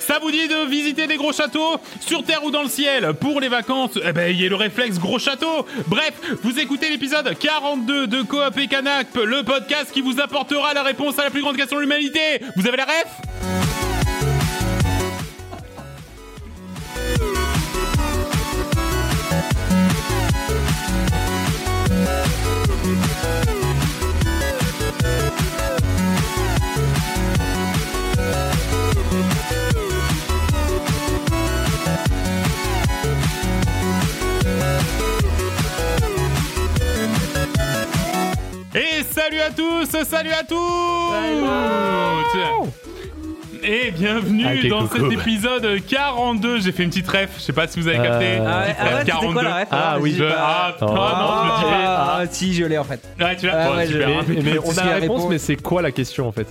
Ça vous dit de visiter des gros châteaux sur Terre ou dans le ciel pour les vacances Eh ben, il y a le réflexe gros château. Bref, vous écoutez l'épisode 42 de Coop et Canap, le podcast qui vous apportera la réponse à la plus grande question de l'humanité. Vous avez la ref Et salut à tous, salut à toutes Et bienvenue Ah, quel dans coucou. cet épisode 42. J'ai fait une petite ref, je sais pas si vous avez capté. Euh, Ah ouais, Petite ah ouais, ref c'était quoi la ref Ah ouais, oui, j'ai Je- pas- Ah, putain, Oh. non, je me dis- Ah, si, je l'ai en fait. Ouais, tu l'as. Ah Bon, ouais, super. Mais, mais Tout on ce a qui la répond. réponse, mais c'est quoi la question en fait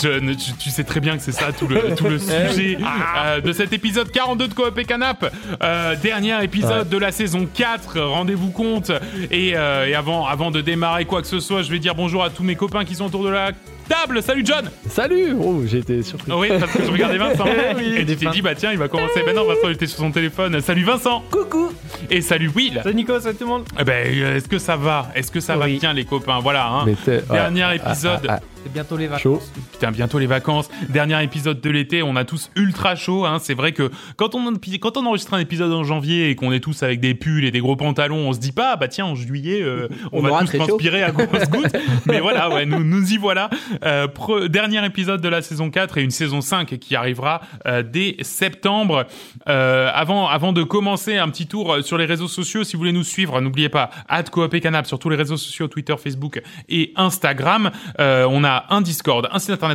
John, tu, tu sais très bien que c'est ça tout le, tout le Eh sujet euh, de cet épisode 42 de Coop et Canap. Euh, dernier épisode de la saison 4, rendez-vous compte. Et, euh, et avant, avant de démarrer quoi que ce soit, je vais dire bonjour à tous mes copains qui sont autour de la table. Salut John Salut Oh, j'ai été surpris. Oui, parce que je regardais Vincent. Eh Oui, et tu t'es Vincent. dit, bah tiens, il va commencer. Ben non, Vincent, il était sur son téléphone. Salut Vincent Coucou Et salut Will Salut Nico, salut tout le monde. Eh Ben, euh, est-ce que ça va Est-ce que ça va Oui. bien les copains Voilà, hein. Mais t'es- ouais. Dernier Ah, épisode. ah, C'est bientôt les ah, vacances. chaud. Putain, bientôt les vacances. Dernier épisode de l'été, on a tous ultra chaud. Hein. C'est vrai que quand on, quand on enregistre un épisode en janvier et qu'on est tous avec des pulls et des gros pantalons, on se dit pas, ah bah tiens, en juillet, euh, on, On va aura tous très chaud. transpirer à grosses gouttes. Mais voilà, ouais, nous, nous y voilà. Euh, pre- dernier épisode de la saison 4 et une saison 5 qui arrivera euh, dès septembre. Euh, avant, avant de commencer, un petit tour euh, sur les réseaux sociaux. Si vous voulez nous suivre, n'oubliez pas, at Coop et Canap sur tous les réseaux sociaux, Twitter, Facebook et Instagram. Euh, on a un Discord, un site internet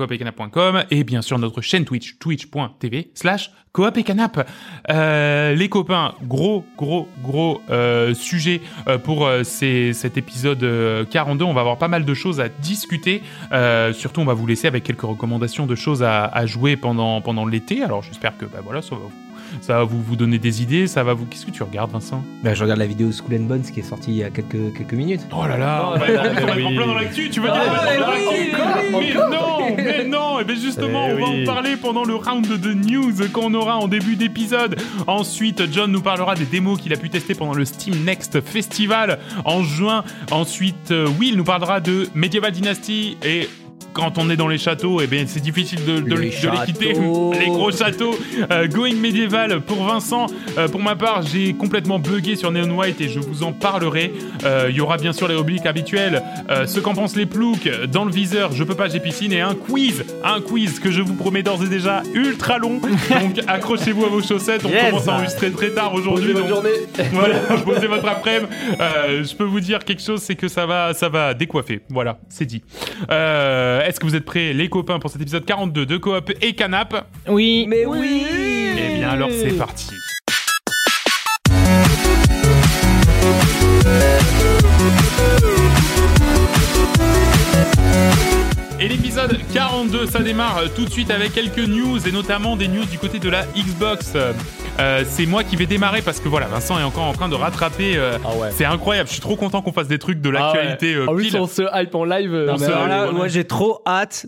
www.coopetcanap.com et bien sûr notre chaîne Twitch, twitch.tv slash Coop et Canap. Euh, les copains, gros, gros, gros euh, sujet euh, pour euh, ces- cet épisode euh, 42. On va avoir pas mal de choses à discuter. Euh, surtout, on va vous laisser avec quelques recommandations de choses à, à jouer pendant, pendant l'été. Alors, j'espère que bah, voilà, ça va, vous- ça va vous, vous donner des idées. Ça va vous. Qu'est-ce que tu regardes, Vincent Bah, je regarde la vidéo School and Bones qui est sortie il y a quelques, quelques minutes. Oh là là, Oh là on là, va être en oui. plein dans l'actu, tu veux Ah, dire on va être en plein oui, dans l'actu. encore, Mais non, mais non, et bien justement, Eh on va oui. en parler pendant le round de news qu'on aura en début d'épisode. Ensuite, John nous parlera des démos qu'il a pu tester pendant le Steam Next Festival en juin. Ensuite, euh, Will nous parlera de Medieval Dynasty et quand on est dans les châteaux, eh bien, c'est difficile de, de- Les de les quitter. châteaux. Les gros châteaux. Euh, going médiéval pour Vincent. Euh, pour ma part, j'ai complètement bugué sur Neon White et je vous en parlerai. Euh, Il y aura bien sûr les rubriques habituelles. Euh, ce qu'en pensent les ploucs dans le viseur, je peux pas, j'ai piscine et un quiz. Un quiz que je vous promets d'ores et déjà ultra long. Donc accrochez-vous à vos chaussettes. On Yes. commence à enregistrer très tard aujourd'hui. donc- voilà, posez votre après-midi. Euh, je peux vous dire quelque chose, c'est que ça va, ça va décoiffer. Voilà, c'est dit. Euh, Est-ce que vous êtes prêts, les copains, pour cet épisode 42 de Coop et Canap Oui. Mais oui Eh bien, alors c'est parti. Et l'épisode 42, ça démarre euh, tout de suite avec quelques news et notamment des news du côté de la Xbox. Euh, euh, c'est moi qui vais démarrer parce que voilà, Vincent est encore en train de rattraper. euh, Ah ouais. C'est incroyable, je suis trop content qu'on fasse des trucs de Ah ouais. l'actualité euh, En plus, pile. on se hype en live. euh, On on se a- hype. Alors là, ouais. moi j'ai trop hâte.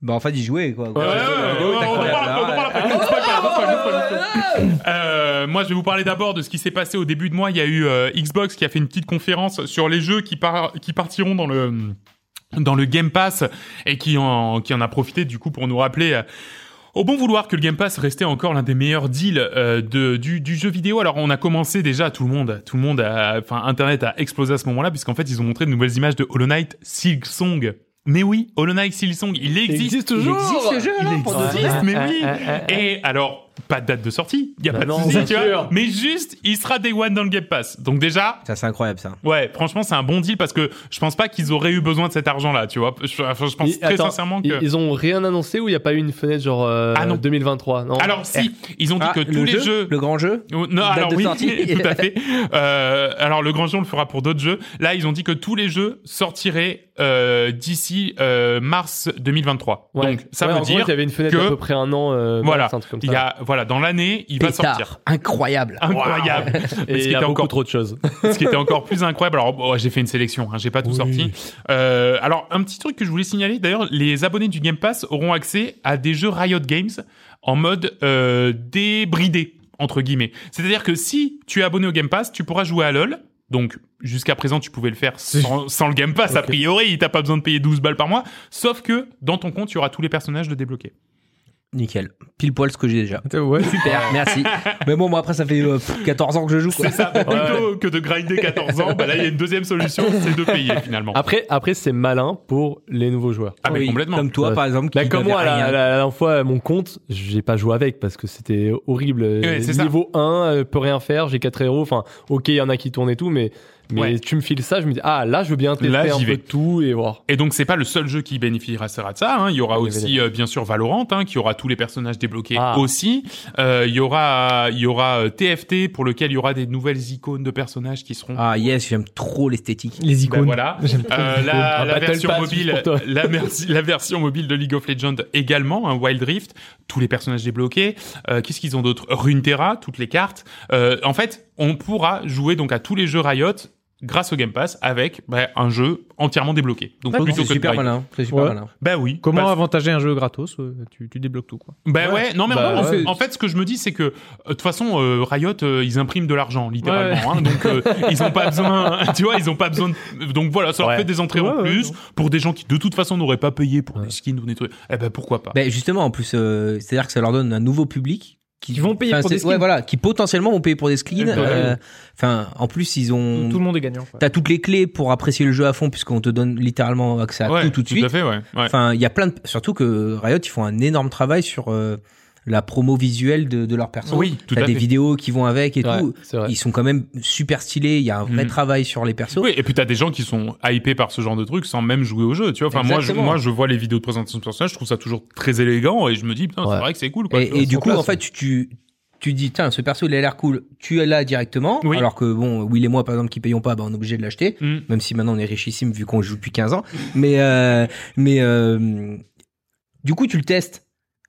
Bah, en fait, d'y jouer quoi. Ouais, ouais, ouais, ouais, on en parle après, on en parle après, je vous spoil pas, je vous spoil, je vous spoil, je vous spoil. Euh, Moi, je vais vous parler d'abord de ce qui s'est passé au début de mois. Il y a eu euh, Xbox qui a fait une petite conférence sur les jeux qui, par- qui partiront dans le dans le Game Pass et qui en qui en a profité du coup pour nous rappeler. euh, au bon vouloir que le Game Pass restait encore l'un des meilleurs deals euh, de, du, du jeu vidéo. Alors on a commencé déjà tout le monde, tout le monde, a- enfin Internet a explosé à ce moment-là puisqu'en fait ils ont montré de nouvelles images de Hollow Knight Silksong. Mais oui, Hollow Knight Silksong, il Il existe existe toujours existe ce jeu là il pour de existe, vrai mais Ah, oui. ah, ah, ah. Et alors, pas de date de sortie, il y a Bah pas de non, souci, bien tu vois. sûr. Mais juste, il sera Day One dans le Game Pass. Donc déjà, Ça, c'est incroyable ça. ouais, franchement, c'est un bon deal parce que je pense pas qu'ils auraient eu besoin de cet argent-là, tu vois. Je, je pense Et- très attends, sincèrement ils- que. Ils ont rien annoncé ou il n'y a pas eu une fenêtre genre euh, Ah non. 2023 non Alors si, Eh. ils ont dit Ah, que tous le les jeu, jeux. Le grand jeu Oh, Non, Date alors de oui, sortie. tout à fait. Euh, alors le grand jeu, on le fera pour d'autres jeux. Là, ils ont dit que tous les jeux sortiraient euh, d'ici euh, mars 2023. Ouais. Donc ça Ouais, en veut gros, dire qu'il y avait une fenêtre que- d'à peu près un an. euh, Voilà. mars, un truc comme ça. Il y a, voilà, dans l'année, il va Pétard. sortir. Incroyable. Incroyable. Mais Et ce il qui y était a beaucoup encore trop de choses. ce qui était encore plus incroyable. Alors, bon, j'ai fait une sélection, hein, j'ai pas tout sorti. Euh, alors, un petit truc que je voulais signaler, d'ailleurs, les abonnés du Game Pass auront accès à des jeux Riot Games en mode euh, débridé, entre guillemets. C'est-à-dire que si tu es abonné au Game Pass, tu pourras jouer à LoL. Donc, jusqu'à présent, tu pouvais le faire sans, sans le Game Pass, a priori, t'as pas besoin de payer 12 balles par mois. Sauf que, dans ton compte, tu auras tous les personnages de débloquer. Nickel. Pile poil ce que j'ai déjà. Ah, Ouais. Super, merci. Mais bon, moi après, ça fait euh, pff, 14 ans que je joue. Quoi. C'est ça, plutôt que de grinder 14 ans, bah là, il y a une deuxième solution, c'est de payer, finalement. Après, après c'est malin pour les nouveaux joueurs. Ah, mais Oui, complètement. Comme toi, Ouais. par exemple. Qui Bah, comme n'avait moi, la, rien. la, la dernière fois, mon compte, j'ai pas joué avec parce que c'était horrible. Euh, c'est ça. Niveau 1, euh, peut rien faire, j'ai 4 héros. Enfin, ok, il y en a qui tournent et tout, mais, mais Ouais. tu me files ça, je me dis, ah là, je veux bien tester Là, un j'y peu vais. de tout et voir. Et donc c'est pas le seul jeu qui bénéficiera de ça. Hein. Il y aura Oui, aussi évidemment. euh, bien sûr Valorant, hein, qui aura tous les personnages débloqués Ah. aussi. Euh, Il y aura il y aura euh, TFT pour lequel il y aura des nouvelles icônes de personnages qui seront. Ah yes, j'aime trop l'esthétique. Les Ben icônes. voilà. Euh, la, Un la Battle version Pass mobile, juste pour toi. la, merci- la version mobile de League of Legends également, un Wild Rift, tous les personnages débloqués. Euh, Qu'est-ce qu'ils ont d'autre Runeterra, toutes les cartes. Euh, en fait, on pourra jouer donc à tous les jeux Riot grâce au Game Pass avec bah, un jeu entièrement débloqué. Donc D'accord, plutôt C'est que de super grind. malin. C'est super Ouais. malin. Bah oui. Comment Parce- avantager un jeu gratos euh, tu, tu débloques tout quoi. Ben ouais, non mais Bah en, ouais. en fait ce que je me dis c'est que euh, de toute façon euh, Riot euh, ils impriment de l'argent littéralement hein, donc euh, ils ont pas besoin tu vois ils ont pas besoin de- donc voilà ça leur Ouais. fait des entrées en Ouais, ouais, plus non. pour des gens qui de toute façon n'auraient pas payé pour Ouais. des skins ou des trucs eh ben pourquoi pas Ben justement, en plus, euh, c'est-à-dire que ça leur donne un nouveau public. Qui, Qui vont payer enfin, pour des c'est- skins. Ouais, voilà, qui potentiellement vont payer pour des skins. Ouais. euh, Enfin, en plus, ils ont. Tout le monde est gagnant. quoi. T'as toutes les clés pour apprécier le jeu à fond puisqu'on te donne littéralement accès à Ouais, Bah, tout tout de suite. à fait ouais, ouais. Enfin, il y a plein de... Surtout que Riot, ils font un énorme travail sur euh, la promo visuelle de, de leur personne. oui tout T'as à des fait vidéos qui vont avec et Ouais, tout. c'est vrai. Ils sont quand même super stylés. Il y a un vrai Mhm. travail sur les persos. Oui, et puis t'as des gens qui sont hypés par ce genre de truc sans même jouer au jeu, tu vois. Enfin, moi je, Exactement. moi, je vois les vidéos de présentation de personnages, je trouve ça toujours très élégant et je me dis, putain, c'est Ouais. vrai que c'est cool, quoi. tu vois. Et, et du sur coup, place, en fait, tu, tu, tu dis, tiens, ce perso, il a l'air cool. Tu es là directement. Oui. Alors que, bon, Will et moi, par exemple, qui payons pas, bah, on est obligé de l'acheter. Mm. Même si maintenant, on est richissime vu qu'on joue depuis 15 ans. Mais, euh, mais euh, du coup, tu le testes.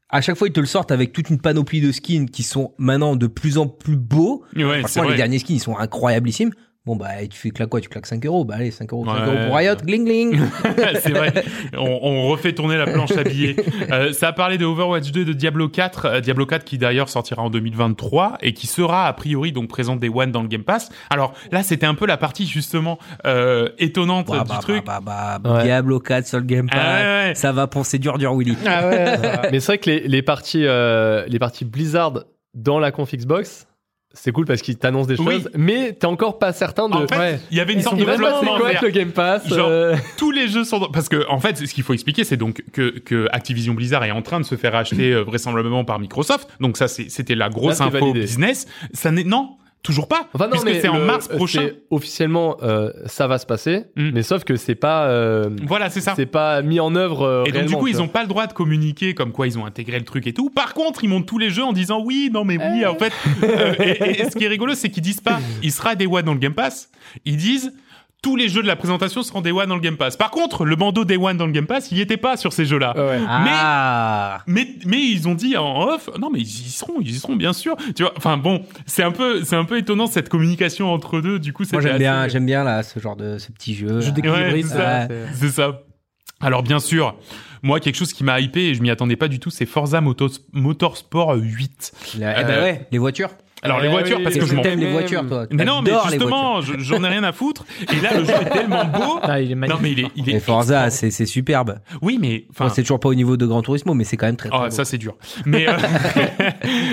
À chaque fois, ils te le sortent avec toute une panoplie de skins qui sont maintenant de plus en plus beaux. Ouais, c'est Franchement, vrai. les derniers skins, ils sont incroyablissimes. Bon, bah, tu fais claque quoi Tu claques 5 euros Bah, allez, 5 euros, 5 Ouais. euros pour Riot, gling gling c'est vrai. On, on refait tourner la planche à billets. Euh, ça a parlé de Overwatch 2 et de Diablo 4. Euh, Diablo 4 qui d'ailleurs sortira en 2023 et qui sera a priori donc présent des One dans le Game Pass. Alors là, c'était un peu la partie justement euh, étonnante Bah, du bah, truc. bah, bah, bah, Ouais. Diablo 4 sur le Game Pass. Ah ouais, ouais. Ça va penser dur, dur, Willy. Ah ouais. Mais c'est vrai que les, les parties, euh, les parties Blizzard dans la conf Xbox, c'est cool parce qu'ils t'annoncent des choses, Oui. mais t'es encore pas certain de. En fait, il ouais. y avait une Ils sorte sont de vraiment c'est flottement quoi à faire. avec le Game Pass Genre, euh, tous les jeux sont dans- parce que en fait ce qu'il faut expliquer c'est donc que, que Activision Blizzard est en train de se faire acheter euh, vraisemblablement par Microsoft donc ça c'est- c'était la grosse Là, c'est info validé. business ça n'est non toujours pas Enfin, non, puisque mais c'est en le- euh, mars prochain c'est Officiellement, euh, ça va se passer, Mm. mais sauf que c'est pas, euh, voilà c'est ça c'est pas mis en œuvre. euh, et donc du réellement, coup tu ils vois. ont pas le droit de communiquer comme quoi ils ont intégré le truc et tout par contre ils montent tous les jeux en disant oui non mais oui en fait Euh, et, et ce qui est rigolo c'est qu'ils disent pas il sera Day One dans le Game Pass ils disent tous les jeux de la présentation seront Day One dans le Game Pass par contre le bandeau Day One dans le Game Pass il y était pas sur ces jeux là Ouais. Ah Mais, mais ils ont dit en off, non mais ils y seront, ils y seront bien sûr. Tu vois, enfin bon, c'est un peu, c'est un peu étonnant cette communication entre deux. Du coup, Moi c'était j'aime bien, assez- j'aime bien là ce genre de ce petit jeu. Je là. découvre Ouais, Brice, c'est ça. là, c'est- C'est ça. Alors bien sûr, moi quelque chose qui m'a hypé et je m'y attendais pas du tout, c'est Forza Motos- Motorsport 8. Là, eh ben Euh, ouais, les voitures. Alors les Eh voitures, oui, parce et que je c'est m'en. t'aimes les même. voitures toi. Mais non, mais T'adores les justement, voitures. je- j'en ai rien à foutre. Et là, le jeu est tellement beau. Ah, il est Non magnifique. mais il est, il est. Mais Forza, c'est c'est superbe. Oui, mais enfin. Bon, c'est toujours pas au niveau de Gran Turismo, mais c'est quand même très. très oh, beau. ça c'est dur. Mais euh,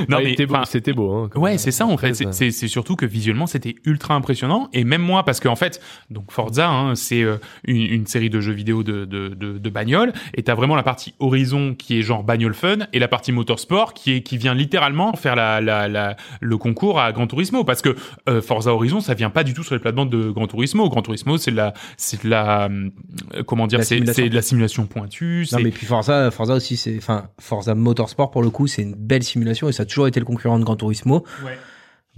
non Ouais, mais c'était beau, enfin, c'était beau, hein, quand Ouais, même. c'est ça en fait. Après, euh, C'est- ça- C'est c'est surtout que visuellement c'était ultra impressionnant et même moi parce qu'en fait donc Forza hein, c'est euh, une, une série de jeux vidéo de de de, de bagnoles et t'as vraiment la partie horizon qui est genre bagnole fun et la partie motorsport qui est qui vient littéralement faire la la, la le concours à Gran Turismo parce que euh, Forza Horizon ça vient pas du tout sur les plates-bandes de Gran Turismo. Gran Turismo c'est de la c'est de la hum, euh, comment dire La c'est simulation. c'est de la simulation pointue. Non c'est- mais puis Forza, Forza aussi, c'est enfin Forza Motorsport pour le coup, c'est une belle simulation et ça a toujours été le concurrent de Gran Turismo. Ouais.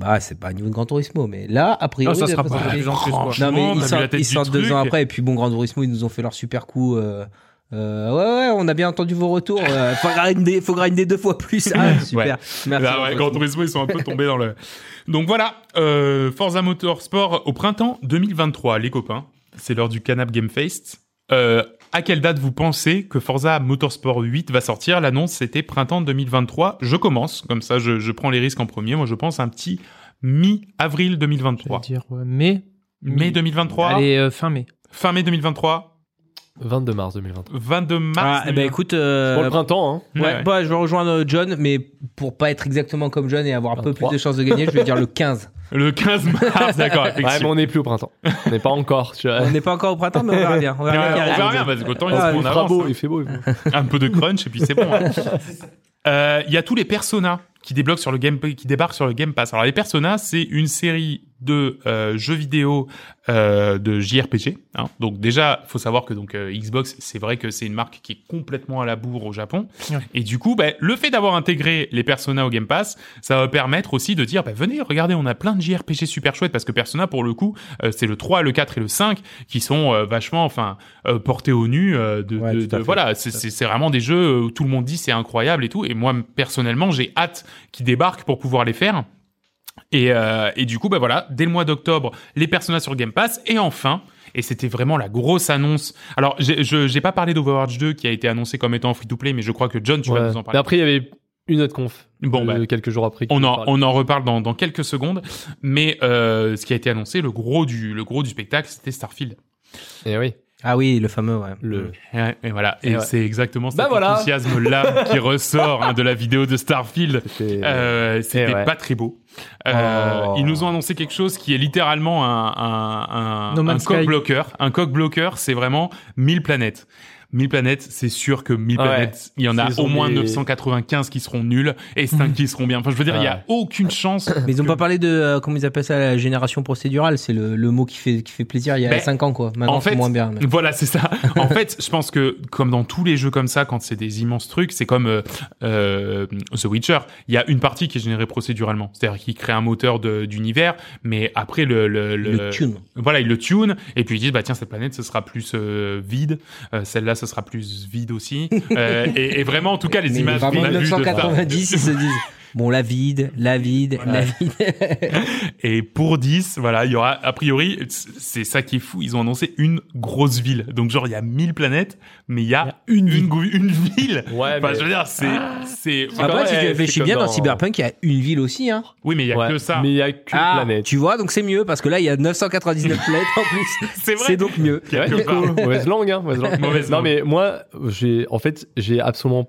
Bah c'est pas au niveau de Gran Turismo, mais là a priori. Ah, ça de sera la pas présentation- plus en plus, quoi. franchement, Non t'as mais ils vu la sortent, tête ils du sortent deux truc. ans après et puis bon Gran Turismo ils nous ont fait leur super coup euh, Euh, ouais, ouais, on a bien entendu vos retours. Euh, faut, grinder, faut grinder deux fois plus. Ah, super. Ouais. Merci. Bah ouais, Gran Turismo, ils sont un peu tombés dans le. Donc voilà, euh, Forza Motorsport au printemps 2023, les copains. C'est l'heure du Canap Game Fest. Euh, à quelle date vous pensez que Forza Motorsport 8 va sortir L'annonce c'était printemps 2023. Je commence, comme ça je, je prends les risques en premier. Moi je pense un petit mi-avril Je vais 2023. dire ouais, mai. Mai 2023, Allez, euh, fin mai. fin mai 2023, 22 mars 2023. 22 mars. Ah, eh ben 2023. écoute, Pour euh, le printemps, hein. ouais, Ouais. bah, je vais rejoindre John, mais pour pas être exactement comme John et avoir un peu plus 23. de chances de gagner, je vais dire le 15. Le 15 mars, d'accord, Ouais, mais effectivement. on n'est plus au printemps. On n'est pas encore, tu vois. On n'est pas encore au printemps, mais on verra bien. On verra Ouais, bien qui on verra arrive. bien, parce qu'autant il Ah, se il qu'on fera avance. beau, hein. il fait beau. il fait beau. un peu de crunch et puis c'est bon. hein. Euh, Il y a tous les personas qui débloquent sur le game, qui débarquent sur le Game Pass. Alors les personas, c'est une série de euh, jeux vidéo euh, de JRPG. hein. Donc déjà, faut savoir que donc euh, Xbox, c'est vrai que c'est une marque qui est complètement à la bourre au Japon. Ouais. Et du coup, bah, le fait d'avoir intégré les personas au Game Pass, ça va permettre aussi de dire, bah, venez, regardez, on a plein de JRPG super chouettes parce que Persona, pour le coup, euh, c'est le 3, le 4 et le 5 qui sont euh, vachement, enfin, euh, portés au nu. euh, de, Ouais, de- tout à de- fait. voilà, c'est- c'est c'est vraiment des jeux où tout le monde dit c'est incroyable et tout. Et moi, personnellement, j'ai hâte qu'ils débarquent pour pouvoir les faire. Et, euh, et du coup, bah voilà, dès le mois d'octobre, les personnages sur Game Pass. Et enfin, et c'était vraiment la grosse annonce. Alors, j'ai- je j'ai pas parlé d'Overwatch 2 qui a été annoncé comme étant free-to-play, mais je crois que John, tu Ouais. vas nous en Mais parler. après, il y avait une autre conf. Bon, euh, bah, quelques jours après. qui On en, parlait. on en reparle dans, dans quelques secondes, mais euh, ce qui a été annoncé, le gros du, le gros du spectacle, c'était Starfield. Eh oui. Ah oui, le fameux, ouais. Le... Ouais, Et, voilà, et, Et ouais. c'est exactement cet Bah voilà. enthousiasme-là qui ressort hein, de la vidéo de Starfield. c'était- Euh, c'était Eh ouais. pas très beau. Euh, Oh. Ils nous ont annoncé quelque chose qui est littéralement un, un, un, No un Man's coq Sky. bloqueur. Un coq bloqueur, c'est vraiment 1000 planètes. 1000 planètes, c'est sûr que 1000 Ouais. planètes, il y en a Ils ont au moins des- 995 qui seront nuls et 5 qui seront bien. Enfin, je veux dire, il y a Ouais. aucune chance. Mais ils ont que- pas parlé de, euh, comment ils appellent ça, la génération procédurale. C'est le, le mot qui fait, qui fait plaisir il y a Ben, 5 ans, quoi. Maintenant, en fait, c'est moins bien. mais- Voilà, c'est ça. En fait, je pense que comme dans tous les jeux comme ça, quand c'est des immenses trucs, c'est comme euh, euh, The Witcher. Il y a une partie qui est générée procéduralement, c'est-à-dire qu'il crée un moteur de- d'univers, mais après le le, le- Le tune. voilà, ils le tune et puis ils disent bah tiens cette planète ce sera plus euh, vide, Euh, celle-là ce sera plus vide aussi. Euh, et, et vraiment en tout cas les Mais images vraiment, qu'on a vues de ça. 1990, ils se disent bon, la vide, la vide, la vide. Et pour 10, voilà, il y aura, a priori, c'est ça qui est fou, ils ont annoncé une grosse ville. Donc, genre, il y a 1000 planètes, mais il y a une, gou- une ville. Ouais, Enfin, Ah, mais- je veux dire, c'est, c'est, Ah bah, Après, si ouais, tu c'est réfléchis comme bien, dans dans- Cyberpunk, il y a une ville aussi, hein. oui, mais il y a Ouais, que ça. Mais il y a qu'une Ah, planète. tu vois, donc c'est mieux parce que là, il y a 999 planètes en plus. C'est vrai. C'est donc mieux. Il y a que Ouais, ça. mauvaise langue, hein. Mauvaise langue. Mauvaise non, langue. mais moi, j'ai, en fait, j'ai absolument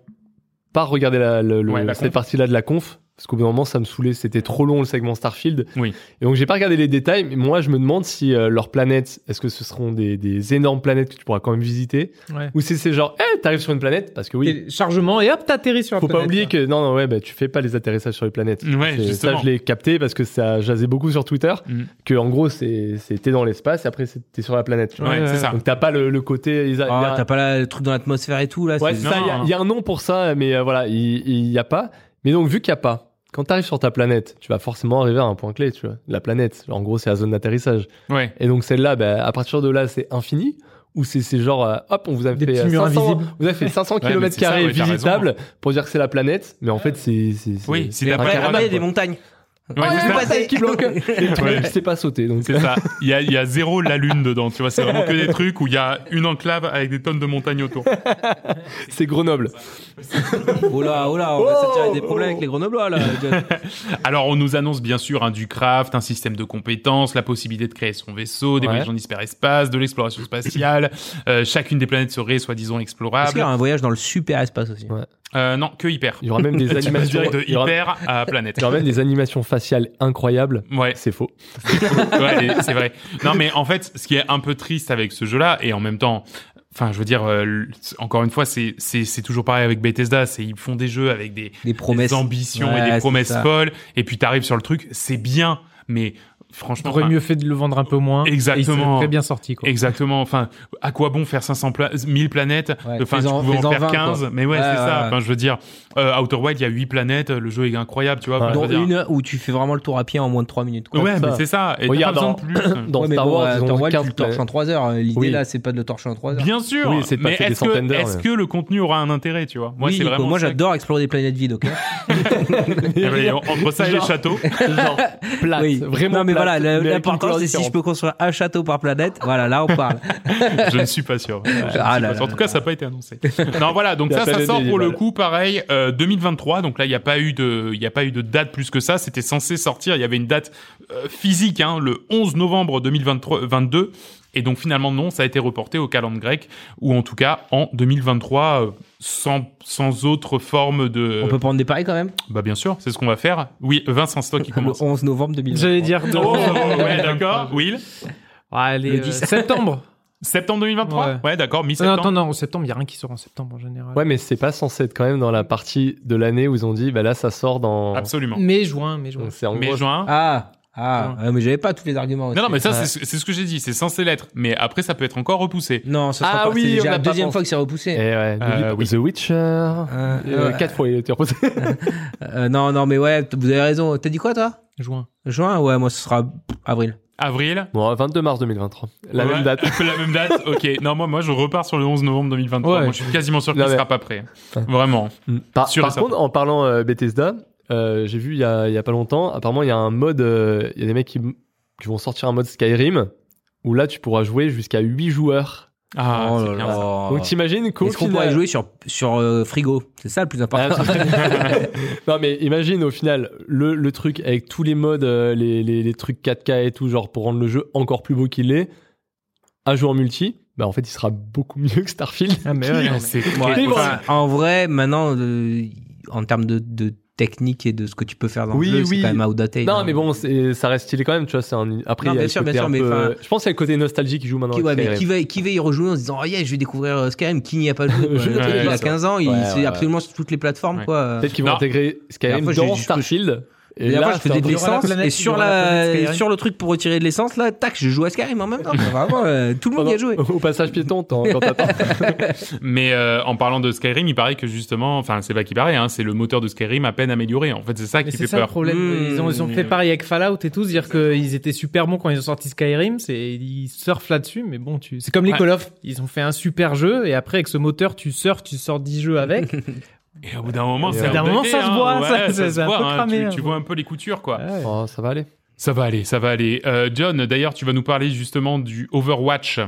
pas regardé la, le- le- Ouais, la cette conf. partie-là de la conf. Parce qu'au bout d'un moment, ça me saoulait. C'était trop long le segment Starfield. Oui. Et donc, j'ai pas regardé les détails. Mais moi, je me demande si euh, leurs planètes, est-ce que ce seront des, des énormes planètes que tu pourras quand même visiter Ouais. Ou si c'est genre, eh, t'arrives sur une planète Parce que oui. Et Chargement et hop, t'atterris sur la Faut pas planète, hein. oublier quoi. que non non ouais bah, tu fais pas les atterrissages sur les planètes. Ouais, C'est- ça justement. je l'ai capté parce que ça jasait beaucoup sur Twitter Mm. que en gros c'est c'est- t'es dans l'espace et après c'est- t'es sur la planète. tu vois. Ouais, Ouais, c'est ouais. ça. Donc t'as pas le, le côté ils a- il y Ah, a- t'as pas là, le truc dans l'atmosphère et tout, là. ouais c'est- c'est ça il y a- Non. il y, a un nom pour ça mais euh, voilà il il y a pas. Mais donc vu qu'il y a pas quand t'arrives sur ta planète tu vas forcément arriver à un point clé tu vois la planète en gros c'est la zone d'atterrissage Ouais. et donc celle-là bah, à partir de là c'est infini ou c'est c'est genre euh, hop on vous a Des fait petits euh, murs 500 invisibles. vous avez fait 500 mais km c'est ça, ouais, t'as raison. visitables pour dire que c'est la planète mais en fait c'est c'est- c'est- Oui, c'est Mais la après, planète. après, il y a des montagnes. Ouais, Ouais, c'est ça. ouais, ça qui bloque. Et toi, Ouais. tu sais pas sauter. Donc, C'est ça. Il y a, il y a zéro la lune dedans. Tu vois, c'est vraiment que des trucs où il y a une enclave avec des tonnes de montagnes autour. c'est Grenoble. Oh là, oh là, on va Oh, s'attirer des problèmes oh. avec les grenoblois, là. John. Alors, on nous annonce bien sûr hein, du craft, un système de compétences, la possibilité de créer son vaisseau, des Ouais. voyages en hyperespace, de l'exploration spatiale. Euh, chacune des planètes serait soi-disant Est-ce qu'il y explorable. aura un voyage dans le super espace aussi Ouais. Euh, non, que hyper. hein. Il y aura même des Tu passes animations. direct de il y aura- hyper à il planète. y aura même des animations faciales incroyables. Ouais, C'est faux. ouais, et c'est vrai. Non, mais en fait, ce qui est un peu triste avec ce jeu-là, et en même temps, enfin, je veux dire, euh, le- encore une fois, c'est c'est c'est toujours pareil avec Bethesda. C'est ils font des jeux avec des Des promesses. des ambitions Ouais, et des c'est promesses ça. folles. Et puis t'arrives sur le truc, c'est bien, mais franchement, T'aurais enfin, mieux fait de le vendre un peu moins. Exactement. Et il serait très bien sorti, quoi. Exactement. Enfin, à quoi bon faire 500 pla- 1000 planètes Ouais, Enfin, tu fais-en- pouvais en fais-en faire 20, 15. quoi. Mais ouais, Ouais, c'est ouais, ça. ouais. Enfin, je veux dire, euh, Outer Wild, il y a 8 planètes. Le jeu est incroyable, tu vois. Enfin, je Dont veux dire- une où tu fais vraiment le tour à pied en moins de 3 minutes. Quoi. Ouais, ça. mais c'est ça. Et t'as pas Regarde, besoin en- de plus. Dans Ouais, mais Star bon, Wars, euh, ils Outer ont Wild, 15 tu le torches en 3 heures. L'idée Oui. là, c'est pas de le torcher en 3 heures. Bien sûr. Oui, c'est de mais passer des est-ce que, centaines d'heures, est-ce mais- que le contenu aura un intérêt, tu vois Moi, Oui, c'est Nico, vraiment. moi ça que- j'adore explorer des planètes vides, ok Eh ben, Entre ça et les Genre- châteaux. genre plate, Oui. vraiment Non, mais plate, voilà, la- mais avec une l'important couleur c'est si je différente. peux construire un château par planète. Voilà, là on parle. Je ne suis pas sûr. Je ne suis Ah pas là sûr. là en tout cas, ça n'a pas été annoncé. non, voilà. Donc La ça, ça planète sort des pour le balles. coup, pareil, euh, 2023. Donc là, il n'y a pas eu de, il n'y a pas eu de date plus que ça. C'était censé sortir. Il y avait une date euh, physique, hein, le 11 novembre 2023, 22. Et donc finalement non, ça a été reporté au calendrier grec ou en tout cas en 2023 euh, sans sans autre forme de. On peut prendre des paris quand même Bah bien sûr, c'est ce qu'on va faire. Oui, Vincent Stock qui Le commence. 11 novembre 2020. J'allais dire de... Oh, ouais, d'accord. Will, Ouais, les, Le euh, 10. septembre. septembre 2023. Ouais, Ouais. d'accord, Non, mi-septembre. attends, non, en septembre, il n'y a rien qui sort en septembre en général. Ouais, mais c'est pas censé être quand même dans la partie de l'année où ils ont dit, bah là, ça sort dans. Absolument. Mai, juin, mai, juin. Donc, c'est en Mai gros. juin. Ah, ah, euh, mais j'avais pas tous les arguments. aussi. Non, non, mais ça, Ouais. c'est ce- c'est ce que j'ai dit. C'est censé l'être. Mais après, ça peut être encore repoussé. Non, ce sera Ah pas, oui, c'est on déjà l'a la pas deuxième pensé. fois que c'est repoussé. Eh ouais, Euh, The- oui. The Witcher. Euh, Euh, euh, Quatre fois, il a été reposé. euh, non, non, mais ouais, t- vous avez raison. T'as dit quoi, toi Juin. Juin Ouais, moi, ce sera avril. Avril. Bon, 22 mars 2023. La Ouais, même date. la même date. Ok. Non, moi, moi, je repars sur le 11 novembre 2023. Ouais. Ah. Moi, je suis quasiment sûr qu'il Non, mais- sera pas prêt. Vraiment. Par, Sûr et par certain. contre, en parlant euh, Bethesda, euh, j'ai vu il y a, il y a pas longtemps, apparemment il y a un mode, euh, il y a des mecs qui, qui vont sortir un mode Skyrim où là tu pourras jouer jusqu'à 8 joueurs. Ah, Oh c'est là bien là. ça. Donc t'imagines qu'au Est-ce qu'on final- pourrait jouer sur, sur euh, frigo C'est ça le plus Ah, important. c'est- non mais imagine au final le, le truc avec tous les modes, euh, les, les- les trucs 4K et tout, genre pour rendre le jeu encore plus beau qu'il est, à jouer en multi, bah en fait il sera beaucoup mieux que Starfield. Ah, mais ouais, non, mais- C'est Ouais, Frigo. enfin, en vrai, maintenant, euh, en termes de, de technique et de ce que tu peux faire dans Oui, le jeu, oui. c'est quand même outdated. Non hein. mais bon, c'est- ça reste stylé quand même, tu vois. C'est un... Après, Non, il y a bien le sûr, bien côté sûr, un mais peu- enfin- je pense qu'il y a le côté nostalgie qui joue maintenant. Qui, ouais, avec mais Skyrim. qui, va, qui va y rejouer en se disant, oh yeah, je vais découvrir euh, Skyrim, qui n'y a pas joué quoi. Je- Le truc, ouais, Il ouais, a 15 ans, il Ouais, c'est ouais, absolument sur toutes les plateformes. Ouais. Quoi. Euh, Peut-être qu'ils vont Non. intégrer Skyrim Dernière fois, j'ai- dans j'ai- Starfield. Et là, je faisais de il y aura la l'essence planète, et il y sur aura la planète la Skyrim. sur le truc pour retirer de l'essence là, tac, je joue à Skyrim en même temps. Vraiment, euh, tout le monde y a joué. Au passage piéton, t'en- quand t'attends. Mais euh, en parlant de Skyrim, il paraît que justement, enfin, c'est pas qui paraît, hein, c'est le moteur de Skyrim à peine amélioré. En fait, c'est ça Mais Ah, qui c'est fait ça le peur. problème. Mmh. ils, ont, ils ont fait pareil avec Fallout et tout, dire qu'ils étaient super bons quand ils ont sorti Skyrim. C'est ils surfent là-dessus, mais bon, tu... c'est comme les Ouais. Call of. Ils ont fait un super jeu et après avec ce moteur, tu surfes, tu sors 10 jeux avec. Et au bout d'un moment, Et c'est au bout d'un outdaté, moment, ça se hein. voit, Ouais, ça- ça- se c'est un voit, peu hein. cramé, Tu- hein. Tu vois un peu les coutures, quoi. Ah Ouais. Oh, ça va aller. Ça va aller, ça va aller. Euh, John, d'ailleurs, tu vas nous parler justement du Overwatch.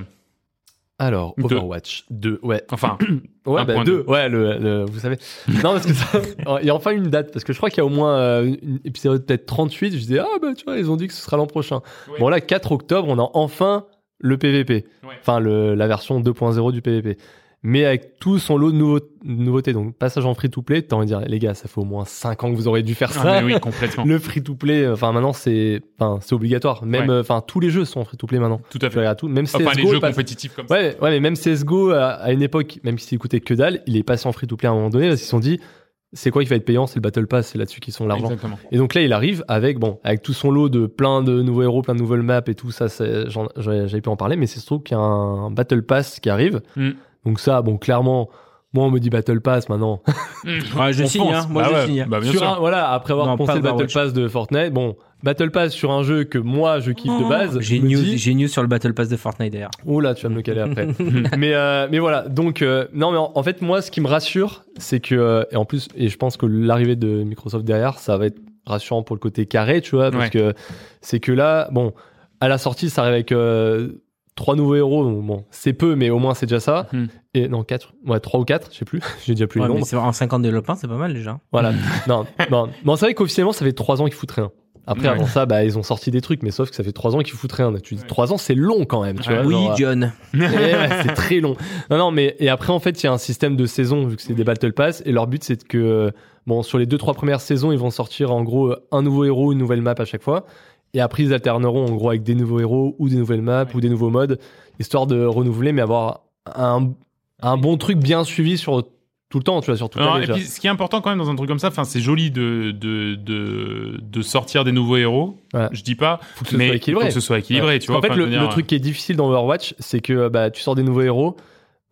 Alors, Deux. Overwatch 2, ouais. Enfin, Ouais, Un bah, point deux. deux. Ouais, le, le- vous savez. Non, parce que ça- oh, il y a enfin une date, parce que je crois qu'il y a au moins euh, une épisode peut-être 38. Je disais, ah bah tu vois, ils ont dit que ce sera l'an prochain. Ouais. Bon, là, 4 octobre, on a enfin le PVP. Ouais. Enfin, le, la version 2.0 du PVP. Mais avec tout son lot de nouveau- nouveautés. Donc, passage en free-to-play, t'as envie de dire, les gars, ça fait au moins 5 ans que vous auriez dû faire ça. ah, mais oui, complètement. le free to play enfin maintenant c'est enfin c'est obligatoire même Ouais. euh, enfin tous les jeux sont free to play maintenant Tout à tu fait. regardes tout même CS:GO Enfin, les jeux est pas- compétitifs comme ça. ouais ouais mais même CS:GO à, à une époque même s'il coûtait que dalle il est passé en free to play à un moment donné parce qu'ils se sont dit c'est quoi qui va être payant c'est le battle pass c'est là-dessus qu'ils sont l'argent Exactement. et donc là il arrive avec bon avec tout son lot de plein de nouveaux héros plein de nouvelles maps et tout ça c'est- j'en- j'avais j'avais pu en parler mais c'est surtout qu'il y a un battle pass qui arrive Mm. donc ça bon clairement moi on me dit battle pass maintenant Ouais, je On signe, fonce. hein. Moi, Bah je ouais. signe. Bah, bien sur sûr. un- voilà, après avoir Non, pensé pas le Battle Overwatch. Pass de Fortnite, bon, Battle Pass sur un jeu que moi je kiffe de base. Ah, J'ai je me news, dis, j'ai news sur le Battle Pass de Fortnite d'ailleurs. Oh là, tu vas me le caler après. mais, euh, mais voilà, donc, euh, non, mais en, en fait, moi, ce qui me rassure, c'est que, euh, et en plus, et je pense que l'arrivée de Microsoft derrière, ça va être rassurant pour le côté carré, tu vois, parce Ouais. que c'est que là, bon, à la sortie, ça arrive avec euh, trois nouveaux héros, donc bon, c'est peu, mais au moins c'est déjà ça. Mhm. Et non, quatre, ouais, trois ou quatre, je sais plus, j'ai déjà plus Ouais, les mais nombres. c'est- en 50 développements, c'est pas mal déjà. Voilà. non, non. Bon, c'est vrai qu'officiellement, ça fait trois ans qu'ils foutent rien. Après, Ouais. avant ça, bah, ils ont sorti des trucs, mais sauf que ça fait trois ans qu'ils foutent rien. Tu dis, Ouais. trois ans, c'est long quand même, tu Ouais. vois. oui, genre, euh, John. eh ouais, c'est très long. Non, non, mais et après, en fait, il y a un système de saison, vu que c'est des Battle Pass, et leur but, c'est que, euh, bon, sur les deux, trois premières saisons, ils vont sortir en gros euh, un nouveau héros, une nouvelle map à chaque fois. Et après, ils alterneront en gros avec des nouveaux héros ou des nouvelles maps Ouais. ou des nouveaux modes, histoire de renouveler, mais avoir un, un bon truc bien suivi sur tout le temps, tu vois, sur toute Non, l'année, et déjà. puis, ce qui est important quand même dans un truc comme ça, enfin, c'est joli de, de, de, de sortir des nouveaux héros. Ouais. Je dis pas, Faut que ce mais soit équilibré. faut que ce soit équilibré, Ouais. tu Parce vois. qu'en enfin, je fait, le, veux le dire, euh. truc qui est difficile dans Overwatch, c'est que bah, tu sors des nouveaux héros,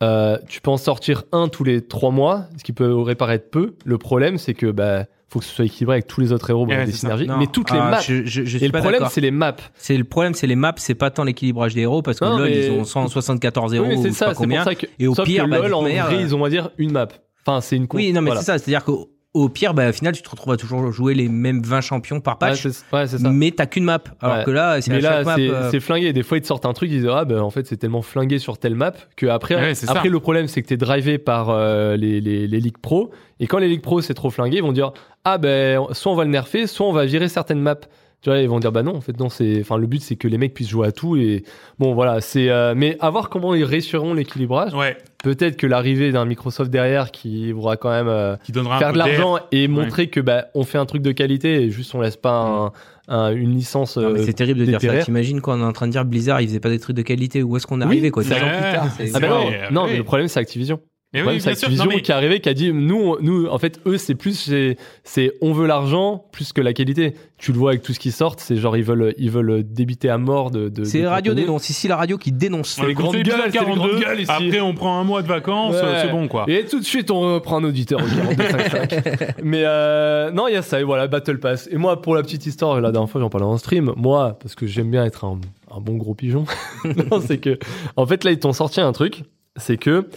euh, tu peux en sortir un tous les trois mois, ce qui peut reparaître peu. Le problème, c'est que bah, faut que ce soit équilibré avec tous les autres héros, pour Ouais, des c'est ça. synergies. Non, mais toutes les ah, maps. Je, je, je suis Et le pas problème, d'accord. c'est les maps. c'est le problème, c'est les maps, c'est pas tant l'équilibrage des héros parce que Non, LoL mais- ils ont 174 héros Oui, mais ou je c'est sais pas ça, c'est pour combien. ça que. Et au sauf pire, que bah, LoL, de en toute manière, vrai, euh, ils ont, on va dire, une map. Enfin, c'est une. Oui, non mais voilà. c'est ça, c'est-à-dire qu'au au pire, bah, au final, tu te retrouves à toujours jouer les mêmes 20 champions par Ouais, patch, c'est ouais, c'est ça. mais t'as qu'une map. Alors Ouais. que là, c'est à Mais là, chaque map. c'est euh, c'est flingué. Des fois, ils te sortent un truc, ils disent Ah, ben en fait, c'est tellement flingué sur telle map que après, Ouais, c'est après ça. le problème, c'est que t'es drivé par euh, les, les, les ligues pro. Et quand les ligues pro, c'est trop flingué, ils vont dire Ah, ben soit on va le nerfer, soit on va virer certaines maps. Tu vois, ils vont dire Bah non, en fait, non, c'est. Enfin, le but, c'est que les mecs puissent jouer à tout. Et bon, voilà, c'est. euh, mais à voir comment ils réussiront l'équilibrage. Ouais, Peut-être que l'arrivée d'un Microsoft derrière qui voudra quand même. euh, qui donnera un faire peu de l'argent et Ouais. montrer que bah on fait un truc de qualité et juste on laisse pas un- un- une licence non, mais euh, c'est terrible de dire ça. déterrer. T'imagines quand on est en train de dire Blizzard, ils faisaient pas des trucs de qualité. Où est-ce qu'on est arrivé quoi Ouais. dix ans plus tard, c'est- ah bah non, vrai, non oui. mais le problème c'est Activision Mais le problème oui, c'est bien sûr. Activision non, mais- qui est arrivé qui a dit nous on- nous en fait eux c'est plus c'est- c'est on veut l'argent plus que la qualité tu le vois avec tout ce qui sort c'est genre ils veulent ils veulent débiter à mort de, de- C'est de Radio contenu. dénonce. Ici, la radio qui dénonce. On les écoute grandes l'épisode gueules, c'est les grandes 42, gueules ici. Après, on prend un mois de vacances, Ouais. c'est bon, quoi. Et tout de suite, on reprend un auditeur. au 42-55. Mais euh, non, il y a ça. Et voilà, Battle Pass. Et moi, pour la petite histoire, la dernière fois, j'en parlais en stream. Moi, parce que j'aime bien être un, un bon gros pigeon. non, c'est que, en fait, là, ils t'ont sorti un truc. C'est que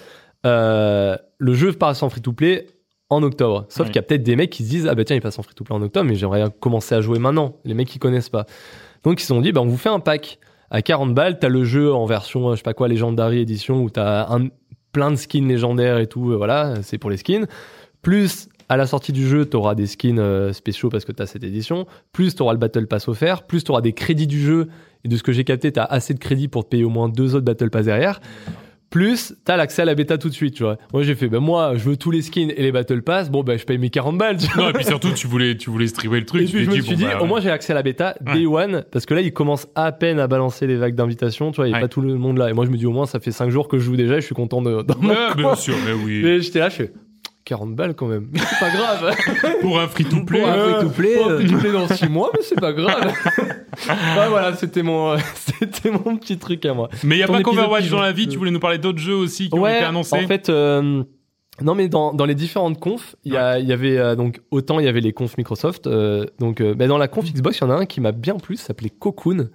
euh, le jeu passe en free-to-play en octobre. Sauf Ouais. qu'il y a peut-être des mecs qui se disent Ah bah tiens, il passe en free-to-play en octobre, mais j'aimerais commencer à jouer maintenant. Les mecs qui connaissent pas. Donc ils se sont dit, bah, on vous fait un pack à 40 balles. T'as le jeu en version, euh, je sais pas quoi, Legendary Edition, où t'as un, plein de skins légendaires et tout. euh, Voilà, euh, c'est pour les skins. Plus, à la sortie du jeu, t'auras des skins euh, spéciaux parce que t'as cette édition. Plus, t'auras le Battle Pass offert. Plus, t'auras des crédits du jeu. Et de ce que j'ai capté, t'as assez de crédits pour te payer au moins deux autres Battle Pass derrière. Plus, t'as l'accès à la bêta tout de suite, tu vois. Moi, j'ai fait, bah, moi, je veux tous les skins et les Battle Pass. Bon, bah, je paye mes 40 balles, tu vois. Non, et puis surtout, tu voulais, tu voulais streamer le truc. Et tu puis je t'es me dit, suis bon, dit, bah, au moins j'ai accès à la bêta day one, parce que là ils commencent à peine à balancer les vagues d'invitations, tu vois, il n'y a Ouais. pas tout le monde là. Et moi je me dis, au moins ça fait 5 jours que je joue déjà, je suis content de. dans mon Ouais, bien coin. sûr, mais oui. Mais j'étais là, je fais 40 balles quand même, Mais c'est pas grave. Pour un free-to-play. Pour un euh, free-to-play, Pour un euh, free-to-play dans 6 mois, mais c'est pas grave. ouais, voilà, c'était mon, euh, c'était mon petit truc à moi. Mais il n'y a Ton pas épisode qu'Overwatch pigeon. dans la vie, tu voulais nous parler d'autres jeux aussi qui ont été annoncés. En fait, euh, non, mais dans, dans les différentes confs, il y, a- il y avait euh, donc autant il y avait les confs Microsoft. euh, donc, euh, bah, dans la Mm-hmm. conf Xbox, il y en a un qui m'a bien plu, ça s'appelait Cocoon.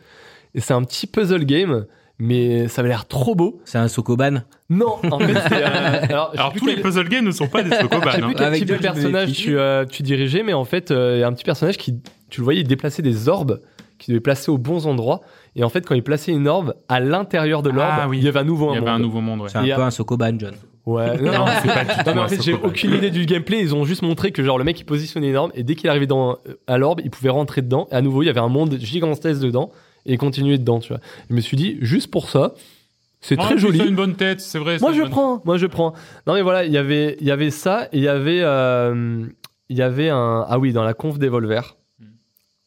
Et c'est un petit puzzle game, mais ça avait l'air trop beau. C'est un Sokoban. Non, en fait, c'est. euh, alors, je sais Alors, plus tous quel- les puzzle games ne sont pas des je Sokoban. sais hein. plus quel Avec type de deux types de personnage fichiers. tu, euh, tu dirigeais, mais en fait, euh, il y a un petit personnage qui, tu le voyais, il déplaçait des orbes qui devait placer aux bons endroits. Et en fait, quand il plaçait une orbe, à l'intérieur de l'orbe, Ah oui. il y avait un nouveau Il y un avait un monde. nouveau monde, ouais. C'est un Et peu un Sokoban, John. Ouais, Non, non, non, c'est pas du tout Non, mais un en fait, j'ai Sokoban. aucune idée du gameplay. Ils ont juste montré que genre le mec il positionnait une orbe et dès qu'il arrivait dans, euh, à l'orbe, il pouvait rentrer dedans. Et à nouveau, il y avait un monde gigantesque dedans et il continuait dedans. Tu vois. Je me suis dit juste pour ça, c'est Oh, très puis joli. ça a une bonne tête, c'est vrai. ça a Moi une je bonne- prends, moi je prends. Non mais voilà, il y avait, il y avait ça et il y avait, euh, il y avait un, ah oui, dans la conf d'Evolver, Hmm.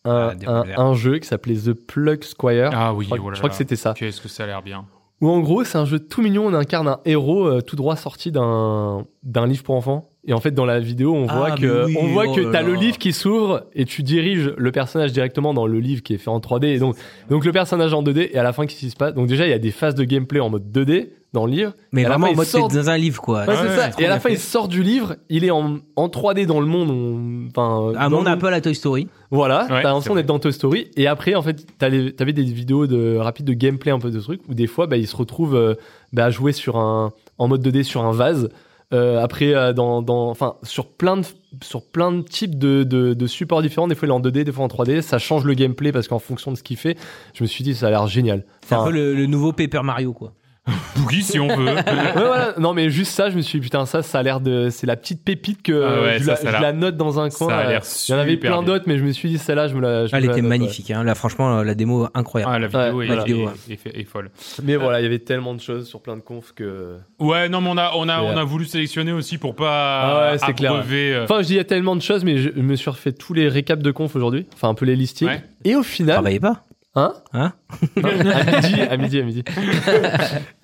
un, Ah, Devolver. un- un jeu qui s'appelait The Plug Squire. Ah oui, je crois, oh là je crois que là. c'était ça. Qu'est-ce que ça a l'air bien. Où en gros, c'est un jeu tout mignon, on incarne un héros euh, tout droit sorti d'un d'un livre pour enfants. Et en fait, dans la vidéo, on Ah, voit mais que oui, on voit oh que là t'as le là. livre qui s'ouvre et tu diriges le personnage directement dans le livre qui est fait en 3D. Et donc donc le personnage en 2D et à la fin qu'est-ce qui se passe Donc déjà, il y a des phases de gameplay en mode 2D dans le livre. Mais Et à la vraiment fin, en il mode c'est sort- dans un livre quoi. Ouais, ouais, c'est ouais, ça. trop Et à la bien fin, fait. il sort du livre, il est en, en 3D dans le monde. on- Enfin, À dans mon le- appel à Toy Story. Voilà, Ouais, t'as c'est l'impression vrai. d'être dans Toy Story. Et après, en fait, t'as les- t'avais des vidéos de, rapides de gameplay, un peu de trucs, où des fois, bah, ils se retrouvent euh, bah, à jouer sur un, en mode 2D sur un vase. Euh, après, euh, dans, dans, enfin, sur plein de, sur plein de types de, de, de supports différents. Des fois, il est en 2D, des fois en 3D. Ça change le gameplay parce qu'en fonction de ce qu'il fait, je me suis dit, ça a l'air génial. C'est un Enfin, peu le, le nouveau Paper Mario quoi. Boogie, si on veut. ouais, voilà. Non, mais juste ça, je me suis dit, putain, ça, ça a l'air de. C'est la petite pépite que euh, Ah ouais, je, ça, la, ça a je l'air- la note dans un coin. ça a euh, l'air Il y en avait super plein bien. d'autres, mais je me suis dit, celle-là, je me la. je Ah, me Elle la était note, ouais. magnifique. Hein. Là franchement la démo incroyable. Ah, la vidéo, Ouais, est, voilà. est- Vidéo, ouais. est- est folle. Mais voilà, il y avait tellement de choses sur plein de confs que. Ouais, non, mais on a, on a, Ouais. on a voulu sélectionner aussi pour Ah pas ouais, c'est clair. abreuver, euh, Enfin, je dis il y a tellement de choses, mais je me suis refait tous les récaps de confs aujourd'hui, enfin un peu les listings. Ouais. Et au Vous final, Travaillez pas. Hein Hein À midi, à midi, à midi.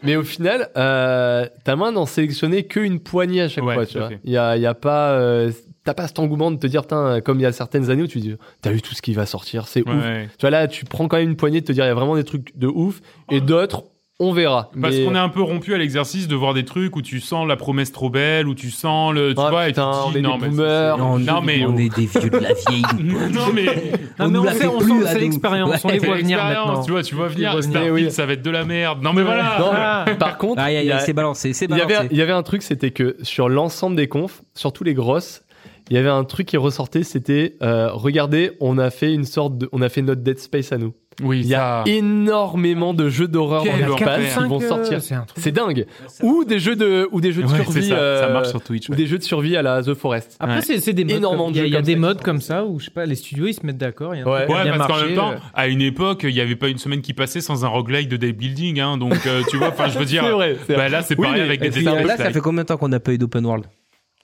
Mais au final, euh, ta main n'en sélectionnait qu'une poignée à chaque Ouais, fois, tout tu à vois. fait. Il y a, il y a pas, euh, t'as pas cet engouement de te dire, Tain, comme il y a certaines années où tu dis, t'as vu tout ce qui va sortir, c'est Ouais, ouf. ouais. Tu vois là, tu prends quand même une poignée de te dire, il y a vraiment des trucs de ouf, et d'autres, on verra. Parce Mais- qu'on est un peu rompu à l'exercice de voir des trucs où tu sens la promesse trop belle, où tu sens le. Tu Ah, vois, putain, et tu te on est dis, non, des mais. boomers. Non, on, non, mais. on est des vieux de la vieille. Non, mais. Non, On mais nous on la sait, fait on plus, sent- là, c'est nous. l'expérience, on les C'est voit venir l'expérience, maintenant. tu vois, tu vois les venir, vois venir, Starfield, oui. ça va être de la merde. Non, mais voilà Non, Ah. mais par contre, Aïe, il aïe, y a- aïe, c'est balancé, c'est il y, balancé. avait, il y avait un truc, c'était que sur l'ensemble des confs, surtout les grosses, il y avait un truc qui ressortait, c'était euh, regardez, on a fait une sorte de, on a fait notre Dead Space à nous. Oui, Il y a ça. énormément de jeux d'horreur Quel en Dead enfer. Space qui vont sortir. euh, C'est un truc. C'est dingue. Ou des jeux de, ou des jeux de Ouais, c'est survie, ça, ça euh, marche sur Ah, Twitch. ou ouais. des jeux de survie à la The Forest. Après, Ouais. c'est c'est des modes. Énormément comme- de Il y a, jeux il y a comme des ça. modes comme ça où, je sais pas, les studios, ils se mettent d'accord. il y a un Ouais. truc qui a Ouais, bien parce qu'en marché, même temps, euh. à une époque, il n'y avait pas une semaine qui passait sans un roguelike de day building, hein, donc euh, tu vois, enfin, je veux dire, C'est vrai. c'est vrai. bah, là c'est Oui, pareil mais- avec Et des puis, Dead là, Space, ça là. fait combien de temps qu'on n'a pas eu d'open world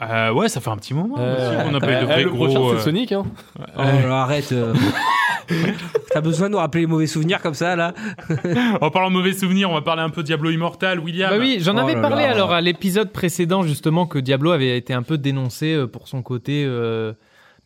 Euh, ouais, ça fait un petit moment. Euh, monsieur, on n'a pas eu de euh, vrai le prochain gros. c'est euh, Sonic. Hein. Oh là, arrête. euh. T'as besoin de nous rappeler les mauvais souvenirs comme ça, là euh, En parlant de mauvais souvenirs, on va parler un peu de Diablo Immortal, William. Bah oui, j'en Oh avais là parlé là. alors à l'épisode précédent justement que Diablo avait été un peu dénoncé euh, pour son côté euh,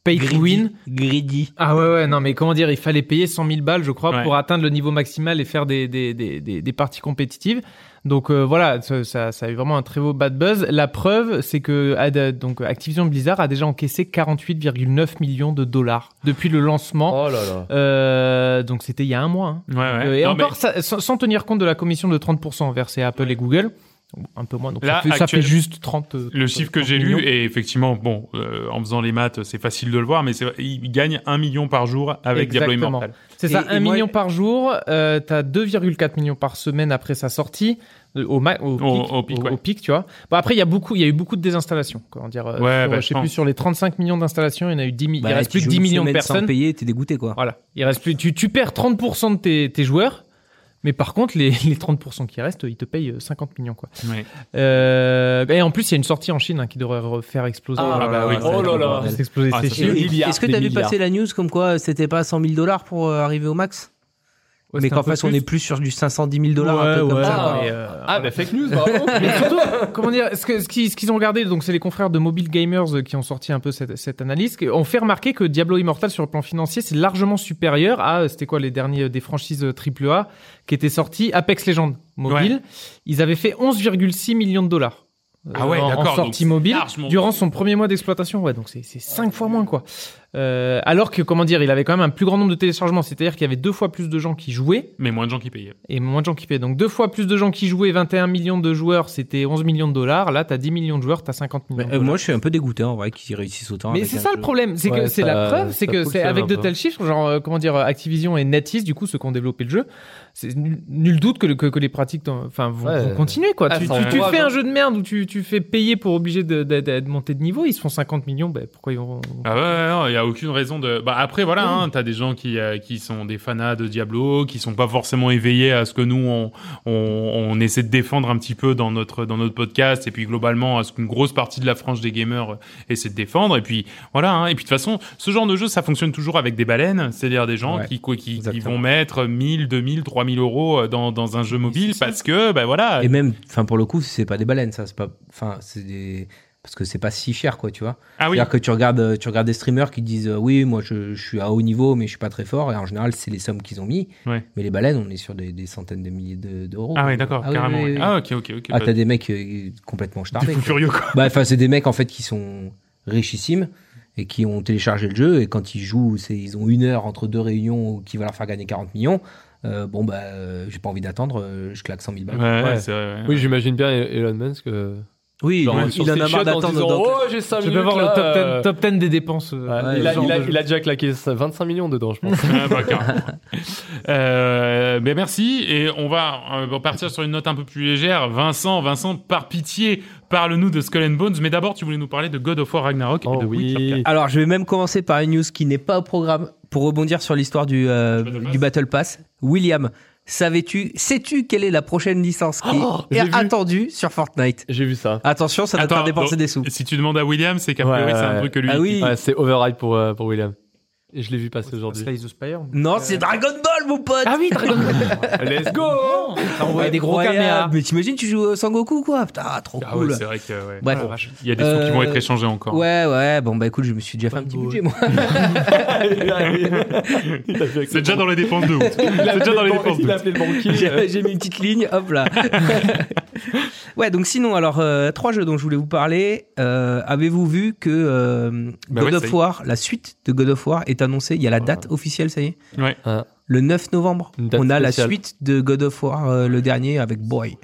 pay to win. Greedy. Ah ouais ouais non mais comment dire, il fallait payer 100 000 balles je crois Ouais. pour atteindre le niveau maximal et faire des des, des, des, des parties compétitives. Donc euh, voilà, ça, ça, ça a eu vraiment un très beau bad buzz. La preuve, c'est que Ad- donc Activision Blizzard a déjà encaissé 48,9 millions de dollars depuis le lancement. Oh là là. Euh, donc c'était il y a un mois. hein. Ouais, ouais. Euh, et Non, mais encore, ça- sans, sans tenir compte de la commission de 30% versée à Apple et Google, Donc, un peu moins, donc Là, ça, fait, ça actuel- fait juste 30. euh, Le chiffre que 30 j'ai millions. lu, et effectivement, bon, euh, en faisant les maths, c'est facile de le voir, mais c'est- il gagne un million par jour avec Diablo Exactement. Immortal. C'est ça, Et- et 1 moi- million par jour, euh, t'as 2,4 millions par semaine après sa sortie, euh, au, ma- au, Au- pic, au pic, ouais. tu vois. Bon, après, il y, a beaucoup- il y a eu beaucoup de désinstallations, comment dire. Ouais, euh, sur- bah, je je sais pense. plus, sur les 35 millions d'installations, il y en a eu 10 mi- Bah, il reste tu plus joues de 10 une millions de semaine personnes. Sans payer, t'es dégoûté, quoi. Voilà. Il reste plus, tu, tu perds 30% de tes, tes joueurs, mais par contre, les, les 30% qui restent, ils te payent euh, 50 millions, quoi. Ouais. Euh, et en plus, il y a une sortie en Chine hein, qui devrait faire exploser. euh, Ah, Ah bah oui, oh là là. Faire exploser Ah, ses ça, chiffres. Des Et- milliards, Est-ce que des t'as vu milliards. passer la news comme quoi euh, c'était pas 100 000 dollars pour euh, arriver au max Ouais, Mais c'était qu'en un peu face, on plus. est plus sur du 510 000 dollars, un Ouais, truc ouais, comme ça. hein. quoi. mais, euh, Ah bah fake news. bravo. mais surtout, comment dire, ce que- ce qui- ce qu'ils ont regardé, donc c'est les confrères de Mobile Gamers euh, qui ont sorti un peu cette, cette analyse, qui ont fait remarquer que Diablo Immortal sur le plan financier, c'est largement supérieur à, euh, c'était quoi les derniers euh, des franchises euh, AAA qui étaient sorties, Apex Legends mobile, ils avaient fait 11,6 millions de dollars. euh, Ah ouais, en- d'accord, En sortie donc c'est mobile, largement- durant son premier mois d'exploitation, ouais, donc c'est 5 fois moins quoi. Euh, alors que, comment dire, il avait quand même un plus grand nombre de téléchargements, c'est-à-dire qu'il y avait deux fois plus de gens qui jouaient Mais moins de gens qui payaient. et moins de gens qui paient. Donc deux fois plus de gens qui jouaient, 21 millions de joueurs, c'était 11 millions de dollars. Là, t'as 10 millions de joueurs, t'as 50 millions. Mais, de euh, dollars. moi, je suis un peu dégoûté en vrai qu'ils réussissent autant. Ah. Mais avec c'est un ça le jeu. problème, c'est Ouais, que c'est ça- la preuve, ça c'est que fout le hein. c'est seum avec un de peu. tels chiffres, genre euh, comment dire, Activision et NetEase, du coup, ceux qui ont développé le jeu, c'est nul, nul doute que, le- que, que les pratiques, t'en- enfin, vont, Ouais. vont continuer quoi. Ah, tu ça tu- tu encourage, fais hein. un jeu de merde où tu, tu fais payer pour obliger de, de, de- de monter de niveau, ils se font 50 millions, ben pourquoi ils vont Ah ouais, ouais, non, il y a aucune raison de. Bah après voilà, hein, t'as des gens qui euh, qui sont des fanas de Diablo, qui sont pas forcément éveillés à ce que nous on, on on essaie de défendre un petit peu dans notre dans notre podcast et puis globalement à ce qu'une grosse partie de la frange des gamers euh, essaie de défendre et puis voilà. hein. et puis de toute façon, ce genre de jeu ça fonctionne toujours avec des baleines, c'est-à-dire des gens Ouais, qui quoi, qui, qui exactement. vont mettre 1000, 2000, 3000 euros euh, dans dans un jeu mobile c'est ça. parce que bah voilà. Et même, enfin, pour le coup, c'est pas des baleines, ça. C'est pas, enfin, c'est des. Parce que c'est pas si cher, quoi, tu vois. ah oui. C'est-à-dire que tu regardes, euh, tu regardes des streamers qui disent euh, Oui, moi, je, je suis à haut niveau, mais je suis pas très fort. Et en général, c'est les sommes qu'ils ont mis. Ouais. Mais les baleines, on est sur des, des centaines de milliers de- d'euros. Ah oui, d'accord, Ah oui, carrément. oui, oui. Ah ok, ok, ok. Ah, bah, t'as des mecs euh, complètement t'es starbés. fou quoi. furieux quoi. Bah, enfin, c'est des mecs en fait qui sont richissimes et qui ont téléchargé le jeu et quand ils jouent, c'est ils ont une heure entre deux réunions qui va leur faire gagner 40 millions. Euh, bon bah, euh, j'ai pas envie d'attendre, euh, je claque 100 000 Ouais, balles. ouais. Ouais. c'est vrai. ouais. Oui, j'imagine bien Elon Musk. euh, Oui, genre, il, sur il en ses a chiottes marre en d'attendre. disant, donc- Oh, j'ai 5 Tu minutes. peux voir le là, top 10, euh, top 10 des dépenses. euh, Ouais, Ouais, il, a, ce genre il, a, de jeu. il a déjà claqué ça, 25 millions dedans, je pense. Ah, bah, carrément. Euh, ben merci et on va euh, repartir sur une note un peu plus légère. Vincent, Vincent, par pitié, parle-nous de Skull and Bones. Mais d'abord, tu voulais nous parler de God of War Ragnarok Oh et de Witcher Ah, 4. Alors, je vais même commencer par une news qui n'est pas au programme pour rebondir sur l'histoire du, euh, Battle Pass. du Battle Pass. William, savais-tu, sais-tu quelle est la prochaine licence qui Oh, est j'ai vu. attendue sur Fortnite J'ai vu ça. Attention, ça va te Attends, faire dépenser donc, des sous. Si tu demandes à William, c'est qu'à Ouais, priori, c'est ouais. un truc que lui. Ah oui, Oh, Ouais, c'est overhype pour, euh, pour William. Et je l'ai vu passer aujourd'hui. Slay the Spire. Non, c'est Dragon Ball, mon pote Ah oui, Dragon Ball. Let's go Go Ça envoie des gros Incroyable. caméras. Mais t'imagines, tu joues au Sangoku, quoi Putain, trop Ah cool ouais, c'est vrai que ouais. Bref. Ah, la vache. Il y a des sons qui Euh, vont être échangés encore. Ouais, ouais, bon bah écoute, je me suis déjà fait un petit beau. budget moi. C'est déjà dans les dépenses de août. C'est déjà dans les Oh, dépenses de Il a août. appelé le banquier. J'ai j'ai mis une petite ligne, hop là. ouais, donc sinon, alors, euh, trois jeux dont je voulais vous parler. Euh, Avez-vous vu que euh, Bah God ouais, ça y of est. Ah. War, la suite de God of War est annoncée Il y a la date officielle, ça y est Ouais. Ah. Le 9 novembre, Une date on a la spéciale. suite de God of War, euh, le dernier, avec Boy.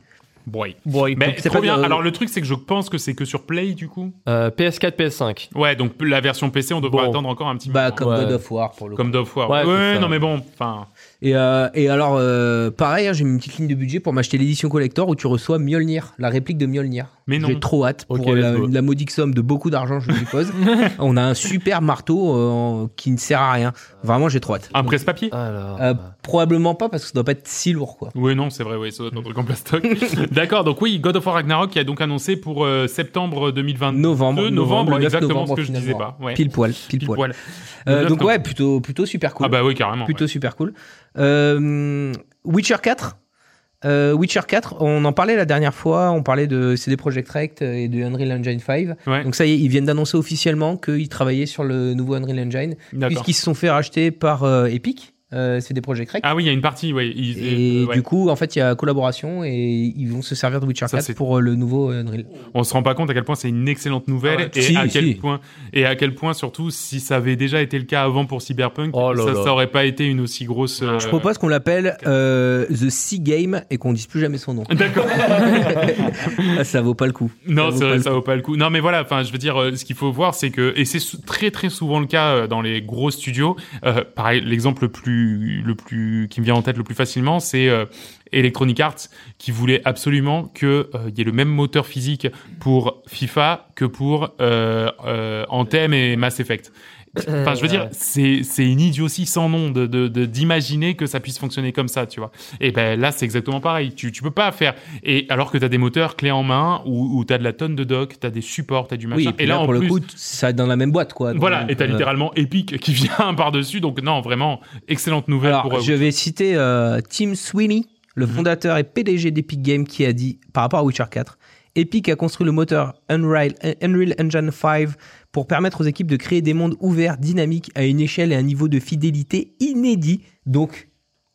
Boy. Bon, il- Mais c'est trop pas bien. de- Alors le truc c'est que je pense que c'est que sur Play du coup. Euh, PS4, PS5. Ouais, donc la version PC, on devrait Bon. attendre encore un petit Bah, moment. comme Ouais. God of War, pour le coup. Comme Dove War. Ouais, Ouais, c'est ça. non mais bon, enfin, Et, euh, et alors, euh, pareil, hein, j'ai mis une petite ligne de budget pour m'acheter l'édition collector où tu reçois Mjolnir, la réplique de Mjolnir. Mais non. J'ai trop hâte pour Ok, let's la, go. la modique somme de beaucoup d'argent, je suppose. On a un super marteau euh, en- qui ne sert à rien. Vraiment, j'ai trop hâte. un presse-papier. Alors. Ah. Euh, probablement pas parce que ça doit pas être si lourd, quoi. Oui, non, c'est vrai, oui, ça doit être un truc en plastoc. D'accord, donc oui, God of War Ragnarok qui a donc annoncé pour euh, septembre 2022. Novembre, Euh, novembre, le 9 exactement novembre, ce que je finalement. disais pas. Ouais. Pile poil, pile, Pile poil. poil. Euh, Le 9 donc novembre. ouais, plutôt, plutôt super cool. Ah bah oui, carrément. plutôt ouais. super cool. Euh, Witcher 4. Euh, Witcher 4, on en parlait la dernière fois, on parlait de CD Projekt Red et de Unreal Engine 5. Ouais. Donc ça y est, ils viennent d'annoncer officiellement qu'ils travaillaient sur le nouveau Unreal Engine, D'accord. puisqu'ils se sont fait racheter par euh, Epic, euh, CD Projekt Red. Ah oui, il y a une partie, oui. et ouais. du coup, en fait, il y a collaboration et ils vont se servir de Witcher Ça, 4 c'est- pour euh, le nouveau Unreal. on se rend pas compte à quel point c'est une excellente nouvelle Ah ouais. et Si, à quel si. point et à quel point surtout si ça avait déjà été le cas avant pour Cyberpunk, Oh là ça, là. ça aurait pas été une aussi grosse. euh, Je propose qu'on l'appelle euh, The Sea Game et qu'on dise plus jamais son nom. Ah, D'accord. ça vaut pas le coup. Non, vaut c'est pas vrai, le ça vaut pas le coup. Non, mais voilà, enfin, je veux dire, euh, ce qu'il faut voir, c'est que, et c'est sou- très très souvent le cas euh, dans les gros studios. euh, pareil, l'exemple le plus, le plus, qui me vient en tête le plus facilement, c'est euh, Electronic Arts, qui voulait absolument que euh, il y ait le même moteur physique pour FIFA que pour euh, euh, Anthem et Mass Effect. Euh, Enfin, je veux dire, c'est c'est une idiotie sans nom de de- de- d'imaginer que ça puisse fonctionner comme ça, tu vois. Et ben là, c'est exactement pareil. Tu tu peux pas faire. Et alors que t'as des moteurs clés en main, ou ou t'as de la tonne de doc, t'as des supports, t'as du Oui, machin. et, puis là, en pour plus, le coup, t- ça dans la même boîte, quoi. Donc, voilà, et t'as euh, littéralement Epic qui vient par dessus. Donc non, vraiment excellente nouvelle Alors, pour. Mhm. euh, je vais citer euh, Tim Sweeney, le fondateur et PDG d'Epic Games, qui a dit, par rapport à Witcher 4, Epic a construit le moteur Unreal, Unreal Engine 5 pour permettre aux équipes de créer des mondes ouverts, dynamiques, à une échelle et un niveau de fidélité inédit. Donc,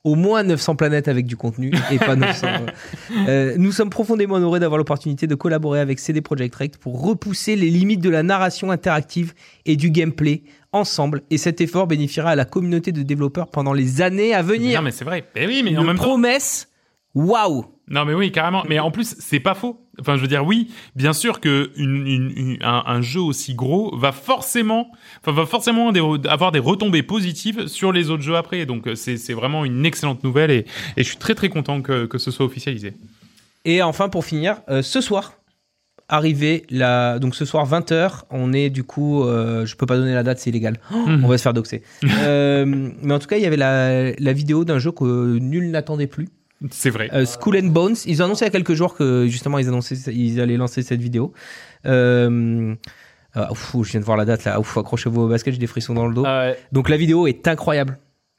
au moins 900 planètes avec du contenu et pas 900. euh, euh, nous sommes profondément honorés d'avoir l'opportunité de collaborer avec CD Projekt Red pour repousser les limites de la narration interactive et du gameplay ensemble. Et cet effort bénéficiera à la communauté de développeurs pendant les années à Non venir. mais c'est vrai. Eh oui, mais en Une même temps. promesse, waouh Non mais oui carrément mais en plus c'est pas faux enfin je veux dire oui bien sûr que une, une- une- un, un jeu aussi gros va forcément enfin va forcément des re- avoir des retombées positives sur les autres jeux après donc euh, c'est c'est vraiment une excellente nouvelle et, et je suis très très content que, que ce soit officialisé Et enfin, pour finir, euh, ce soir, arrivé la... donc ce soir 20h, on est du coup, euh, je peux pas donner la date, c'est illégal. Oh, Mhm. On va se faire doxer. Euh, mais en tout cas, il y avait la, la vidéo d'un jeu que nul n'attendait plus. c'est vrai Euh, Skull and Bones. Ils ont annoncé il y a quelques jours que justement ils annonçaient, ils allaient lancer cette vidéo. Euh, euh, ouf, je viens de voir la date là. Ouf, accrochez-vous au basket, j'ai des frissons dans le dos. Ah ouais. Donc la vidéo est incroyable.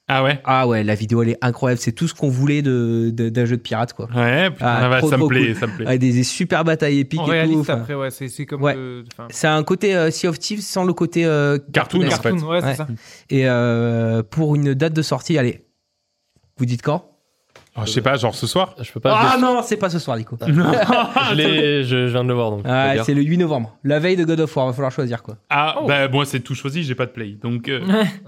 ah ouais Ah ouais, la vidéo elle est incroyable. C'est tout ce qu'on voulait de- de- d'un jeu de pirate quoi. ouais putain, Ah, ah ouais, trop, ça me trop plaît cool. ça me plaît Ah, des, des super batailles épiques En et tout. réaliste enfin. après, ouais, c'est c'est comme. Ouais. le- enfin, C'est un côté euh, Sea of Thieves sans le côté euh, Cartoon, cartoonesque. en fait. Cartoon, ouais, Ouais. c'est ça. Et euh, pour une date de sortie, allez, vous dites quand Oh, je sais pas genre ce soir Je peux Ah pas. non, c'est pas ce soir, Nico. je, je l'ai- je- je viens de le voir donc. je peux Ah, pas dire. c'est le 8 novembre, la veille de God of War. Va falloir choisir quoi. ah Oh. bah moi c'est tout choisi j'ai pas de play donc euh,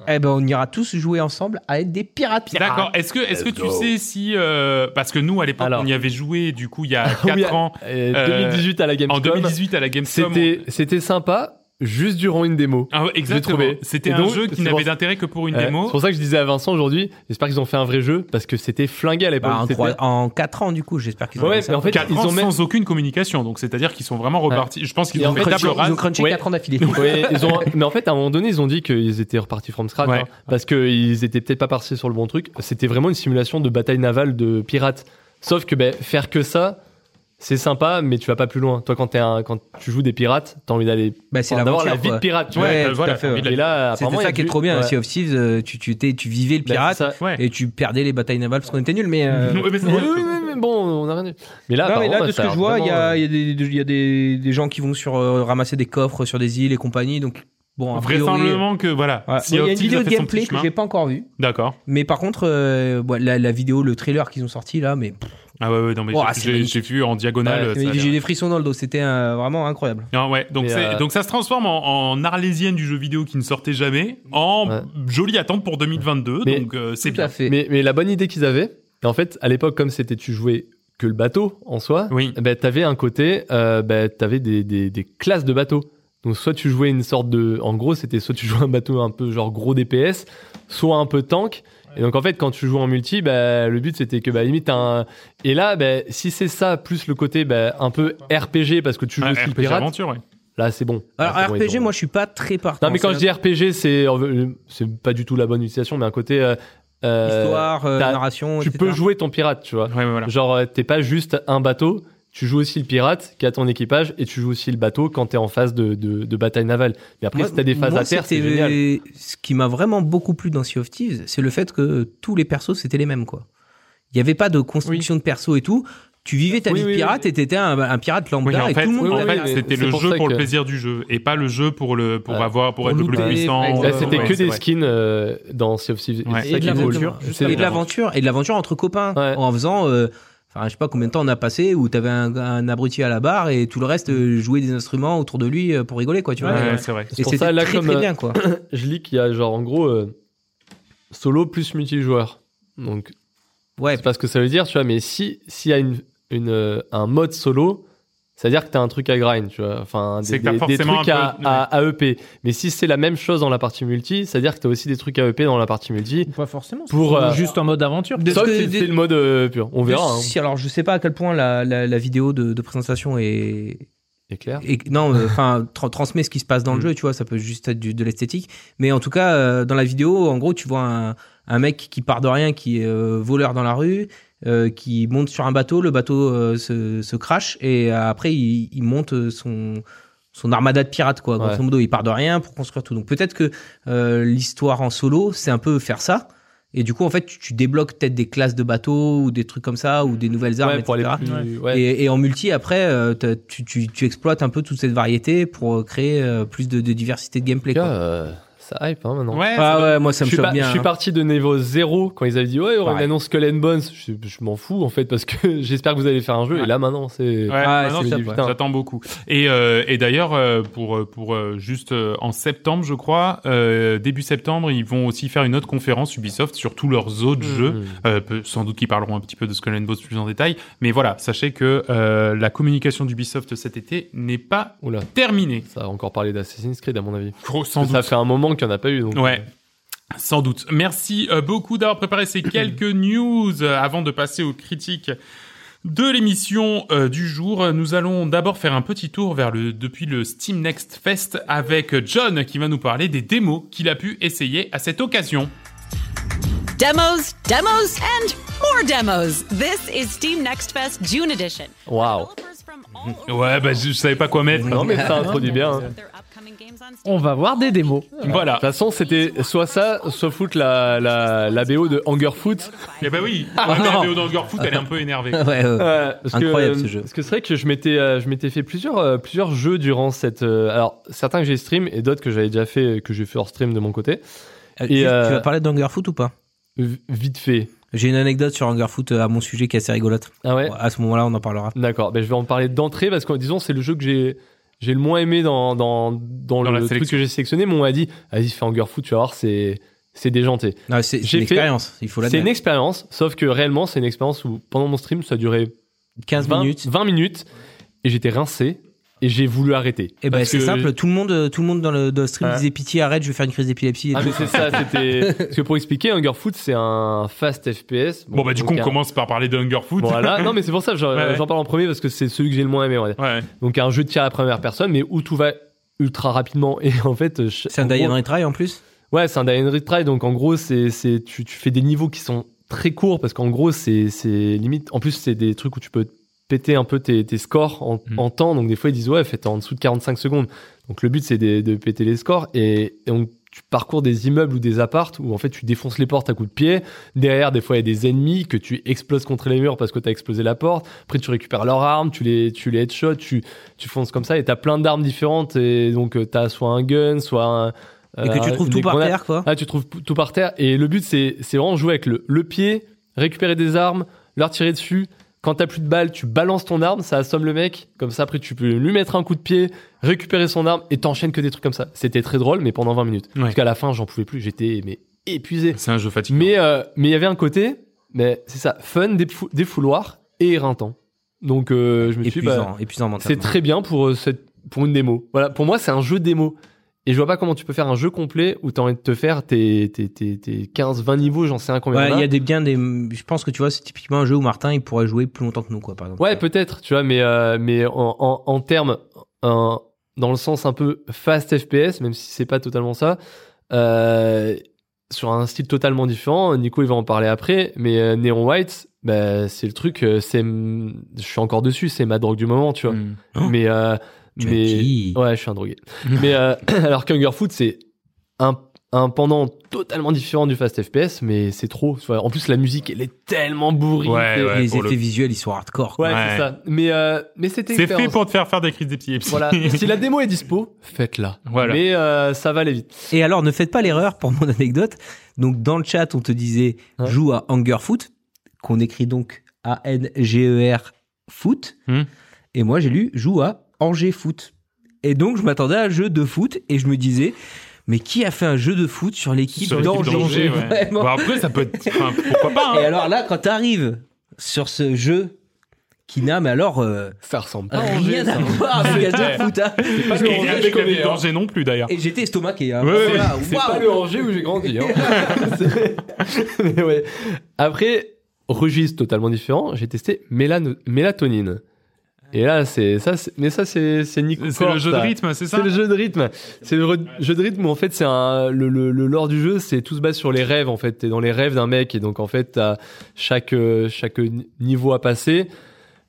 Eh ben, on ira tous jouer ensemble à être des pirates. Ah, D'accord. Est-ce que, est-ce que tu sais si, euh, parce que nous à l'époque Alors. on y avait joué du coup il y a Oui, 4 ans, Et euh, 2018 à la en Gamescom. 2018 à la Gamescom, C'était c'était sympa, juste durant une démo. Ah ouais, exactement. trouvé. C'était Et un donc, jeu qui c'est n'avait pour- d'intérêt que pour une Ouais, démo. C'est pour ça que je disais à Vincent aujourd'hui, j'espère qu'ils ont fait un vrai jeu parce que c'était flingué à l'époque. Bah, en, C'était- trois- en 4 ans, du coup, j'espère qu'ils ont Ouais, fait ça. mais en fait, Quatre ils ans ont même. sans aucune communication. Donc c'est-à-dire qu'ils sont vraiment repartis. Je pense qu'ils Et ont en fait fait, table Crunché- ils rase. ont crunché Ouais. 4 ans d'affilée. Ouais, ils ont... Mais en fait, à un moment donné, ils ont dit qu'ils étaient repartis from scratch Ouais. hein, parce qu'ils étaient peut-être pas partis sur le bon truc. C'était vraiment une simulation de bataille navale de pirates. Sauf que ben, faire que ça, c'est sympa, mais tu vas pas plus loin. Toi, quand, t'es un- quand tu joues des pirates, t'as envie d'aller Bah, c'est enfin, d'avoir la l'aventure, vie quoi. de pirate. Tu Ouais, Ouais, euh, tout voilà, à fait, t'as ouais. envie de la- Et là, apparemment, C'était il y a ça qui est du- trop bien. ouais. Sea of Thieves, euh, tu, tu, t'es- tu vivais le Bah, pirate c'est ça. Ouais. et tu perdais les batailles navales parce qu'on était nuls, mais. euh, Ouais, mais c'est- Oui, oui, oui, mais bon, on a rien dit. Mais là, non, mais apparemment, Ah, là, de bah, ce ça que je vois, il y vraiment, a, euh, il y a des, il y a des, des gens qui vont sur euh, ramasser des coffres sur des îles et compagnie, donc bon, a priori. Vraisemblablement que voilà. Ouais. Sea Bon, Il y of a une Thieves vidéo a de fait son petit gameplay que chemin. j'ai pas encore vue. D'accord. Mais par contre, euh, ouais, la, la vidéo, le trailer qu'ils ont sorti là, mais pff, Ah ouais, ouais, non, mais Oh, j'ai- ah, c'est j'ai j'ai vu en diagonale. mais ça a l'air- j'ai des frissons dans le dos. C'était euh, vraiment incroyable. Ah ouais, donc, Mais, c'est- euh, donc ça se transforme en, en arlésienne du jeu vidéo qui ne sortait jamais, en Ouais. jolie attente pour 2022, Mais- donc euh, c'est Tout bien. à fait. Mais, mais la bonne idée qu'ils avaient, et en fait, à l'époque, comme c'était tu jouais que le bateau en soi, Oui. bah, t'avais un côté, euh, bah, t'avais des, des, des classes de bateaux. Donc soit tu jouais une sorte de, en gros, c'était soit tu jouais un bateau un peu genre gros DPS, soit un peu tank. Et donc en fait, quand tu joues en multi, bah, le but c'était que bah limite t'as un. Et là, bah, si c'est ça plus le côté bah, un peu RPG parce que tu joues Ah, aussi le RPG pirate, aventure, ouais. là c'est bon. Alors, Là, Ah, c'est bon, ils RPG, ont- moi, je suis pas très partant. Non mais quand je dis RPG, c'est euh, c'est pas du tout la bonne utilisation, mais un côté. euh, euh, histoire, euh, t'as- narration, tu etc. peux jouer ton pirate, tu vois. Ouais, ouais, voilà. Genre, euh, t'es pas juste un bateau, tu joues aussi le pirate qui a ton équipage et tu joues aussi le bateau quand t'es en phase de, de, de bataille navale. Mais après, Moi- si t'as des phases moi, à terre, c'est c'était- génial. Bah, Ce qui m'a vraiment beaucoup plu dans Sea of Thieves, c'est le fait que tous les persos c'était les mêmes quoi. Il n'y avait pas de construction de perso et tout. Tu vivais ta Oui, vie de oui, pirate oui. et t'étais un, un pirate Oui, lambda en et fait, tout le monde en oui, l'avait. fait, mais c'était c'est le pour jeu ça pour le que- plaisir du jeu et pas le jeu pour le pour Ouais. avoir pour, Pour être le plus looter, puissant. ouais, Là, Bah, c'était Ouais, que c'est des vrai. skins euh, dans Sea of Thieves. Ouais. c'est Et ça de qui est cool. l'aventure. C'est Et bon. de l'aventure et de l'aventure entre copains Ouais. en faisant. euh, Enfin, je sais pas combien de temps on a passé où t'avais un, un abruti à la barre et tout le reste euh, jouait des instruments autour de lui euh, pour rigoler quoi, tu vois. Ouais, Et- c'est vrai. C'est Et pour c'était ça, là, très, comme, très euh, bien quoi. Je lis qu'il y a genre en gros euh, solo plus multijoueur. Hmm. Donc, Ouais, c'est pas ce que ça veut dire, tu vois. Mais si s'il y a une, une, euh, un mode solo, c'est-à-dire que t'as un truc à grind, tu vois. Enfin, C'est des, que t'as des- des forcément trucs un à, peu- à, à EP. Mais si c'est la même chose dans la partie multi, c'est-à-dire que t'as aussi des trucs à EP dans la partie multi. Pas forcément. Pour, euh, juste en mode aventure. De- Sauf que- si des- c'est le mode euh, pur. On verra. hein. Si, alors je sais pas à quel point la, la, la vidéo de, de présentation est, C'est clair. et- non, euh, enfin tra- transmet ce qui se passe dans le Mm. jeu, tu vois, ça peut juste être du- de l'esthétique, mais en tout cas euh, dans la vidéo, en gros, tu vois un, un mec qui part de rien, qui est euh, voleur dans la rue, euh, qui monte sur un bateau, le bateau euh, se, se crash et euh, après il, il monte euh, son son armada de pirates quoi. Grosso Ouais. modo, il part de rien pour construire tout. Donc peut-être que euh, l'histoire en solo, c'est un peu faire ça. Et du coup, en fait, tu, tu débloques peut-être des classes de bateaux ou des trucs comme ça ou des nouvelles armes, Ouais, pour aller etc. plus. ouais. Et, et en multi, après, euh, t'as- tu, tu, tu exploites un peu toute cette variété pour euh, créer euh, plus de, de diversité de gameplay. En tout cas, quoi. euh, ça hype hein, maintenant. Ouais, Ah ouais, moi ça me je suis, choque pas- bien. je suis hein. parti de niveau 0 quand ils avaient dit ouais, on Pareil. annonce Skull and Bones. Je, je m'en fous en fait parce que j'espère que vous allez faire un jeu. Ouais. Et là maintenant, c'est. Ouais, Ah, bah non, c'est ça- du putain. j'attends beaucoup. Et, euh, et d'ailleurs, euh, pour, euh, pour euh, juste euh, en septembre, je crois, euh, début septembre, ils vont aussi faire une autre conférence Ubisoft sur tous leurs autres Mhm. jeux. Mmh. Euh, peu- sans doute qu'ils parleront un petit peu de Skull and Bones plus en détail. Mais voilà, sachez que euh, la communication d'Ubisoft cet été n'est pas Oula, terminée. ça a encore parlé d'Assassin's Creed à mon avis. Gros, sans Ça doute. fait un moment qu'il n'y en a pas eu. Donc, Ouais. euh, Sans doute. Merci euh, beaucoup d'avoir préparé ces quelques news Euh, avant de passer aux critiques. De l'émission euh, du jour, nous allons d'abord faire un petit tour vers le depuis le Steam Next Fest avec John qui va nous parler des démos qu'il a pu essayer à cette occasion. Demos, demos, and more demos. This is Steam Next Fest June Edition. Waouh. Developers from all over Ouais, bah je, je savais pas quoi mettre. Non mais ça introduit bien. hein. with their upcoming games on Steam. On va voir des démos. Voilà. De toute façon, c'était soit ça, soit foutre la, la, la BO de Hunger Foot. Eh bah oui, ouais, mais la BO d'Angerfoot, elle est un peu énervée. Ouais, ouais. Ouais, Euh, parce Incroyable, que, ce jeu. Parce que c'est vrai que je m'étais, euh, je m'étais fait plusieurs, euh, plusieurs jeux durant cette. euh, alors certains que j'ai stream et d'autres que j'avais déjà fait, euh, que j'ai fait hors stream de mon côté. Euh, juste, euh, Tu vas parler d'Hungerfoot ou pas V- vite fait. J'ai une anecdote sur Hungerfoot euh, à mon sujet qui est assez rigolote. Ah ouais. Bon, À ce moment-là, on en parlera. D'accord. Ben je vais en parler d'entrée parce que disons c'est le jeu que j'ai. J'ai le moins aimé dans, dans, Dans dans, la le truc sélection. que j'ai sélectionné, mais on m'a dit, vas-y, fais Hunger Foot, tu vas voir, c'est, c'est déjanté. Non, c'est c'est J'ai une fait- expérience, il faut C'est une l'admettre. expérience, sauf que réellement, c'est une expérience où pendant mon stream, ça a duré 15 20 minutes. 20 minutes, et j'étais rincé et j'ai voulu arrêter. Eh Et ben Parce c'est que- simple, tout le monde, euh, tout le monde dans le, dans le stream Ouais. disait pitié, arrête, je vais faire une crise d'épilepsie. et Ah, tout. mais c'est ça, c'était. Parce que pour expliquer, Hunger Foot, c'est un fast FPS. Bon bah du donc coup on un- commence par parler d'Angerfoot. Voilà, non mais c'est pour ça, j'en Ouais, ouais. j'en parle en premier parce que c'est celui que j'ai le moins aimé. on va dire. Ouais. Donc un jeu de tir à la première personne, mais où tout va ultra rapidement et en fait je- C'est un en gros- die and retry en plus Ouais, c'est un die and retry, donc en gros, c'est, c'est, tu, tu fais des niveaux qui sont très courts parce qu'en gros, c'est, c'est limite. En plus, c'est des trucs où tu peux péter un peu tes, tes scores en, Mm. en temps. Donc des fois ils disent ouais, faites en dessous de 45 secondes. Donc le but c'est de, de péter les scores et, et on- tu parcours des immeubles ou des appartes où en fait tu défonces les portes à coups de pied. Derrière des fois il y a des ennemis que tu exploses contre les murs parce que t'as explosé la porte. Après tu récupères leurs armes, tu les tu les headshots, tu tu fonces comme ça et t'as plein d'armes différentes et donc euh, t'as soit un gun, soit un Et que tu euh, trouves tout des par grenades. terre, quoi. Ah, tu trouves p- tout par terre. Et le but, c'est c'est vraiment jouer avec le, le pied, récupérer des armes, leur tirer dessus. Quand t'as plus de balles, tu balances ton arme, ça assomme le mec. Comme ça, après, tu peux lui mettre un coup de pied, récupérer son arme et t'enchaînes que des trucs comme ça. C'était très drôle, mais pendant 20 minutes. Ouais. Parce qu'à la fin, j'en pouvais plus. J'étais mais épuisé. C'est un jeu fatigué. Mais euh, mais il y avait un côté, mais c'est ça, fun, défou- défouloir et éreintant. Donc euh, je me suis dit, bah, Épuisant, épuisant c'est mentalement. très bien pour, euh, cette, pour une démo. Voilà, pour moi, c'est un jeu démo. Et je vois pas comment tu peux faire un jeu complet où t'as envie de te faire tes, tes, tes, tes 15, 20 niveaux, j'en sais un combien. Ouais, il y en il a. y a des bien des. Je pense que tu vois, c'est typiquement un jeu où Martin il pourrait jouer plus longtemps que nous, quoi, par exemple. Ouais, peut-être, tu vois, mais, euh, mais en, en, en termes, un- dans le sens un peu fast FPS, même si c'est pas totalement ça, euh, sur un style totalement différent, Nico il va en parler après, mais euh, Neon White, bah, c'est le truc, euh, c'est, m- je suis encore dessus, c'est ma drogue du moment, tu vois. Mm. mais euh, Tu mais es qui ouais je suis un drogué mais euh, alors qu'Hunger Foot c'est un un pendant totalement différent du fast FPS mais c'est trop Enfin, en plus la musique elle est tellement bourrine Ouais, c'est- ouais. les pour le effets visuels ils sont hardcore. quoi. Ouais, Ouais. c'est ça mais euh, mais c'était C'est fait expérience. pour te faire faire des crises d'épilepsie. voilà si la démo est dispo faites-la Voilà. mais euh, ça va aller vite Et alors ne faites pas l'erreur pour mon anecdote. Donc dans le chat on te disait Ouais. joue à Hunger Foot qu'on écrit donc A N G E R Foot. Hum. Et moi j'ai lu joue à Angers Foot. Et donc je m'attendais à un jeu de foot et je me disais mais qui a fait un jeu de foot sur l'équipe Sur l'équipe d'Angers d'Angers, ouais. Vraiment. Bon, après, ça peut être. enfin, pourquoi pas hein. Et alors là quand t'arrives sur ce jeu qui n'a mais alors euh, ça ressemble pas à Angers, rien à ça. voir avec un jeu Ouais. de foot. hein. pas Et le avec Angers les qu'on dangers non plus d'ailleurs. Et j'étais estomaqué. Hein, hein. Ouais, Parce que ouais, là, Ah, C'est waouh. pas le Angers où j'ai grandi. hein. C'est- Mais ouais. Après, registre totalement différent, j'ai testé mélano- mélatonine. Et là, c'est ça, c'est- mais ça, c'est c'est Nico. C'est le Corse, jeu de ça. rythme, c'est ça C'est le jeu de rythme. C'est le re- jeu de rythme où en fait c'est un le, le, le lore du jeu, c'est tout se base sur les rêves en fait. T'es dans les rêves d'un mec et donc en fait t'as chaque euh, chaque ni- niveau à passer.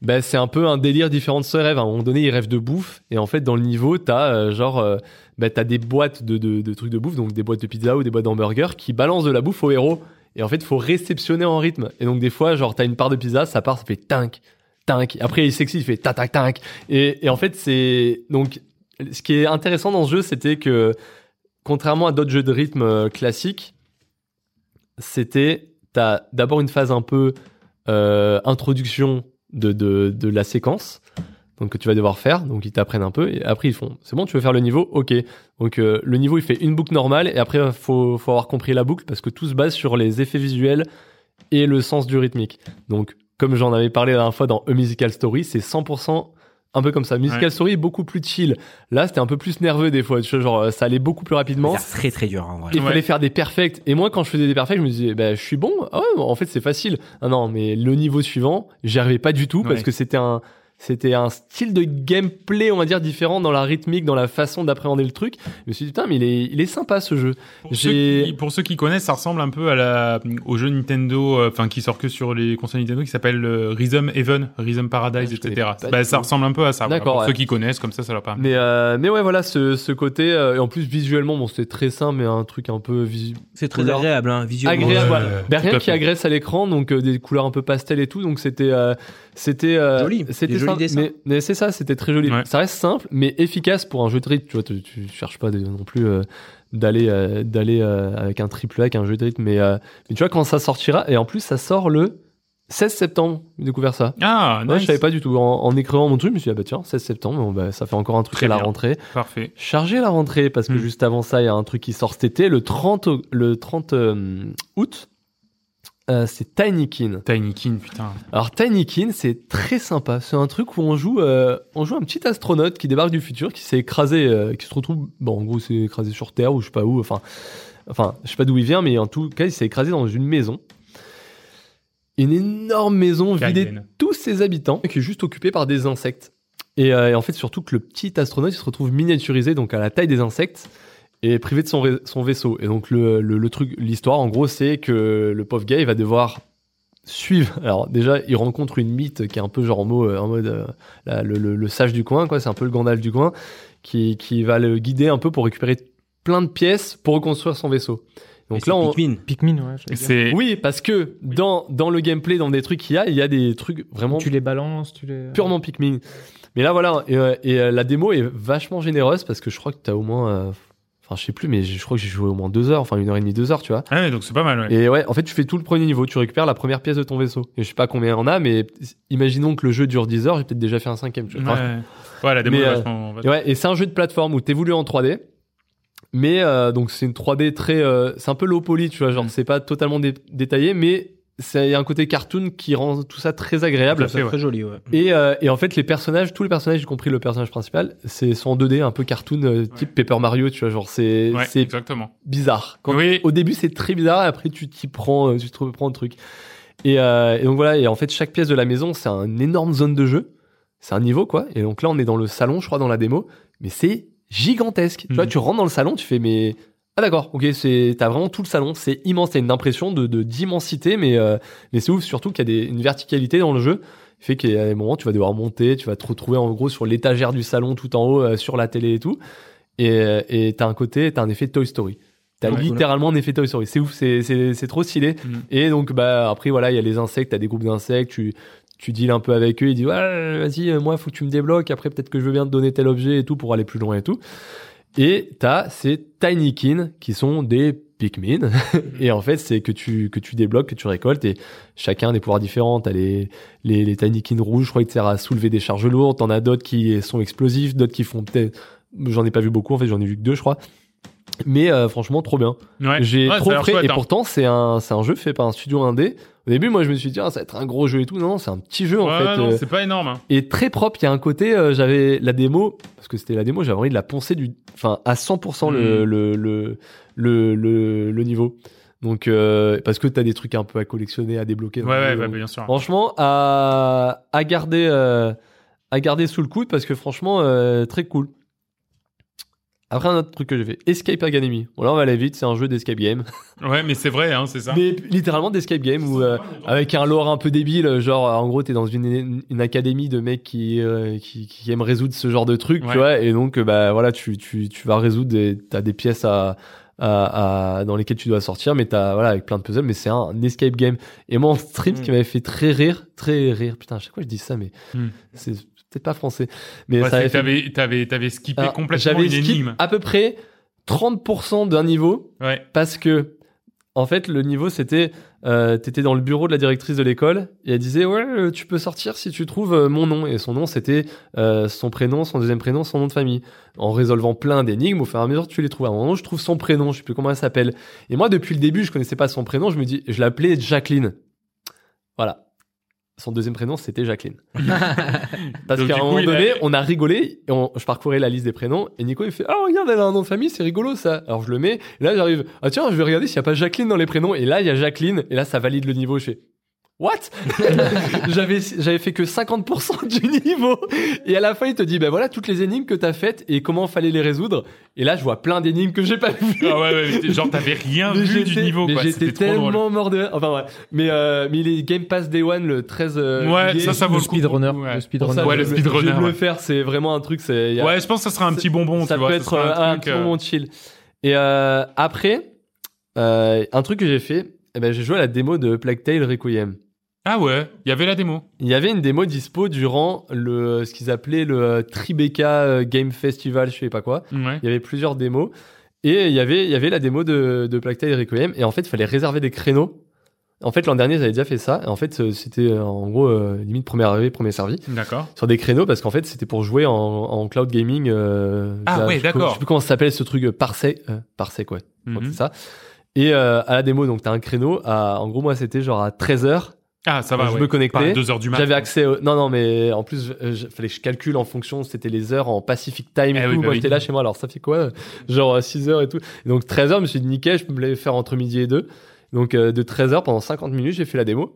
Ben c'est un peu un délire différent de ce rêve. À un moment donné, il rêve de bouffe et en fait dans le niveau t'as euh, genre euh, ben, t'as des boîtes de, de de trucs de bouffe, donc des boîtes de pizza ou des boîtes d'hamburger qui balancent de la bouffe au héros. Et en fait, faut réceptionner en rythme. Et donc des fois, genre t'as une part de pizza, ça part, ça fait tinc, tinc. Après il s'excite, il fait ta tac tac. Et, et en fait c'est donc ce qui est intéressant dans ce jeu, c'était que contrairement à d'autres jeux de rythme euh, classiques, c'était t'as d'abord une phase un peu euh, introduction de, de, de la séquence donc que tu vas devoir faire donc ils t'apprennent un peu et après ils font c'est bon tu veux faire le niveau ok donc euh, le niveau il fait une boucle normale et après faut faut avoir compris la boucle parce que tout se base sur les effets visuels et le sens du rythmique donc comme j'en avais parlé la dernière fois dans A Musical Story c'est 100% un peu comme ça Musical Ouais. Story est beaucoup plus chill là c'était un peu plus nerveux des fois tu vois genre euh, ça allait beaucoup plus rapidement C'est très très dur en vrai. il fallait Ouais. faire des perfects. Et moi, quand je faisais des perfects, je me disais, bah, je suis bon. Ah ouais, en fait, c'est facile. Ah non, mais le niveau suivant, j'y arrivais pas du tout parce Ouais. que c'était un, c'était un style de gameplay, on va dire, différent dans la rythmique, dans la façon d'appréhender le truc. Je me suis dit, putain, mais il est, il est sympa ce jeu. Pour ceux, J'ai- qui, pour ceux qui connaissent, ça ressemble un peu à la, au jeu Nintendo, euh, enfin qui sort que sur les consoles Nintendo, qui s'appelle euh, Rhythm Heaven, Rhythm Paradise, Ah, Je connais etc. pas Bah, du ça tout. ressemble un peu à ça. voilà. D'accord, Pour ouais. ceux qui connaissent, comme ça, ça leur permet. Mais, euh, mais ouais, voilà, ce, ce côté, euh, et en plus, visuellement, bon, c'était très simple, mais un truc un peu visuel. C'est très Couleur. agréable, hein, visuellement. Agréable, ouais. voilà. Ben, tout à rien qui fait. agresse à l'écran, donc euh, des couleurs un peu pastel et tout, donc c'était euh, c'était euh, Joli, c'était des jolis ça, dessins. mais, mais c'est ça, c'était très joli. Ouais. Ça reste simple, mais efficace pour un jeu de rythme. Tu vois, tu, tu cherches pas de- non plus euh, d'aller euh, d'aller euh, avec un triple A, avec un jeu de rythme, mais euh, mais tu vois quand ça sortira et en plus ça sort le 16 septembre. J'ai découvert ça. Ah, Ouais, nice. je savais pas du tout. En, en écrivant mon truc, je me suis dit, ah bah tiens, 16 septembre, bon, bah, ça fait encore un truc Très à la bien. rentrée. Parfait. Chargé la rentrée, parce que Mm. juste avant ça, il y a un truc qui sort cet été, le 30, au- le 30 euh, août. euh, c'est Tinykin. Tiny King, putain. Alors Tinykin, c'est très sympa. C'est un truc où on joue, euh, on joue un petit astronaute qui débarque du futur, qui s'est écrasé, euh, qui se retrouve, bon, en gros, s'est écrasé sur Terre ou je sais pas où. Enfin, enfin, je sais pas d'où il vient, mais en tout cas, il s'est écrasé dans une maison, une énorme maison vidée Cayenne. tous ses habitants et qui est juste occupé par des insectes. Et, euh, et en fait, surtout que le petit astronaute, il se retrouve miniaturisé, donc à la taille des insectes, et privé de son, vais- son vaisseau. Et donc, le, le- le truc, l'histoire, en gros, c'est que le pauvre gars, il va devoir suivent. Alors déjà, ils rencontrent une mythe qui est un peu genre en, mot, euh, en mode euh, la- le, le- le sage du coin, quoi. C'est un peu le Gandalf du coin qui, qui va le guider un peu pour récupérer plein de pièces pour reconstruire son vaisseau. Donc c'est là, on... Pikmin. Pikmin, ouais. je veux dire. C'est oui, parce que dans, dans le gameplay, dans des trucs qu'il y a, il y a des trucs vraiment Tu les balances, tu les. purement Pikmin. Mais là, voilà, et, euh, et, euh, la démo est vachement généreuse parce que je crois que t'as au moins, euh, enfin, je sais plus, mais je je crois que j'ai joué au moins deux heures, enfin une heure et demie, deux heures, tu vois. ah ouais, donc c'est pas mal. Ouais. Et ouais, en fait, tu fais tout le premier niveau, tu récupères la première pièce de ton vaisseau. Et je sais pas combien il y en a, mais imaginons que le jeu dure 10 heures, j'ai peut-être déjà fait un cinquième. Tu vois. Enfin, Ouais. Ouais, la démo Mais, est euh, vachement- et ouais, et c'est un jeu de plateforme où t'évolues en 3D. Mais euh, donc c'est une 3D très, euh, c'est un peu low poly, tu vois, Mm. genre c'est pas totalement dé- détaillé, mais c'est il y a un côté cartoon qui rend tout ça très agréable. Tout à fait, ouais. Très joli, ouais. Et, euh, et en fait, les personnages, tous les personnages, y compris le personnage principal, c'est sont en 2D, un peu cartoon, euh, type Paper Mario, tu vois, genre c'est Ouais, c'est exactement. bizarre. Quand- Oui. Au début, c'est très bizarre, et après, tu t'y prends, euh, tu te reprends le truc. Et, euh, et donc voilà, et en fait, chaque pièce de la maison, c'est une énorme zone de jeu. C'est un niveau, quoi. Et donc là, on est dans le salon, je crois, dans la démo, mais c'est gigantesque. Tu vois, Mhm. tu rentres dans le salon, tu fais, mais. Ah d'accord, ok, c'est t'as vraiment tout le salon, c'est immense, t'as une impression de de- d'immensité, mais euh, mais c'est ouf surtout qu'il y a des, une verticalité dans le jeu, fait qu'il y a des moments tu vas devoir monter, tu vas te retrouver en gros sur l'étagère du salon tout en haut euh, sur la télé et tout, et euh, et t'as un côté, t'as un effet Toy Story, t'as Ouais. littéralement un effet Toy Story, c'est ouf, c'est c'est c'est trop stylé, Mhm. et donc bah après voilà il y a les insectes, t'as des groupes d'insectes, tu tu deals un peu avec eux, ils disent ouais, vas-y euh, moi faut que tu me débloques, après peut-être que je veux bien te donner tel objet et tout pour aller plus loin et tout. Et t'as ces Tinykin qui sont des Pikmin. et en fait, c'est que tu, que tu débloques, que tu récoltes et chacun a des pouvoirs différents. T'as les, les, les Tinykin rouges, je crois, qui te servent à soulever des charges lourdes. T'en as d'autres qui sont explosifs, d'autres qui font peut-être, j'en ai pas vu beaucoup, en fait, j'en ai vu que deux, je crois. Mais euh, franchement, trop bien. Ouais. J'ai Ouais, ça a trop l'air prêt chouette, et hein. pourtant c'est un c'est un jeu fait par un studio indé. Au début moi je me suis dit ah, ça va être un gros jeu et tout non, non, c'est un petit jeu en Ouais, fait non, euh, c'est pas énorme. hein. et très propre. Il y a un côté euh, j'avais la démo parce que c'était la démo j'avais envie de la poncer du enfin à 100% le, Mhm. le, le le le le niveau. Donc euh, parce que t'as des trucs un peu à collectionner à débloquer. Ouais, dans le ouais, jeu, ouais, donc, euh, bien sûr. Franchement, à, à garder, euh, à garder sous le coude parce que franchement, euh, très cool. Après, un autre truc que j'ai fait, Escape Academy. Bon, là, on va aller vite, c'est un jeu d'escape game. Ouais, mais c'est vrai, hein, c'est ça. Mais littéralement d'escape game où, euh, avec un lore un peu débile, genre, euh, en gros, t'es dans une, une académie de mecs qui, euh, qui, qui aiment résoudre ce genre de truc, Ouais. tu vois. Et donc, euh, bah, voilà, tu, tu, tu vas résoudre des, t'as des pièces à, à, à- dans lesquelles tu dois sortir, mais t'as, voilà, avec plein de puzzles, mais c'est un escape game. Et moi, en stream, ce qui m'avait fait très rire, très rire, putain, à chaque fois je dis ça, mais Hmm. c'est peut-être pas français. Mais Ouais, ça c'est avait que fait t'avais, t'avais, t'avais skippé alors, complètement une J'avais skip énigme. à peu près 30% d'un niveau Ouais. parce que en fait le niveau c'était euh, t'étais dans le bureau de la directrice de l'école et elle disait ouais euh, tu peux sortir si tu trouves euh, mon nom et son nom c'était euh, son prénom son deuxième prénom son nom de famille en résolvant plein d'énigmes au fur et à mesure tu les trouves à un moment je trouve son prénom je sais plus comment elle s'appelle et moi depuis le début je connaissais pas son prénom je me dis je l'appelais Jacqueline voilà son deuxième prénom c'était Jacqueline parce Donc, du qu'à un coup, moment il a- donné on a rigolé et on- je parcourais la liste des prénoms et Nico il fait ah regarde elle a un nom de famille c'est rigolo ça alors je le mets et là j'arrive ah tiens je vais regarder s'il y a pas Jacqueline dans les prénoms et là il y a Jacqueline et là ça valide le niveau je fais What J'avais j'avais fait que 50% du niveau et à la fin il te dit ben voilà toutes les énigmes que t'as faites et comment fallait les résoudre et là je vois plein d'énigmes que j'ai pas vues. Ah ouais, ouais, mais genre t'avais rien Mais vu du j'étais- niveau, mais quoi. J'étais C'était trop drôle. tellement mort de. Enfin, ouais. Mais, euh, mais les Game Pass Day One le 13. euh, Ouais, juillet, ça, ça vaut le le coup. speedrunner. Ouais. Le pour speedrunner. ça, Ouais, je le vais- speedrunner, Je vais ouais. le faire, c'est vraiment un truc. c'est- il y a- Ouais, je pense que ça sera un petit bonbon, ça tu vois. peut ça être sera euh, un, truc, petit euh, moment de chill. Et euh, après, euh, un truc que j'ai fait, eh ben, j'ai joué à la démo de Plague Tale Requiem. Ah ouais, il y avait la démo. Il y avait une démo dispo durant le, ce qu'ils appelaient le euh, Tribeca euh, Game Festival, je sais pas quoi. Ouais. Il y avait plusieurs démos. Et il y avait, il y avait la démo de, de Plague Tale Requiem. Et en fait, il fallait réserver des créneaux. En fait, l'an dernier, j'avais déjà fait ça. Et en fait, euh, c'était euh, en gros euh, limite premier arrivé, premier servi D'accord. sur des créneaux parce qu'en fait, c'était pour jouer en, en cloud gaming. euh, Ah via- ouais, je sais pas- d'accord. Je sais plus comment ça s'appelle ce truc euh, Parsec. euh, Parsec, ouais. je crois que Mhm. C'est ça. Et euh, à la démo, donc t'as un créneau. À, en gros, moi, c'était genre à 13h. Ah, ça va. Je ouais. me connectais. Pas à 2 heures du matin. J'avais accès au... Non, non, mais en plus, euh, je- fallait que je calcule en fonction, c'était les heures en Pacific Time et Eh tout. oui, bah moi, oui. j'étais là chez moi, alors ça fait quoi euh, Genre 6 heures et tout. Et donc 13 heures, je me suis dit, nickel, je peux me les faire entre midi et 2. Donc euh, de 13 heures, pendant 50 minutes, j'ai fait la démo.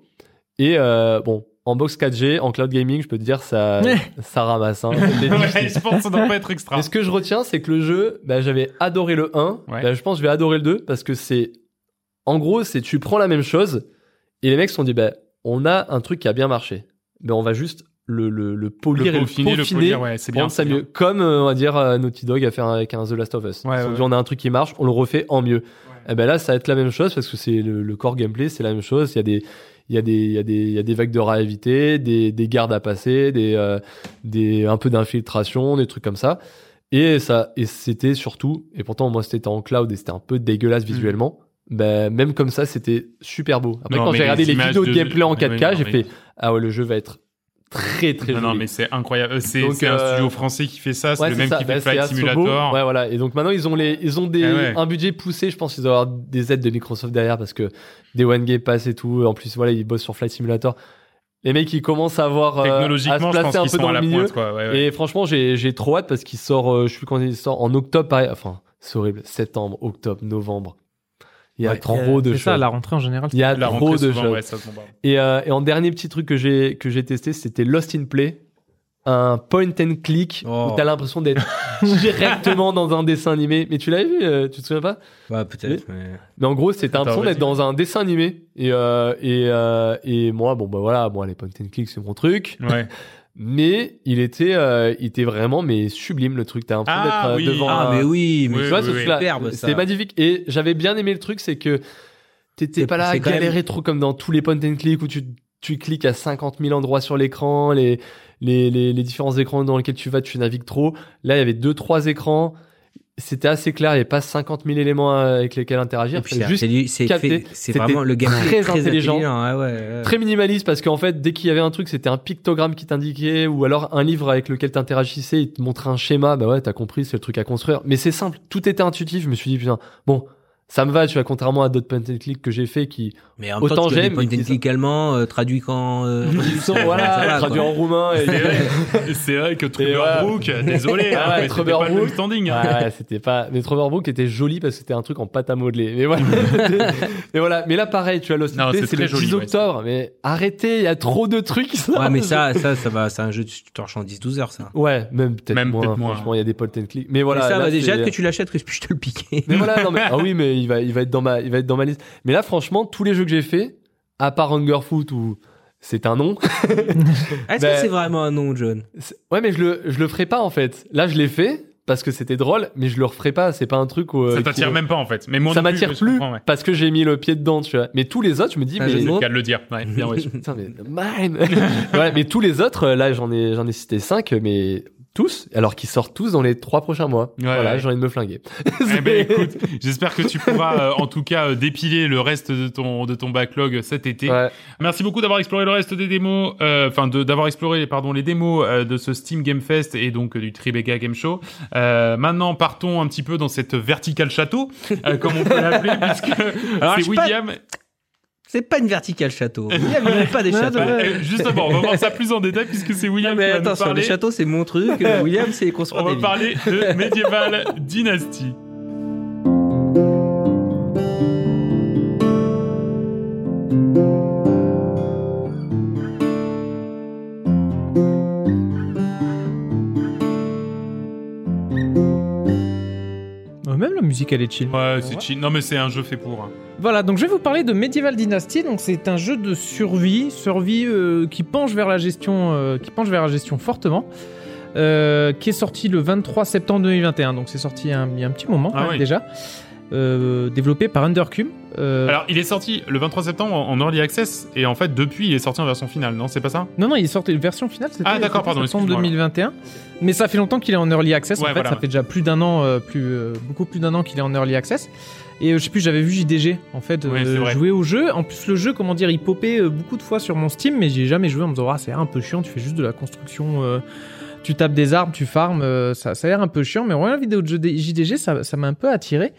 Et euh, bon, en box 4G, en cloud gaming, je peux te dire, ça, ça ramasse. hein. C'était difficile. Ouais, je pense que ça doit pas être extra. Mais ce que je retiens, c'est que le jeu, bah, j'avais adoré le 1. Ouais. Bah, je pense que je vais adorer le 2 parce que c'est. En gros, c'est tu prends la même chose et les mecs se sont dit, bah, on a un truc qui a bien marché. Ben, on va juste le, le, le polir et le peaufiner, le peaufiner, polir, ouais, c'est bien. rendre ça c'est bien. mieux. Comme, euh, on va dire, euh, Naughty Dog a fait un- avec un The Last of Us. Ouais, Ils ont ouais, dit, on a un truc qui marche, on le refait en mieux. Et ben là, ça va être la même chose parce que c'est le, le core gameplay, c'est la même chose. Il y a des, il y a des, il y a des, il y a des vagues de rats à éviter, des, des gardes à passer, des, euh, des, un peu d'infiltration, des trucs comme ça. Et ça, et c'était surtout, et pourtant, moi, c'était en cloud et c'était un peu dégueulasse Hmm. visuellement. Ben, même comme ça, c'était super beau. Après, Non, quand mais j'ai regardé les les images vidéos de de- gameplay en Oui, 4K, non, j'ai mais- fait, ah ouais, le jeu va être très, très Non, joli. non, mais c'est incroyable. Euh, C'est Donc, c'est un euh, studio français qui fait ça. C'est Ouais, le même ça. qui fait Bah, c'est Flight Asobo. Simulator. Ouais, voilà. Et donc maintenant, ils ont, les, ils ont des, Ah ouais. un budget poussé. Je pense qu'ils doivent avoir des aides de Microsoft derrière parce que des One Game Pass et tout. En plus, voilà, ils bossent sur Flight Simulator. Les mecs, ils commencent à voir. euh, à Technologiquement, se je placer pense un qu'ils peu sont dans à le la milieu. pointe. Quoi. Ouais, ouais. Et franchement, j'ai j'ai trop hâte parce qu'il sort, euh, je suis quand il sort en octobre, pareil. Enfin, c'est horrible. Septembre, octobre, novembre. Il y a Ouais, trop de C'est ça, choses. la rentrée en général. Il y a La trop rentrée de souvent, choses. ouais, ça se bombarde. Et, euh, et en dernier petit truc que j'ai que j'ai testé, c'était Lost in Play, un point and click Oh. où t'as l'impression d'être directement dans un dessin animé. Mais tu l'avais vu, euh, tu te souviens pas Bah, peut-être. mais- Mais en gros, c'était Attends, l'impression d'être vas-y. dans un dessin animé. Et euh, et euh, et moi, bon bah voilà, moi les point and click c'est mon truc. Ouais. Mais il était euh, il était vraiment mais sublime le truc. T'as l'impression Ah, d'être euh, oui. devant. Ah, un- mais oui, mais Oui, tu vois, oui, ce oui. truc-là, Superbe, ça. c'est magnifique. Et j'avais bien aimé le truc, c'est que t'étais C'est- pas là à c'est quand même- galérer trop comme dans tous les point and click où tu, tu cliques à 50 000 endroits sur l'écran, les, les, les, les différents écrans dans lesquels tu vas, tu navigues trop. Là, il y avait deux, trois écrans. C'était assez clair, il n'y avait pas 50 000 éléments euh, avec lesquels interagir. Et puis, c'est- Juste c'est du- c'est capté. fait- c'est C'était vraiment le game très intelligent. Ah, ouais, ouais, ouais. Euh, très minimaliste parce qu'en fait dès qu'il y avait un truc c'était un pictogramme qui t'indiquait ou alors un livre avec lequel t'interagissais il te montrait un schéma bah ouais t'as compris c'est le truc à construire mais c'est simple tout était intuitif je me suis dit putain bon ça me va tu vois contrairement à d'autres point and click que j'ai fait qui Mais en Autant même temps, tu as des j'aime, point mais and c'est click allemand, euh, traduit quand euh, ça sont va, voilà traduit quoi. en roumain et- C'est vrai- C'est vrai que Trevor ouais. Brook, désolé, Ah hein, mais ouais, c'était Trevor pas le même Brook. standing. hein. Ouais, ouais, c'était pas. Mais Trevor Brook était joli parce que c'était un truc en pâte à modeler. Mais voilà. mais voilà. Mais là, pareil, tu as Lost in Non, Play, c'est c'est très le 10 joli, ouais, octobre. Mais arrêtez, il y a trop de trucs. Ouais, mais ça, ça, ça va, c'est un jeu, tu torches en 10-12 heures, ça. Ouais, même peut-être Même moins. peut-être moins. Franchement, il y a des point and click. Mais Voilà, voilà. ça, là, bah, déjà c'est- que tu l'achètes, que je puisse te le piquer. Mais voilà, non mais ah oui, mais il va, il va être dans ma, il va être dans ma liste. Mais là, franchement, tous les jeux que j'ai fait, à part Hunger Foot où c'est un nom. Est-ce Ben- que c'est vraiment un nom, John c'est- Ouais, mais je le, je le ferai pas en fait. Là, je l'ai fait parce que c'était drôle, mais je le referai pas. C'est pas un truc où euh, Ça qui- t'attire même pas en fait. Mais moi ça non m'attire je plus comprends, ouais. parce que j'ai mis le pied dedans, tu vois. Mais tous les autres, je me dis, Ah, mais je C'est sais. le cas de le dire. Ouais, bien, ouais. Putain, mais mine Ouais, mais tous les autres, euh, là, j'en ai, j'en ai cité 5, mais tous, alors qu'ils sortent tous dans les 3 prochains mois. Ouais, voilà, ouais. j'ai envie de me flinguer. Eh C'est- ben, écoute, j'espère que tu pourras euh, en tout cas euh, dépiler le reste de ton de ton backlog cet été. Ouais. Merci beaucoup d'avoir exploré le reste des démos, euh, enfin de- d'avoir exploré pardon les démos euh, de ce Steam Game Fest et donc euh, du Tribeca Game Show. Euh, maintenant, partons un petit peu dans cette verticale château, euh, comme on peut l'appeler, puisque Alors, je c'est sais pas- William. C'est pas une verticale château. Il n'y a même pas des Non, châteaux. non, non. Euh, Justement, on va voir ça plus en détail puisque c'est Non, William mais qui va nous attention, les parler. châteaux, c'est mon truc. euh, William, c'est construire On des va villes. parler de Medieval Dynasty. Euh, Même la musique, elle est chill. Ouais, c'est chill. Non, mais c'est un jeu fait pour. hein. Voilà, donc je vais vous parler de Medieval Dynasty. Donc c'est un jeu de survie, survie euh, qui penche vers la gestion, euh, qui penche vers la gestion fortement, euh, qui est sorti le 23 septembre 2021. Donc c'est sorti il y a un, il y a un petit moment Ah hein, oui. déjà, Euh, développé par Undercube. Euh, Alors, il est sorti le 23 septembre en en Early Access et en fait, depuis, il est sorti en version finale, non C'est pas ça Non, non, il est sorti une version finale. c'était- Ah, d'accord, c'était pardon, Septembre excuse-moi, 2021. Mais ça fait longtemps qu'il est en early access. en Ouais, fait, voilà, ça ouais. fait déjà plus d'un an, euh, plus euh, beaucoup plus d'un an qu'il est en early access. Et euh, je sais plus, j'avais vu JDG en fait euh, Ouais, c'est vrai. jouer au jeu. En plus, le jeu, comment dire, il popait euh, beaucoup de fois sur mon Steam, mais j'y ai jamais joué en me disant ah c'est un peu chiant. Tu fais juste de la construction. euh, tu tapes des arbres, tu farmes, euh, ça, ça a l'air un peu chiant, mais en voyant la vidéo de jeu- JDG, ça ça m'a un peu attiré.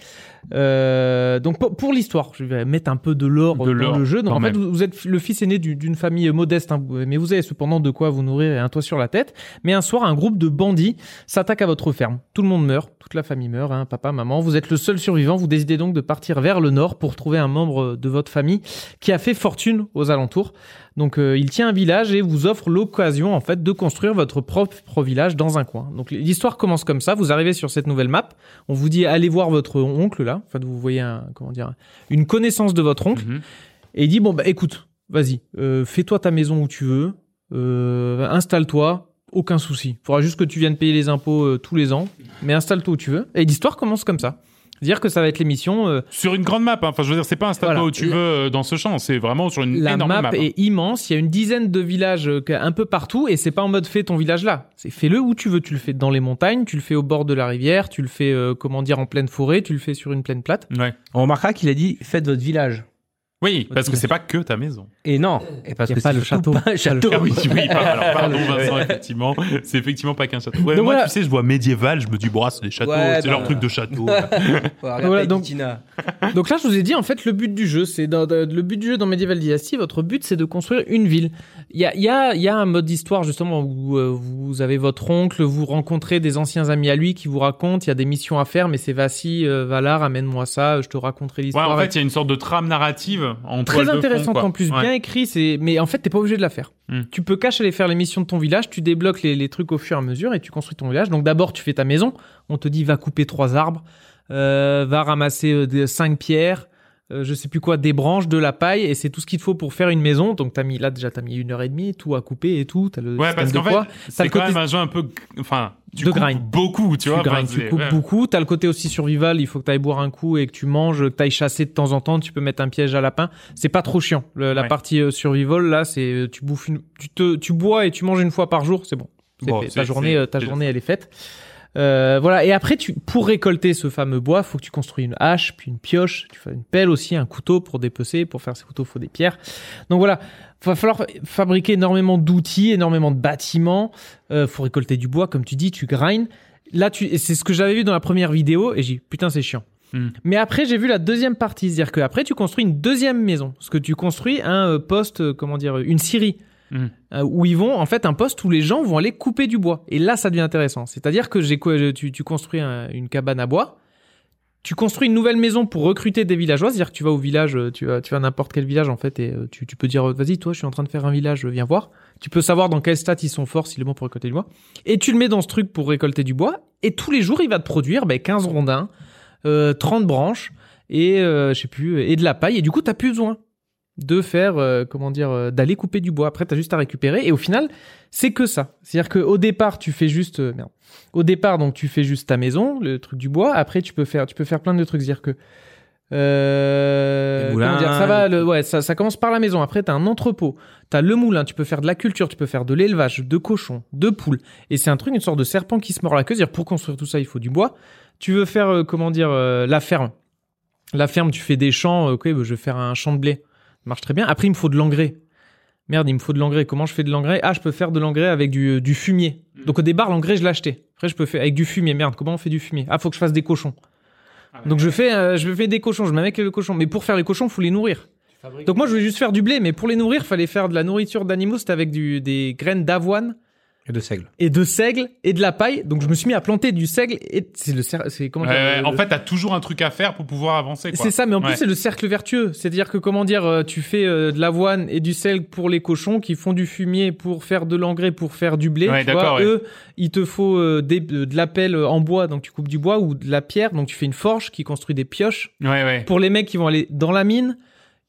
Euh, donc pour, pour l'histoire, je vais mettre un peu de l'or De dans l'or, le jeu. Donc quand en fait, même. vous, vous êtes le fils aîné du- d'une famille modeste, hein, mais vous avez cependant de quoi vous nourrir et un toit sur la tête. Mais un soir, un groupe de bandits s'attaque à votre ferme. Tout le monde meurt, toute la famille meurt, hein, papa, maman. Vous êtes le seul survivant. Vous décidez donc de partir vers le nord pour trouver un membre de votre famille qui a fait fortune aux alentours. Donc euh, il tient un village et vous offre l'occasion en fait de construire votre propre village dans un coin. Donc l'histoire commence comme ça. Vous arrivez sur cette nouvelle map. On vous dit allez voir votre oncle là. Enfin, vous voyez un, comment dire une connaissance de votre oncle. Mhm. Et il dit bon bah écoute, vas-y, euh, fais-toi ta maison où tu veux, euh, installe-toi, aucun souci. Faudra juste que tu viennes payer les impôts euh, tous les ans, mais installe-toi où tu veux. Et l'histoire commence comme ça. Dire que ça va être l'émission. euh, Sur une grande map, hein. enfin je veux dire, c'est pas un stade Voilà. où tu La- veux euh, dans ce champ, c'est vraiment sur une la énorme map, map. hein. est immense, il y a une dizaine de villages euh, qu'un- un peu partout, et c'est pas en mode fais ton village là. C'est fais-le où tu veux. Tu le fais dans les montagnes, tu le fais au bord de la rivière, tu le fais, euh, comment dire, en pleine forêt, tu le fais sur une plaine plate. Ouais. On remarquera qu'il a dit faites votre village. Oui, parce que c'est pas que ta maison. Et non, et parce Y a que pas c'est le surtout château. Pas un château. Ah oui, oui, par- alors, pardon Vincent, effectivement, c'est effectivement pas qu'un château. Ouais, Donc moi, voilà. tu sais, je vois médiéval, je me dis, bon, ah, c'est des châteaux, Ouais, c'est bah, leur truc de château. Voilà, Voilà, donc- Tina. Donc là, je vous ai dit, en fait, le but du jeu, c'est dans- dans- le but du jeu dans Medieval Dynasty, votre but, c'est de construire une ville. Il y a, il y, a, il y a un mode d'histoire, justement, où euh, vous avez votre oncle, vous rencontrez des anciens amis à lui qui vous racontent, il y a des missions à faire, mais c'est vas-y, euh, Valar, amène-moi ça, je te raconterai ouais, l'histoire. en fait, il y a une sorte de trame narrative en toile Très de fond, intéressante quoi. en plus, Ouais. bien écrit, c'est... mais en fait, t'es pas obligé de la faire. Hmm. Tu peux cacher aller faire les missions de ton village, tu débloques les, les trucs au fur et à mesure et tu construis ton village. Donc d'abord, tu fais ta maison, on te dit va couper trois arbres, euh, va ramasser euh, des- cinq pierres, euh, je sais plus quoi, des branches, de la paille, et c'est tout ce qu'il te faut pour faire une maison. Donc t'as mis là déjà, t'as mis une heure et demie, tout à couper et tout, t'as le Ouais, système parce de qu'en poids. fait, T'as c'est le quand côté- même un jeu un peu. Enfin, tu De coupes grind. beaucoup, tu, tu vois. grindes, enfin, tu c'est- coupes ouais. beaucoup. T'as le côté aussi survival, il faut que t'ailles boire un coup et que tu manges, que t'ailles chasser de temps en temps. Tu peux mettre un piège à lapin. C'est pas trop chiant. Le- la Ouais. partie euh, survival, là, c'est euh, tu bouffes une, tu te, tu bois et tu manges une fois par jour. C'est bon. C'est Bon, fait. c'est- ta journée, c'est- euh, ta c'est- journée, elle est faite. Euh, voilà. Et après, tu, pour récolter ce fameux bois, faut que tu construis une hache, puis une pioche, tu fais une pelle aussi, un couteau pour dépecer. Pour faire ces couteaux, faut des pierres. Donc voilà. Va falloir fabriquer énormément d'outils, énormément de bâtiments. Euh, faut récolter du bois, comme tu dis, tu grindes. Là, tu, et c'est ce que j'avais vu dans la première vidéo, et j'ai dit, putain, c'est chiant. Hmm. Mais après, j'ai vu la deuxième partie, c'est-à-dire qu'après, tu construis une deuxième maison, parce que tu construis un euh, poste, euh, comment dire, une scierie, Hmm. euh, où ils vont, en fait, un poste où les gens vont aller couper du bois. Et là, ça devient intéressant. C'est-à-dire que j'ai, quoi- je- tu, tu construis un- une cabane à bois, tu construis une nouvelle maison pour recruter des villageois, c'est-à-dire que tu vas au village, euh, tu vas, tu vas à n'importe quel village, en fait, et euh, tu, tu peux dire, euh, vas-y, toi, je suis en train de faire un village, euh, viens voir. Tu peux savoir dans quel stat ils sont forts, s'il est bon pour récolter du bois. Et tu le mets dans ce truc pour récolter du bois, et tous les jours, il va te produire ben, 15 rondins, euh, 30 branches et euh, je sais plus et de la paille et du coup t'as plus besoin de faire euh, comment dire euh, d'aller couper du bois après t'as juste à récupérer et au final c'est que ça c'est à dire que au départ tu fais juste euh, merde. au départ donc tu fais juste ta maison le truc du bois après tu peux faire tu peux faire plein de trucs c'est à dire que euh, Les moulins, comment dire, ça va les- le- ouais ça, ça commence par la maison après t'as un entrepôt t'as le moulin tu peux faire de la culture tu peux faire de l'élevage de cochons de poules et c'est un truc une sorte de serpent qui se mord la queue c'est à dire pour construire tout ça il faut du bois tu veux faire euh, comment dire euh, la ferme. La ferme, tu fais des champs. euh, Ok, bah, je vais faire un champ de blé. Ça marche très bien. Après, il me faut de l'engrais. Merde, il me faut de l'engrais. Comment je fais de l'engrais Ah, je peux faire de l'engrais avec du, du fumier. Hmm. Donc au départ, l'engrais, je l'achetais. Après, je peux faire avec du fumier. Merde, comment on fait du fumier Ah, faut que je fasse des cochons. Ah bah Donc je fais, euh, je fais des cochons. Je m'amène avec les cochons. Mais pour faire les cochons, faut les nourrir. Donc moi, je voulais juste faire du blé, mais pour les nourrir, fallait faire de la nourriture d'animaux. C'était avec du, des graines d'avoine Et de seigle. et de seigle et de la paille. Donc je me suis mis à planter du seigle et c'est le cer- c'est comment Ouais, dire, ouais, le- en fait, t'as toujours un truc à faire pour pouvoir avancer. quoi. c'est ça, mais en plus Ouais. c'est le cercle vertueux. C'est-à-dire que comment dire, euh, tu fais euh, de l'avoine et du sel pour les cochons qui font du fumier pour faire de l'engrais pour faire du blé. Ouais, tu vois. d'accord, ouais. Eux, il te faut euh, des- de de la pelle euh, en bois, donc tu coupes du bois ou de la pierre, donc tu fais une forge qui construit des pioches Ouais, ouais. pour les mecs qui vont aller dans la mine.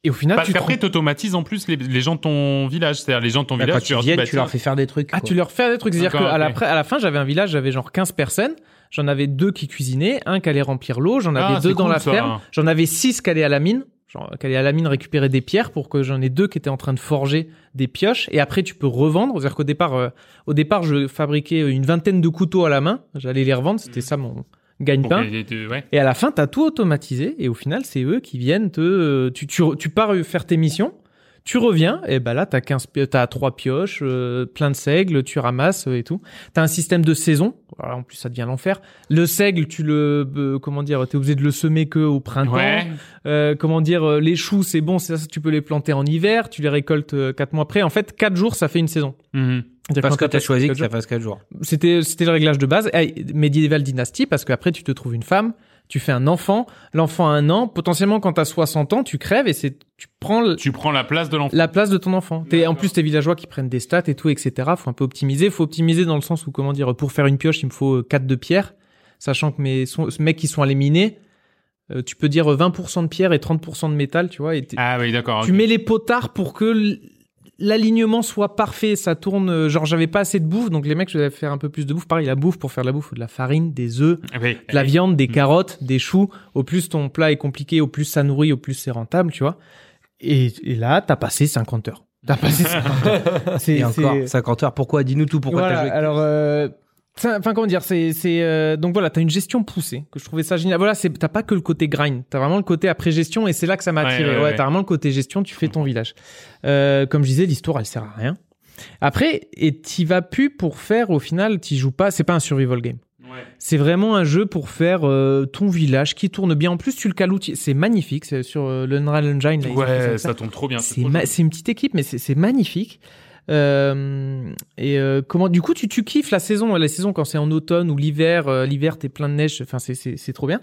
Et au final, Parce Ah, tu te qu'après, rends- t'automatises en plus les, les gens de ton village. C'est-à-dire, les gens de ton Bah, village, quand tu viens, dis, bah, tu leur tiens, fais faire des trucs. Ah, quoi. tu leur fais des trucs. C'est-à-dire D'accord, qu'à la, ok. pré- à la fin, j'avais un village, j'avais genre 15 personnes. J'en avais deux qui cuisinaient, un qui allait remplir l'eau, j'en Ah, avais deux c'est dans cool, la ça. ferme, j'en avais six qui allaient à la mine, genre qui allaient à la mine récupérer des pierres pour que j'en ai deux qui étaient en train de forger des pioches. Et après, tu peux revendre. C'est-à-dire qu'au départ, euh, au départ, je fabriquais une vingtaine de couteaux à la main. J'allais les revendre. C'était ça mon pour gagne-pain. que- tu- ouais. Et à la fin, t'as tout automatisé. Et au final, c'est eux qui viennent te. euh, Tu, tu, tu pars faire tes missions. Tu reviens, et ben là, t'as 15, pi- t'as trois pioches, euh, plein de seigles, tu ramasses euh, et tout. T'as un système de saison. Voilà, en plus, ça devient l'enfer. Le seigle, tu le, euh, comment dire, t'es obligé de le semer que au printemps. Ouais. Euh, comment dire, euh, les choux, c'est bon, c'est ça, tu peux les planter en hiver, tu les récoltes euh, quatre mois après. En fait, quatre jours, ça fait une saison. Mhm. C'est-à-dire Parce quand que t'as t'as passé choisi que quatre jours- ça fasse 4 jours. c'était c'était le réglage de base médiéval dynastie parce qu'après tu te trouves une femme tu fais un enfant l'enfant a un an potentiellement quand t'as 60 ans tu crèves et c'est tu prends le- Tu prends la place de l'enfant. la place de ton enfant t'es en plus t'es villageois qui prennent des stats et tout etc faut un peu optimiser faut optimiser dans le sens où euh, comment dire pour faire une pioche il me faut 4 de pierre sachant que mes, so- ce mecs qui sont allés miner euh, tu peux dire 20% de pierre et 30% de métal, tu vois. Et t'es- Ah oui, d'accord. tu mets les potards pour que l- l'alignement soit parfait. Ça tourne. euh, Genre, j'avais pas assez de bouffe, donc les mecs, je devais faire un peu plus de bouffe. Pareil, la bouffe, pour faire de la bouffe, faut de la farine, des œufs, Ah Oui. de la viande, des Mm. carottes, des choux. Au plus ton plat est compliqué, au plus ça nourrit, au plus c'est rentable, tu vois. Et, et là, t'as passé 50 heures. T'as passé 50 heures. C'est- Et encore, c'est- 50 heures. Pourquoi Dis-nous tout. Pourquoi voilà, t'as joué alors euh, c'est- enfin comment dire c'est c'est euh, donc voilà t'as une gestion poussée que je trouvais ça génial voilà c'est t'as pas que le côté grind t'as vraiment le côté après gestion et c'est là que ça m'a Ouais, attiré ouais, ouais, ouais. t'as vraiment le côté gestion tu fais ton village Euh, comme je disais l'histoire elle sert à rien après et t'y vas plus pour faire au final t'y joues pas c'est pas un survival game c'est vraiment un jeu pour faire euh, ton village qui tourne bien en plus tu le cales outil c'est magnifique c'est sur euh, l'Unreal Engine là, ils ont fait ça Ouais, comme ça. ça tombe trop bien. C'est ma- c'est une petite équipe, mais c'est c'est magnifique. Euh, et euh, comment Du coup, tu, tu kiffes la saison, la saison quand c'est en automne ou l'hiver. euh, l'hiver, t'es plein de neige. Enfin, c'est- c'est c'est trop bien.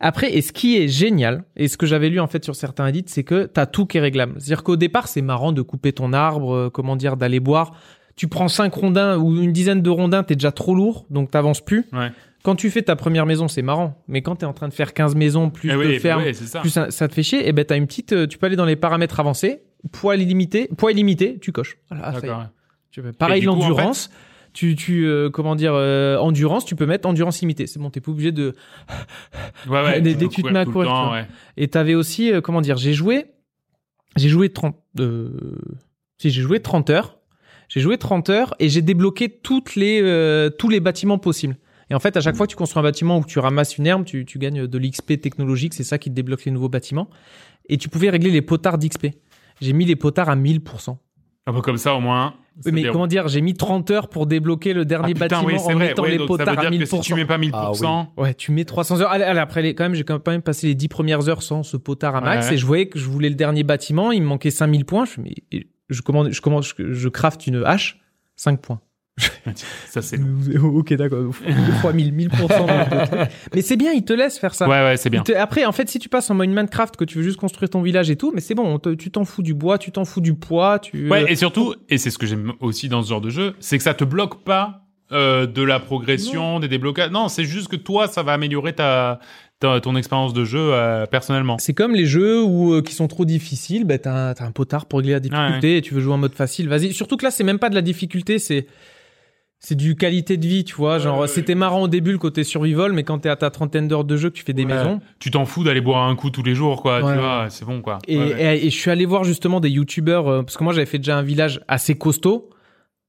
Après, et ce qui est génial, et ce que j'avais lu en fait sur certains edits, c'est que t'as tout qui est réglable. C'est-à-dire qu'au départ, c'est marrant de couper ton arbre, euh, comment dire, d'aller boire. Tu prends cinq rondins ou une dizaine de rondins, t'es déjà trop lourd, donc t'avances plus. Ouais. Quand tu fais ta première maison, c'est marrant. Mais quand t'es en train de faire 15 maisons, plus Eh de oui, fermes, ouais, c'est ça. plus ça, ça te fait chier, et ben t'as une petite, euh, tu peux aller dans les paramètres avancés, poids illimité, poids illimité, tu coches. Voilà, ça y est. D'accord. Tu veux- Pareil du coup, l'endurance. Tu, tu euh, comment dire euh, endurance tu peux mettre endurance limitée c'est bon t'es pas obligé de Ouais, ouais. Dès- dès tu que tu te cours mets à tout le courir, temps, tu vois. ouais. et t'avais aussi euh, comment dire j'ai joué j'ai joué 30 euh, si j'ai joué 30 heures j'ai joué 30 heures et j'ai débloqué toutes les euh, tous les bâtiments possibles et en fait à chaque fois que tu construis un bâtiment ou que tu ramasses une herbe tu, tu gagnes de l'XP technologique c'est ça qui te débloque les nouveaux bâtiments et tu pouvais régler les potards d'XP j'ai mis les potards à 1000% Un peu comme ça, au moins. ça Oui, mais déroule. comment dire, j'ai mis 30 heures pour débloquer le Ah, dernier putain, bâtiment oui, en c'est vrai. mettant ouais, les donc potards ça veut à dire 1000%. que si tu mets pas 1000%, Ouais, tu mets 300 heures. Allez, allez, après, les- quand même, j'ai quand même passé les 10 premières heures sans ce potard à max Ouais, ouais. et je voyais que je voulais le dernier bâtiment, il me manquait 5000 points. Je, mais, et je commande, je commande, je, je craft une hache, 5 points. Ah ça c'est. ok, d'accord. fois 1000, 1000%. donc, mais c'est bien, il te laisse faire ça. Ouais, ouais, c'est bien. Il te- Après, en fait, si tu passes en mode Minecraft, que tu veux juste construire ton village et tout, mais c'est bon, on te- tu t'en fous du bois, tu t'en fous du poids, tu. Ouais, et surtout, et c'est ce que j'aime aussi dans ce genre de jeu, c'est que ça te bloque pas euh, de la progression, des déblocages. Non, c'est juste que toi, ça va améliorer ta, ta- ton expérience de jeu euh, personnellement. C'est comme les jeux où, euh, qui sont trop difficiles, bah, t'as un, t'as un potard pour régler la difficulté et tu veux jouer en mode facile, vas-y. Surtout que là, c'est même pas de la difficulté, c'est. C'est du qualité de vie, tu vois. Genre, ouais, c'était marrant au début le côté survival, mais quand t'es à ta trentaine d'heures de jeu, que tu fais des Ouais. maisons. Tu t'en fous d'aller boire un coup tous les jours, quoi. Ouais, tu vois, c'est bon, quoi. Et, Ouais, ouais. et- et je suis allé voir justement des youtubeurs, euh, parce que moi j'avais fait déjà un village assez costaud,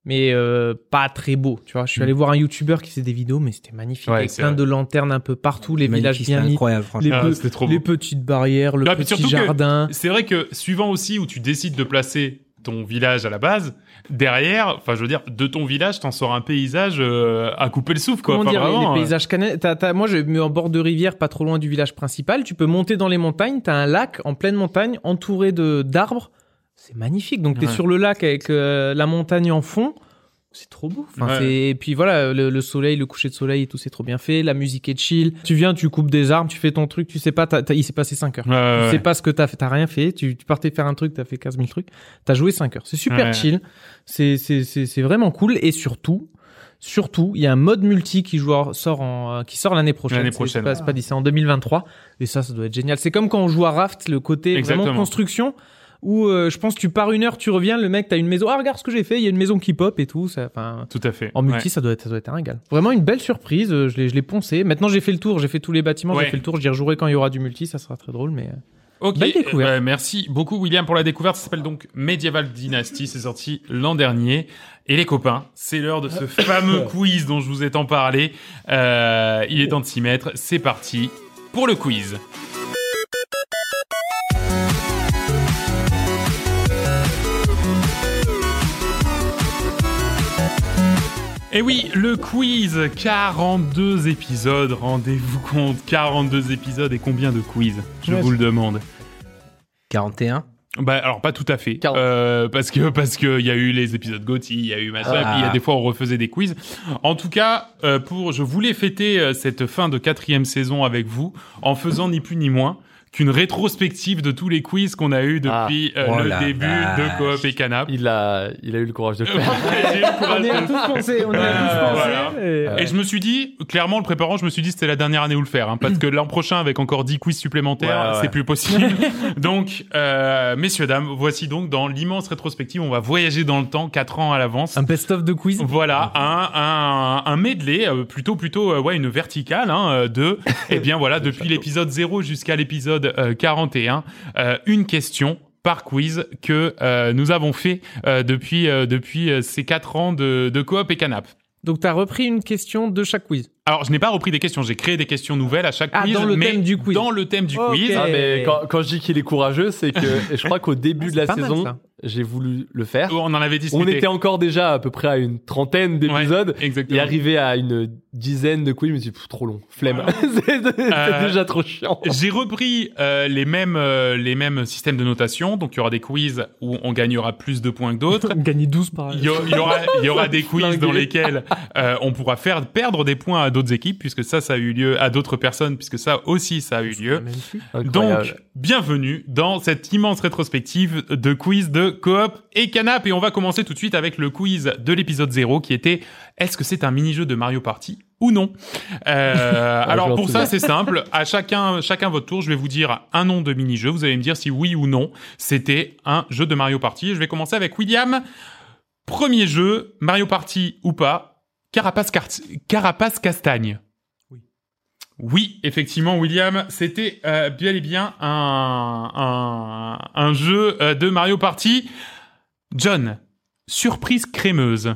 mais euh, pas très beau, tu vois. Je suis allé voir un youtubeur qui faisait des vidéos, mais c'était magnifique. Mm. Ouais, avec c'est plein vrai. de lanternes un peu partout, les Magnifique, villages bien c'était mis, incroyable, franchement. les, Ah, pe- c'était trop les beau. petites barrières, le Ah, puis petit surtout que- jardin. C'est vrai que suivant aussi où tu décides de placer ton village à la base, derrière, enfin je veux dire, de ton village, t'en sors un paysage euh, à couper le souffle, quoi. Comment Enfin, dire, les- vraiment, les euh, paysages canadiens. t'as- t'as- Moi, je me mets en bord de rivière, pas trop loin du village principal. Tu peux monter dans les montagnes. T'as un lac en pleine montagne, entouré de d'arbres. C'est magnifique. Donc, t'es Ouais. sur le lac avec euh, la montagne en fond. C'est trop beau. Enfin, Ouais. c'est- Et puis voilà, le, le soleil, le coucher de soleil et tout, c'est trop bien fait. La musique est chill. Tu viens, tu coupes des arbres, tu fais ton truc. Tu sais pas, t'as- t'as- il s'est passé 5 heures. ouais, ouais, Tu euh, ouais. sais pas ce que t'as fait, t'as rien fait, tu, tu partais faire un truc, t'as fait 15 000 trucs, t'as joué 5 heures. C'est super Ouais. chill, c'est, c'est, c'est, c'est vraiment cool et surtout, surtout, il y a un mode multi qui, joue- sort, en, euh, qui sort l'année prochaine. L'année C'est- prochaine. C'est pas, c'est pas dit, c'est en 2023 et ça, ça doit être génial. C'est comme quand on joue à Raft, le côté Exactement. vraiment construction où euh, je pense tu pars une heure, tu reviens, le mec, t'as une maison, ah regarde ce que j'ai fait, il y a une maison qui pop et tout, ça, enfin. Tout à fait. En multi, Ouais. ça, doit être, ça doit être un régal. Vraiment une belle surprise. euh, Je l'ai, je l'ai poncé. Maintenant, j'ai fait le tour. J'ai fait tous les bâtiments. Ouais. J'ai fait le tour. J'y rejouerai quand il y aura du multi. Ça sera très drôle. Mais euh, Ok, Belle découverte. euh, merci beaucoup William pour la découverte. Ça s'appelle donc Medieval Dynasty. C'est sorti l'an dernier. Et les copains, c'est l'heure de ce fameux quiz dont je vous ai tant parlé. Euh, il est temps de s'y mettre. C'est parti pour le quiz. Et Eh oui, le quiz, 42 épisodes, rendez-vous compte, 42 épisodes et combien de quiz Je Ouais, vous le demande. 41. Bah alors pas tout à fait Quarante. Euh, parce que parce que il y a eu les épisodes Gotti, il y a eu Massa, Ah. et puis il y a des fois on refaisait des quiz. En tout cas, euh, pour je voulais fêter euh, cette fin de quatrième saison avec vous en faisant ni plus ni moins qu'une rétrospective de tous les quiz qu'on a eu depuis euh, Oh le la début de vache. Coop et Canap. Il a, il a eu le courage de le faire. J'ai eu le courage On y de a le tous pensé, on y a tous Euh, pensé. voilà. Et- Ah Et je me suis dit, clairement, le préparant, je me suis dit, c'était la dernière année où le faire, hein, parce que l'an prochain, avec encore 10 quiz supplémentaires, Mm. Ouais, ouais. c'est plus possible. donc, euh, messieurs, dames, voici donc dans l'immense rétrospective, on va voyager dans le temps, 4 ans à l'avance. Un best-of de quiz. Voilà, un, un, un medley, euh, plutôt, plutôt, euh, ouais, une verticale, hein, euh, de, eh bien voilà, depuis l'épisode 0 jusqu'à l'épisode euh, 41, euh, une question par quiz que euh, nous avons fait euh, depuis, euh, depuis euh, ces 4 ans de, de coop et canap. Donc t'as repris une question de chaque quiz. Alors, je n'ai pas repris des questions, j'ai créé des questions nouvelles à chaque Ah, quiz. dans le mais thème du quiz. Dans le thème du Ok. quiz. Ah, mais quand, quand je dis qu'il est courageux, c'est que et je crois qu'au début Ah, de la c'est pas mal, saison, ça. j'ai voulu le faire. On en avait On discuté. était encore déjà à peu près à une trentaine Ouais, d'épisodes. Et exactement. arrivé à une dizaine de quiz, je me suis dit, Pff, trop long, flemme. c'est c'est Euh, déjà trop chiant. J'ai repris euh, les mêmes euh, les mêmes systèmes de notation, donc il y aura des quiz où on gagnera plus de points que d'autres. Gagner 12 par Il y, a- il y aura, il y aura des quiz Flingué. dans lesquels euh, on pourra faire perdre des points à d'autres équipes, puisque ça, ça a eu lieu à d'autres personnes, puisque ça aussi, ça a eu Ah, lieu. Donc, Incroyable. bienvenue dans cette immense rétrospective de quiz de coop et canap. Et on va commencer tout de suite avec le quiz de l'épisode 0 qui était est-ce que c'est un mini-jeu de Mario Party ou non Euh, Ah, Alors je pour m'en ça c'est simple, à chacun chacun votre tour, je vais vous dire un nom de mini-jeu, vous allez me dire si oui ou non c'était un jeu de Mario Party. Je vais commencer avec William. Premier jeu, Mario Party ou pas, Carapace, Car- Carapace Castagne. Oui, effectivement, William, c'était euh, bien et bien un, un, un jeu euh, de Mario Party. John, surprise crémeuse.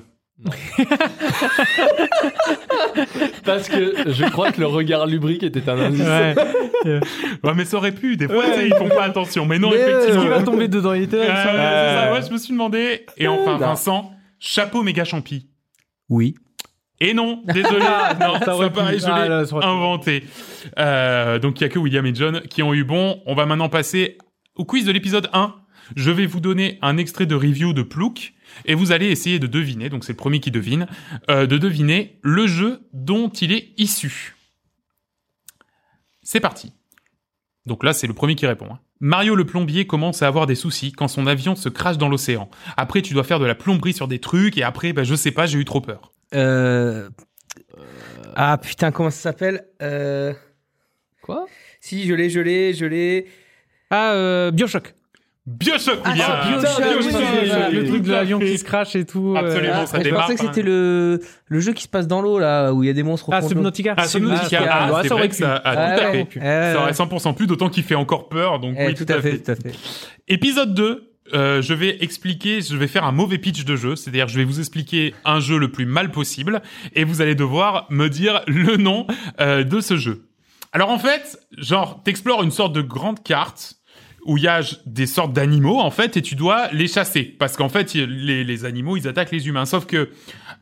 Parce que je crois que le regard lubrique était un Euh, indice. Ouais. Ouais, mais ça aurait pu, des fois, tu sais, ils font pas attention. Mais non, Mais, euh, effectivement. qui va tomber dedans Il était Ouais, là, ouais, il s'en- c'est ça, ouais, je me suis demandé. Et enfin, Non. Vincent, chapeau méga champi. Oui. Et non, désolé, non, ça, aurait pu. pareil, je Ah, l'ai là, ça aurait pu. inventé. Euh, donc il y a que William et John qui ont eu bon. On va maintenant passer au quiz de l'épisode 1. Je vais vous donner un extrait de review de Plouk et vous allez essayer de deviner, donc c'est le premier qui devine, euh, de deviner le jeu dont il est issu. C'est parti. Donc là, c'est le premier qui répond. hein. Mario le plombier commence à avoir des soucis quand son avion se crache dans l'océan. Après, tu dois faire de la plomberie sur des trucs et après, bah, je sais pas, j'ai eu trop peur. Euh... Ah putain, comment ça s'appelle euh... Quoi Si, je l'ai, je l'ai, je l'ai. Ah, euh, Bioshock. Bioshock, Ah, William. c'est Bioshock, Ah, oui, Bioshock, oui, Bioshock. le truc de Tout à l'avion fait. qui se crache et tout. euh, Absolument, ça mais Ah, je démarre, pensais que hein. c'était le... le jeu qui se passe dans l'eau là, où il y a des monstres. Ah, contre- Subnautica. Ah, Subnautica. Subnautica. Ah, Ouais, c'est ça vrai aurait que pu. ça a Ah, tout à ouais, fait. ouais, ouais. Ça aurait 100% plus, d'autant qu'il fait encore peur, donc Eh, oui, tout, à fait. tout à fait. Épisode 2, euh, je vais expliquer, je vais faire un mauvais pitch de jeu, c'est-à-dire je vais vous expliquer un jeu le plus mal possible, et vous allez devoir me dire le nom euh, de ce jeu. Alors en fait, genre, t'explores une sorte de grande carte où il y a j- des sortes d'animaux en fait et tu dois les chasser parce qu'en fait y- les, les animaux ils attaquent les humains sauf que euh,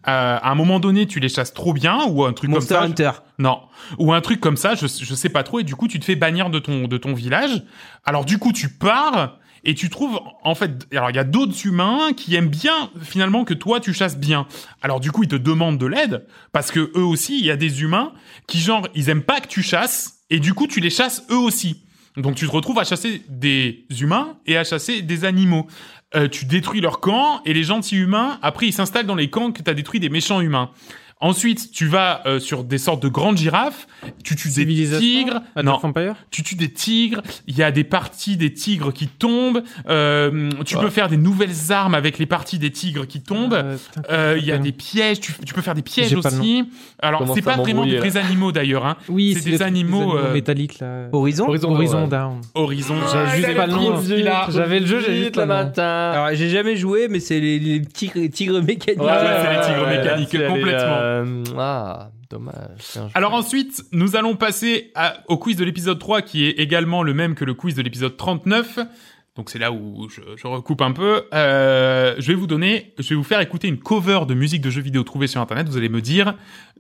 à un moment donné tu les chasses trop bien ou un truc Monster comme ça Hunter. non. Ou un truc comme ça, je, je sais pas trop, et du coup, tu te fais bannir de ton, de ton village. Alors, du coup, tu pars, et tu trouves, en fait, alors, il y a d'autres humains qui aiment bien, finalement, que toi, tu chasses bien. Alors, du coup, ils te demandent de l'aide, parce que eux aussi, il y a des humains qui, genre, ils aiment pas que tu chasses, et du coup, tu les chasses eux aussi. Donc, tu te retrouves à chasser des humains et à chasser des animaux. Euh, tu détruis leur camp, et les gentils humains, après, ils s'installent dans les camps que t'as détruit des méchants humains. Ensuite, tu vas euh, sur des sortes de grandes girafes, tu tues des Civilisation. tigres, Age non, of Ah, Empire. tu tues des tigres, il y a des parties des tigres qui tombent, euh, tu peux faire des nouvelles armes avec les parties des tigres qui tombent. Euh, putain, Euh, Il y a J'ai des pièges, tu, tu peux faire des pièges J'ai pas le aussi. Alors Commence c'est à pas vraiment des m'embrouiller, là. vrais animaux d'ailleurs, hein. Oui, c'est c'est des le truc animaux, euh, métalliques là. Horizon. Horizon, Horizon ouais. Down. Horizon. J'avais Ah, juste j'avais pas le trop nom. envie, là. J'avais le jeu, j'ai juste le nom. matin. Alors j'ai jamais joué, mais c'est les, les tigres, les tigres mécaniques. Ah, Ouais, ouais, c'est les tigres là, mécaniques, c'est les, complètement. euh, ah, dommage. Bien joué. Alors ensuite, nous allons passer à- au quiz de l'épisode 3 qui est également le même que le quiz de l'épisode 39. Donc c'est là où je, je recoupe un peu. Euh, je vais vous donner, je vais vous faire écouter une cover de musique de jeux vidéo trouvée sur internet. Vous allez me dire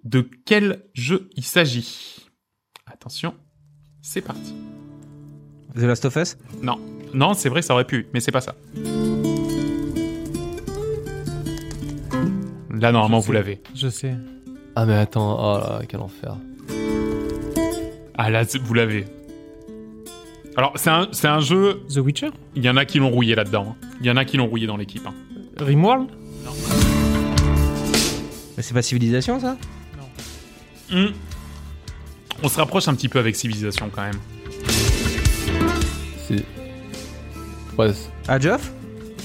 de quel jeu il s'agit. Attention, c'est parti. The Last of Us. Non, non, c'est vrai, ça aurait pu, mais c'est pas ça. Là normalement vous l'avez. Je sais. Ah, mais attends, oh là, quel enfer. Ah là, c'est- vous l'avez. Alors, c'est un, c'est un jeu, The Witcher il y en a qui l'ont rouillé là-dedans. hein. Il y en a qui l'ont rouillé dans l'équipe. hein. Rimworld Mais c'est pas civilisation ça Hmm. On se rapproche un petit peu avec Civilisation quand même. C'est. Ouais, c'est- Ah Geoff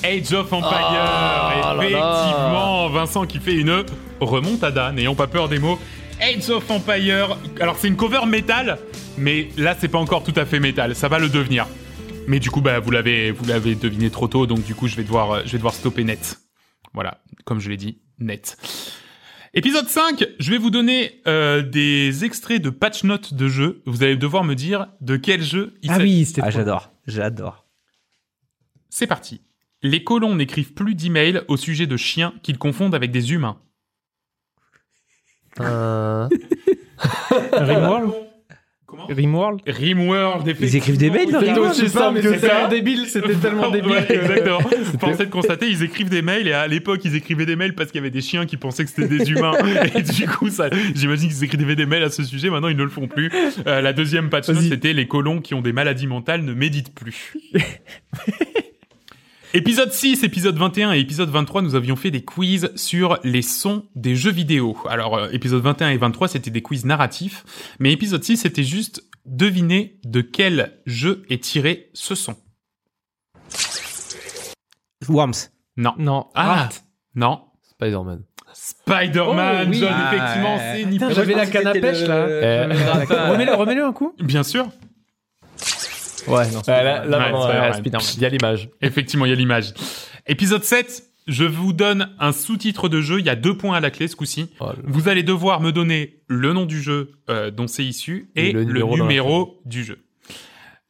Age of Empire, Ah là là. effectivement, Vincent qui fait une remontada, n'ayons pas peur des mots. Age of Empire, alors c'est une cover métal, mais là c'est pas encore tout à fait métal, ça va le devenir. Mais du coup, bah, vous l'avez, vous l'avez deviné trop tôt, donc du coup je vais devoir, euh, je vais devoir stopper net. Voilà, comme je l'ai dit, net. Épisode 5, je vais vous donner euh, des extraits de patch notes de jeux. Vous allez devoir me dire de quel jeu il Ah s'agit. oui, c'était Ah trop- j'adore, j'adore. C'est parti. Les colons n'écrivent plus d'emails au sujet de chiens qu'ils confondent avec des humains. euh, Rimworld Comment Rimworld Rimworld, effectivement. écrivent des mails dans Ils Rimworld, écrivent- c'est simple ça. que tellement débile, c'était tellement débile. Ouais, exactement. Force est de constater, ils écrivent des mails et à l'époque, ils écrivaient des mails parce qu'il y avait des chiens qui pensaient que c'était des humains. Et du coup, ça, j'imagine qu'ils écrivaient des mails à ce sujet. Maintenant, ils ne le font plus. Euh, la deuxième patch note, Vas-y. c'était les colons qui ont des maladies mentales ne méditent plus. Épisode 6, épisode 21 et épisode 23, nous avions fait des quiz sur les sons des jeux vidéo. Alors, euh, épisode 21 et 23, c'était des quiz narratifs, mais épisode 6, c'était juste deviner de quel jeu est tiré ce son. Worms. Non. Non. Ah, non. Spider-Man. Spider-Man, Oh, oui. John, Ah, effectivement, ouais. c'est ni plus- j'avais la canne à C'était pêche, le- là. Euh, Eh. euh, Remets-le, remets-le un coup. Bien sûr. Ouais, non, là, là, Ouais, vraiment, Spider-Man. ouais, Spider-Man. Il y a l'image. Effectivement, il y a l'image. Épisode 7, je vous donne un sous-titre de jeu. Il y a deux points à la clé ce coup-ci. Oh, le- Vous allez devoir me donner le nom du jeu euh, dont c'est issu et, le numéro, dans la du jeu.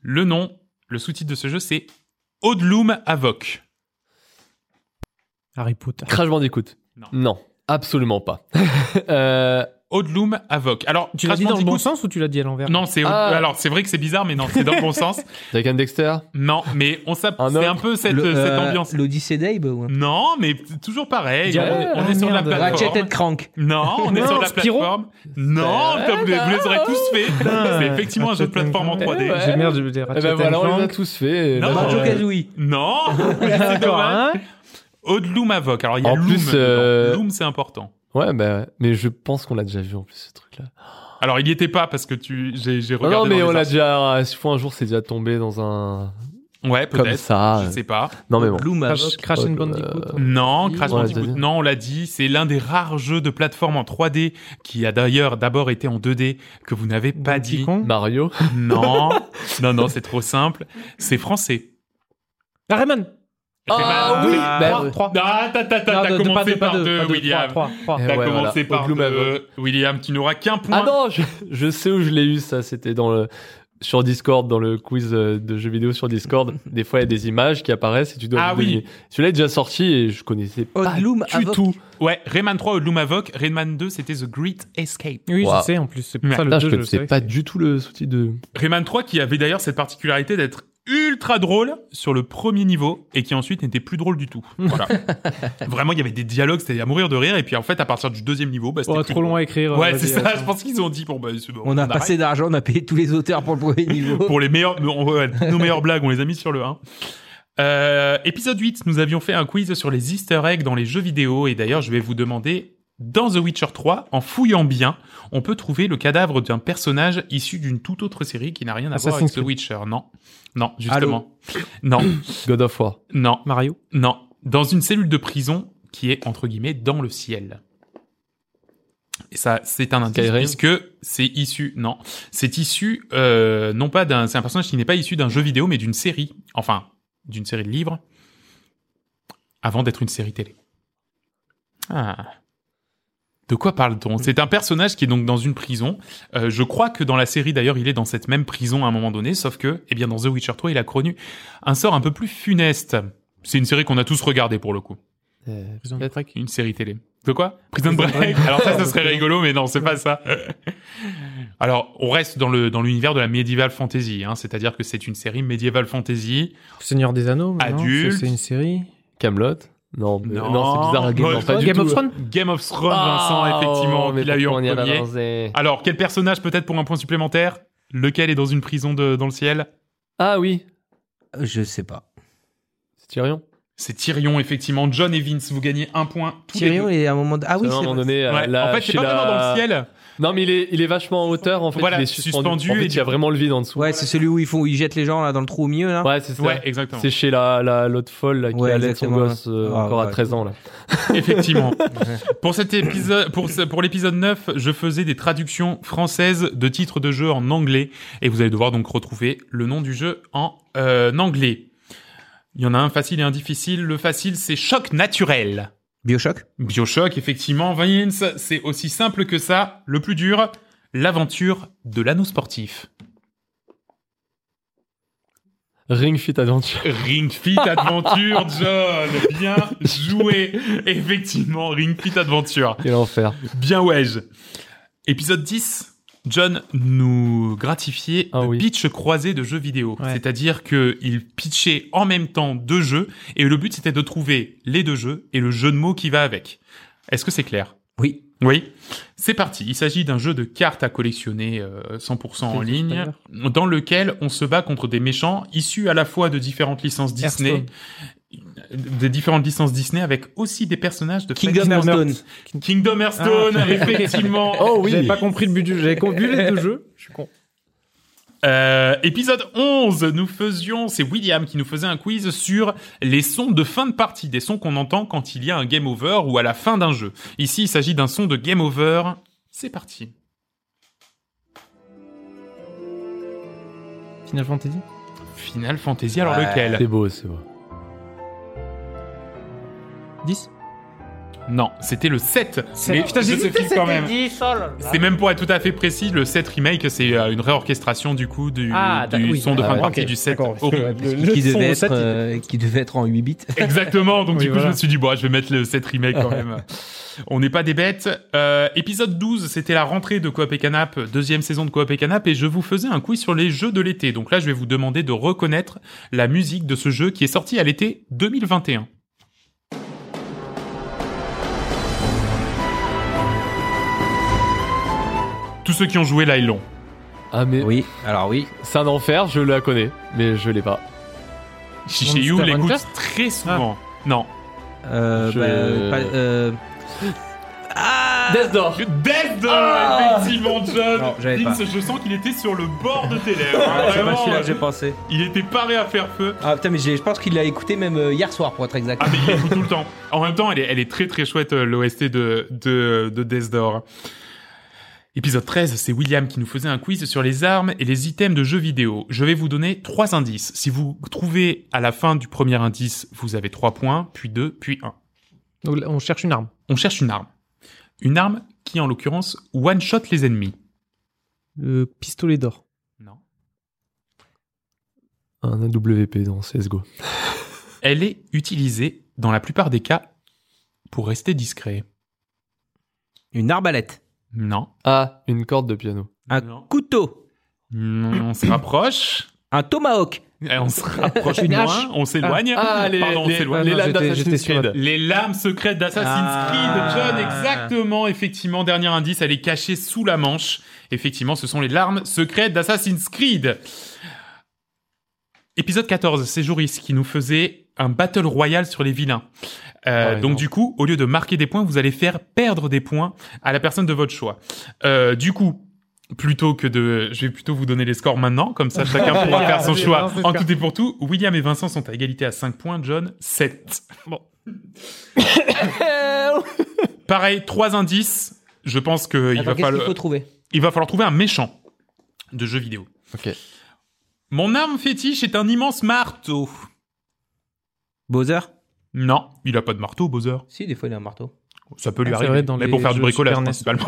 Le nom, le sous-titre de ce jeu, c'est Odloom Avoc. Harry Potter. Crash Bandicoot. Non. absolument pas. euh, Odloom Avoc. Alors, Tu l'as Crash dit dans le Bandicoot- bon sens ou tu l'as dit à l'envers Non, c'est Ah. alors c'est vrai que c'est bizarre, mais non, c'est dans le bon sens. Jack and Dexter. Non, mais on s'app- Un c'est un autre. peu cette, Le- cette euh, ambiance. L'Odyssée d'Abe ou un- Non, mais t- toujours pareil. Dire- on on oh, Ah, est sur la merde. plateforme. Ratchet and Crank. Non, on est Non, sur la Spyro plateforme. Non, Euh, comme vous, vous les aurez tous fait. Putain. Ben C'est effectivement un jeu de plateforme en 3D. Ouais. J'ai merde, je veux dire. Eh ben voilà, on les a tous fait. et Non, là, Banjo euh, Banjo-Kazooie. Non, c'est D'accord, dommage. hein Odloom Avoc. Alors il y a En Loom. plus, dedans. euh, Loom, c'est important. Ouais, bah, ouais. mais je pense qu'on l'a déjà vu en plus ce truc-là. Alors il n'y était pas parce que tu, j'ai, j'ai Non, regardé. non, mais dans on les l'a déjà. euh, Je crois un jour, c'est déjà tombé dans un. arts- Ouais, Comme peut-être. ça. Je euh. sais pas. Non, mais bon. Bloom Crash, Crash and Bandicoot. Euh, Non, Oui. Crash Ouais, Bandicoot, c'est-à-dire non, on l'a dit, c'est l'un des rares jeux de plateforme en 3D qui a d'ailleurs d'abord été en 2D que vous n'avez pas Donkey dit. Kong. Mario. Non, non, non, c'est trop simple. C'est français. Ah, Rayman C'est pas- oui, Ah, bah, Trois, trois. Ah, t'as, t'as, t'as, ben Non, t'as de- de- pas commencé deux, pas par deux, deux, pas deux, William. trois, trois, trois. Eh T'as ouais, voilà. commencé par Odloom Avoc. deux. William, tu n'auras qu'un point. Ah non, je, je sais où je l'ai eu ça, c'était dans le sur Discord, dans le quiz euh, de jeux vidéo sur Discord. Des fois, il y a des images qui apparaissent et tu dois Ah deviner. oui. Oh, Celui-là est déjà sorti et je connaissais pas Odloom du Avoc. tout. Ouais, Rayman 3 Odloom Avoc, Rayman 2 c'était The Great Escape. Oui, Wow. je sais, en plus. C'est pour Ouais. ça le Là, je jeu, je connaissais sais. pas du tout le sous-titre de. Rayman 3 qui avait d'ailleurs cette particularité d'être ultra drôle sur le premier niveau et qui ensuite n'était plus drôle du tout. Voilà. Vraiment, il y avait des dialogues, c'était à mourir de rire et puis en fait à partir du deuxième niveau, bah, c'était Oh, plus trop long drôle. à écrire. Ouais, vas-y, c'est ça. attends. Je pense qu'ils ont dit bon bah c'est bon, On a arrête. passé d'argent, on a payé tous les auteurs pour le premier niveau. pour les meilleurs, on- ouais, nos meilleures blagues, on les a mis sur le 1. Euh, épisode 8, nous avions fait un quiz sur les easter eggs dans les jeux vidéo et d'ailleurs je vais vous demander, dans The Witcher 3, en fouillant bien, on peut trouver le cadavre d'un personnage issu d'une toute autre série qui n'a rien à voir Assassin's avec The Witcher. Non, non, justement. Non, God of War. non, Mario non. Dans une cellule de prison qui est entre guillemets dans le ciel. Et ça, c'est un indice Skyrim. puisque c'est issu, non, c'est issu euh, non pas d'un, c'est un personnage qui n'est pas issu d'un jeu vidéo mais d'une série, enfin d'une série de livres, avant d'être une série télé. Ah. De quoi parle-t-on C'est un personnage qui est donc dans une prison. Euh, je crois que dans la série d'ailleurs, il est dans cette même prison à un moment donné, sauf que, eh bien, dans The Witcher 3, il a connu un sort un peu plus funeste. C'est une série qu'on a tous regardée pour le coup. Euh, Prison peut-être. Break. Une série télé. De quoi Prison Break. Alors ça, ça serait rigolo, mais non, c'est pas ça. Alors, on reste dans le dans l'univers de la médiévale fantasy, hein, c'est-à-dire que c'est une série médiévale fantasy. Seigneur des Anneaux. mais non, Adulte. ça, C'est une série. Oh, Camelot. Non, mais- Non. non, c'est bizarre. Game, Bon, of- pas du Game tout. of Thrones Game of Thrones, Ah, Vincent, effectivement, oh, mais il a eu en pourquoi on y premier. avancé Alors, quel personnage peut-être pour un point supplémentaire Lequel est dans une prison de, dans le ciel Ah oui, Je sais pas. c'est Tyrion. C'est Tyrion, effectivement. John et Vince, vous gagnez un point tous les Tyrion deux. est à un moment. de- Ah oui, à un c'est moment vrai. donné, euh, Ouais. là, en fait, c'est chez pas vraiment la- dans le ciel. Non, mais il est, il est vachement en hauteur, en fait. Voilà, il est suspendu. suspendu En fait, et il du y a vraiment le vide en dessous. Ouais, c'est celui où ils font, ils jettent les gens là dans le trou au milieu là. Ouais, c'est ça. Ouais, exactement. C'est chez la la- l'autre folle là, qui Ouais, allait son exactement. gosse euh, Ah, encore à ouais. 13 ans. Là. Effectivement. pour cet épisode, pour, ce- pour l'épisode 9, je faisais des traductions françaises de titres de jeux en anglais. Et vous allez devoir donc retrouver le nom du jeu en euh, anglais. Il y en a un facile et un difficile. Le facile, c'est choc naturel. Bioshock. Bioshock, effectivement. Vince, c'est aussi simple que ça. Le plus dur, l'aventure de l'anneau sportif. Ring Fit Adventure. Ring Fit Adventure, John. Bien joué. Effectivement, Ring Fit Adventure. Quel enfer. Bien ouais. Épisode 10. John nous gratifiait Ah de oui. pitch croisé de jeux vidéo. Ouais. C'est-à-dire qu'il pitchait en même temps deux jeux et le but c'était de trouver les deux jeux et le jeu de mots qui va avec. Est-ce que c'est clair Oui. Oui. C'est parti. Il s'agit d'un jeu de cartes à collectionner euh, 100% en Space ligne dans lequel on se bat contre des méchants issus à la fois de différentes licences Disney, des différentes licences Disney avec aussi des personnages de Kingdom Fantasy- Hearts. Hearthstone. Kingdom Hearthstone, effectivement. Oh oui. J'avais pas compris le but du jeu. J'avais compris les deux jeux. Je suis con. Euh, épisode 11, nous faisions, c'est William qui nous faisait un quiz sur les sons de fin de partie, des sons qu'on entend quand il y a un game over ou à la fin d'un jeu. Ici, il s'agit d'un son de game over. C'est parti. Final Fantasy. Final Fantasy, alors Ouais. lequel C'est beau, c'est beau. 10 Non, c'était le 7. Mais Putain, je j'ai te dit que file quand même. c'était 10, oh là là. C'est même pour être tout à fait précis, le 7 remake, c'est euh, une réorchestration du coup du, Ah, du d'accord, oui. son de Ah, fin de ouais, partie ok, du Oh. 7. d'accord. Horrible. Le- le Qui son devait, au être, sept, il- euh, qui devait être en 8 bits. Exactement. Donc, Oui, du coup, je voilà. me suis dit, bon, je vais mettre le, cette remake quand même. On n'est pas des bêtes. Euh, épisode 12, c'était la rentrée de Coop et Canap, deuxième saison de Coop et Canap, et je vous faisais un quiz sur les jeux de l'été. Donc là, je vais vous demander de reconnaître la musique de ce jeu qui est sorti à l'été 2021. Tous ceux qui ont joué là, ils l'ont. Ah, mais Oui. Alors oui. c'est un enfer, je la connais, mais je l'ai pas. Chicheyu Monster l'écoute Hunter très souvent. Non. Euh, Je- bah, pas- euh, Death Door Death Door, effectivement, John. Non, j'avais Vince, je sens qu'il était sur le bord de tes lèvres. hein, Ah, c'est pas vraiment. celui-là que j'ai pensé. il était paré à faire feu. Ah putain, mais j'ai- je pense qu'il l'a écouté même euh, hier soir pour être exact. Ah, mais il l'écoute tout le temps. En même temps, elle est, elle est très très chouette, euh, l'OST de, de, de Death Door. Épisode 13, c'est William qui nous faisait un quiz sur les armes et les items de jeux vidéo. Je vais vous donner trois indices. Si vous trouvez à la fin du premier indice, vous avez trois points, puis deux, puis un. Donc là, on cherche une arme. On cherche une arme. Une arme qui, en l'occurrence, one-shot les ennemis. Le pistolet d'or. Non. Un AWP dans CSGO. Elle est utilisée, dans la plupart des cas, pour rester discret. Une arbalète. Non. Ah, une corde de piano. Un Non. couteau. Non, on se rapproche. Un tomahawk. Eh, on se rapproche Une loin, hache. on s'éloigne. Ah, les, Pardon, on les, s'éloigne. les lames j'étais- j'étais d'Assassin's sur la- Creed. Ah, Les larmes secrètes d'Assassin's Ah. Creed, John, exactement, effectivement, dernier indice, elle est cachée sous la manche. Effectivement, ce sont les larmes secrètes d'Assassin's Creed. Épisode 14, c'est Joris qui nous faisait un battle royal sur les vilains. Euh, Ouais, donc non. du coup, au lieu de marquer des points, vous allez faire perdre des points à la personne de votre choix. Euh, du coup, plutôt que de, je vais plutôt vous donner les scores maintenant, comme ça chacun pourra faire son Vas-y, choix. balance les En scores. tout et pour tout, William et Vincent sont à égalité à 5 points, John 7. Bon. Pareil, trois indices. Je pense que il va Attends, qu'est-ce qu'il falloir, faut trouver il va falloir trouver un méchant de jeu vidéo. Ok. Mon arme fétiche est un immense marteau. Bowser Non, il a pas de marteau, Bowser. Si, des fois il a un marteau. Ça peut lui Ah, c'est arriver. vrai, dans mais les pour faire du jeux bricolage Super NES. principalement.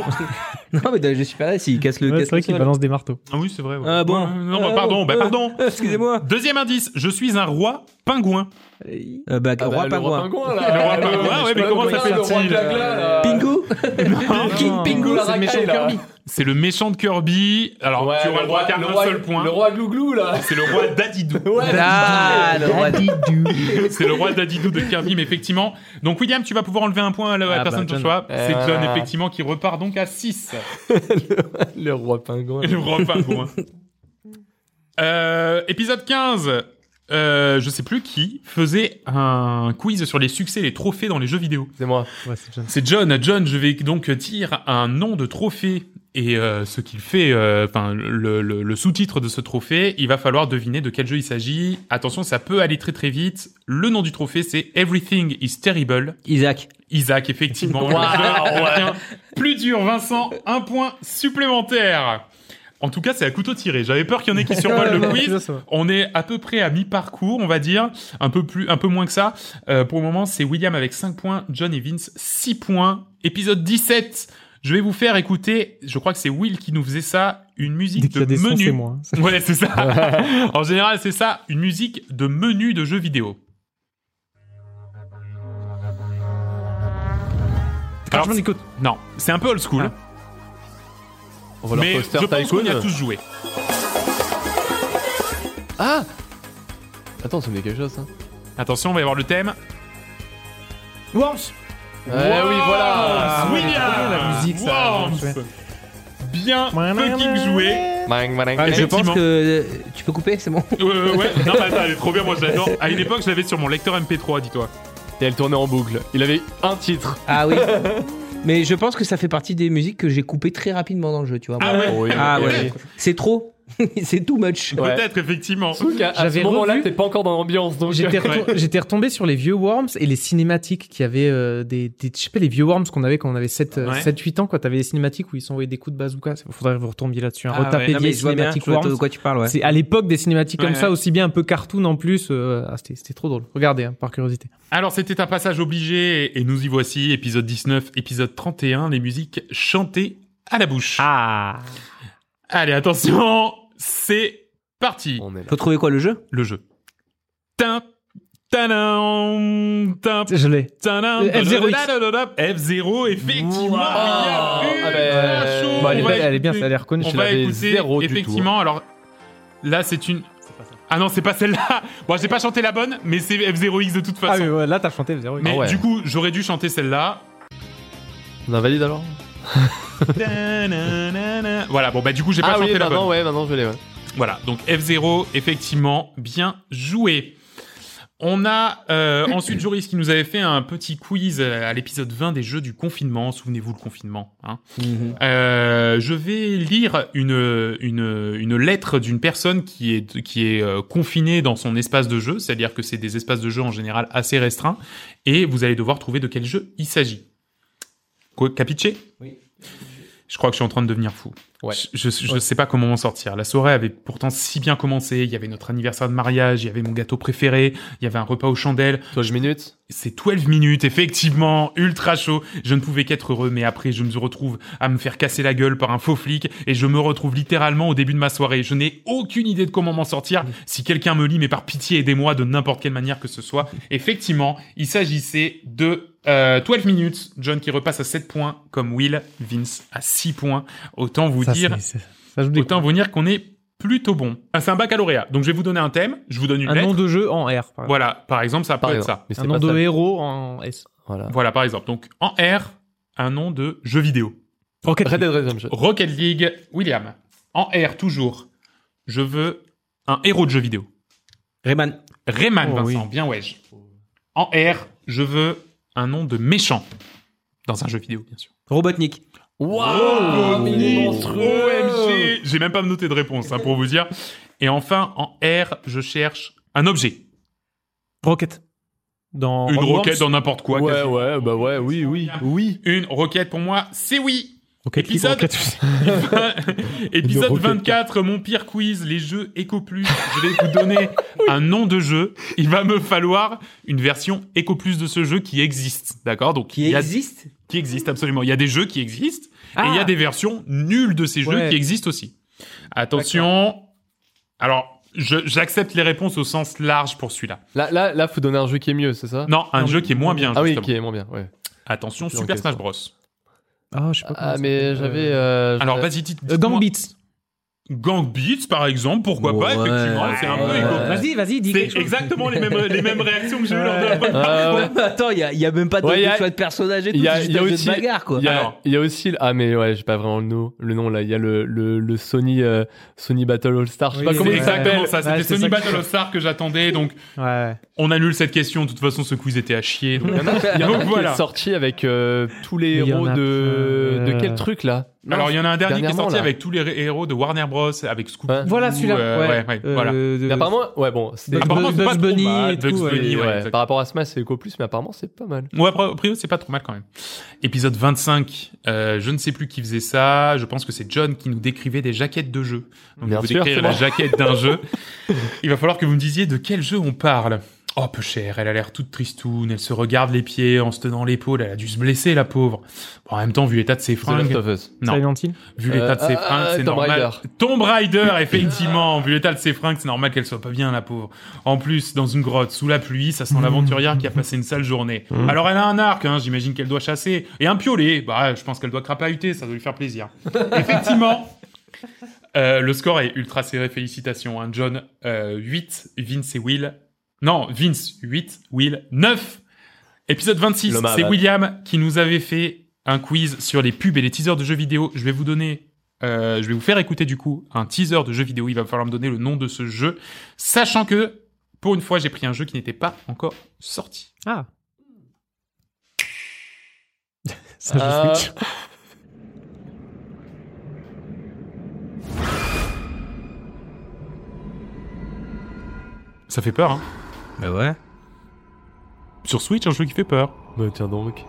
non, mais dans- je suis pas là E s'il casse le Ouais, casse c'est vrai le qu'il sol. balance des marteaux. Ah oui, c'est vrai. ouais. Ah bon Ouais, Non, Ah bah, pardon, bon, bah, euh, pardon. euh, Excusez-moi. Deuxième indice, je suis un roi pingouin. Euh, bah, Ah bah, roi le pingouin. pingouin, là. Le roi pingouin, je ouais, sais mais pas comment le s'appelle-t-il roi Glagla, là. Pingu non. King Pingu la c'est le méchant racaille, là. Kirby. C'est le méchant de Kirby. Alors, Ouais, tu auras le droit qu'à le un roi- seul point. Le roi glouglou, là. C'est le roi d'Adidou. Ouais, Ah, le roi Didou. C'est le roi d'Adidou de Kirby, mais effectivement. Donc, William, tu vas pouvoir enlever un point à la à la Ah, personne bah, de ton John. choix. C'est Euh. John, effectivement, qui repart donc à 6. le roi pingouin. Le roi pingouin. Euh, épisode 15. Euh, je sais plus qui faisait un quiz sur les succès et les trophées dans les jeux vidéo. C'est moi. Ouais, c'est bien. C'est John. John, je vais donc dire un nom de trophée et euh, ce qu'il fait, euh, enfin le, le- le sous-titre de ce trophée. Il va falloir deviner de quel jeu il s'agit. Attention, ça peut aller très très vite. Le nom du trophée, c'est Everything is Terrible. Isaac. Isaac, effectivement. Le jeu devient Plus dur, Vincent, un point supplémentaire. En tout cas, c'est à couteau tiré. J'avais peur qu'il y en ait qui survolent le quiz. On est à peu près à mi-parcours, on va dire, un peu plus, un peu moins que ça. Euh, pour le moment, c'est William avec 5 points, John et Vince 6 points. Épisode 17. Je vais vous faire écouter, je crois que c'est Will qui nous faisait ça, une musique Dès qu'il y a de des sons, menu. c'est moi. hein. Ouais, c'est ça. en général, c'est ça, une musique de menu de jeux vidéo. Alors, Parchment écoute. non, c'est un peu old school, On va mais leur je poster pense qu'on y a Tycoon. tous joué. Ah Attends, ça me dit quelque chose, ça. Attention, on va y avoir le thème. Worms Eh oui, Ah, voilà Ah, Worms, William la musique, ça, Worms. je me Bien fucking joué Bang, bang, Ouais, bang. Je pense Effectivement. que euh, tu peux couper, c'est bon. Euh, ouais, non, mais attends, elle est trop bien, moi je l'adore. À une époque, je l'avais sur mon lecteur MP3, dis-toi. Et elle tournait en boucle. Il avait un titre. Ah oui. Mais je pense que ça fait partie des musiques que j'ai coupées très rapidement dans le jeu, tu vois. Ah ouais, Oui, Ah oui, ouais. oui. C'est trop. c'est too much. Ouais. peut-être, effectivement. Surtout qu'à- à ce J'avais moment-là, revu- t'es pas encore dans l'ambiance, donc. euh. J'étais retom- Ouais. j'étais retombé sur les vieux Worms et les cinématiques qui avaient euh, des, des je sais pas les vieux Worms qu'on avait quand on avait 7 Ouais. 7 8 ans quoi, t'avais des cinématiques où ils s'envoyaient des coups de bazooka, C'est- faudrait que vous retombiez là-dessus, hein. Ah ouais, retapez non, les mais je vois bien cinématiques je vois de Worms. quoi tu parles, ouais. C'est à l'époque des cinématiques comme Ouais, ça ouais. aussi bien un peu cartoon en plus, euh, ah, c'était c'était trop drôle. Regardez hein, par curiosité. Alors, c'était un passage obligé, et nous y voici, épisode 19, épisode 31, les musiques chantées à la bouche. Ah Allez, attention, c'est parti, On est là. Faut trouver quoi le jeu le jeu. Tin, tadam, tin, je l'ai. tadam, Le F0X. dadadadada, F0, effectivement. William, Ah, putain, ben, chaud, bah, elle, on est, va belle, elle est bien, écouter. ça a l'air connu. On Je va l'avais écouter zéro du tout. effectivement. Alors là, c'est une. Ah non, c'est pas celle-là. Bon, j'ai pas chanté la bonne, mais c'est F0X de toute Ah façon. mais ouais, là t'as chanté zéro. Mais Ah ouais. du coup, j'aurais dû chanter celle-là. On invalide alors Ta-na-na-na. voilà, bon bah du coup, j'ai pas Ah chanté oui, la bonne. maintenant, ouais, maintenant je l'ai, ouais. Voilà, donc F0, effectivement, bien joué. On a euh, ensuite Joris qui nous avait fait un petit quiz euh, à l'épisode 20 des jeux du confinement. Souvenez-vous le confinement. Hein Euh, je vais lire une, une, une lettre d'une personne qui est, qui est euh, confinée dans son espace de jeu, c'est-à-dire que c'est des espaces de jeu en général assez restreints, et vous allez devoir trouver de quel jeu il s'agit. Quoi, Capiche Oui. Je crois que je suis en train de devenir fou. Ouais. Je, je, je sais pas comment m'en sortir. La soirée avait pourtant si bien commencé. Il y avait notre anniversaire de mariage, il y avait mon gâteau préféré, il y avait un repas aux chandelles. Toi, je minute. C'est 12 minutes, effectivement, ultra chaud. Je ne pouvais qu'être heureux, mais après, je me retrouve à me faire casser la gueule par un faux flic et je me retrouve littéralement au début de ma soirée. Je n'ai aucune idée de comment m'en sortir. Si quelqu'un me lit, mais par pitié, aidez-moi de n'importe quelle manière que ce soit. Effectivement, il s'agissait de euh, 12 minutes. John qui repasse à 7 points, comme Will, Vince à 6 points. Autant vous Ça, dire, c'est- c'est- ça joue des autant vous dire qu'on est plutôt bon. Ah, C'est un baccalauréat. Donc, je vais vous donner un thème. Je vous donne une un lettre. nom de jeu en R par exemple. Voilà. Par exemple, ça peut Par être exemple. ça. Mais c'est un nom pas de ça. héros en S. Voilà. Voilà, par exemple. Donc, en R, un nom de jeu vidéo. Rocket Red League. Dead Redemption. Rocket League, William. En R, toujours. Je veux un héros de jeu vidéo. Rayman. Rayman, Oh, Vincent, oui. bien wesh. En R, je veux un nom de méchant. Dans un jeu vidéo, bien sûr. Robotnik. Waouh Oh, OMG J'ai même pas noté de réponse, hein, pour vous dire. Et enfin, en R, je cherche un objet. Rocket. Dans Une Rogue Worms. roquette dans n'importe quoi. Ouais, quasi. ouais, bah ouais, oui, oui, oui. Une roquette pour moi, c'est oui Rocket League, Épisode. Rocket League. Épisode Rocket 24, mon pire quiz, les jeux EcoPlus. Je vais vous donner un nom de jeu. Il va me falloir une version EcoPlus de ce jeu qui existe. D'accord Donc, il Qui y a- existe qui existe, absolument. Il y a des jeux qui existent et il y a Ah. des versions nulles de ces jeux Ouais. qui existent aussi. Attention. Alors, je- j'accepte les réponses au sens large pour celui-là. Là, là, là, faut donner un jeu qui est mieux, c'est ça Non, un jeu qui est moins bien. Ah oui, justement. qui est moins bien, ouais. Attention, Plus en Super Smash question. Bros. Ah, je sais pas. comment Ah, ça mais s'appelle. j'avais. euh, Alors, j'avais- vas-y, dites- Euh, dites-moi. Gambit. Gang Beats, par exemple, pourquoi pas, Ouais. effectivement, c'est un peu éco- Vas-y, vas-y, dis quelque C'est chose. exactement les mêmes, les mêmes réactions que j'ai eues lors de la première. Ah, ouais. Ouais, mais attends, il y a, il y a même pas de, Ouais, il y a- de choix de personnage et tout, il y a- c'est juste il y a un jeu aussi- de bagarre quoi. Il y, a, Alors. il y a aussi ah mais ouais j'ai pas vraiment le nom le nom là il y a le le, le Sony euh, Sony Battle All Star je sais Oui, pas comment C'est ouais. il s'appelle exactement ça. C'était Ouais, c'est Sony ça que- Battle of Stars que j'attendais, donc Ouais. on annule cette question. De toute façon, ce quiz était à chier. donc- il y en a Donc un qui voilà. est sorti avec euh, tous les Mais il y en héros a de plein. de quel truc là Non, Alors, il y en a un dernier qui est dernièrement, sorti là. avec tous les hé- héros de Warner Bros, avec Scooby. Ouais. Voilà celui-là. euh, ouais. ouais, ouais, Euh, voilà. de- Mais apparemment ouais bon c'est Bugs- Apparemment, c'est pas Bugs trop Bunny mal. et tout, Bugs ouais. Bunny, ouais, ouais, exactement. par rapport à Smash c'est Eco Plus mais apparemment c'est pas mal Ouais, après, a priori, c'est pas trop mal quand même. Épisode 25. Euh, je ne sais plus qui faisait ça. Je pense que c'est John qui nous décrivait des jaquettes de jeux. Donc, je vais Bien vous sûr, décrire c'est la moi. jaquette d'un jeu. Il va falloir que vous me disiez de quel jeu on parle. Oh, peu chère, elle a l'air toute tristoune. Elle se regarde les pieds en se tenant l'épaule. Elle a dû se blesser, la pauvre. Bon, en même temps, vu l'état de ses The Last fringues, of Us Non. Silent Hill. vu l'état de ses Euh, fringues, ah, c'est Tomb normal. Raider. Tomb Raider, effectivement. vu l'état de ses fringues, c'est normal qu'elle soit pas bien, la pauvre. En plus, dans une grotte, sous la pluie, ça sent l'aventurière qui a passé une sale journée. Alors, elle a un arc, hein, j'imagine qu'elle doit chasser. Et un piolet. Bah, je pense qu'elle doit crapahuter, ça doit lui faire plaisir. effectivement. Euh, le score est ultra serré, félicitations. hein. John, euh, 8. Vince et Will. Non, Vince, 8. Will, 9. Épisode 26, Le mal, c'est ouais. William qui nous avait fait un quiz sur les pubs et les teasers de jeux vidéo. Je vais vous donner, euh, je vais vous faire écouter du coup un teaser de jeu vidéo. Il va falloir me donner le nom de ce jeu, sachant que pour une fois j'ai pris un jeu qui n'était pas encore sorti. Ah. Ça, je Euh, switch. Ça fait peur, hein Bah ouais. Sur Switch, un jeu qui fait peur. bah tiens donc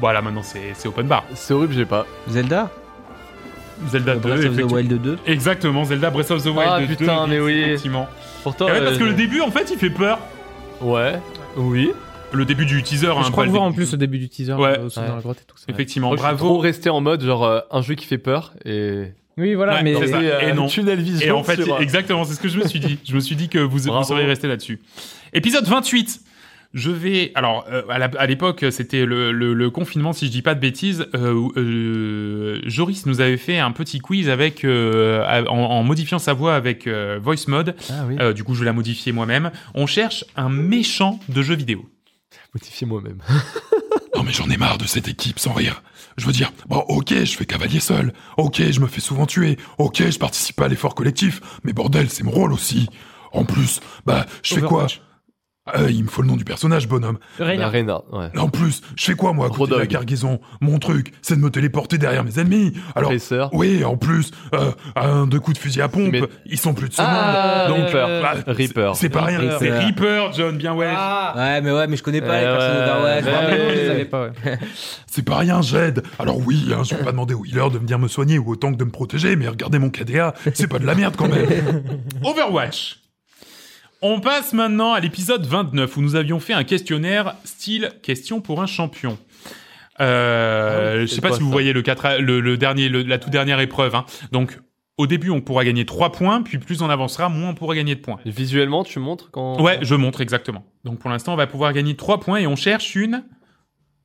Voilà, maintenant c'est c'est open bar. c'est horrible j'ai pas Euh, Zelda Zelda 2, Bah, Breath of the effectivement. Wild 2 Exactement, Zelda Breath of the Wild Ah, 2. putain, mais oui. Effectivement. pourtant Et Eh ouais, parce euh, que le début, en fait, il fait peur. ouais oui Le début du teaser, hein, je pas crois le voir dé- en plus au début du teaser. Ouais. euh, au son Ouais. dans la grotte et tout ça. Effectivement, Moi, Oh, je suis bravo. trop resté en mode genre euh, un jeu qui fait peur et Oui, voilà. Ouais, mais c'est ça. euh, Et un non. tunnel vision Et en fait, sur- euh, exactement, c'est ce que je me suis dit. Je me suis dit que vous, vous Bravo. seriez resté là-dessus. Épisode 28. Je vais, alors euh, à la- à l'époque c'était le, le- le confinement si je dis pas de bêtises. euh, où, euh, Joris nous avait fait un petit quiz avec euh, en, en modifiant sa voix avec euh, Voice Mode. ah oui Euh, du coup je vais la modifier moi-même. On cherche un méchant de jeu vidéo. modifié moi-même Non mais j'en ai marre de cette équipe sans rire. Je veux dire, bon ok, je fais cavalier seul, ok, je me fais souvent tuer, ok, je participe pas à l'effort collectif, mais bordel, c'est mon rôle aussi. En plus, bah, je fais quoi Euh, Il me faut le nom du personnage, bonhomme. Reynard. Arena ouais En plus, je fais quoi moi à côté de la Rodog. cargaison Mon truc, c'est de me téléporter derrière mes ennemis. Alors, Tracer oui, en plus, euh, un deux coups de fusil à pompe, Mais- ils sont plus de ce Ah, monde. Donc, Reaper. bah, c'est- Reaper. C'est pas rien. Reaper. c'est- C'est Reaper, John, bien ouais. Ah, Ouais, mais ouais, mais je connais pas les Euh, personnages. ouais, Ouais, je me Ah, ouais, non, rappelle. je les ouais. avais pas. ouais. C'est pas rien, j'aide. Alors oui, hein, je vais pas demander aux healers de venir me soigner ou autant que de me protéger, mais regardez mon KDA, c'est pas de la merde quand même. Overwatch. On passe maintenant à l'épisode 29 où nous avions fait un questionnaire style question pour un champion. Euh, Ah oui, je c'est sais pas quoi si vous ça voyez le, quatre a- le, le dernier, le- la toute dernière épreuve. hein. Donc au début on pourra gagner 3 points, puis plus on avancera, moins on pourra gagner de points. visuellement tu montres quand Ouais, je montre exactement. Donc pour l'instant on va pouvoir gagner 3 points et on cherche une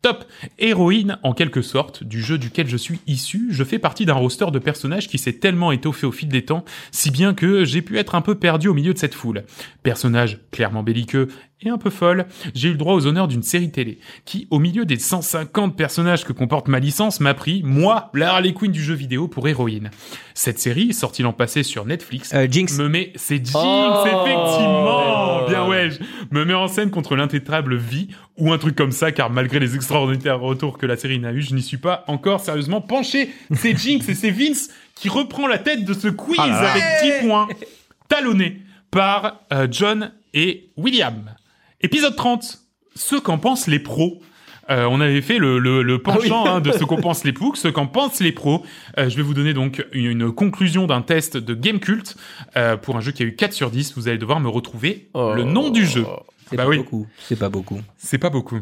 top héroïne en quelque sorte du jeu duquel je suis issu. Je fais partie d'un roster de personnages qui s'est tellement étoffé au fil des temps, si bien que j'ai pu être un peu perdu au milieu de cette foule. Personnage clairement belliqueux et un peu folle, j'ai eu le droit aux honneurs d'une série télé qui, au milieu des 150 personnages que comporte ma licence, m'a pris, moi, la Harley Quinn du jeu vidéo pour héroïne. Cette série, sortie l'an passé sur Netflix, Euh, Jinx. me met, c'est Jinx, Oh effectivement, Ouais. bien ouais, je- me met en scène contre l'intétrable vie ou un truc comme ça, car malgré les extraordinaires retours que la série n'a eu, je n'y suis pas encore sérieusement penché. C'est Jinx et c'est Vince qui reprend la tête de ce quiz avec 10 points, talonné par euh, John et William. Épisode 30, ce qu'en pensent les pros. Euh, on avait fait le, le- le penchant hein, de ce qu'en pensent les pros, ce qu'en pensent les pros. Euh, je vais vous donner donc une, une conclusion d'un test de Game Cult euh, pour un jeu qui a eu 4 sur 10. Vous allez devoir me retrouver Oh. le nom du jeu. C'est bah pas oui. beaucoup. C'est pas beaucoup. C'est pas beaucoup.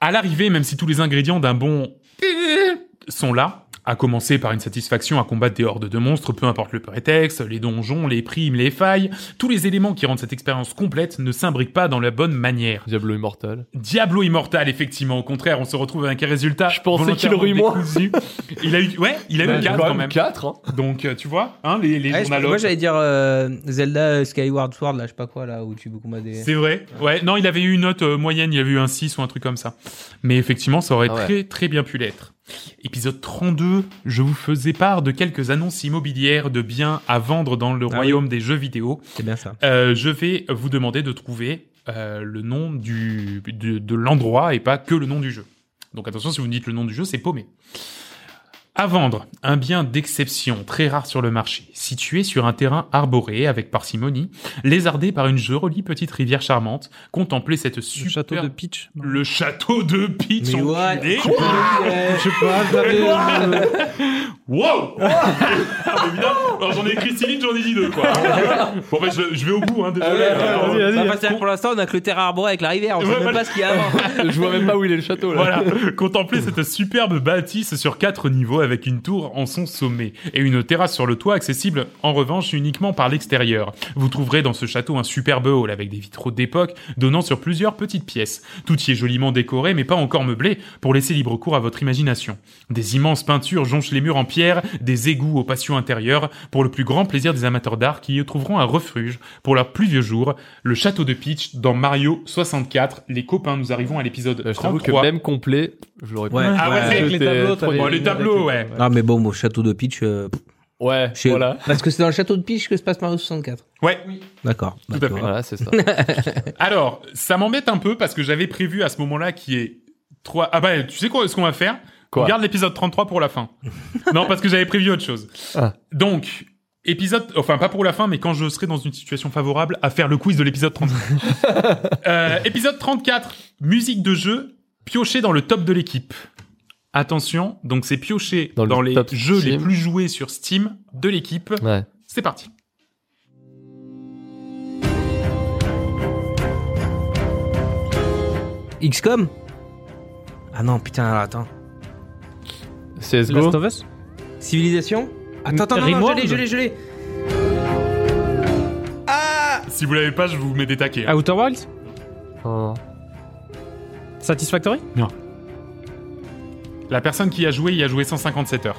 À l'arrivée, même si tous les ingrédients d'un bon sont là, à commencer par une satisfaction à combattre des hordes de monstres, peu importe le prétexte, les donjons, les primes, les failles, tous les éléments qui rendent cette expérience complète ne s'imbriquent pas dans la bonne manière. Diablo Immortal. Diablo Immortal, effectivement, au contraire, on se retrouve avec un résultat. Je pensais qu'il aurait eu moins. volontairement décousu. Il a eu, ouais, il a eu 4 quand même. 4, Donc, euh, tu vois, hein, les, les Ouais, je- journalogues. moi j'allais dire euh, Zelda Skyward Sword là je sais pas quoi là où tu combats des C'est vrai. Ouais, non, il avait eu une note euh, moyenne, il avait eu un 6 ou un truc comme ça. Mais effectivement, ça aurait Ah ouais. très très bien pu l'être. Épisode 32, je vous faisais part de quelques annonces immobilières de biens à vendre dans le Ah royaume des jeux vidéo. c'est bien ça Euh, je vais vous demander de trouver euh, le nom du, de, de l'endroit et pas que le nom du jeu. Donc attention, si vous me dites le nom du jeu, c'est paumé. À vendre, un bien d'exception très rare sur le marché, situé sur un terrain arboré avec parcimonie, lézardé par une jolie petite rivière charmante. Contemplez cette super... Le château de Peach. Le château de Peach, Mais what enculé. euh, Je sais pas, je Ah l'avais- Wow Ah, mais putain, alors, J'en ai écrit six lignes, j'en ai dit deux, quoi. bon, en fait, je, je vais au bout, hein, désolé. Alors, vas-y, vas-y. Enfin, c'est-à-dire que pour l'instant Ah on a que le terrain arboré avec la rivière on sait Ouais, même voilà. pas ce qu'il y a avant Je vois même pas où il est le château, là. Voilà, contemplez cette superbe bâtisse sur quatre niveaux avec une tour en son sommet et une terrasse sur le toit accessible en revanche uniquement par l'extérieur. Vous trouverez dans ce château un superbe hall avec des vitraux d'époque donnant sur plusieurs petites pièces. Tout y est joliment décoré mais pas encore meublé pour laisser libre cours à votre imagination. Des immenses peintures jonchent les murs en pierre, des égouts au patio intérieur pour le plus grand plaisir des amateurs d'art qui y trouveront un refuge pour leurs plus vieux jours, le château de Peach dans Mario 64. Les copains, nous arrivons à l'épisode Là, Euh, je t'avoue 33. que même complet, je l'aurais Ouais. pas. Ah ouais, Ouais. c'est- Avec les C'était tableaux, trop t'avais- bon, les avec tableaux, ouais. non mais bon mon château de Peach euh, pff, Ouais, je sais- voilà. parce que c'est dans le château de Peach que se passe Mario 64 Ouais. d'accord Tout à Bah, fait. tu vois. Voilà, c'est ça. Alors, ça m'embête un peu parce que j'avais prévu à ce moment-là qui est 3 Ah bah tu sais quoi ce qu'on va faire Quoi On garde l'épisode 33 pour la fin. non, parce que j'avais prévu autre chose. Ah. Donc Épisode, enfin pas pour la fin, mais quand je serai dans une situation favorable à faire le quiz de l'épisode 34. Euh, épisode 34, musique de jeu, piocher dans le top de l'équipe. Attention, donc c'est piocher Dans dans, le les top jeux les Steam. plus joués sur Steam de l'équipe. Ouais. C'est parti. XCOM ah non putain alors, attends CSGO. Last of Us civilisation attends attends non, non, je Ringworld l'ai je l'ai je l'ai Si vous l'avez pas, je vous mets des taquets. hein. Outer Wilds Oh. Satisfactory La personne qui y a joué, y a joué 157 heures.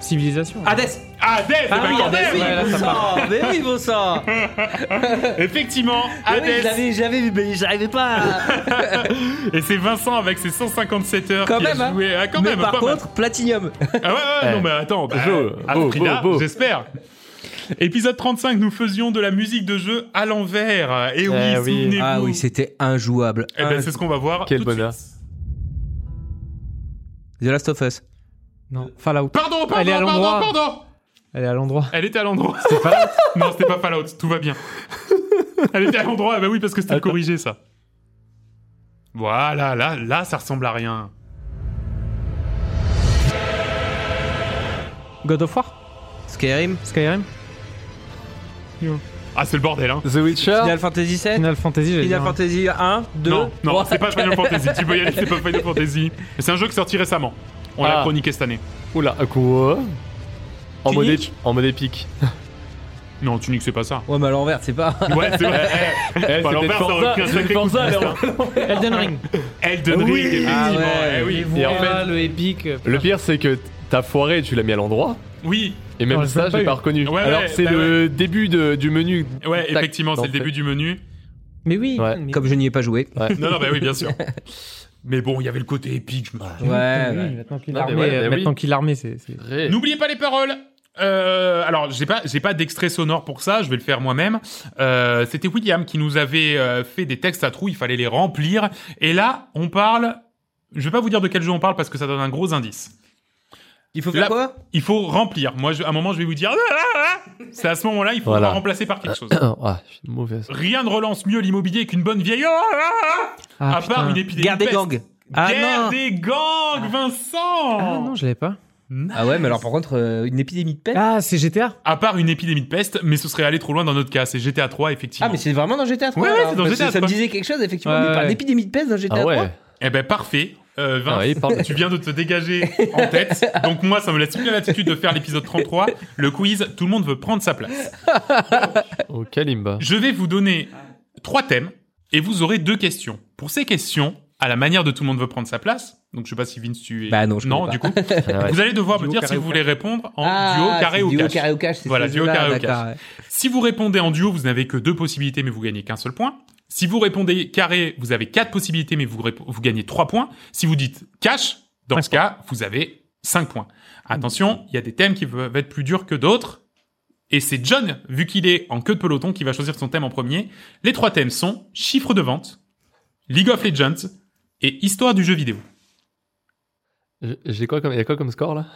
Civilisation Hades Ah, Death ah oui Hades oui Hades bon sang mais oui bon sang Effectivement, Mais oui, je Hades l'avais- j'avais vu mais j'arrivais pas à- Et c'est Vincent avec ses 157 heures Quand qui même, a hein. joué. Ah, quand mais même, par pas mal. contre Platinum Ah ouais, ouais, non Eh. mais attends, bah, Beau, à ce beau, prix-là, beau, beau. j'espère Épisode 35, nous faisions de la musique de jeu à l'envers. Et oui, Eh oui. souvenez-vous. ah oui Ah, c'était injouable Eh ben, c'est ce qu'on va voir. Quel tout de suite. bonheur. The Last of Us Non, Fallout. Pardon, pardon, Elle est à pardon, l'endroit. pardon Elle est à l'endroit. Elle était à l'endroit. C'était Fallout Non, c'était pas Fallout, tout va bien. Elle était à l'endroit, ah bah oui, parce que c'était corrigé ça. Voilà, là, là, ça ressemble à rien. God of War Skyrim Skyrim Ah, c'est le bordel, hein. The Witcher. Final Fantasy VII Final Fantasy, j'ai Eh. Final Fantasy 1, 2, non, non, 3. c'est pas Final Fantasy. Tu peux y aller, c'est pas Final Fantasy. C'est un jeu qui est sorti récemment. On l'a Ah. chroniqué cette année. Oula, quoi en mode, Tunique épi- en mode épique. Non, Tunic, c'est pas ça. Ouais, mais à l'envers, c'est pas. Ouais, c'est vrai. Eh, Eh, pas c'était l'envers, ça aurait Forza, pris un c'était sacré Forza, coup de alors. pouce, Elden Ring. hein. Elden Ring, Ah effectivement. ouais. eh oui. Et en Voilà, fait, le épique. le pire, c'est que t'as foiré, tu l'as mis à l'endroit. Oui, Et même Non, je ça, l'ai pas j'ai eu. pas reconnu. Ouais, Alors, ouais, c'est bah le début de- du menu. ouais, Tac, effectivement, c'est le d'entrée. début du menu. Mais oui. Ouais. mais- Comme je n'y ai pas joué. Non, non, bah oui, bien sûr. Mais bon, il y avait le côté épique. je me- Ouais, Oui, ouais. Maintenant qu'il Non, l'a mais armé, bah ouais, mais euh, oui. maintenant qu'il l'a armé, c'est. c'est- Ré- N'oubliez pas les paroles. Euh, alors j'ai pas j'ai pas d'extrait sonore pour ça, je vais le faire moi-même. Euh, C'était William qui nous avait euh, fait des textes à trous, il fallait les remplir. Et là, on parle. Je vais pas vous dire de quel jeu on parle parce que ça donne un gros indice. Il faut faire faire La- quoi Il faut remplir. Moi, je- à un moment, je vais vous dire. Ah, C'est à ce moment-là, il faut Voilà. la remplacer par quelque Euh, chose. Ah, je suis mauvaise. Rien ne relance mieux l'immobilier qu'une bonne vieille. Ah, à part putain. une épidémie. Garde des de peste. gangs. Ah Guerre non des gangs, Vincent. Ah non, je l'avais pas. Ah ouais, mais alors par contre, euh, une épidémie Eh. de peste. Ah, c'est GTA À part une épidémie de peste, mais ce serait aller trop loin dans notre cas. C'est GTA 3 effectivement. Ah, mais c'est vraiment dans GTA 3. Ouais, ouais, alors, c'est dans parce GTA que Ça me 3. disait quelque chose, effectivement, Ouais, mais pas ouais. d'épidémie de peste dans GTA Ah 3. ouais. Eh ben parfait. euh, Vince, Ah ouais, il parle de- tu viens de te dégager en tête. Donc moi, ça me laisse bien l'attitude de faire l'épisode 33, le quiz. Tout le monde veut prendre sa place. Au Kalimba. Je vais vous donner trois thèmes et vous aurez deux questions. Pour ces questions, à la manière de tout le monde veut prendre sa place. Donc je sais pas si Vince tu es. Bah non, je non connais du pas. coup, Ah ouais. vous allez devoir me Duo, dire carré si ou vous voulez répondre en Ah, duo, carré c'est ou duo cash. carré ou cash, c'est Voilà, ce duo, jeu-là, carré ou d'accord, ouais. Si vous répondez en duo, vous n'avez que deux possibilités, mais vous gagnez qu'un seul point. Si vous répondez carré, vous avez quatre possibilités, mais vous, rép- vous gagnez trois points. Si vous dites cash, dans ce cas, vous avez cinq points. Attention, il y a des thèmes qui peuvent être plus durs que d'autres. Et c'est John, vu qu'il est en queue de peloton, qui va choisir son thème en premier. Les trois thèmes sont chiffre de vente, League of Legends et histoire du jeu vidéo. J'ai- J'ai quoi comme, il y a quoi comme score là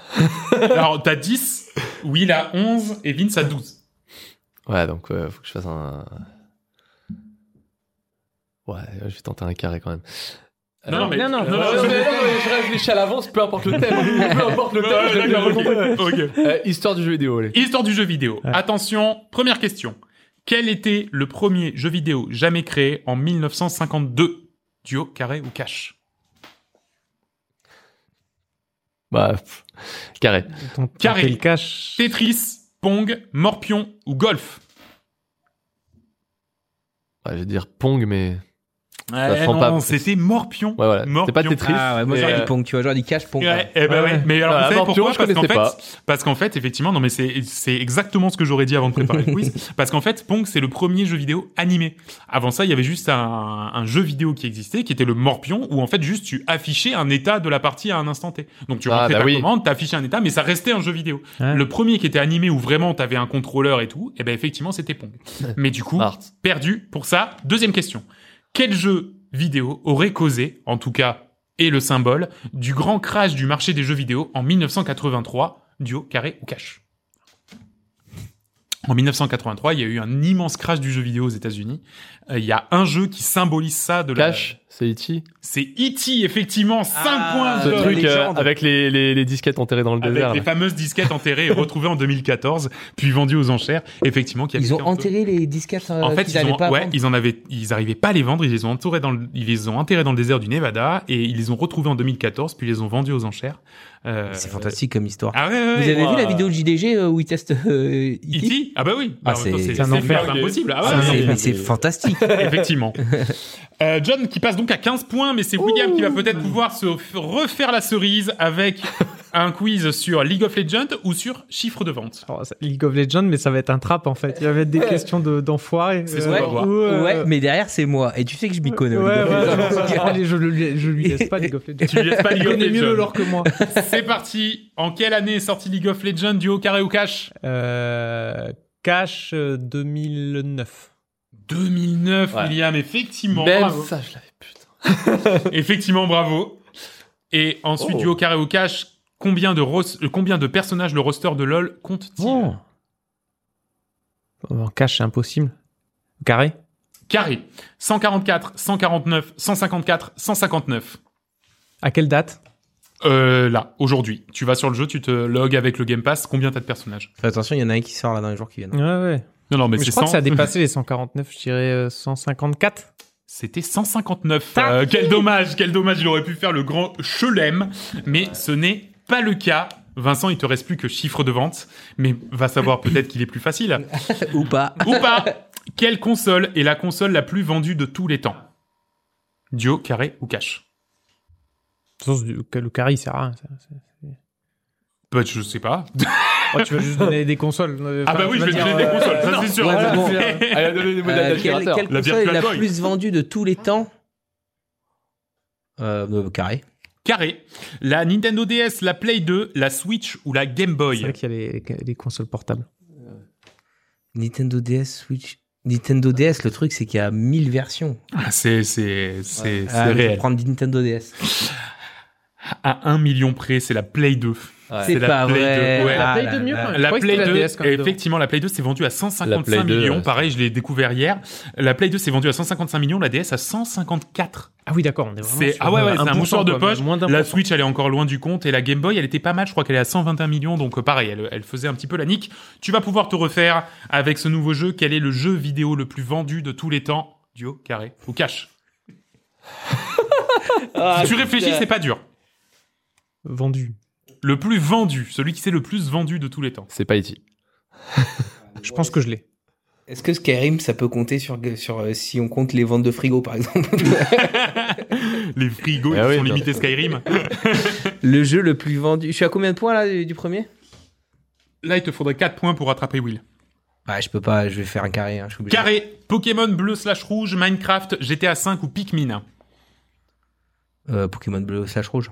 Alors, t'as 10, Will à 11 et Vince à 12. Ouais, donc euh, faut que je fasse un. Ouais, je vais tenter un carré quand même. Non, non, mais- non, non, non, non, mais- je réfléchis à l'avance, peu importe le thème. Peu importe le Ouais, d'accord, ok, ok. Euh, histoire du jeu vidéo, allez. Histoire du jeu vidéo. Attention, première question. Quel était le premier jeu vidéo jamais créé en 1952 Duo, carré ou cash Bah, pff, carré. Ton- Carré. t'as fait le cash. Tetris, Pong, Morpion ou Golf Ouais, je vais dire Pong, mais. Eh sent non, pas- c'était Morpion. Ouais, voilà. Morpion. C'est pas Tetris. Ah ouais, moi mais, j'aurais euh, dit Pong, tu vois, j'aurais dit cash Pong. Ouais, eh ben Ouais, ouais. ouais. Mais alors, Voilà, vous savez Morpion, pourquoi je Parce qu'en connaissais fait, pas. parce qu'en fait, effectivement, non, mais c'est c'est exactement ce que j'aurais dit avant de préparer le quiz. Parce qu'en fait, Pong, c'est le premier jeu vidéo animé. Avant ça, il y avait juste un, un jeu vidéo qui existait, qui était le Morpion, où en fait, juste tu affichais un état de la partie à un instant T. Donc tu Ah, rentrais bah ta oui. commande, t'affichais un état, mais ça restait un jeu vidéo. Ah. Le premier qui était animé où vraiment t'avais un contrôleur et tout, et ben effectivement, c'était Pong. Mais du coup, Art. perdu pour ça. Deuxième question. Quel jeu vidéo aurait causé, en tout cas, et le symbole, du grand crash du marché des jeux vidéo en 1983, duo, carré ou cash en 1983, il y a eu un immense crash du jeu vidéo aux États-Unis. Euh, il y a un jeu qui symbolise ça de la- Cash, c'est E.T. C'est E.T., effectivement, 5 Ah, points Ce de- la truc euh, légende. avec les, les, les disquettes enterrées dans le avec désert. les là. fameuses disquettes enterrées et retrouvées en 2014, puis vendues aux enchères. Effectivement, qui avait Ils ont été enterrées. enterré les disquettes euh, En fait, qu'ils ils, n'arrivaient ont- pas à ouais, vendre. ils en avaient, ils arrivaient pas à les vendre. Ils les ont entourés dans le, ils les ont enterrés dans le désert du Nevada et ils les ont retrouvés en 2014 puis ils les ont vendus aux enchères. Euh, C'est fantastique comme histoire. Ah ouais, ouais, Vous ouais. avez Ouah. vu la vidéo de JDG euh, où ils testent euh, E.T. E.T. Ah bah oui. Bah, Ah, en même temps, c'est- c'est c'est un c'est enfer. faire impossible. Ah Ça, ouais, c'est- non, mais c'est fantastique. mais- effectivement. Euh, John qui passe donc à 15 points, mais c'est William qui va peut-être pouvoir se f- refaire la cerise avec un quiz sur League of Legends ou sur chiffre de vente. Alors, Oh, ça- League of Legends, mais ça va être un trap en fait. Il va être des questions de- d'enfoiré. C'est ce qu'on va voir. ou, euh, Ouais, mais derrière c'est moi et tu sais que je m'y connais. au ouais, League of ouais, Legends. ouais, ouais. Allez, je, le- je lui laisse pas League of Legends. Tu lui laisses pas League Il of connaît mieux le Legends. lore que moi. C'est parti. En quelle année est sorti League of Legends du haut carré au cash? Euh, Cash euh, 2009. 2009, Ouais. William, effectivement. Même bravo. ça, je l'avais putain. Effectivement, bravo. Et ensuite, Oh. du haut carré au cash, combien de, ros- euh, combien de personnages le roster de LoL compte-t-il En cash, c'est impossible. Carré Carré. 144, 149, 154, 159. À quelle date Euh, là, aujourd'hui. Tu vas sur le jeu, tu te logs avec le Game Pass, combien t'as de personnages Fais attention, il y en a un qui sort là dans les jours qui viennent. Ouais, ouais. Non, non, mais, Mais je c'est 100. crois que ça a dépassé les 149, je dirais euh, 154. C'était 159. Euh, quel dommage, quel dommage, il aurait pu faire le grand chelem, mais ce n'est pas le cas. Vincent, il te reste plus que chiffre de vente, mais va savoir peut-être qu'il est plus facile. Ou pas. ou pas Quelle console est la console la plus vendue de tous les temps Duo, carré ou cash De toute façon, c'est du- le carré, il sert à rien. ça, c'est- bah, je sais pas. Oh, tu vas juste donner des consoles. euh, Ah enfin, bah oui, tu je vas vais te dire, donner des euh, consoles, ça c'est sûr. Ouais, mais bon. Elle Ah, a donné des Euh, modèles quelle d'aspirateur. quelle La console est la Virtual Boy. plus vendue de tous les temps euh, euh, Carré. Carré. La Nintendo DS, la Play 2, la Switch ou la Game C'est Boy vrai qu'il y a les, les consoles portables. Nintendo DS, Switch. Nintendo DS, le truc c'est qu'il y a 1000 versions. Ah, C'est c'est- c'est- c'est Ah, mais je vais réel. prendre Nintendo DS. À 1 million près, c'est la Play 2. Ouais. C'est C'est la pas Play 2, vrai. ouais. Ah La Play là 2 mieux, là. quand même. Je La croyais que Play c'était 2, la DS quand même, devant. effectivement, la Play 2 s'est vendue à 155 La Play 2, millions. ouais. Pareil, je l'ai découvert hier. La Play 2 s'est vendue à 155 millions, la DS à 154 Ah oui, d'accord, on est vraiment C'est sur, ah ouais, euh, ouais c'est un 1%, mouchoir de quoi, mais poche. Moins d'un La pour cent. Switch elle est encore loin du compte et la Game Boy elle était pas mal. Je crois qu'elle est à 121 millions donc euh, pareil elle, elle faisait un petit peu la nique. Tu vas pouvoir te refaire avec ce nouveau jeu. Quel est le jeu vidéo le plus vendu de tous les temps Duo, carré ou cash Si tu Ah, réfléchis, c'est pas dur. Vendu. Le plus vendu, celui qui s'est le plus vendu de tous les temps. C'est pas E E.T. Je pense que je l'ai. Est-ce que Skyrim, ça peut compter sur, sur euh, si on compte les ventes de frigo, par exemple Les frigos, Ah ils oui, sont non. limités Skyrim. Le jeu le plus vendu. Je suis à combien de points là du, du premier Là, il te faudrait 4 points pour rattraper Will. Bah, je peux pas, je vais faire un carré. hein, je suis obligé. Carré, Pokémon bleu slash rouge, Minecraft, GTA 5 ou Pikmin. Euh, Pokémon bleu slash rouge.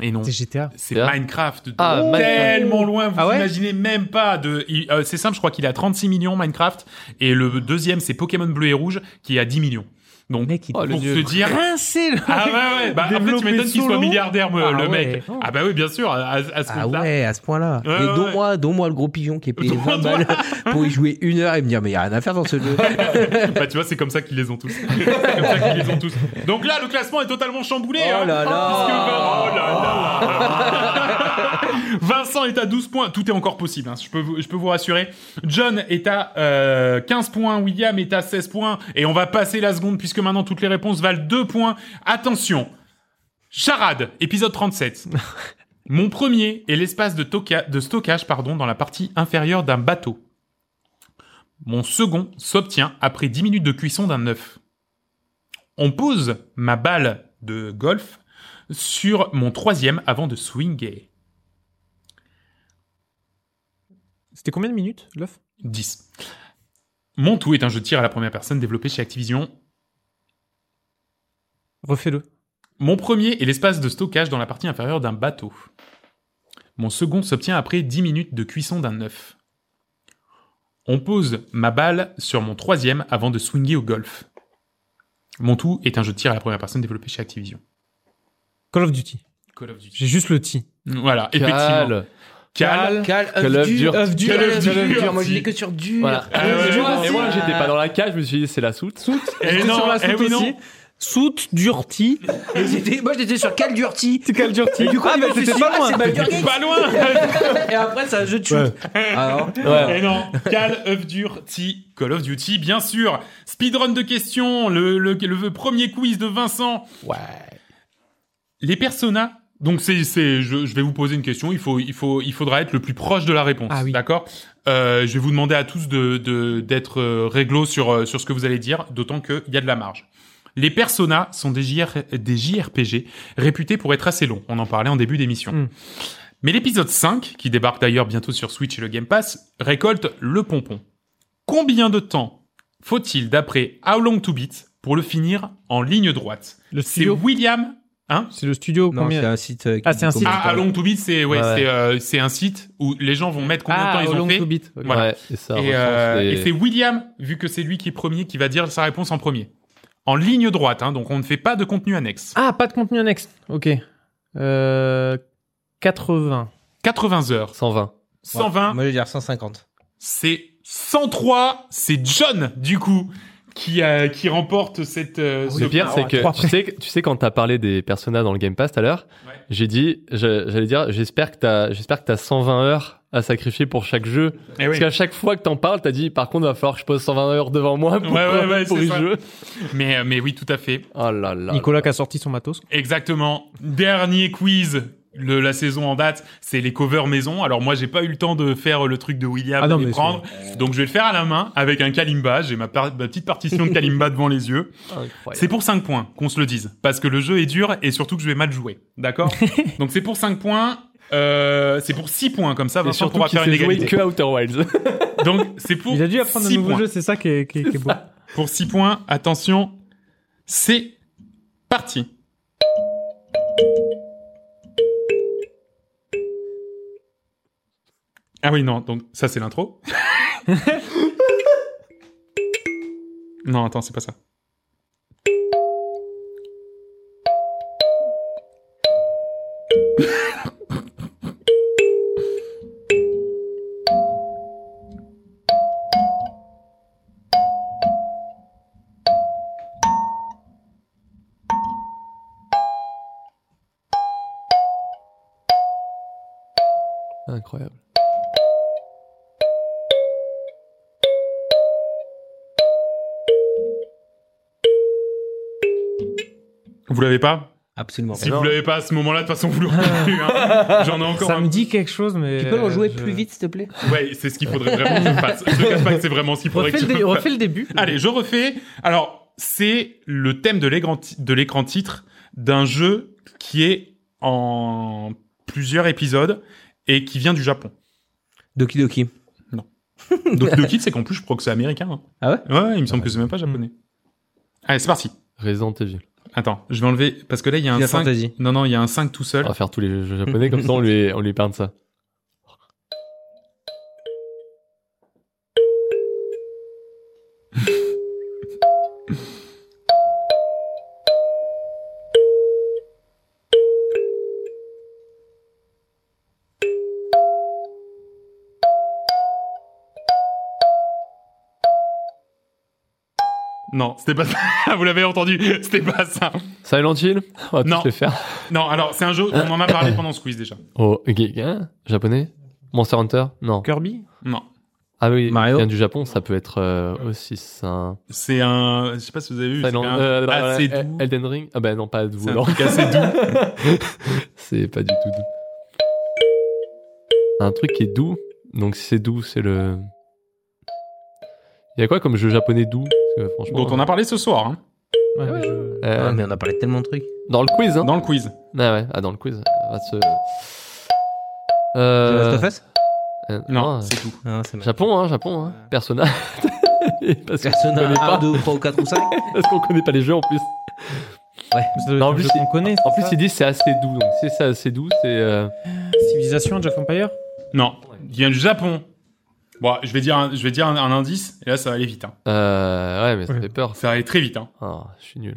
Et non. C'est GTA. C'est Bien. Minecraft. de- Ah, Minecraft. tellement loin, vous Ah ouais imaginez même pas. De, il- euh, c'est simple, je crois qu'il a 36 millions Minecraft. Et le deuxième, c'est Pokémon bleu et rouge qui a 10 millions. Donc, mec, il pour oh, le se dire. Ah ouais, ouais. Bah, en fait, tu Développé m'étonnes qu'il soit solo. milliardaire, me- Ah ouais. le mec. Oh. Ah bah oui, bien sûr, à, à ce Ah compte-là. ouais, à ce point-là. Ouais, et ouais, dont ouais. moi, dont moi le gros pigeon qui est payé Dont 20 balles pour y jouer une heure et me dire mais y a rien à faire dans ce jeu. Bah tu vois, c'est comme ça qu'ils les ont tous. c'est comme ça qu'ils les ont tous. Donc là, le classement est totalement chamboulé. Oh hein. là Parce que- là. oh là là. Vincent est à 12 points. Tout est encore possible, hein. je, peux vous, je peux vous rassurer. John est à euh, 15 points. William est à 16 points. Et on va passer la seconde puisque maintenant toutes les réponses valent 2 points. Attention. Charade, épisode 37. Mon premier est l'espace de, toca- de stockage pardon, dans la partie inférieure d'un bateau. Mon second s'obtient après 10 minutes de cuisson d'un œuf. On pose ma balle de golf sur mon troisième avant de swinguer. C'était combien de minutes, l'œuf 10. Mon tout est un jeu de tir à la première personne développé chez Activision. Refais-le. Mon premier est l'espace de stockage dans la partie inférieure d'un bateau. Mon second s'obtient après 10 minutes de cuisson d'un œuf. On pose ma balle sur mon troisième avant de swinguer au golf. Mon tout est un jeu de tir à la première personne développé chez Activision. Call of Duty. Call of Duty. J'ai juste le T. Voilà, effectivement. Cal. Cal. Call Call of Duty. of Duty. Call of Duty. Moi, je l'ai que sur dur. Voilà. Ah ouais, Et ouais, moi- ouais. et moi, j'étais pas dans la cage, je me suis dit, c'est la soute. Eh J'étais non, sur la eh soute oui, aussi. non. Soute, Durti. Et j'étais- Moi, j'étais sur Call Duty. C'est Call Durti. Du coup, ah, je mais me suis c'était dit, pas ah, loin. c'est Baldur's Gate. Pas loin Et après, c'est un jeu de shoot. Alors, Et non, Call of Duty, Call of Duty, bien sûr. Speedrun de questions, le, le, le premier quiz de Vincent. Ouais. Les personas. Donc c'est c'est je, je vais vous poser une question. Il faut il faut il faudra être le plus proche de la réponse. Ah oui. D'accord. Euh, je vais vous demander à tous de de- d'être euh, réglo sur euh, sur ce que vous allez dire, d'autant qu'il y a de la marge. Les personas sont des, JR des JRPG réputés pour être assez longs. On en parlait en début d'émission. Mm. Mais l'épisode 5, qui débarque d'ailleurs bientôt sur Switch et le Game Pass, récolte le pompon. Combien de temps faut-il, d'après How Long to Beat, pour le finir en ligne droite Le C'est studio. William, hein C'est le studio. non, c'est combien un site. euh, qui Ah, c'est un dit site. comment- ah, à Long to Beat, c'est ouais, Ouais, ouais. c'est euh, c'est un site où les gens vont mettre combien de temps Ah, ils ont Long fait. to Beat. Ok. Voilà. Ouais, et ça Et, recense euh, les- et c'est William, vu que c'est lui qui est premier, qui va dire sa réponse en premier. En ligne droite, hein, donc on ne fait pas de contenu annexe. Ah, pas de contenu annexe. Ok. Euh, 80. 80 heures, 120. Ouais. 120, Moi, je vais dire 150. c'est 103, c'est John, du coup, qui, euh, qui remporte cette... euh, ce- Le pire, c'est que tu sais, tu sais quand t'as parlé des personnages dans le Game Pass tout à l'heure, Ouais. j'ai dit, je- j'allais dire, j'espère que t'as, j'espère que t'as 120 heures à sacrifier pour chaque jeu. Eh oui. Parce qu'à chaque fois que t'en parles, t'as dit, par contre, il va falloir que je pose 120 heures devant moi pour, Ouais, ouais, ouais, pour c'est y ça. jouer. mais, euh, mais oui, tout à fait. Oh là là. Nicolas qui a sorti son matos. Exactement. Dernier quiz de la saison en date, c'est les covers maison. Alors moi, j'ai pas eu le temps de faire le truc de William Ah non, de les mais prendre. Donc je vais le faire à la main avec un Kalimba. J'ai ma, par- ma petite partition de Kalimba devant les yeux. C'est Incroyable. pour 5 points qu'on se le dise. Parce que le jeu est dur et surtout que je vais mal jouer. D'accord Donc c'est pour 5 points. Euh, c'est pour 6 points comme ça, Et Vincent surtout pourra qu'il faire une s'est joué égalité. que à Outer Wilds. Donc c'est pour Il a dû apprendre un six nouveau points. jeu, c'est ça qui est, qui est- qui est beau. Pour 6 points, attention, c'est parti. Ah oui, non, donc ça c'est l'intro. non, attends, c'est pas ça. Incroyable. Vous l'avez pas Absolument. Si vous l'avez pas à ce moment-là, de toute façon, vous l'aurez plus. hein. J'en ai encore Ça un me dit quelque chose, mais. Tu peux euh, l'en jouer je- plus vite, s'il te plaît Ouais, c'est ce qu'il faudrait vraiment que je fasse. Je te cache pas que c'est vraiment ce qu'il faudrait Refais que je le, dé- fasse. refais le début. Allez, je refais. Alors, c'est le thème de l'écran ti- de l'écran titre d'un jeu qui est en plusieurs épisodes et qui vient du Japon. Doki Doki. Donc le kit, c'est qu'en plus, je crois que c'est américain. hein. Ah ouais ouais Ouais, il me semble que c'est même pas japonais. Allez, c'est parti. Resident Evil. Attends, je vais enlever parce que là, il y a un Final 5. Fantasy. Non, non, il y a un 5 tout seul. On va faire tous les jeux japonais, comme ça on lui, on lui épargne ça. Non, c'était pas ça. Vous l'avez entendu, c'était pas ça. Silent Hill On va Non. tous le faire. Non, alors, c'est un jeu, on en a parlé pendant Squeeze déjà. Oh, ok, hein, japonais Monster Hunter Non. Kirby Non. Ah oui, Mario vient du Japon, ça peut être euh, aussi ça. C'est un. Je sais pas si vous avez vu. C'est Silent- un... euh, assez euh, Ah, doux. Elden Ring Ah bah non, pas doux. C'est un non. truc assez doux. C'est pas du tout doux. Un truc qui est doux. Donc si c'est doux, c'est le. Il y a quoi comme jeu japonais doux Parce que, franchement, dont on a parlé ce soir, hein, Ouais, mais je- euh, Ah, mais on a parlé de tellement de trucs. Dans le quiz, hein dans le quiz. Ah ouais, ah, dans le quiz. on va se- Euh, The Last of Us euh, Non, non, c'est Euh. tout. Ah, c'est mal. Japon, hein, Japon, hein. Persona. parce qu'on Personne connaît à pas, 1, 2, 3 ou 4 ou 5 parce qu'on connaît pas les jeux en plus. Ça doit être Non, en un plus, jeu il- qu'on connaît. En c'est plus, ça ils disent c'est assez doux. Donc si c'est assez doux, c'est. euh, Civilisation, Age of Empire Non, il vient du Japon. Bon, je vais dire, un, je vais dire un, un indice, et là, ça va aller vite. Hein. euh, Ouais, mais ça Ouais. fait peur. Ça va aller très vite. Hein. Ah, je suis nul.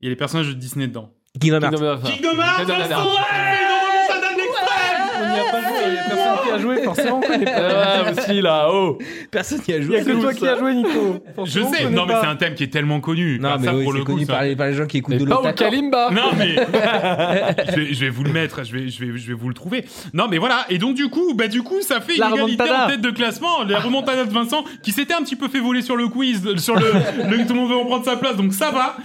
Il y a les personnages de Disney dedans. Kingdom Hearts. Kingdom Hearts. Kingdom Hearts, Kingdom Hearts. Vincent, ouais, on remonte à date d'extrême. On n'y a pas joué, il y a personne qui a joué, forcément on connaît pas. Ah ouais, aussi là, oh Personne n'y a Il y joué. a que toi qui as joué, Nico. Je Forcément, on sais, connaît non, mais pas. c'est un thème qui est tellement connu. Non, Enfin, mais ça, oui, pour c'est le coup, connu ça- par les, par les gens qui écoutent de Mais pas au l'otaku. Kalimba Non mais je, vais, je vais vous le mettre, je vais, je vais, je vais vous le trouver. Non mais voilà et donc du coup, bah du coup, ça fait La une égalité en remontada. tête de classement. La remontada de Vincent qui s'était un petit peu fait voler sur le quiz, sur le, le- tout le monde veut reprendre sa place, donc ça va.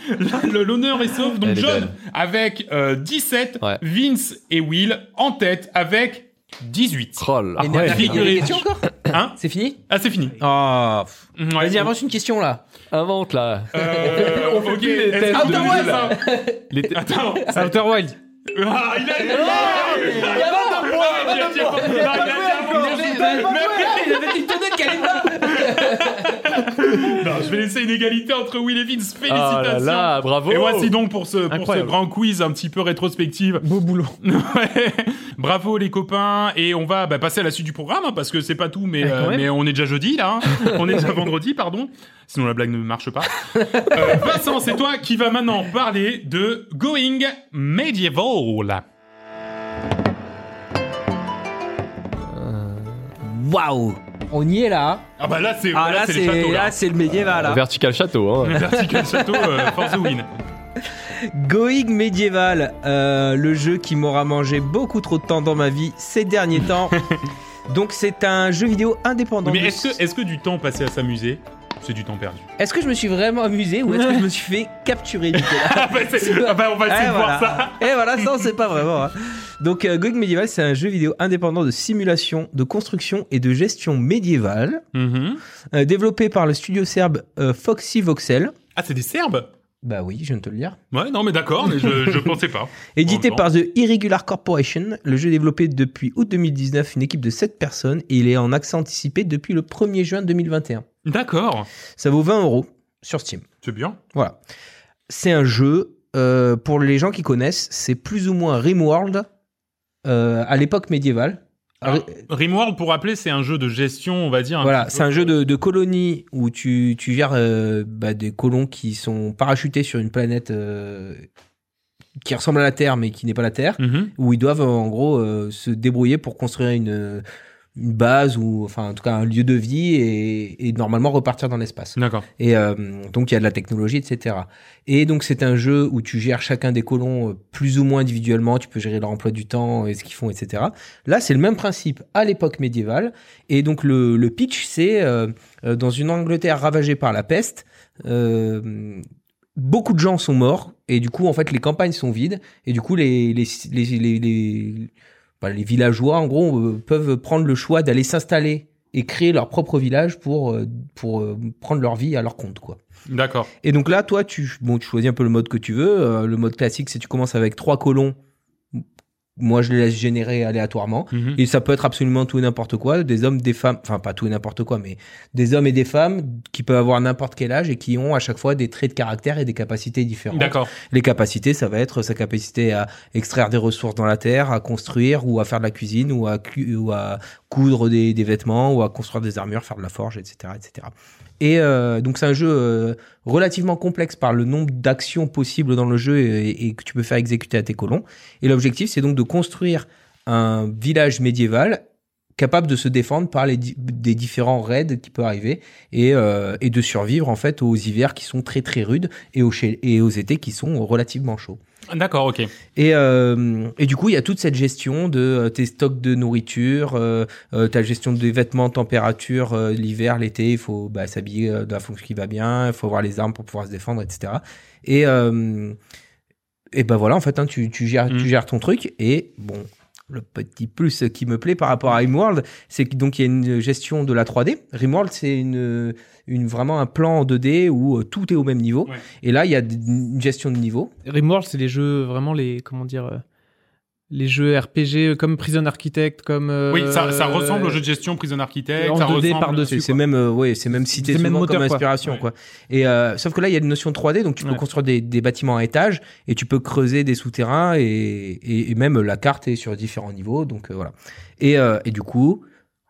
Le- L'honneur est sauf. Donc Elle est John belle. avec euh, 17, Ouais. Vince et Will en tête avec 18. Troll. Ah Mais t'as fini figurez- les questions encore Hein C'est fini Ah c'est fini. Ah, pff. Ouais. Vas-y, avance une question là. Invente là. Euh, On fait ok, plus les est-ce tests que- de Attends, jeu, là. Les t- Attends. Outer Wild. Ah, il a il a- il a- il a- il a- il a- il a- il a- Non, Bah, je vais laisser une égalité entre Will et Vince. Ah là Félicitations. là, bravo Et voici donc pour ce, pour ce Incroyable. grand quiz un petit peu rétrospective. Beau boulot. Ouais. Bravo les copains. Et on va bah, passer à la suite du programme hein, parce que c'est pas tout, mais, Eh, quand euh, même. mais on est déjà jeudi là. hein. on est déjà vendredi, pardon. Sinon la blague ne marche pas. Euh, Vincent, c'est toi qui va maintenant parler de Going Medieval. Waouh On y est là. Ah bah là c'est Ah là, là, c'est les châteaux c'est là. là, c'est le médiéval là. Vertical Château, hein. Vertical Château, euh, for the win. Going Medieval, euh, le jeu qui m'aura mangé beaucoup trop de temps dans ma vie ces derniers temps. Donc c'est un jeu vidéo indépendant. Mais de- est-ce que, est que du temps passé à s'amuser, c'est du temps perdu Est-ce que je me suis vraiment amusé ou est-ce que je me suis fait capturer Nicolas ah bah, c'est- ah bah, on va essayer Eh, de voilà. voir ça. Et voilà, ça on sait pas vraiment. hein. Donc euh, Going Medieval, c'est un jeu vidéo indépendant de simulation, de construction et de gestion médiévale, Mhm. euh, développé par le studio serbe euh, Foxy Voxel. Ah, c'est des Serbes Bah oui, je viens de te le dire. Ouais, non, mais d'accord, mais je, je pensais pas. Édité Bonjour. par The Irregular Corporation, le jeu est développé depuis août 2019, une équipe de 7 personnes, et il est en accès anticipé depuis le 1er juin 2021. D'accord, Ça vaut 20 euros sur Steam. c'est bien. Voilà. C'est un jeu, euh, pour les gens qui connaissent, c'est plus ou moins Rimworld euh, à l'époque médiévale. Alors, Ri- Rimworld, pour rappeler, c'est un jeu de gestion, on va dire. Ah, Voilà, Ah, petit c'est un peu. jeu de, de colonie où tu, tu gères euh, bah, des colons qui sont parachutés sur une planète euh, qui ressemble à la Terre mais qui n'est pas la Terre. Mhm. où ils doivent euh, en gros euh, se débrouiller pour construire une, euh, une base ou enfin en tout cas un lieu de vie et, et normalement repartir dans l'espace. D'accord. Et euh, donc il y a de la technologie, etc. Et donc c'est un jeu où tu gères chacun des colons euh, plus ou moins individuellement, tu peux gérer leur emploi du temps et ce qu'ils font, etc. Là c'est le même principe à l'époque médiévale. Et donc le, le pitch c'est euh, euh, dans une Angleterre ravagée par la peste. euh, beaucoup de gens sont morts et du coup en fait les campagnes sont vides et du coup les les les les, les- enfin, les villageois en gros euh, peuvent prendre le choix d'aller s'installer et créer leur propre village pour euh, pour euh, prendre leur vie à leur compte quoi. D'accord. Et donc là, toi, tu, bon, tu choisis un peu le mode que tu veux. Euh, le mode classique, c'est tu commences avec trois colons. Moi, je les laisse générer aléatoirement. Mhm. Et ça peut être absolument tout et n'importe quoi. Des hommes, des femmes, enfin pas tout et n'importe quoi, mais des hommes et des femmes qui peuvent avoir n'importe quel âge et qui ont à chaque fois des traits de caractère et des capacités différentes. D'accord. Les capacités, ça va être sa capacité à extraire des ressources dans la terre, à construire ou à faire de la cuisine ou à, cu- ou à coudre des, des vêtements ou à construire des armures, faire de la forge, etc. etc. Et euh, donc c'est un jeu euh, relativement complexe par le nombre d'actions possibles dans le jeu et, et que tu peux faire exécuter à tes colons. Et l'objectif, c'est donc de construire un village médiéval capable de se défendre par les di- des différents raids qui peuvent arriver et, euh, et de survivre en fait aux hivers qui sont très très rudes et aux, chez- et aux étés qui sont relativement chauds. D'accord, ok. Et, euh, et du coup, il y a toute cette gestion de euh, tes stocks de nourriture, euh, euh, ta gestion des vêtements, température, euh, l'hiver, l'été, il faut bah, s'habiller euh, de la fonction qui va bien, il faut avoir les armes pour pouvoir se défendre, etc. Et, euh, et ben voilà, en fait, hein, tu, tu, gères, Mm. tu gères ton truc. Et bon, le petit plus qui me plaît par rapport à Rimworld, c'est que donc il y a une gestion de la 3D. Rimworld, c'est une, une, vraiment un plan en 2D où euh, tout est au même niveau. Ouais. Et là, il y a d- une gestion de niveau. Rimworld, c'est les jeux vraiment les comment dire euh, les jeux RPG euh, comme Prison Architect, comme euh, Oui, ça, ça ressemble au jeu de gestion Prison Architect. en ça 2D ressemble- par-dessus. C'est c'est même, euh, ouais, c'est même cité C'est même souvent moteur, comme quoi. inspiration, Ouais. quoi. Et euh, sauf que là, il y a une notion de 3D, donc tu peux Ouais. construire des, des bâtiments à étages et tu peux creuser des souterrains et, et, et même euh, la carte est sur différents niveaux, donc euh, voilà. Et, euh, et du coup,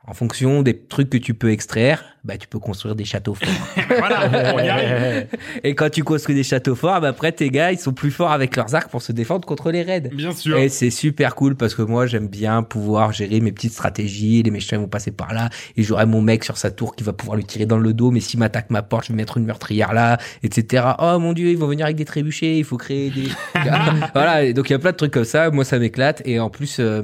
en fonction des trucs que tu peux extraire, bah tu peux construire des châteaux forts. voilà, on y arrive. et quand tu construis des châteaux forts, bah après tes gars, ils sont plus forts avec leurs arcs pour se défendre contre les raids. Bien sûr. Et c'est super cool parce que moi j'aime bien pouvoir gérer mes petites stratégies, les méchants vont passer par là et j'aurai mon mec sur sa tour qui va pouvoir lui tirer dans le dos mais s'il m'attaque ma porte je vais mettre une meurtrière là, etc. Oh mon dieu ils vont venir avec des trébuchets, il faut créer des... voilà, et donc il y a plein de trucs comme ça, moi ça m'éclate et en plus... euh,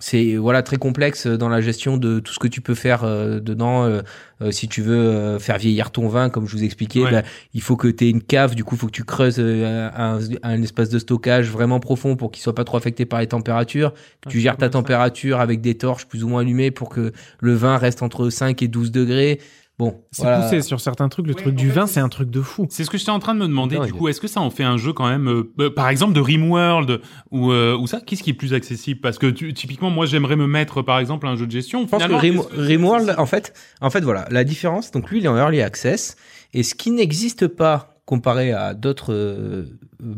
c'est voilà très complexe dans la gestion de tout ce que tu peux faire euh, dedans Euh, euh, si tu veux euh, faire vieillir ton vin comme je vous expliquais Ouais. bah, il faut que tu aies une cave du coup faut que tu creuses euh, un, un espace de stockage vraiment profond pour qu'il soit pas trop affecté par les températures Ah, tu c'est gères ta comme ça. température avec des torches plus ou moins allumées pour que le vin reste entre 5 et 12 degrés bon C'est voilà. poussé sur certains trucs. Le Ouais, truc en du fait, vin, c'est- c'est un truc de fou. C'est ce que j'étais en train de me demander. Dingue. Du coup, est-ce que ça en fait un jeu quand même, euh, euh, par exemple de Rimworld ou euh, ou ça, qu'est-ce qui est plus accessible Parce que tu- typiquement, moi, j'aimerais me mettre, par exemple, un jeu de gestion. Je pense que Rim- Rimworld, en fait, en fait, voilà, la différence, donc lui, il est en early access, et ce qui n'existe pas comparé à d'autres euh,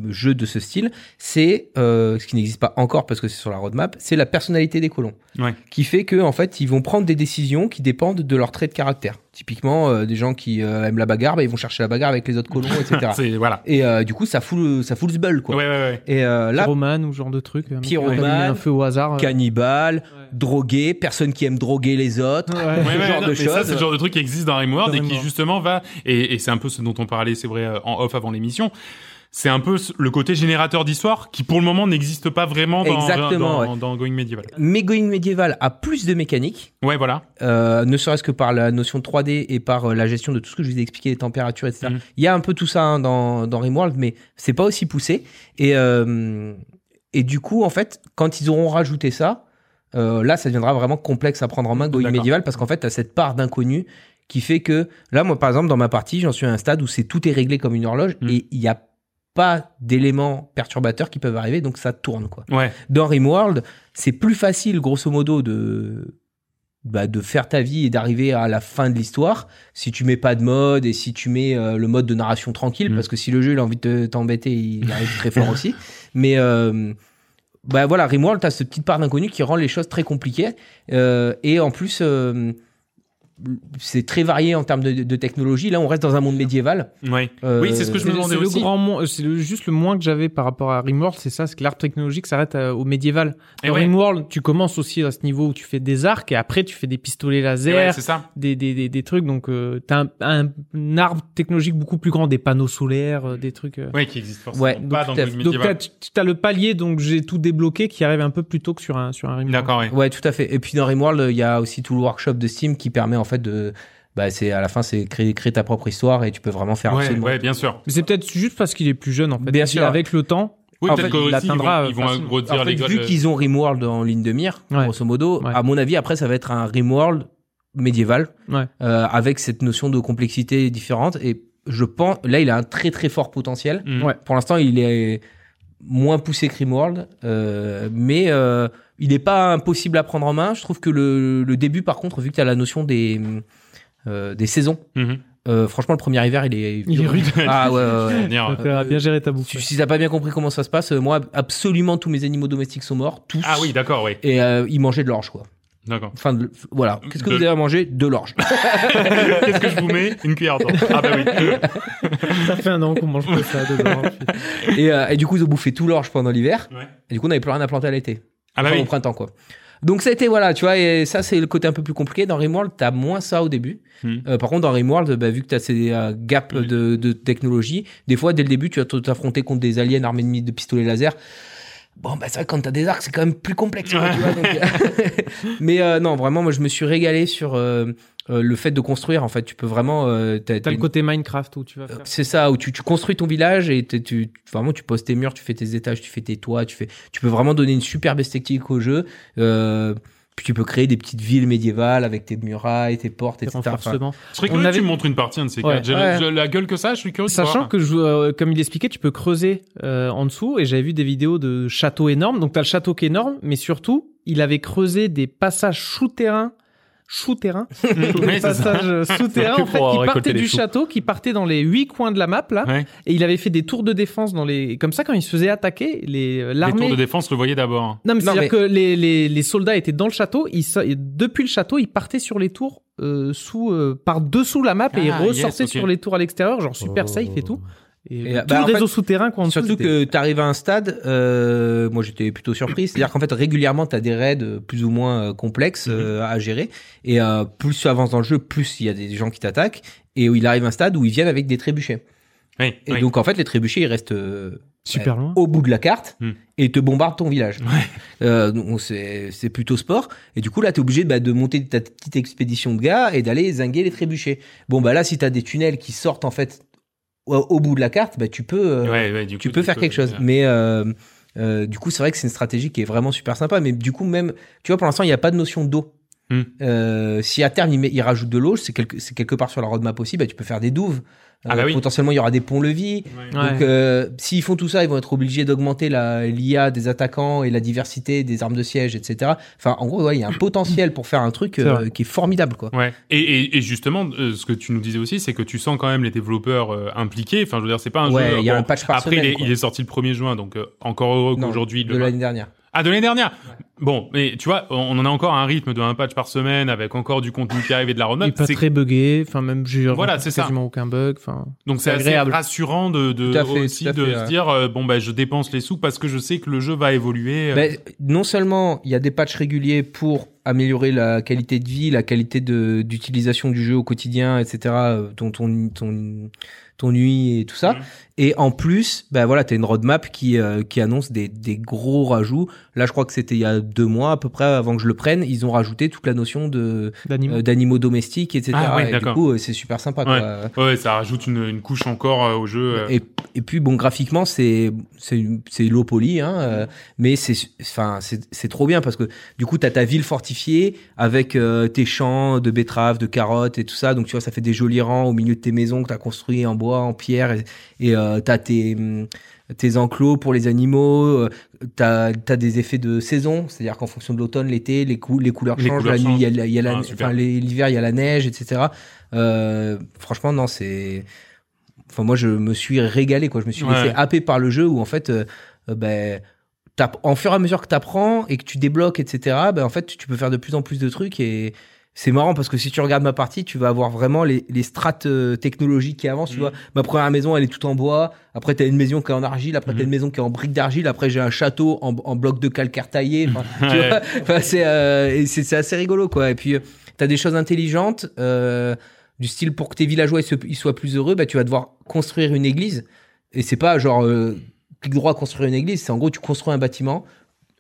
jeux de ce style, c'est euh, ce qui n'existe pas encore parce que c'est sur la roadmap, c'est la personnalité des colons, Ouais. qui fait que en fait, ils vont prendre des décisions qui dépendent de leur trait de caractère. Typiquement, euh, des gens qui euh, aiment la bagarre, bah, ils vont chercher la bagarre avec les autres colons, etc. c'est voilà. et euh, du coup, ça fout le, ça fout le bol, quoi. Ouais, ouais, ouais. Et euh, là, Pyromane ou ce genre de truc. un mec qui Pyromane, peut allumer un feu au hasard. euh. cannibale, drogué, personne qui aime droguer les autres. Ouais. Ouais, Ce ouais, genre non, de mais ça, choses. c'est le genre de truc qui existe dans Rimworld Dans et qui Rimworld. justement va et, et c'est un peu ce dont on parlait, c'est vrai, euh, en off avant l'émission. C'est un peu ce- le côté générateur d'histoire qui, pour le moment, n'existe pas vraiment dans, Exactement, dans, dans Going Medieval. Mais Going Medieval a plus de mécaniques. Ouais, voilà. euh, ne serait-ce que par la notion 3D et par euh, la gestion de tout ce que je vous ai expliqué, les températures, etc. Mhm. Il y a un peu tout ça hein, dans, dans Rimworld, mais c'est pas aussi poussé. Et, euh, et du coup, en fait, quand ils auront rajouté ça, euh, là, ça deviendra vraiment complexe à prendre en main Going D'accord. Medieval parce qu'en fait, t'as cette part d'inconnu qui fait que là, moi, par exemple, dans ma partie, j'en suis à un stade où c'est tout est réglé comme une horloge Mhm. et il n'y a pas d'éléments perturbateurs qui peuvent arriver, donc ça tourne, quoi Ouais. dans Rimworld, c'est plus facile, grosso modo, de bah, de faire ta vie et d'arriver à la fin de l'histoire si tu mets pas de mode et si tu mets euh, le mode de narration tranquille Mm. parce que si le jeu il a envie de te- t'embêter il arrive très fort aussi mais euh, bah voilà Rimworld t'as cette petite part d'inconnu qui rend les choses très compliquées Euh, et en plus euh, c'est très varié en termes de, de technologie là on reste dans un monde médiéval Ouais. Euh, oui, c'est ce que je me C'est le- demandais c'est le aussi. grand mon- c'est le- juste le moins que j'avais par rapport à Rimworld, c'est ça, c'est que l'arbre technologique s'arrête à- au médiéval. Et Dans ouais. Rimworld, tu commences aussi à ce niveau où tu fais des arcs et après tu fais des pistolets Et ouais, laser, c'est ça. des, des, des, des trucs. Donc euh, t'as un, un arbre technologique beaucoup plus grand, des panneaux solaires, euh, des trucs. euh. Ouais, qui existe forcément Ouais, pas donc dans tout à Going fait. Donc t'as, Medieval. tu- t'as le palier, donc j'ai tout débloqué qui arrive un peu plus tôt que sur un sur un Rimworld. D'accord, ouais. Ouais, tout à fait. Et puis dans Rimworld, il y a aussi tout le workshop de Steam qui permet en fait de bah c'est à la fin c'est créer, créer ta propre histoire et tu peux vraiment faire Ouais, absolument. ouais, bien sûr. Mais c'est peut-être juste parce qu'il est plus jeune en fait. Bien Et sûr. Avec le temps, Oui, En peut-être fait, qu'aussi, il ils vont, atteindra ils vont facilement. agrandir En fait, les euh, vu gueules. qu'ils ont Rimworld en ligne de mire, Ouais. grosso modo, Ouais. à mon avis, après, ça va être un Rimworld médiéval, Ouais. euh, avec cette notion de complexité différente. Et je pense, là, il a un très très fort potentiel. Mm. Ouais. Pour l'instant, il est moins poussé que Rimworld, euh, mais euh, il n'est pas impossible à prendre en main. Je trouve que le, le début, par contre, vu que tu as la notion des, euh, des saisons, Mhm. euh, franchement, le premier hiver, il est, Il est rude. Ah ouais, ouais, ouais. Venir, euh, Donc, euh, bien gérer ta bouffe. Si, si t'as pas bien compris comment ça se passe, euh, moi, absolument tous mes animaux domestiques sont morts, tous. Ah oui, d'accord, oui. Et euh, ils mangeaient de l'orge, quoi. D'accord. Enfin, de- voilà. Qu'est-ce que De- vous avez à manger De l'orge. Qu'est-ce que je vous mets Une cuillère d'or. Ah bah oui. Ça fait un an qu'on mange que ça dedans. et, euh, et du coup, ils ont bouffé tout l'orge pendant l'hiver. Ouais. Et du coup, on n'avait plus rien à planter à l'été. Ah bah Enfin, oui. au printemps, quoi. Donc, ça a été, voilà, tu vois, et ça, c'est le côté un peu plus compliqué. Dans Rimworld, t'as moins ça au début. Hmm. Euh, par contre, dans Rimworld, bah, vu que t'as ces euh, gaps de, de technologie, des fois, dès le début, tu vas te- t'affronter contre des aliens armés de, mi- de pistolets laser. Bon, bah, c'est vrai, que quand t'as des arcs, c'est quand même plus complexe. quoi, tu vois, donc- Mais euh, non, vraiment, moi, je me suis régalé sur euh, euh, le fait de construire. En fait, tu peux vraiment. euh, t'as- T'as t'as le une- côté Minecraft où tu vas faire. c'est ça, où tu, tu construis ton village et t'es- tu, vraiment tu poses tes murs, tu fais tes étages, tu fais tes toits, tu, fais, tu peux vraiment donner une superbe esthétique au jeu. Euh, puis tu peux créer des petites villes médiévales avec tes murailles, tes portes, tes etc. Enfin, renforcements. Je serais On curieux que tu avait- me montres une partie un de ces Ouais. quatre. J'ai Ouais. j'ai la gueule que ça, je suis curieux de Sachant voir. que, je, euh, comme il expliquait, tu peux creuser euh, en dessous et j'avais vu des vidéos de châteaux énormes. Donc, tu as le château qui est énorme, mais surtout, il avait creusé des passages souterrains. Souterrains Ouais, Des c'est ça. passages euh, souterrains Que en fait, pour, euh, qui récolter partaient les du choux. château, qui partaient dans les huit coins de la map là. Ouais. Et il avait fait des tours de défense dans les. Comme ça, quand il se faisait attaquer, les euh, Les tours l'armée. de défense le voyaient d'abord. Non, mais Non, c'est-à-dire mais- que les, les, les soldats étaient dans le château, ils, sa- et depuis le château, ils partaient sur les tours euh, sous, euh, par-dessous la map et ils Ah, yes, ressortaient ok. sur les tours à l'extérieur, genre super safe et tout. Et, Et, le bah, tour en des fait, eaux souterrains, quoi. en dessous, Surtout c'était- que tu arrives à un stade, euh, moi j'étais plutôt surpris, c'est-à-dire qu'en fait régulièrement tu as des raids euh, plus ou moins euh, complexes euh, à gérer, et euh, plus tu avances dans le jeu, plus il y a des gens qui t'attaquent, et où il arrive un stade où ils viennent avec des trébuchets. Oui, Et oui. donc en fait les trébuchets ils restent euh, super loin. au bout de la carte Hmm. et te bombarde ton village. Euh, donc c'est c'est plutôt sport. Et du coup, là, t'es obligé bah, de monter ta petite expédition de gars et d'aller zinguer les trébuchets. Bon, bah là, si t'as des tunnels qui sortent en fait au, au bout de la carte, bah tu peux, euh, Ouais, ouais, du tu coup, peux faire quelque chose. Mais euh, euh, du coup, c'est vrai que c'est une stratégie qui est vraiment super sympa. Mais du coup, même, tu vois, pour l'instant, il n'y a pas de notion d'eau. Hmm. Euh, si à terme il, met- il rajoute de l'eau, c'est quelque, c'est quelque part sur la roadmap aussi, bah, tu peux faire des douves. Euh, Ah bah oui. Potentiellement, il y aura des ponts-levis. Ouais. Donc, euh, s'ils font tout ça, ils vont être obligés d'augmenter la- l'IA des attaquants et la diversité des armes de siège, etc. Enfin, en gros, ouais, il y a un potentiel pour faire un truc euh, C'est vrai. qui est formidable, quoi. Ouais. Et, et, et justement, euh, ce que tu nous disais aussi, c'est que tu sens quand même les développeurs euh, impliqués. Enfin, je veux dire, c'est pas un Ouais, jeu. il y a bon, un patch par après, semaine, il est, quoi. il est sorti le 1er juin, donc euh, encore heureux Non, qu'aujourd'hui. de le- l'année dernière. Ah, de l'année dernière Bon, mais tu vois, on, on en a encore un rythme de un patch par semaine avec encore du contenu qui arrive et de la Il est roadmap. pas C'est- très buggé, enfin, même, j'ai Voilà, rencontré c'est ça. quasiment aucun bug, enfin. Donc c'est assez agréable. rassurant de, de Tout à fait, aussi tout à de fait, se ouais. dire euh, bon bah je dépense les sous parce que je sais que le jeu va évoluer. euh, Ben, non seulement il y a des patchs réguliers pour améliorer la qualité de vie, la qualité de- d'utilisation du jeu au quotidien, etc., euh, ton, ton, ton, ton UI et tout ça. Mhm. Et en plus, ben voilà, t'as une roadmap qui, euh, qui annonce des, des gros rajouts. Là, je crois que c'était il y a deux mois à peu près avant que je le prenne. Ils ont rajouté toute la notion de d'animaux. euh, d'animaux domestiques, etc. Ah ouais, et du d'accord. coup, euh, c'est super sympa. Quoi. Euh, Ouais, ça rajoute une, une couche encore euh, au jeu. euh. Et, et puis bon, graphiquement, c'est c'est c'est low poly, hein, euh, mais c'est enfin c'est c'est trop bien parce que du coup, t'as ta ville fortifiée avec euh, tes champs de betteraves, de carottes et tout ça. Donc tu vois, ça fait des jolis rangs au milieu de tes maisons que t'as construit en bois, en pierre, et, et euh, t'as tes hum, tes enclos pour les animaux, euh, t'as t'as des effets de saison, c'est-à-dire qu'en fonction de l'automne, l'été, les cou- les couleurs Les changent, couleurs la nuit, il y a, la- il y a la- Ah, super. enfin, les- l'hiver, il y a la neige, etc. Euh, franchement, non, c'est Enfin, moi, je me suis régalé, quoi. Je me suis Ouais. laissé happer par le jeu où, en fait, euh, euh, ben, t'app- en fur et à mesure que t'apprends et que tu débloques, etc., ben, en fait, tu- tu peux faire de plus en plus de trucs et c'est marrant parce que si tu regardes ma partie, tu vas avoir vraiment les, les strates euh, technologiques qui avancent. Tu Mhm. vois, ma première maison, elle est toute en bois. Après, t'as une maison qui est en argile. Après, Mhm. t'as une maison qui est en briques d'argile. Après, j'ai un château en, en bloc de calcaire taillé. Enfin, tu Ouais. vois, Enfin, c'est euh, et c'est- c'est assez rigolo, quoi. Et puis, euh, t'as des choses intelligentes. euh, du style pour que tes villageois ils, se- ils soient plus heureux, bah, tu vas devoir construire une église. Et c'est pas genre euh, clic droit construire une église, c'est en gros tu construis un bâtiment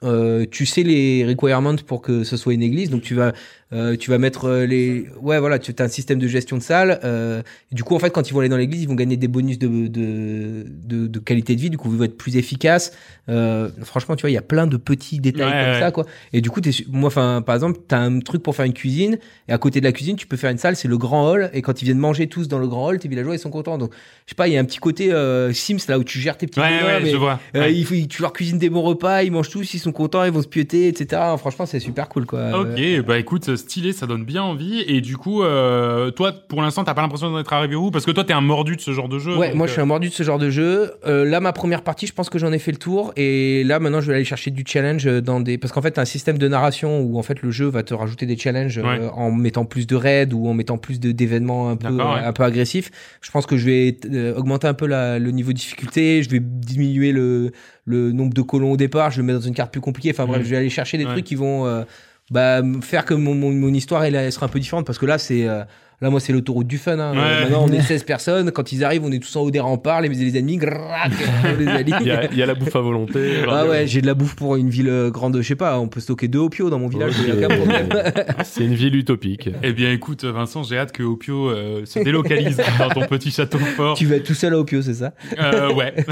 euh, tu sais les requirements pour que ce soit une église, donc tu vas, euh, tu vas mettre euh, les, ouais voilà, tu as un système de gestion de salle. euh, et du coup, en fait, quand ils vont aller dans l'église, ils vont gagner des bonus de de, de, de qualité de vie. Du coup, ils vont être plus efficaces. Euh, franchement, tu vois, il y a plein de petits détails Ouais, comme ouais. ça, quoi. Et du coup, t'es, su- moi, enfin, par exemple, t'as un truc pour faire une cuisine, et à côté de la cuisine, tu peux faire une salle, c'est le grand hall. Et quand ils viennent manger tous dans le grand hall, tes villageois ils sont contents. Donc, je sais pas, il y a un petit côté euh, Sims là où tu gères tes petits. Ouais, bonhommes ouais, et- je vois. euh, Ouais. il faut- tu leur cuisines des bons repas, ils mangent tous, ils sont contents, ils vont se pioter, etc. Franchement, c'est super cool, quoi. Ok, Euh, bah écoute, stylé, ça donne bien envie. Et du coup, euh, toi, pour l'instant, t'as pas l'impression d'en être arrivé où Parce que toi, t'es un mordu de ce genre de jeu. Ouais, donc, moi euh, je suis un mordu de ce genre de jeu. Euh, là, ma première partie, je pense que j'en ai fait le tour. Et là, maintenant, je vais aller chercher du challenge euh, dans des. Parce qu'en fait, t'as un système de narration où en fait le jeu va te rajouter des challenges euh, Ouais. en mettant plus de raids ou en mettant plus de- d'événements un peu euh, D'accord, ouais. un peu agressifs. Je pense que je vais euh, augmenter un peu la- le niveau de difficulté. Je vais diminuer le le nombre de colons au départ. Je vais me mettre dans une carte plus compliquée. Enfin bref, Mhm. je vais aller chercher des Ouais. trucs qui vont euh, bah, me faire que mon, mon, mon histoire elle, elle sera un peu différente parce que là c'est euh, là moi c'est l'autoroute du fun hein. Ouais. Euh, maintenant on est 16 personnes quand ils arrivent on est tous en haut des remparts les, les ennemis grrrrak, on les aligne. Il y, a, il y a la bouffe à volonté. ah ouais j'ai de la bouffe pour une ville euh, grande je sais pas on peut stocker deux opio dans mon village Ok. il y a aucun problème. C'est une ville utopique. Eh bien, écoute, Vincent, j'ai hâte que Opio euh, se délocalise dans ton petit château fort. tu vas tout seul à opio c'est ça Euh, ouais.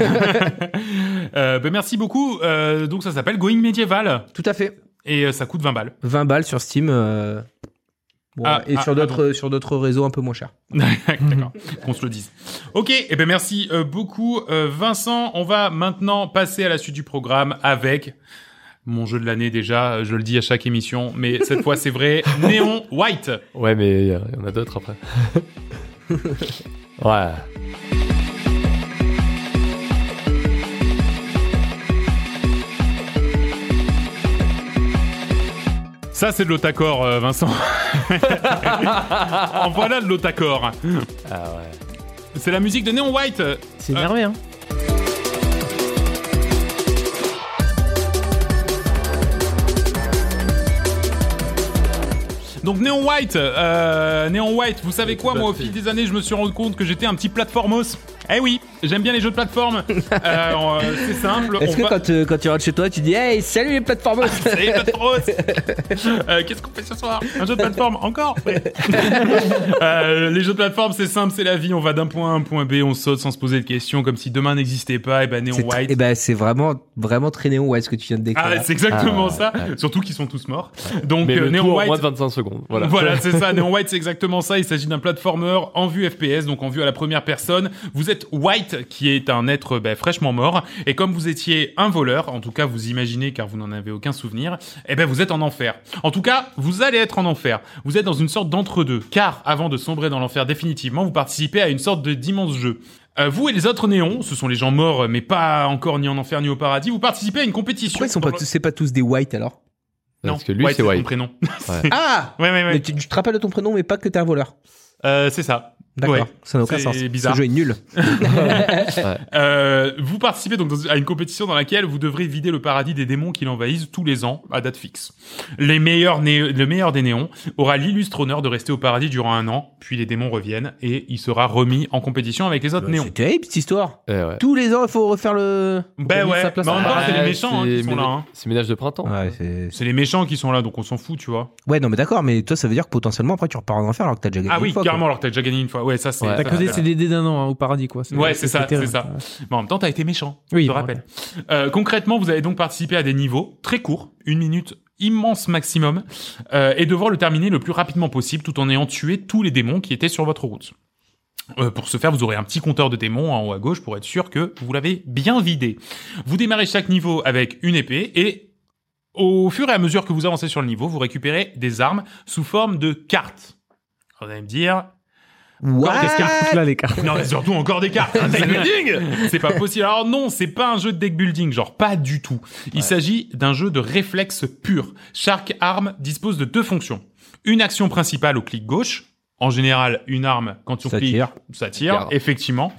Euh, ben, merci beaucoup. Euh, donc, ça s'appelle Going Medieval tout à fait et euh, ça coûte 20 balles. 20 balles sur Steam euh, bon, Ah, et ah, sur ah, d'autres sur d'autres réseaux un peu moins cher D'accord, qu'on se le dise. Ok, et ben merci euh, beaucoup, euh, Vincent. On va maintenant passer à la suite du programme avec mon jeu de l'année déjà. euh, Je le dis à chaque émission, mais cette fois c'est vrai. Néon White. Ouais, mais il y, a- il y en a d'autres après. ouais. Ça c'est de l'otacor, euh, Vincent. en voilà de l'otacor. Ah ouais. C'est la musique de Néon White. C'est Ah. énervé, hein. Donc Néon White, euh, Néon White, vous savez quoi Tout à Moi, au fait. fil des années, je me suis rendu compte que j'étais un petit platformos. Eh oui, j'aime bien les jeux de plateforme. Euh, on- euh, c'est simple. est-ce on que va- Ah, quand, euh, quand tu rentres chez toi tu dis hey salut les plateformes Salut Patros euh, Qu'est-ce qu'on fait ce soir Un jeu de plateforme Encore Ouais. Euh, Les jeux de plateforme, c'est simple, c'est la vie. On va d'un point A à un point B, on saute sans se poser de questions, comme si demain n'existait pas. Et ben Néon C'est tr- White. eh ben, c'est vraiment, vraiment très néon, ouais, ce que tu viens de décrire. Ah, là. c'est exactement Ah, ça. ouais. Surtout qu'ils sont tous morts. Donc Mais euh, le Néon tout en White. moins de 25 secondes. Voilà. Voilà, c'est ça. Néon White, c'est exactement ça. Il s'agit d'un platformer en vue FPS, donc en vue à la première personne. Vous êtes White, qui est un être ben, fraîchement mort, et comme vous étiez un voleur, en tout cas vous imaginez car vous n'en avez aucun souvenir, eh ben vous êtes en enfer. En tout cas, vous allez être en enfer. Vous êtes dans une sorte d'entre-deux, car avant de sombrer dans l'enfer définitivement, vous participez à une sorte de d'immense jeu. Euh, vous et les autres néons, ce sont les gens morts, mais pas encore ni en enfer ni au paradis, vous participez à une compétition. Pourquoi ils sont Dans pas le- tous, c'est pas tous des white alors Non, Parce que lui, White, c'est c'est White. ton prénom. Ah Ouais, ouais, ouais. Mais tu, tu te rappelles de ton prénom, mais pas que t'es un voleur. Euh, c'est ça. D'accord, Ouais. ça n'a aucun C'est sens. bizarre. Ce jeu est nul. Euh, vous participez donc dans- à une compétition dans laquelle vous devrez vider le paradis des démons qui l'envahissent tous les ans à date fixe. Les meilleurs né- le meilleur des néons aura l'illustre honneur de rester au paradis durant un an, puis les démons reviennent et il sera remis en compétition avec les autres Bah, néons. c'est terrible cette histoire. Eh ouais. Tous les ans, il faut refaire le. Ben Remis ouais, sa place mais en à- même temps, c'est Ouais, les méchants hein, c'est qui sont ménage- là. hein. C'est ménage de printemps. Ouais, c'est- C'est les méchants qui sont là, donc on s'en fout, tu vois. ouais, non, mais d'accord, mais toi, ça veut dire que potentiellement après tu repars en enfer alors que t'as déjà gagné. Ah une oui, fois, quoi. carrément, alors que t'as déjà gagné une fois. Ouais, ça c'est. Ouais. ça, T'as que des c'est- CDD d'un an hein, au paradis, quoi. Ouais, c'est ça, terrible. c'est ça. Mais en même temps, t'as été méchant. Oui, je te bon, rappelle. Euh, concrètement, vous allez donc participer à des niveaux très courts, une minute immense maximum, euh, et devoir le terminer le plus rapidement possible tout en ayant tué tous les démons qui étaient sur votre route. Euh, pour ce faire, vous aurez un petit compteur de démons en haut à gauche pour être sûr que vous l'avez bien vidé. Vous démarrez chaque niveau avec une épée et au fur et à mesure que vous avancez sur le niveau, vous récupérez des armes sous forme de cartes. Vous allez me dire, What Qu'est-ce qu'il y a Là, les cartes. non, mais surtout encore des cartes. Un deck building C'est pas possible. Alors non, c'est pas un jeu de deck building, genre pas du tout. Il s'agit d'un jeu de réflexe pur. Chaque arme dispose de deux fonctions. Une action principale au clic gauche. En général, une arme, quand on Ça clique, tire. ça tire, Garde. effectivement.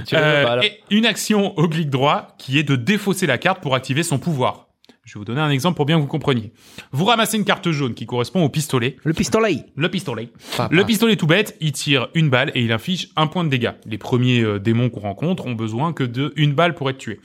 Attirer Euh, la balle. et une action au clic droit qui est de défausser la carte pour activer son pouvoir. Je vais vous donner un exemple pour bien que vous compreniez. Vous ramassez une carte jaune qui correspond au pistolet. Le pistolet Le pistolet. Papa. Le pistolet tout bête, il tire une balle et il inflige un point de dégâts. Les premiers euh, démons qu'on rencontre ont besoin que de une balle pour être tués.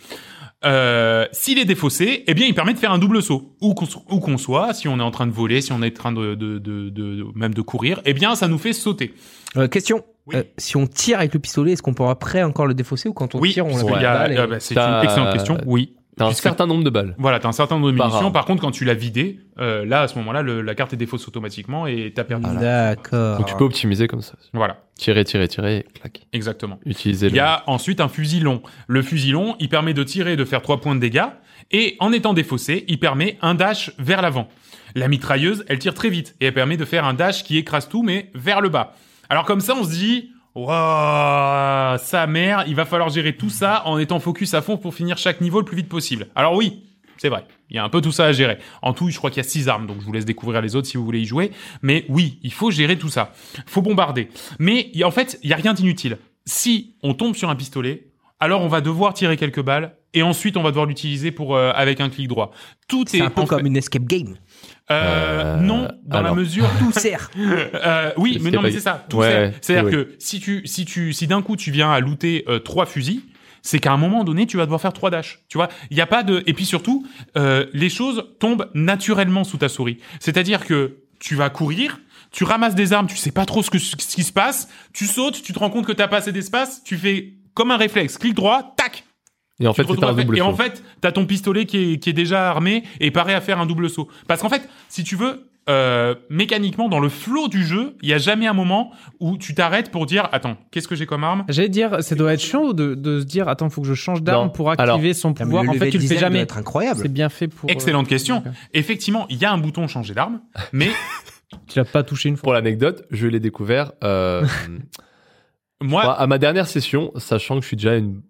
euh, s'il est défaussé, eh bien, il permet de faire un double saut. Où qu'on où qu'on soit, si on est en train de voler, si on est en train de, de, de, de- même de courir, eh bien, ça nous fait sauter. Euh, question. Oui. Euh, si on tire avec le pistolet, est-ce qu'on pourra après encore le défausser ou quand on oui, tire, on puisqu'il la y a- balle et- euh, ah bah, c'est T'as- une excellente question. Oui. T'as un Puisque- certain nombre de balles. Voilà, t'as un certain nombre de Pas munitions. rare. Par contre, quand tu l'as vidé, euh, là, à ce moment-là, le- la carte est défausse automatiquement et t'as perdu. Ah, D'accord. Donc tu peux optimiser comme ça. Voilà, Tirer, tirer, tirer, et clac. exactement. Utiliser Il y a ensuite un fusil long. Le fusil long, il permet de tirer et de faire trois points de dégâts. Et en étant défaussé, il permet un dash vers l'avant. La mitrailleuse, elle tire très vite. Et elle permet de faire un dash qui écrase tout, mais vers le bas. Alors comme ça, on se dit... Waouh, sa mère, il va falloir gérer tout ça en étant focus à fond pour finir chaque niveau le plus vite possible. Alors oui, c'est vrai, il y a un peu tout ça à gérer. En tout, je crois qu'il y a six armes, donc je vous laisse découvrir les autres si vous voulez y jouer. Mais oui, il faut gérer tout ça. faut bombarder. Mais il y a- en fait, il y a rien d'inutile. Si on tombe sur un pistolet, alors on va devoir tirer quelques balles et ensuite on va devoir l'utiliser pour euh, avec un clic droit. Tout est, C'est un peu en comme fait- une escape game. Euh, Euh, non dans la alors. mesure Tout sert. euh, oui, mais C'était non, mais pas- c'est ça. Tout Ouais, sert. ouais, C'est-à-dire oui, que si tu, si tu, si d'un coup tu viens à looter euh, trois fusils, c'est qu'à un moment donné tu vas devoir faire trois dashs. Tu vois, il y a pas de. Et puis surtout, euh, les choses tombent naturellement sous ta souris. C'est-à-dire que tu vas courir. Tu ramasses des armes, tu sais pas trop ce, que, ce qui se passe, tu sautes, tu te rends compte que t'as pas assez d'espace, tu fais comme un réflexe, clic droit, tac, Et en fait, tu te c'est un retrouves à double faire- Et en saut. fait, t'as ton pistolet qui est, qui est déjà armé et paré à faire un double saut. Parce qu'en fait, si tu veux, euh, mécaniquement, dans le flot du jeu, il y a jamais un moment où tu t'arrêtes pour dire attends, qu'est-ce que j'ai comme arme J'allais dire, ça doit être chiant de, de se dire, attends, faut que je change d'arme Non. pour activer Alors, son pouvoir. Le En fait, level tu le fais design doit jamais. être incroyable. C'est bien fait pour. euh, Excellente question. d'accord. Effectivement, il y a un bouton changer d'arme, mais Tu l'as pas touché une fois. Pour l'anecdote, je l'ai découvert euh, moi, moi, à ma dernière session, sachant que je suis déjà à une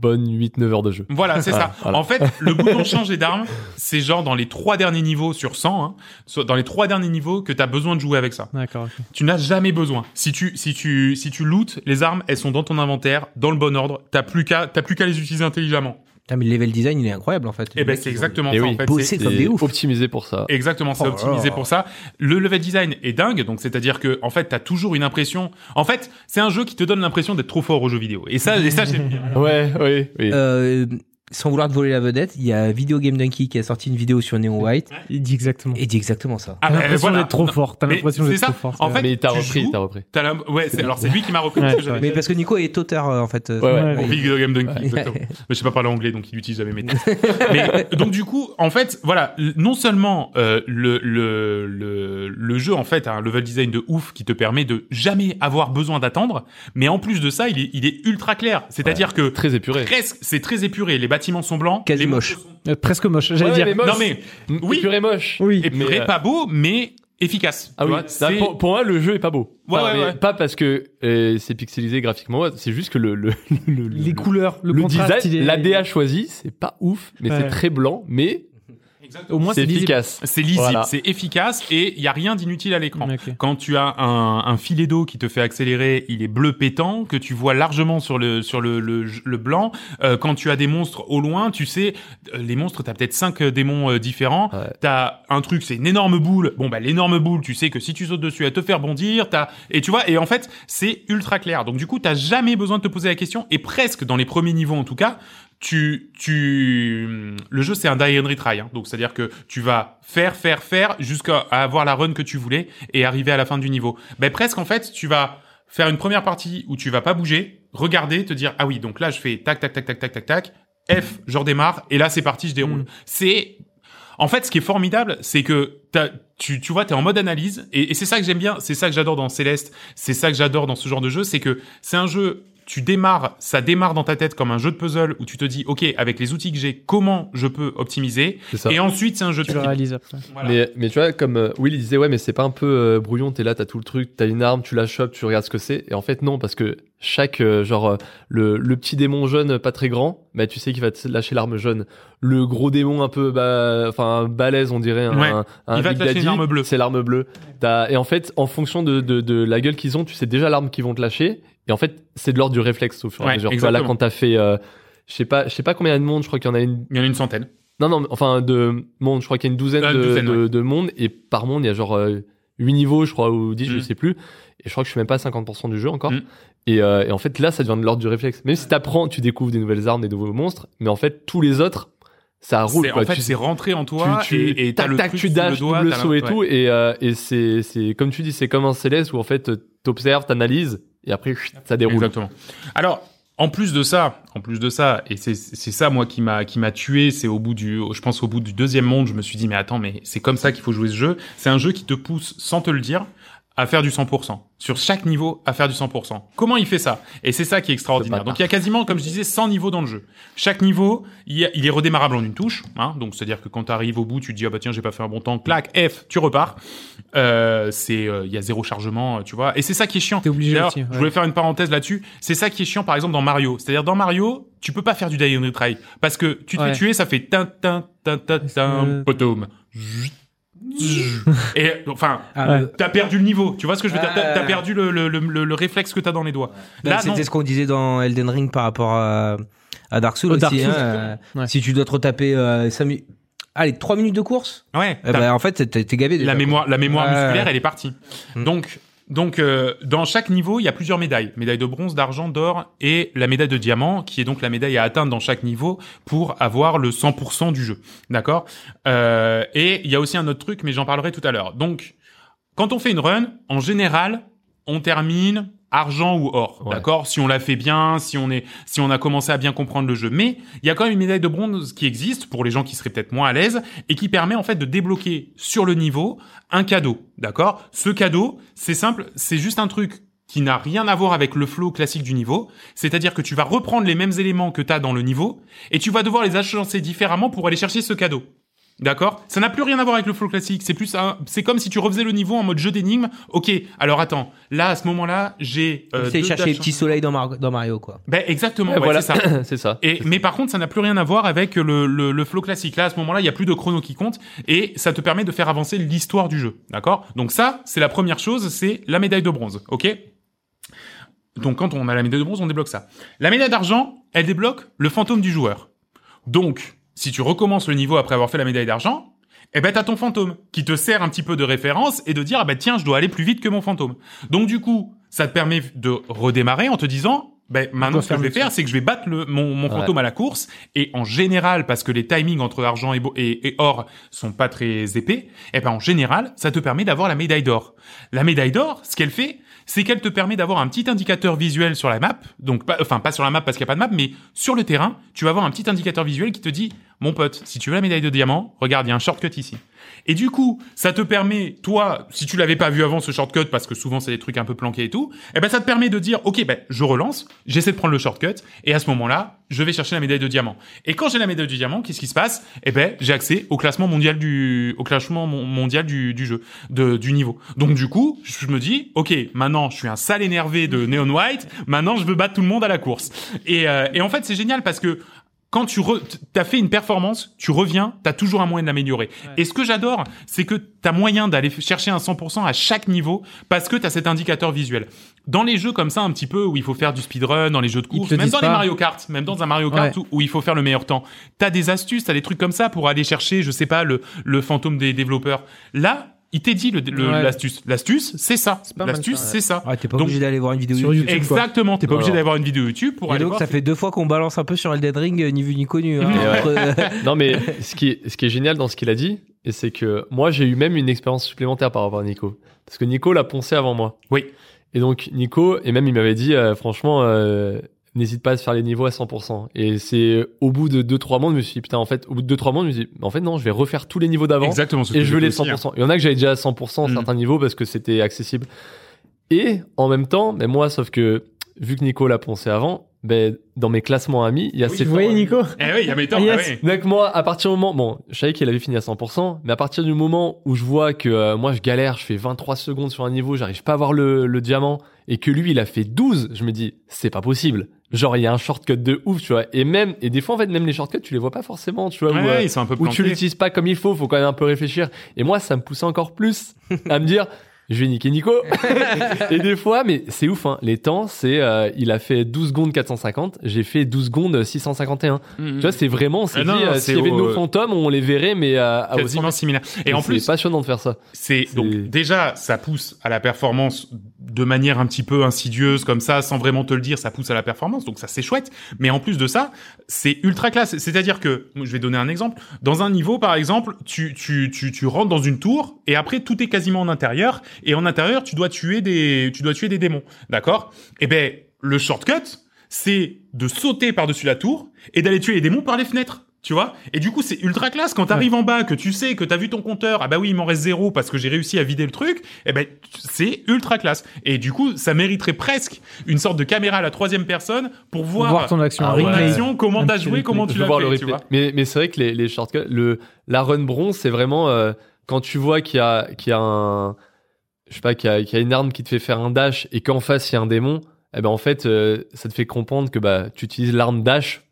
bonne 8-9 heures de jeu. Voilà, c'est Voilà, ça. voilà. En fait, le bouton changer d'arme, c'est genre dans les trois derniers niveaux sur 100, hein, so- dans les trois derniers niveaux que t'as besoin de jouer avec ça. D'accord. ok. Tu n'as jamais besoin. Si tu si tu si tu lootes, les armes, elles sont dans ton inventaire, dans le bon ordre. T'as plus qu'à t'as plus qu'à les utiliser intelligemment. Putain, mais le level design, il est incroyable en fait. Et ben c'est exactement Et ça. oui. En fait, Bosser C'est- comme des Et oufs. Optimisé pour ça. Exactement, c'est Oh là optimisé là. pour ça. Le level design est dingue, donc c'est-à-dire que en fait, t'as toujours une impression. En fait, c'est un jeu qui te donne l'impression d'être trop fort aux jeux vidéo. Et ça, et ça, j'aime bien. Ouais, oui, oui. Euh, sans vouloir te voler la vedette, il y a Video Game Donkey qui a sorti une vidéo sur Neon White Il dit exactement. et dit exactement ça. Ah, T'as ben, l'impression voilà. d'être trop fort. T'as Mais l'impression d'être c'est ça. trop fort. En c'est fait, mais t'as tu joues, repris, t'as repris. T'as la... Ouais, c'est... alors c'est lui qui m'a repris. Ouais, parce que j'avais- Mais parce que Nico est auteur euh, en fait. euh, Ouais, ouais. Pour Ouais. Video Game Donkey, exactement. Mais je sais pas parler anglais, donc il utilise jamais mes textes. Mais donc du coup, en fait, voilà, l- non seulement euh, le, le, le, le jeu en fait a un level design de ouf qui te permet de jamais avoir besoin d'attendre, mais en plus de ça, il est, il est ultra clair. C'est-à-dire que Très épuré. presque, c'est très épuré. Les bâtiments sont blancs, Quasi les moche. motos sont- ça. Euh, Presque moche. J'allais Ouais, dire. mais moche. Non mais M- Oui. Épuré moche. Oui. épuré, euh, pas beau, mais efficace. Ah tu oui, vois, Là, c'est- pour, pour moi, le jeu est pas beau. Ouais, ouais, mais ouais. Pas parce que euh, c'est pixelisé graphiquement, ouais, c'est juste que le, le, le- le- Les le- couleurs, le, le contraste, il design, est- l'ADA choisi, c'est pas ouf, mais Ouais. c'est très blanc, mais Au moins, c'est c'est lisible. efficace. C'est lisible, Voilà. c'est efficace et il y a rien d'inutile à l'écran. Ok. Quand tu as un, un filet d'eau qui te fait accélérer, il est bleu pétant, que tu vois largement sur le sur le, le, le blanc. Euh, quand tu as des monstres au loin, tu sais, euh, les monstres, t'as peut-être cinq euh, démons euh, différents. Ouais. T'as un truc, c'est une énorme boule. Bon, bah l'énorme boule, tu sais que si tu sautes dessus, elle te fait rebondir. T'as et tu vois, et en fait, c'est ultra clair. Donc du coup, t'as jamais besoin de te poser la question. Et presque dans les premiers niveaux, en tout cas, tu tu le jeu c'est un die and retry hein. donc c'est à dire que tu vas faire faire faire jusqu'à à avoir la run que tu voulais et arriver à la fin du niveau ben presque en fait tu vas faire une première partie où tu vas pas bouger regarder te dire ah oui donc là je fais tac tac tac tac tac tac tac F je redémarre et là c'est parti je déroule Mm. c'est en fait, ce qui est formidable, c'est que t'as- tu, tu vois, t'es en mode analyse, et, et c'est ça que j'aime bien, c'est ça que j'adore dans Céleste, c'est ça que j'adore dans ce genre de jeu, c'est que c'est un jeu, tu démarres, ça démarre dans ta tête comme un jeu de puzzle où tu te dis, ok, avec les outils que j'ai, comment je peux optimiser, C'est ça. et ensuite c'est un jeu Tu de le skip. réalises après. Voilà. Mais, mais tu vois, comme euh, Will il disait, ouais, mais c'est pas un peu euh, brouillon, t'es là, t'as tout le truc, t'as une arme, tu la chopes, tu regardes ce que c'est. Et en fait, non, parce que chaque, euh, genre, euh, le, le petit démon jaune euh, pas très grand, bah, tu sais qu'il va te lâcher l'arme jaune. Le gros démon un peu, bah, enfin, balèze, on dirait, un, Ouais. un Il va Big te lâcher Daddy, une arme bleue. C'est l'arme bleue. T'as- et en fait, en fonction de, de, de la gueule qu'ils ont, tu sais déjà l'arme qu'ils vont te lâcher. Et en fait, c'est de l'ordre du réflexe au fur et Ouais, à mesure. Tu vois, là, exactement. quand t'as fait, euh, je sais pas, je sais pas combien il y a de monde, je crois qu'il y en a une Il y en a une centaine. non, non, mais enfin, de monde, je crois qu'il y a une douzaine, Ah, une de, douzaine, de, de monde, et par monde, il y a genre euh, 8 niveaux, je crois, ou 10, je Mm. sais plus. Et je crois que je suis même pas à 50% du jeu encore. Mm. Et, euh, et en fait, là, ça devient de l'ordre du réflexe. Même si t'apprends, tu découvres des nouvelles armes, des nouveaux monstres, mais en fait, tous les autres, ça roule. C'est- quoi. En fait, Tu- c'est rentré en toi tu, tu- et, et t'as tac, le tac, truc tu sous dashes, le doigt, double t'as saut et l'impression- tout. Et, euh, et c'est, c'est, comme tu dis, c'est comme un Céleste où en fait, t'observes, t'analyses, et après, chut, ça déroule. Exactement. Alors, en plus de ça, en plus de ça, et c'est c'est ça moi qui m'a qui m'a tué, c'est au bout du, je pense au bout du deuxième monde, je me suis dit mais attends mais c'est comme ça qu'il faut jouer ce jeu. C'est un jeu qui te pousse sans te le dire à faire du 100%. Sur chaque niveau, à faire du 100%. Comment il fait ça Et c'est ça qui est extraordinaire. Ce Donc il y a quasiment, comme je disais, 100 niveaux dans le jeu. Chaque niveau, il y a- il est redémarrable en une touche. Hein, donc c'est-à-dire que quand tu arrives au bout, tu te dis ah bah tiens j'ai pas fait un bon temps, clac, F, tu repars. Euh, c'est euh, il y a zéro chargement, euh, tu vois. Et c'est ça qui est chiant. T'es obligé D'ailleurs, aussi, ouais. Je voulais faire une parenthèse là-dessus. C'est ça qui est chiant, par exemple, dans Mario. C'est-à-dire, dans Mario, tu peux pas faire du die and retry. Parce que tu te Ouais. fais tuer, ça fait tin, tin, tin, tin, tin, que- potom. Zut, zut. Et, enfin, Ah, t'as perdu le niveau. Tu vois ce que je veux dire? T'as Ah. Euh. t'as perdu le, le, le, le- le réflexe que t'as dans les doigts. Bah, Là, non. C'était Bah, ce qu'on disait dans Elden Ring par rapport à, à Dark Souls Au aussi. Dark Souls, hein, euh, ouais. Si tu dois te retaper 5 minutes. Allez, 3 minutes de course Ah, Ouais. eh t'as- ben, En fait, t'es t'es gavé déjà. la mémoire, la mémoire Ouais. musculaire, elle est partie. Mm. Donc, donc euh, dans chaque niveau, il y a plusieurs médailles. Médaille de bronze, d'argent, d'or et la médaille de diamant, qui est donc la médaille à atteindre dans chaque niveau pour avoir le 100% du jeu. D'accord Euh, Et il y a aussi un autre truc, mais j'en parlerai tout à l'heure. Donc, quand on fait une run, en général, on termine argent ou or, Ouais. d'accord Si on l'a fait bien, si on est, si on a commencé à bien comprendre le jeu. Mais il y a quand même une médaille de bronze qui existe pour les gens qui seraient peut-être moins à l'aise et qui permet en fait de débloquer sur le niveau un cadeau, d'accord Ce cadeau, c'est simple, c'est juste un truc qui n'a rien à voir avec le flow classique du niveau, c'est-à-dire que tu vas reprendre les mêmes éléments que tu as dans le niveau et tu vas devoir les agencer différemment pour aller chercher ce cadeau. D'accord Ça n'a plus rien à voir avec le flow classique. C'est plus un- c'est comme si tu refaisais le niveau en mode jeu d'énigmes. Ok, alors attends. Là, à ce moment-là, j'ai. euh, C'est deux chercher les tâches. petits soleils dans, Mar- dans Mario, quoi. Ben exactement. Ouais, ouais, voilà, c'est ça. c'est ça. Et, mais par contre, ça n'a plus rien à voir avec le, le, le flow classique. Là, à ce moment-là, il n'y a plus de chrono qui compte et ça te permet de faire avancer l'histoire du jeu. D'accord Donc ça, c'est la première chose, c'est la médaille de bronze. OK Donc quand on a la médaille de bronze, on débloque ça. La médaille d'argent, elle débloque le fantôme du joueur. Donc, si tu recommences le niveau après avoir fait la médaille d'argent, eh ben t'as ton fantôme qui te sert un petit peu de référence et de dire ah ben tiens je dois aller plus vite que mon fantôme. Donc du coup ça te permet de redémarrer en te disant ben maintenant dois ce que faire je vais le faire c'est que je vais battre le, mon, mon fantôme à la course et en général parce que les timings entre argent et, bo- et, et or sont pas très épais eh ben en général ça te permet d'avoir la médaille d'or. La médaille d'or ce qu'elle fait c'est qu'elle te permet d'avoir un petit indicateur visuel sur la map, donc pas, enfin pas sur la map parce qu'il n'y a pas de map, mais sur le terrain, tu vas avoir un petit indicateur visuel qui te dit, mon pote, si tu veux la médaille de diamant, regarde, il y a un shortcut ici. Et du coup, ça te permet, toi, si tu l'avais pas vu avant ce shortcut, parce que souvent c'est des trucs un peu planqués et tout, eh ben ça te permet de dire, ok, ben je relance, j'essaie de prendre le shortcut, et à ce moment-là, je vais chercher la médaille de diamant. Et quand j'ai la médaille du diamant, qu'est-ce qui se passe Eh ben j'ai accès au classement mondial du, au classement mon- mondial du, du jeu, de, du niveau. Donc du coup, je me dis, ok, maintenant je suis un sale énervé de Neon White, maintenant je veux battre tout le monde à la course. Et, euh, et en fait, c'est génial parce que quand tu re- t'as fait une performance, tu reviens, t'as toujours un moyen de l'améliorer. Et ce que j'adore, c'est que t'as moyen d'aller f- chercher un 100% à chaque niveau parce que t'as cet indicateur visuel. Dans les jeux comme ça, un petit peu où il faut faire du speedrun, dans les jeux de Ils te course, le même disent dans les pas. Mario Kart, même dans un Mario Kart où, où il faut faire le meilleur temps, t'as des astuces, t'as des trucs comme ça pour aller chercher, je sais pas, le, le fantôme des développeurs. Là, il t'est dit le- le- Ouais. l'astuce. L'astuce, c'est ça. pas mal, L'astuce, ça, ouais. c'est ça. Ouais, t'es pas Donc- obligé d'aller voir une vidéo Sur YouTube. YouTube. quoi. Exactement. T'es pas obligé Voilà. d'avoir une vidéo YouTube pour Et aller donc, voir ça ce- fait deux fois qu'on balance un peu sur Elden Ring, euh, ni vu ni connu. hein, Et ouais. entre- Non, mais ce qui est, ce qui est génial dans ce qu'il a dit, et c'est que moi, j'ai eu même une expérience supplémentaire par rapport à Nico. Parce que Nico l'a poncé avant moi. Oui. Et donc, Nico, et même il m'avait dit, euh, franchement, euh, n'hésite pas à se faire les niveaux à 100%. Et c'est euh, au bout de 2-3 mondes, je me suis dit, putain, en fait, au bout de 2-3 mondes, je me suis dit, en fait, non, je vais refaire tous les niveaux d'avant. Exactement. ce que Et je veux j'ai les fait aussi, hein. 100%. Il y en a que j'avais déjà à 100% à Mm. certains niveaux parce que c'était accessible. Et en même temps, mais moi, sauf que vu que Nico l'a poncé avant, ben, dans mes classements amis, il y a ces Vous voyez, Nico Eh oui, il y a mes temps, Ah, bah yes. oui. donc moi, à partir du moment, bon, je savais qu'il avait fini à 100%, mais à partir du moment où je vois que euh, moi je galère, je fais 23 secondes sur un niveau, j'arrive pas à voir le, le diamant, et que lui il a fait 12, je me dis, c'est pas possible. Genre il y a un shortcut de ouf, tu vois. Et même, et des fois en fait même les shortcuts tu les vois pas forcément, tu vois. Ouais, ou, euh, ils sont un peu ou tu planqués. l'utilises pas comme il faut, faut quand même un peu réfléchir. Et moi ça me poussait encore plus à me dire, je vais niquer Nico. et des fois, mais c'est ouf, hein, les temps, c'est euh, il a fait 12 secondes 450, j'ai fait 12 secondes 651. Tu vois, c'est vraiment, c'est Ah non, non, euh, s'il y c'est avait au- nos fantômes, on les verrait, mais euh, à Ozzy. quasiment similaire. Et en plus, c'est passionnant de faire ça. C'est C'est- donc déjà ça pousse à la performance de manière un petit peu insidieuse comme ça, sans vraiment te le dire, ça pousse à la performance. Donc ça c'est chouette. Mais en plus de ça, c'est ultra classe. C'est-à-dire que je vais donner un exemple. Dans un niveau par exemple, tu tu tu tu rentres dans une tour et après tout est quasiment en intérieur et en intérieur tu dois tuer des tu dois tuer des démons. D'accord Eh ben le shortcut c'est de sauter par-dessus la tour et d'aller tuer les démons par les fenêtres. Tu vois Et du coup, c'est ultra classe quand t'arrives en bas, que tu sais que t'as vu ton compteur. Ah bah oui, il m'en reste zéro parce que j'ai réussi à vider le truc. Eh ben, c'est ultra classe. Et du coup, ça mériterait presque une sorte de caméra à la troisième personne pour voir, voir ton action, ton un replay. action, comment Un t'as petit joué, replay. comment tu Je veux l'as voir fait. le tu replay. vois Mais, mais c'est vrai que les, les shortcuts, le, la run bronze, c'est vraiment euh, quand tu vois qu'il y a, qu'il y a un, je sais pas, qu'il y, a- qu'il y a une arme qui te fait faire un dash et qu'en face il y a un démon, eh ben en fait, euh, ça te fait comprendre que bah tu utilises l'arme dash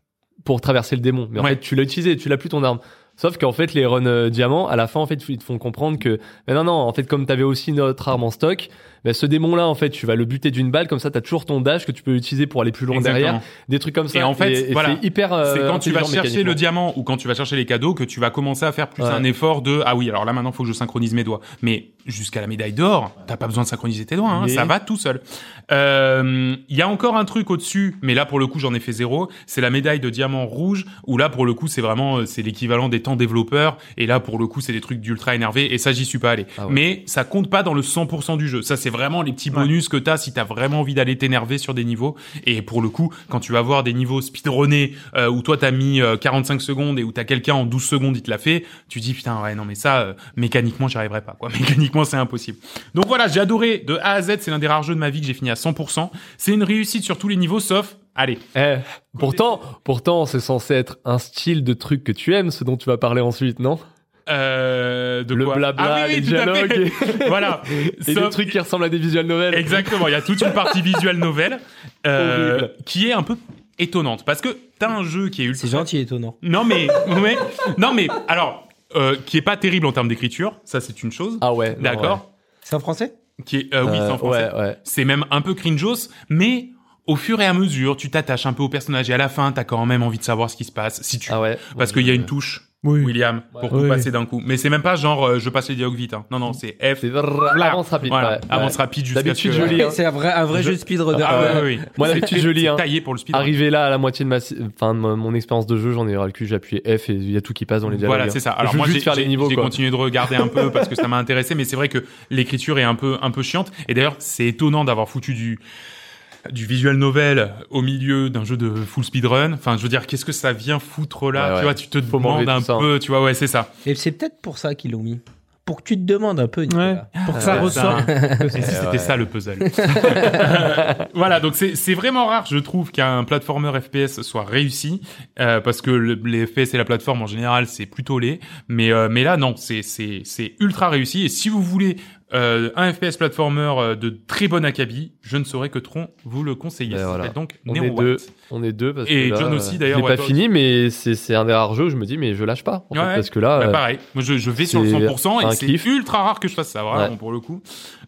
pour traverser le démon. Mais en Ouais. fait, tu l'as utilisé, tu l'as plus ton arme. Sauf qu'en fait, les runs euh, diamant, à la fin, en fait, ils te font comprendre que, mais non, non, en fait, comme t'avais aussi notre arme en stock, bah, ce démon-là, en fait, tu vas le buter d'une balle, comme ça, t'as toujours ton dash que tu peux utiliser pour aller plus loin Exactement. derrière des trucs comme ça. Et en fait, voilà. c'est hyper. euh, C'est quand tu vas intelligent chercher le mécaniquement. diamant ou quand tu vas chercher les cadeaux que tu vas commencer à faire plus Ouais. un effort de ah oui alors là maintenant faut que je synchronise mes doigts mais jusqu'à la médaille d'or t'as pas besoin de synchroniser tes doigts hein, Mais- ça va tout seul Euh, il y a encore un truc au dessus mais là pour le coup j'en ai fait zéro c'est la médaille de diamant rouge où là pour le coup c'est vraiment euh, c'est l'équivalent des temps développeurs et là pour le coup c'est des trucs d'ultra énervé et ça j'y suis pas allé Ah ouais. mais ça compte pas dans le 100% du jeu ça c'est vraiment les petits Ouais. bonus que t'as si t'as vraiment envie d'aller t'énerver sur des niveaux et pour le coup, quand tu vas voir des niveaux speedrunnés euh, où toi t'as mis euh, 45 secondes et où t'as quelqu'un en 12 secondes il te l'a fait, tu dis putain ouais non mais ça euh, mécaniquement j'y arriverai pas quoi. Mécaniquement c'est impossible. Donc voilà, j'ai adoré de A à Z, c'est l'un des rares jeux de ma vie que j'ai fini à 100%. C'est une réussite sur tous les niveaux sauf allez Eh, pourtant, pourtant, c'est censé être un style de truc que tu aimes, ce dont tu vas parler ensuite, non euh, de Le quoi blabla, Ah oui, oui, les tout à fait. dialogues voilà. et, et des Sauf- trucs qui ressemblent à des visual novels. Exactement, il y a toute une partie visuelle nouvelle euh, Horrible. qui est un peu étonnante parce que t'as un jeu qui est ultra C'est gentil, étonnant. Non mais, ouais. non mais, alors, euh, qui est pas terrible en termes d'écriture, ça c'est une chose, Ah ouais. non, d'accord. C'est en français Qui est, euh, ouais. oui, c'est en Euh, français. Ouais, ouais. C'est même un peu cringeos, mais au fur et à mesure, tu t'attaches un peu au personnage et à la fin, t'as quand même envie de savoir ce qui se passe. Si tu, Ah ouais. parce qu'il y a une touche, Oui. William, pour Ouais. tout Oui. passer d'un coup. Mais c'est même pas genre, euh, je passe les dialogues vite. hein. Non non, c'est F. C'est avance rapide. Voilà, ouais, avance ouais. rapide jusqu'à ce D'habitude, que. je lis. hein. C'est un vrai, un vrai Je- jeu de speedrunner. Ah Ouais. ouais, oui, oui. Moi, d'habitude, je lis. hein. Taillé pour le speed. Arrivé là à la moitié de ma, enfin, de mon mon expérience de jeu, j'en ai ras le cul, j'ai appuyé F et il y a tout qui passe dans les dialogues. hein. Voilà, c'est ça. Alors je veux moi, j'ai juste faire les j'ai- niveaux, j'ai quoi. continué de regarder un peu parce que ça m'a intéressé, mais c'est vrai que l'écriture est un peu un peu chiante. Et d'ailleurs, c'est étonnant d'avoir foutu du du visual novel au milieu d'un jeu de full speedrun. Enfin, je veux dire, qu'est-ce que ça vient foutre là Ouais, ouais. Tu vois, tu te Faut m'enlever demandes tout un ça, hein. peu. Tu vois, ouais, c'est ça. Et c'est peut-être pour ça qu'ils l'ont mis. Pour que tu te demandes un peu, Nicolas. Ouais. Pour que ça Ah, Ouais, ressort. Et si c'était ouais. ça le puzzle. voilà, donc c'est c'est vraiment rare, je trouve, qu'un platformer FPS soit réussi, euh, parce que le- les FPS et la plateforme en général, c'est plutôt laid. Mais euh, mais là, non, c'est c'est c'est ultra réussi. Et si vous voulez euh, un FPS platformer euh, de très bon acabit, je ne saurais que trop vous le conseiller. Ben Ça voilà. s'appelle donc On Nero est White. deux. On est deux parce Et que là, John euh, aussi, d'ailleurs, Je l'ai ouais, pas toi fini, mais c'est c'est un des rares jeux où je me dis mais je lâche pas en fait, Ouais, ouais. parce que là. Bah, euh, pareil, moi je, je vais sur le c'est 100% un et c'est kiff. ultra rare que je fasse ça, vraiment Ouais. pour le coup.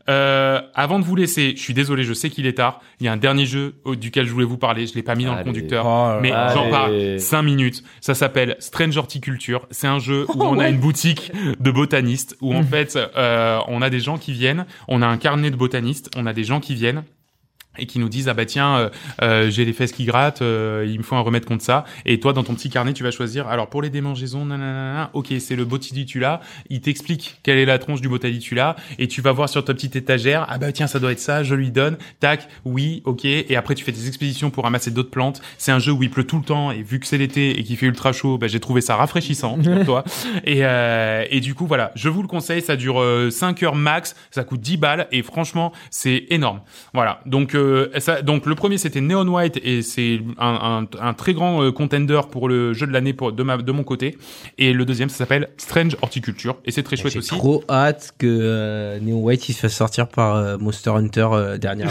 Euh, avant de vous laisser, je suis désolé, je sais qu'il est tard. Il y a un dernier jeu au- duquel je voulais vous parler, je l'ai pas mis dans le Allez. conducteur, Oh là mais là. j'en parle Allez. 5 minutes. Ça s'appelle Strange Horticulture. C'est un jeu où on a une boutique de botanistes où en fait euh, on a des gens qui viennent, on a un carnet de botanistes, on a des gens qui viennent et qui nous disent ah bah tiens euh, euh, j'ai les fesses qui grattent euh, il me faut un remède contre ça et toi dans ton petit carnet tu vas choisir alors pour les démangeaisons nanana ok c'est le botulitula il t'explique quelle est la tronche du botulitula et tu vas voir sur ta petite étagère ah bah tiens ça doit être ça je lui donne tac oui ok et après tu fais des expéditions pour ramasser d'autres plantes c'est un jeu où il pleut tout le temps et vu que c'est l'été et qu'il fait ultra chaud bah, j'ai trouvé ça rafraîchissant pour toi et, euh, et du coup voilà je vous le conseille ça dure euh, 5 heures max ça coûte 10 balles et franchement c'est énorme voilà donc euh, le ça- donc le premier c'était Neon White et c'est un, un- un très grand euh, contender pour le jeu de l'année pour de ma de mon côté et le deuxième ça s'appelle Strange Horticulture et c'est très chouette J'ai aussi. trop hâte que euh, Neon White il se fasse sortir par euh, Monster Hunter euh, dernière.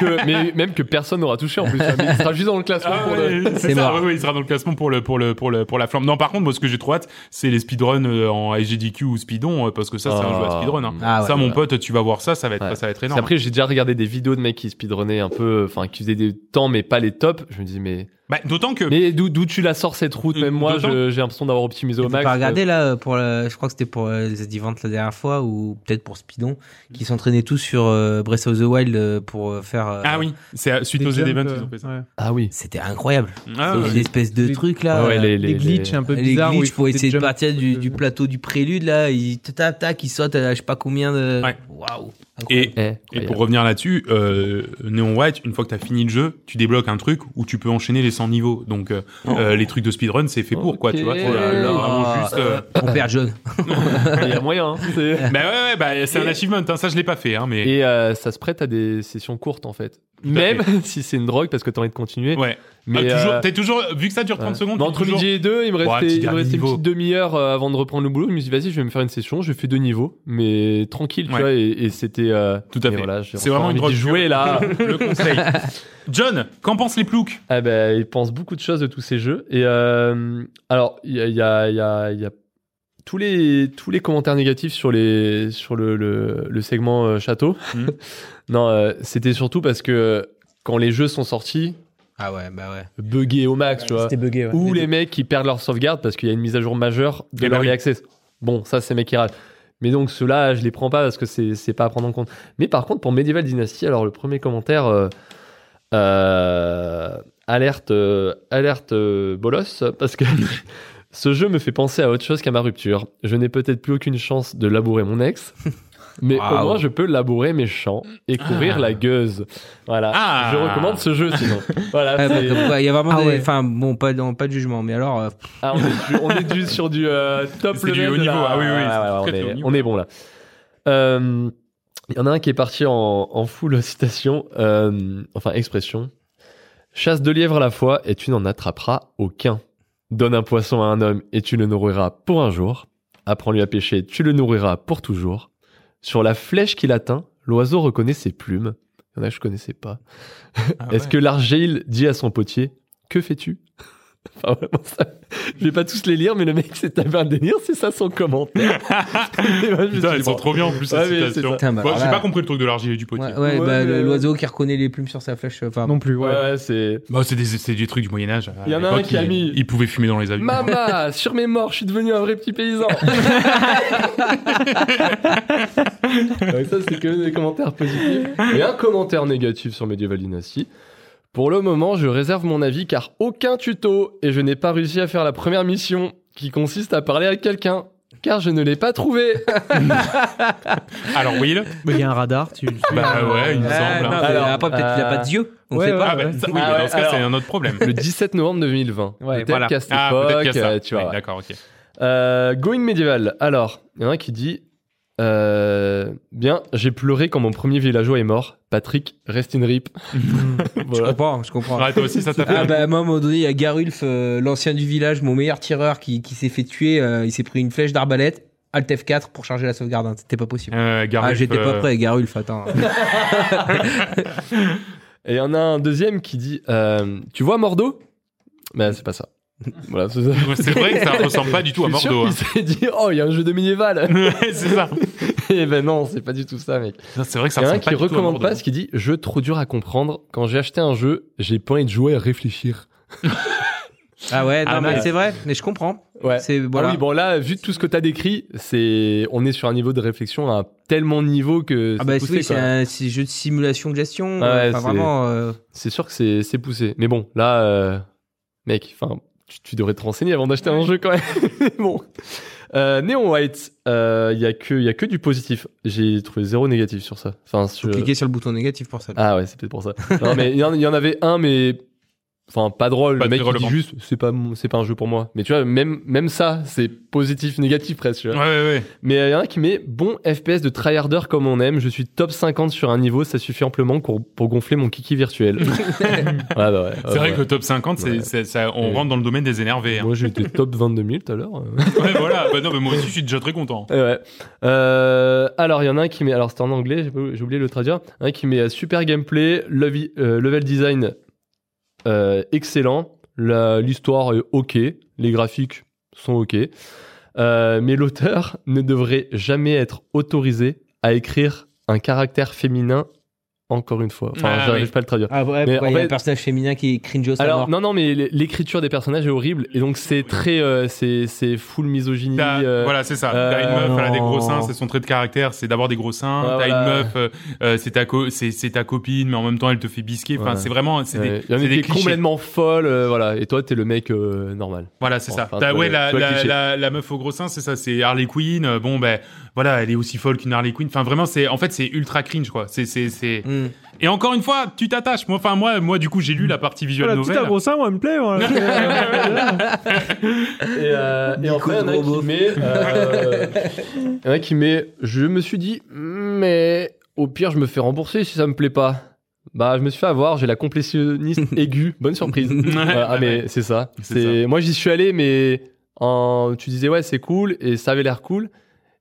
Que- mais même que personne n'aura touché en plus. Mais Il sera juste dans le classement Ah pour ouais, le- c'est C'est ça, mort. oui, oui, il sera dans le classement pour le pour le pour le pour la flamme. Non, par contre, moi ce que j'ai trop hâte, c'est les speedruns euh, en SGDQ ou speedon euh, parce que ça c'est un Ah. jeu à speedrun. hein. Ah ouais. ça, mon pote, tu vas voir ça, ça va être Ouais. ça va être Parce énorme. Après, j'ai déjà regardé des vidéos de mecs qui speedrunnaient un peu, enfin, qui faisaient des temps, mais pas les tops. Je me dis, mais, Bah, d'autant que mais d'où d'où tu la sors cette route Même Euh, moi, d'autant- je- j'ai l'impression d'avoir optimisé au T'as max. euh. pas regardé là euh, pour la- je crois que c'était pour euh, les Adivants la dernière fois ou peut-être pour Spidon qui s'entraînaient tous sur euh, Breath of the Wild euh, pour euh, faire euh, ah oui, c'est euh, suite Des aux jumps, events euh, ils ont fait ça. ouais. Ah oui. c'était incroyable Ah, Il y a ouais. une espèce de les- truc là Ah ouais, euh, les, Des glitchs un peu les bizarres. où il glitches faut pour des euh, essayer de jumps. partir du, du plateau du prélude là ils tac tac ils sautent à je sais pas combien de Ouais. waouh Et, Eh, et incroyable. pour revenir là-dessus, euh, Neon White, une fois que t'as fini le jeu, tu débloques un truc où tu peux enchaîner les 100 niveaux. Donc euh, euh, les trucs de speedrun, c'est fait pour quoi, tu vois. Ok. C'est vraiment Ah, juste. euh, mon père jaune Il y a moyen. hein. C'est- Bah ouais, ouais, bah, c'est un achievement. hein, Ça, je l'ai pas fait, hein, mais Et euh, ça se prête à des sessions courtes en fait. Même si c'est une drogue parce que t'as envie de continuer. ouais. Mais Ah, toujours, euh, t'es toujours, vu que ça dure 30 ouais. secondes, Mais t'es entre toujours... midi et deux, il me Ouais, restait, petit il me dernier restait une niveau. petite demi-heure euh, avant de reprendre le boulot. Je me suis dit, vas-y, je vais me faire une session, je vais faire deux niveaux, mais tranquille, tu Ouais. vois. Et, et c'était. euh, Tout à et fait. voilà, j'ai C'est encore vraiment une envie d'y drogue jouer là. le conseil. John, qu'en pensent les ploucs ah ben, ils pensent beaucoup de choses de tous ces jeux. Et euh, alors, il y a, il y a- il y a- il y a tous les tous les commentaires négatifs sur les sur le le, le segment euh, château. Mhm. non, euh, c'était surtout parce que euh, quand les jeux sont sortis, ah ouais bah ouais buggés au max, tu vois. C'était bugué. ouais. Ou les mecs qui perdent leur sauvegarde parce qu'il y a une mise à jour majeure de Eh ben l'early oui. access. Bon, ça, c'est mes qui râlent. Mais donc, ceux-là, je les prends pas parce que c'est c'est pas à prendre en compte. Mais par contre, pour Medieval Dynasty, alors le premier commentaire, euh, euh, alerte, euh, alerte euh, bolos, parce que ce jeu me fait penser à autre chose qu'à ma rupture. Je n'ai peut-être plus aucune chance de labourer mon ex. Mais au Waouh. moins, je peux labourer mes champs et courir la gueuse. Voilà. Ah. Eh ben, Je recommande ce jeu sinon. voilà. Ouais, bah, c'est- comme quoi, il y a vraiment Ah des- ouais. enfin bon pas de, pas de jugement mais alors euh, Ah, on est du, on est du- sur du euh, top C'est level. du haut de la- niveau, ah oui, oui, Ouais, c'est ouais, très, ouais, très on, haut est, niveau. on est bon là. Euh, Il y en a un qui est parti en, en full citation, euh, enfin expression. Chasse deux lièvres à la fois et tu n'en attraperas aucun. Donne un poisson à un homme et tu le nourriras pour un jour. Apprends-lui à pêcher, tu le nourriras pour toujours. Sur la flèche qu'il atteint, l'oiseau reconnaît ses plumes. Il y en a que je connaissais pas. Ah Est-ce que l'argile dit à son potier Que fais-tu Enfin, vraiment, ça- Je vais pas tous les lire, mais le mec s'est tapé un délire, c'est ça son commentaire. Et moi, je me Putain, suis elles sont dit, trop bien en plus, ces Ouais, mais c'est citations. ça. Putain, bah, Bon, J'ai voilà. pas compris le truc de l'argile et du potier. ouais, Ouais, ouais, bah, mais, euh, l'oiseau qui reconnaît les plumes sur sa flèche euh, enfin Non plus, bon, ouais. ouais, c'est. Bah, c'est des- c'est du truc du Moyen-Âge. Il y en a un qui a mis- Il pouvait fumer dans les avions. Mama, sur mes morts, je suis devenu un vrai petit paysan. Ouais, ça, c'est que des commentaires positifs. Et un commentaire négatif sur Medieval Dynasty. Pour le moment, je réserve mon avis car aucun tuto et je n'ai pas réussi à faire la première mission qui consiste à parler à quelqu'un car je ne l'ai pas trouvé. Alors, Will Mais Il y a un radar, tu le suis. Bah ouais, il me Ah, semble. non, hein. mais Alors, après peut-être qu'il a euh, pas d'yeux on ouais, sait pas Ah bah, ça- oui, bah, dans ce cas, alors- c'est un autre problème. Le 17 novembre 2020. Ouais, peut-être voilà. qu'à cette Ah, peut-être époque, qu'il y a ça. euh, tu vois. Oui, D'accord, ok. Euh, going Medieval. Alors, il y en a un qui dit euh, Bien, j'ai pleuré quand mon premier villageois est mort. Patrick, rest in rip. je Voilà. comprends je comprends Ah, toi aussi, ça t'a fait. Ah bah moi à un moment donné il y a Garulf, euh, l'ancien du village, mon meilleur tireur qui, qui s'est fait tuer, euh, il s'est pris une flèche d'arbalète, Alt F4 pour charger la sauvegarde, hein, c'était pas possible. Euh, Garulf, ah j'étais euh, pas prêt Garulf, attends. Et il y en a un deuxième qui dit euh, Tu vois Mordo Ben, c'est pas ça. Voilà, c'est ça. C'est vrai que ça ressemble pas du tout à Je suis sûr Mordo. hein. qu'il s'est dit Oh, il y a un jeu de médiéval. Ouais, c'est ça. Et ben non, c'est pas du tout ça, mec. Non, C'est vrai que ça Il y en a un ressemble pas qui du tout à recommande Mordo. hein. pas ce qui dit Jeu trop dur à comprendre. Quand j'ai acheté un jeu, j'ai pas envie de jouer à réfléchir. Ah ouais, non Ah, mais ouais. c'est vrai, mais je comprends. Ouais. C'est voilà. Ah oui, bon là, vu tout ce que t'as décrit, c'est on est sur un niveau de réflexion à un tellement de niveau que Ah c'est bah poussé. oui, c'est quoi. un c'est jeu de simulation de gestion, Ah euh, ouais, enfin c'est- vraiment euh, C'est sûr que c'est c'est poussé. Mais bon, là, euh, mec, enfin, tu, tu devrais te renseigner avant d'acheter un jeu quand même. Mais bon, euh, Neon White, euh, il y a que il y a que du positif. J'ai trouvé zéro négatif sur ça. Enfin, faut sur... cliquer sur le bouton négatif pour ça. ah ouais, c'est peut-être pour ça. non mais il y, en- il y en avait un, mais Enfin, pas drôle. Pas le mec il dit drôlement. juste, c'est pas, mon- c'est pas un jeu pour moi. Mais tu vois, même, même ça, c'est positif, négatif presque. tu vois. Ouais, ouais, Mais il y en a qui met bon FPS de tryharder comme on aime. Je suis top 50 sur un niveau, ça suffit amplement pour, pour gonfler mon kiki virtuel. ouais. Ah bah ouais, C'est ouais, vrai ouais. que le top 50, c'est- Ouais. c'est- ça, on Et- rentre dans le domaine des énervés. hein. Moi j'étais top 22 000 tout à l'heure. Ouais, voilà. Bah non, mais moi aussi, je suis déjà très content. Eh ouais. Euh, alors, il y en a un qui met. Alors, c'était en anglais, j'ai pas- j'ai oublié de le traduire. Un qui met euh, super gameplay, levi- euh, level design euh, excellent, la- l'histoire est ok, les graphiques sont ok. Euh, mais l'auteur ne devrait jamais être autorisé à écrire un caractère féminin, encore une fois. Enfin, Ah, j'arrive oui. pas à le traduire. Ah ouais, Mais pourquoi en il y a fait- un personnage féminin qui est cringe à Alors mort. non non mais l- l'écriture des personnages est horrible et donc c'est très euh, c'est c'est full misogynie T'as- euh, voilà, c'est ça. T'as une euh, meuf, elle a des gros non. seins, c'est son trait de caractère, c'est d'avoir des gros seins. Ouais, T'as voilà. une meuf, euh, euh, c'est ta, co- c'est- c'est ta copine, mais en même temps, elle te fait bisquer. Enfin, Ouais. c'est vraiment, c'est des, Ouais, Il y en c'est a des qui est clichés. complètement folle, euh, voilà. Et toi, t'es le mec euh, normal. Voilà, c'est Enfin, ça. T'as- toi, ouais, le- la, toi, le la, cliché. la- la meuf au gros sein, c'est ça, c'est Harley Quinn. euh, Bon, ben voilà, elle est aussi folle qu'une Harley Quinn. Enfin, vraiment, c'est en fait, c'est ultra cringe, quoi. C'est, c'est, c'est. Mm. Hmm. Et encore une fois, tu t'attaches. Moi, enfin, moi, moi, du coup, j'ai lu la partie visuelle Voilà, nouvelle. putain, gros ça, moi, me plaît. moi. Et, euh, et enfin, il y en a Nico de qui Robo. met, euh, il y en a qui met. Je me suis dit, mais au pire, je me fais rembourser si ça me plaît pas. Bah, je me suis fait avoir. J'ai la complétionniste aiguë. Bonne surprise. Voilà, ah, mais c'est ça. C'est C'est moi, j'y suis allé, mais en... tu disais ouais, c'est cool et ça avait l'air cool.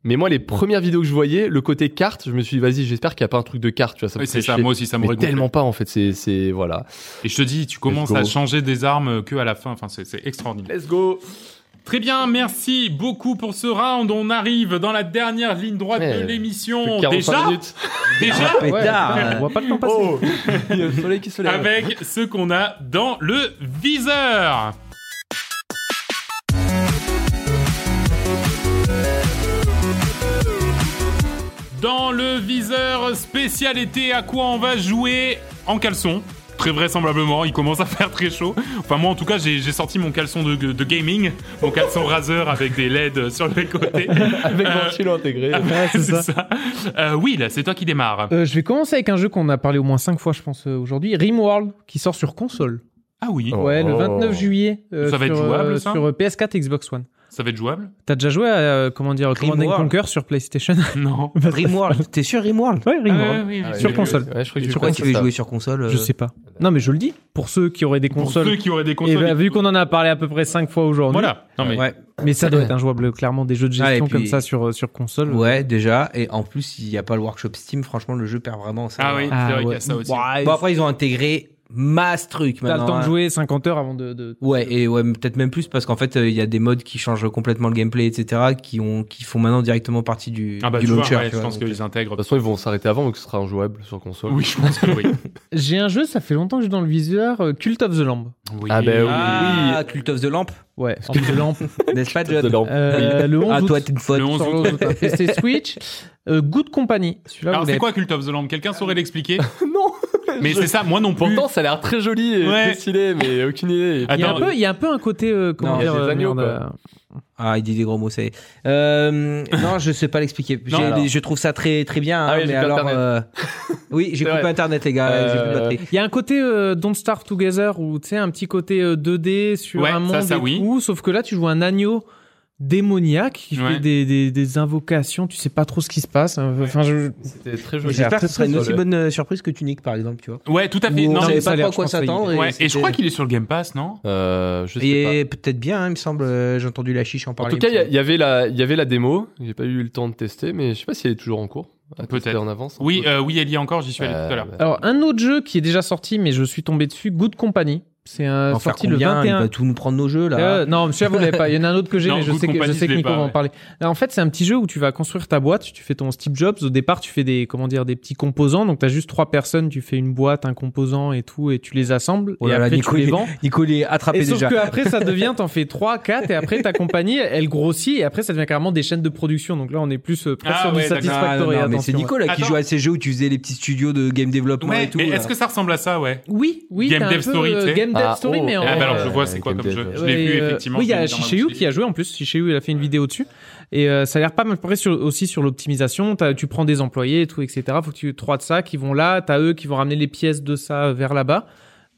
Mais moi, les premières vidéos que je voyais, le côté carte, je me suis dit, vas-y, j'espère qu'il n'y a pas un truc de carte, tu vois, ça me Oui, fait c'est ça. chier. Moi aussi, ça Mais m'aurait gonflé. tellement pas, en fait, c'est, c'est, voilà. Et je te dis, tu commences go. à changer des armes que à la fin. Enfin, c'est, c'est extraordinaire. Let's go! Très bien, merci beaucoup pour ce round. On arrive dans la dernière ligne droite Ouais, de l'émission. 45 Déjà, minutes. déjà, Pétard. On voit pas le temps Oh. passer. Il y a le soleil qui se lève. avec ce qu'on a dans le viseur. Dans le viseur spécial été, à quoi on va jouer en caleçon Très vraisemblablement, il commence à faire très chaud. Enfin, moi en tout cas, j'ai j'ai sorti mon caleçon de, de gaming, mon caleçon Razer avec des LED sur les côtés. Avec Ah, Euh, ventilo intégré. c'est ça. Euh, Will, c'est toi qui démarres. Euh, je vais commencer avec un jeu qu'on a parlé au moins 5 fois, je pense, euh, aujourd'hui. Rimworld, qui sort sur console. Ah oui, Oh. Ouais, le 29 juillet. euh, Ça va être sur, jouable, euh, ça Sur euh, PS4 et Xbox One. ça va être jouable T'as déjà joué à, euh, comment dire, Command and Rimworld. Conquer sur PlayStation Non. Bah, Rimworld, t'es sûr Rimworld Ouais, Rimworld. Sur oui, console. Ouais, je crois que Et j'ai Pourquoi pas tu fait veux ça. jouer sur console euh, Je sais pas. Non, mais je le dis. Pour ceux qui auraient des Pour consoles. ceux qui auraient des Et consoles. bah, vu qu'on en a parlé à peu près 5 fois aujourd'hui, Voilà. Non, mais... Ouais. mais ça doit être injouable, clairement, des jeux de Ah, et gestion puis- comme ça sur, euh, sur console. Ouais, déjà. Et en plus, il n'y a pas le workshop Steam. Franchement, le jeu perd vraiment. Ça Ah oui, Ah, c'est vrai qu'il y a ouais. ça aussi. Ouais, Bon, après, ils ont intégré masse truc T'as maintenant. le temps hein. de jouer 50 heures avant de. de- Ouais, et ouais, mais peut-être même plus parce qu'en fait, euh, il y a des modes qui changent complètement le gameplay, etc., qui ont, qui font maintenant directement partie du, Ah bah du tu vois, launcher. ouais, tu je vois, pense donc, qu'ils intègrent. De toute façon, ils vont s'arrêter avant, donc ce sera injouable sur console. Oui, je pense que oui. J'ai un jeu, ça fait longtemps que je suis dans le viseur, euh, Cult of the Lamb. Oui. Ah bah oui. Ah, Cult of the Lamp, Ouais, Cult of the Lamb. n'est-ce pas, De John l'or- Euh, le 11 Ah, août. toi, t'es une faute. Le 11 sur août. l'autre, un PC Switch. Euh, Good Company. Celui-là, Alors vous c'est l'avez quoi Cult of the Lamb Quelqu'un saurait l'expliquer Non. Mais c'est ça, moi non plus. Pourtant, ça a l'air très joli et Ouais. très stylé, mais aucune idée. Ah, Il y, a un Attends. peu, il y a un peu un côté euh, comment Non, dire, il y a des euh, agneaux, merde, quoi. euh, Ah, il dit des gros mots, ça y est. Euh, non, je sais pas l'expliquer. J'ai- Non, alors. Je trouve ça très, très bien. Ah hein, oui, j'ai mais plus alors, Internet. euh, oui, j'ai C'est coupé vrai. internet, les gars. J'ai plus de Euh, batterie. il y a un côté euh, Don't Starve Together où tu sais un petit côté euh, 2D sur Ouais, un ça, monde ça, et oui. tout, sauf que là tu joues un agneau démoniaque qui Ouais. fait des, des, des invocations, tu sais pas trop ce qui se passe. hein. Enfin, je... C'était très joli. J'espère que ce très sera une très aussi solide. bonne euh, surprise que Tunic, par exemple, tu vois. Ouais, tout à fait. Ou on Non, savait mais- mais ça pas trop a à l'air, quoi je pense, s'attendre. ouais, Et je c'était- crois qu'il est sur le Game Pass, non Euh, je sais Il pas. est peut-être bien, hein, il me semble. euh, J'ai entendu la chiche en En parler. tout cas, il y a- il me il y, avait la, il y avait la démo. J'ai pas eu le temps de tester, mais je sais pas si elle est toujours en cours. À tester Peut-être. En avance. Euh, Oui, euh, oui, elle y est encore. J'y suis allé tout à l'heure. Alors un autre jeu qui est déjà sorti mais je suis tombé dessus, Good Company. C'est un semble. En faire sorti le combien Il 21. va tout nous prendre nos jeux, là. Euh, non, monsieur, vous l'avez pas. Il y en a un autre que j'ai, Non, mais je Good sais, que, je Company, sais je que l'ai Nico pas, va en ouais. parler. En fait, c'est un petit jeu où tu vas construire ta boîte, tu fais ton Steve Jobs. Au départ, tu fais des, comment dire, des petits composants. Donc, tu as juste trois personnes, tu fais une boîte, un composant et tout, et tu les assembles. Oh et là là, après, Nico, tu les il- vends. Nico, il est attrapé Et sauf déjà. que après, ça devient, t'en fais trois, quatre, et après, ta compagnie, elle grossit, et après, ça devient carrément des chaînes de production. Donc là, on est plus euh, presque Ah sur ouais, du d'accord. Ah, non, Satisfactory. non, mais c'est attention, ouais. Nico là qui Attends. joue à ces jeux où tu faisais les petits studios de game development Ouais, Euh, et tout. mais là. est-ce que ça ressemble à ça, ouais Oui, oui, Game t'as un Dev peu, Story, euh, tu sais. Game Dev Story, mais en Ah bah alors, je euh, vois c'est quoi comme jeu. Je l'ai Ouais, vu, euh, effectivement, Oui, il y je a l'ai vu dans Shishayu la qui a joué en plus. Shishayu, il a fait une vidéo dessus. Et euh, ça a l'air pas mal progressé sur, aussi sur l'optimisation. T'as- Tu prends des employés et tout, etc. Faut que tu aies trois de ça qui vont là. T'as eux qui vont ramener les pièces de ça vers là-bas.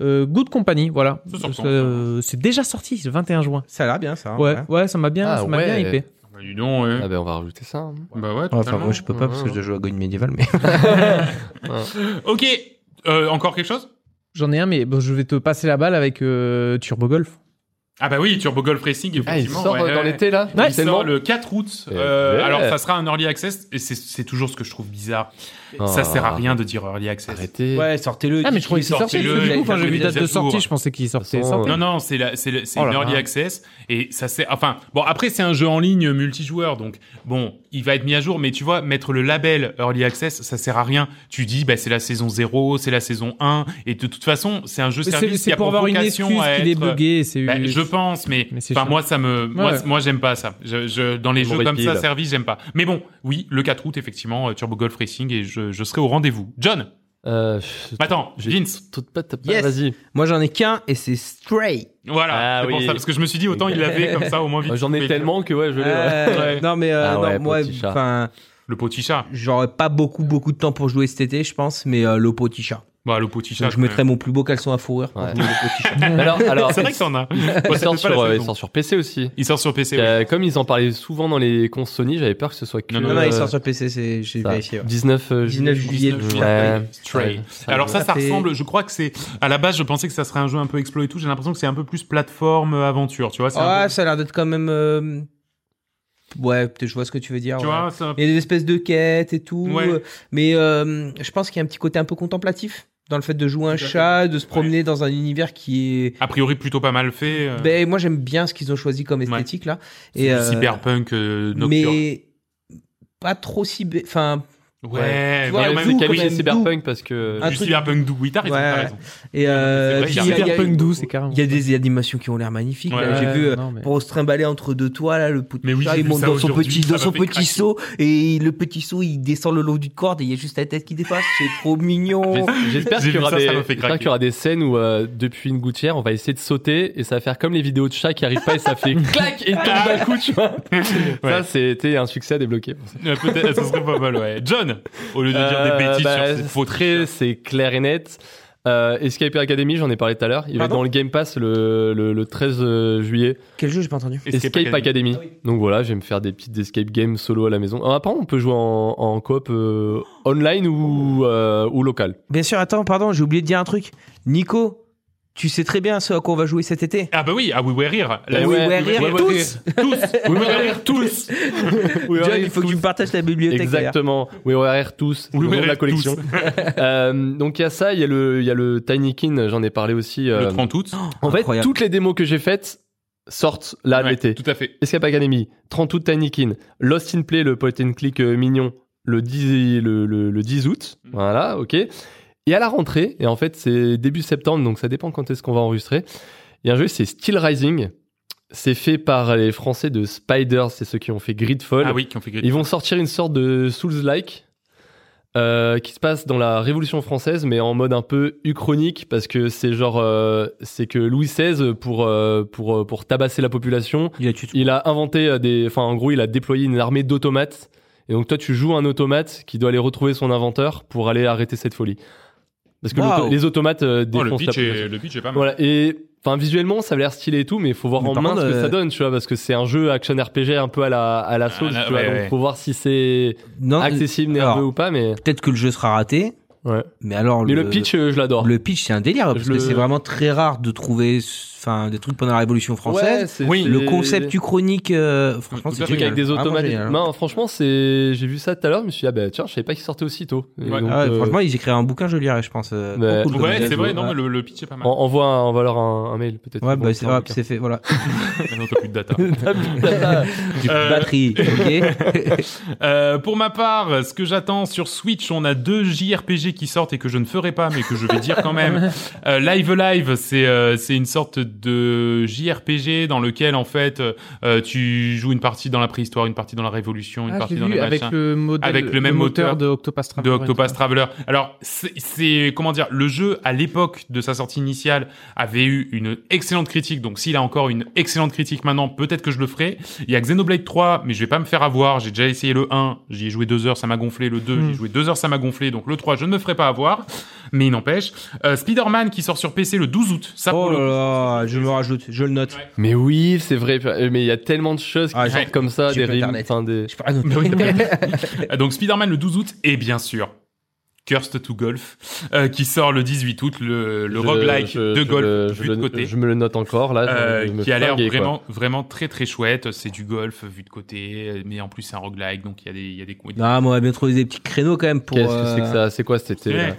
euh, Good Company, voilà. Ça sort quand, Euh, C'est déjà sorti, le 21 juin. Ça a l'air bien, ça. hein, Ouais, ouais, ça m'a bien, Ah, ça m'a bien ouais. hypé. Bah, dis donc, ouais. Ah ben on va rajouter ça. hein. Bah ouais, Ah, Enfin, totalement. moi, je peux pas parce que je dois jouer à Gone Medieval, mais. Ok, Euh, encore quelque chose J'en ai un, mais bon, je vais te passer la balle avec euh, Turbo Golf. Ah bah oui, Turbo Golf Racing, effectivement. Ah, il sort ouais, euh, ouais, dans ouais. l'été là Il officiellement sort le 4 août. Euh, Ouais. Alors, ça sera un early access, et c'est- c'est toujours ce que je trouve bizarre. Ça Ah. sert à rien de dire early access. Arrêtez. Ouais, sortez-le. Ah, mais je croyais que qu'il c'est sorti. sortait, Du le- coup, quand j'ai vu il date a de fait toujours. sortie, je pensais qu'il sortait. De toute façon, sorti. Non, non, c'est la- c'est le- c'est Oh une là early là. access et ça c'est enfin bon après c'est un jeu en ligne multijoueur donc bon il va être mis à jour mais tu vois mettre le label early access ça sert à rien tu dis bah c'est la saison 0 c'est la saison 1 et de toute façon c'est un jeu C'est service qui c'est a pour pour avoir une vocation excuse à qu'il est être buggé. C'est bah, je pense, mais, Mais c'est enfin chiant. moi ça me, moi, Ouais. moi j'aime pas ça. Je, je- dans les Le jeux mauvais comme pied, ça, là. service, j'aime pas. Mais bon, oui, le 4 août effectivement, euh, Turbo Golf Racing et je, je serai au rendez-vous. John, Euh, je- attends, j'ai- Vince, toute patte, t'as pas. Yes. Vas-y. Moi, j'en ai qu'un et c'est Stray. voilà, Ah c'est pour oui. ça, parce que je me suis dit autant il l'avait comme ça au moins vite. Moi, Euh, J'en ai Mais- tellement que ouais, je l'ai. ouais. Euh, Non, mais euh, Ah ouais, non, moi, petit chat. enfin, Le petit chat, j'aurais pas beaucoup, beaucoup de temps pour jouer cet été, je pense, mais euh, le petit chat. bah le petit chat. Donc, je mettrai mon plus beau caleçon à fourrure pour Ouais. jouer le petit chat. Alors, alors C'est vrai que t'en as. Bon, il, c'est sort peut-être pas la sur, euh, il saison. sort sur PC aussi. Il sort sur PC. oui. Euh, comme ils en parlaient souvent dans les cons Sony, j'avais peur que ce soit que. Non, Non, non, il euh, sort sur PC, c'est- j'ai ça, vérifié. ouais. 19, euh, 19 ju- juillet. Ouais. Stray. Ouais. Alors ça, ça Ça fait- ressemble. Je crois que c'est à la base, je pensais que ça serait un jeu un peu exploit et tout. J'ai l'impression que c'est un peu plus plateforme euh, aventure. Tu vois, c'est un Ouais, peu- ça a l'air d'être quand même. euh, Ouais, peut-être je vois ce que tu veux dire. tu ouais. vois, c'est un- Il y a des espèces de quêtes et tout. Ouais. Mais euh, je pense qu'il y a un petit côté un peu contemplatif dans le fait de jouer un Tout à chat, de se promener dans un univers qui est. a priori plutôt pas mal fait. euh, Ben, moi, j'aime bien ce qu'ils ont choisi comme esthétique là. c'est du euh, cyberpunk euh, nocturne. mais pas trop cyber. Enfin, Ouais, Tu mais vois, en Ouais, Ouais, même vous, c'est temps, quand oui, qualifié même, cyberpunk parce que. un du truc- cyberpunk doux, oui, t'as raison, Ouais, t'as ouais. raison. et C'est euh, vrai, puis, il y a il y, a- il y a- Cyberpunk doux, c'est carrément. il y a des animations qui ont l'air magnifiques. Ouais, là. J'ai Ouais, vu. euh, non, mais- Pour se trimballer entre deux toits, là, le petit Mais oui, chat, j'ai il vu monte ça dans son aujourd'hui, petit, ça dans m'a son fait petit craquer. seau, et le petit seau, il descend le long d'une corde, et il y a juste la tête qui dépasse. C'est trop mignon. J'es- J'espère J'ai qu'il y, vu aura ça, des- ça m'a fait j'espère craquer. qu'il y aura des scènes où, euh, depuis une gouttière, on va essayer de sauter et ça va faire comme les vidéos de chat qui arrivent pas et ça fait clac et tombe d'un coup, tu vois. Ça, Ah. Ouais. c'était un succès à débloquer. pour ça. Ouais, euh, Peut-être, ça serait pas mal, ouais. John, au lieu de dire des Euh, bêtises bah, sur cette hein. faut faute. très, c'est clair et net. Euh, Escape Academy, j'en ai parlé tout à l'heure. Il va être Pardon dans le Game Pass le, le, le 13 euh, juillet. Quel jeu, j'ai pas euh, entendu. Escape, Academy. Ah Donc voilà, je vais me faire des petites escape games solo à la maison. Ah, apparemment, on peut jouer en, en coop euh, online ou, euh, ou local. Bien sûr, attends, pardon, j'ai oublié de dire un truc. Nico, tu sais très bien ce à quoi on va jouer cet été. Ah bah oui, ah We Were Here. La- Eh We ouais, Were Here, ouais, ouais, tous Tous, We Were Here, tous. John, il faut que tu me partages ta bibliothèque. d'ailleurs. Exactement. We Were Here tous. We le nom Were de la Here, collection. tous. Euh, donc il y a ça, il y a le, il y a le Tinykin, j'en ai parlé aussi. euh, Le 30 août. en fait, Incroyable. toutes les démos que j'ai faites sortent là Ouais, Ah l'été. Tout à fait. Escape Academy, 30 août Tinykin, Lost in Play, le point and click euh, mignon, le 10, le, le- le 10 août. Mhm. Voilà, ok. Et à la rentrée, et en fait c'est début septembre, donc ça dépend quand est-ce qu'on va enregistrer, il y a un jeu, c'est Steel Rising. C'est fait par les Français de Spiders, c'est ceux qui ont fait Gridfall. Ah oui, qui ont fait gris. Ils vont sortir une sorte de Souls-like euh, qui se passe dans la Révolution française, mais en mode un peu uchronique parce que c'est genre euh, c'est que Louis XVI pour euh, pour euh, pour tabasser la population, Il a tué tout. il a inventé euh, des, enfin en gros il a déployé une armée d'automates et donc toi tu joues un automate qui doit aller retrouver son inventeur pour aller arrêter cette folie parce que Wow. l'auto- les automates euh, Oh, le défoncent la pitch population. est, le pitch est pas mal. Voilà, et enfin visuellement ça a l'air stylé et tout, mais il faut voir Mais en par main contre, ce que euh, ça donne, tu vois, parce que c'est un jeu action RPG un peu à la à la sauce, Ah, là, tu vois, ouais, donc ouais. faut voir si Ah, c'est Non, accessible, alors, nerveux ou pas, mais peut-être que le jeu sera raté, ouais. mais alors. Mais le, pitch, euh, je l'adore. Le pitch, c'est un délire, parce le- que c'est vraiment très rare de trouver enfin, des trucs pendant la Révolution française. Ouais, c'est- Oui, c'est- le concept uchronique, euh, franchement, Tout c'est à le truc fait, avec des génial. automates. Vraiment et- génial. non, franchement, c'est j'ai vu ça tout à l'heure, je me suis dit, ah bah tiens, je savais pas qu'il sortait aussi tôt. Et Ouais. donc, Ah ouais, euh, Franchement, ils écriraient un bouquin, je lirais, je pense. euh, Ouais. trop cool comme Ouais, idée. c'est vrai, Ouais. non, mais le, le pitch est pas mal. en- envoie un, envoie leur un, un mail peut-être. Ouais, Bon, bah c'est un hop, bouquin. c'est fait, voilà. Maintenant, t'as plus de data. Du Euh, batterie, ok Euh, pour ma part, ce que j'attends sur Switch, on a deux JRPG qui sortent et que je ne ferai pas, mais que je vais dire quand même. Euh, Live Alive, c'est euh, c'est une sorte de JRPG dans lequel en fait euh, tu joues une partie dans la préhistoire, une partie dans la révolution, une Ah, je partie l'ai dans vu les avec machins. le, modèle, Avec le même moteur de Octopath Traveler. de Octopath Traveler. Alors, c'est- c'est comment dire, le jeu à l'époque de sa sortie initiale avait eu une excellente critique. Donc, s'il a encore une excellente critique maintenant, peut-être que je le ferai. Il y a Xenoblade 3, mais je vais pas me faire avoir. J'ai déjà Hmm. essayé le 1, j'y ai joué deux heures, ça m'a gonflé. Le 2, j'y ai joué deux heures, ça m'a gonflé. Donc, le 3, je ne me ferai pas avoir. Mais il n'empêche, euh, Spider-Man qui sort sur PC le 12 août. Ça, Oh pour là le coup, là, je me rajoute, je le note. Ouais. Mais oui, c'est vrai. Mais il y a tellement de choses qui Ah, j'ai- sortent comme ça, j'ai des pas rimes, Internet. enfin des. Je peux rien noter. Mais oui, t'as- Donc Spider-Man le 12 août et bien sûr Cursed to Golf euh, qui sort le 18 août le, le Je- roguelike je- de je golf le- vu je de le- côté. Je me le note encore là. euh, je me qui a l'air flinguer, quoi. vraiment, vraiment très très chouette. C'est du golf vu de côté, mais en plus c'est un roguelike, donc il y a des, il y a des coups. Non, mais on va bien trouver des petits créneaux quand même pour. Qu'est-ce que c'est que euh, ça C'est quoi cet été là Ouais.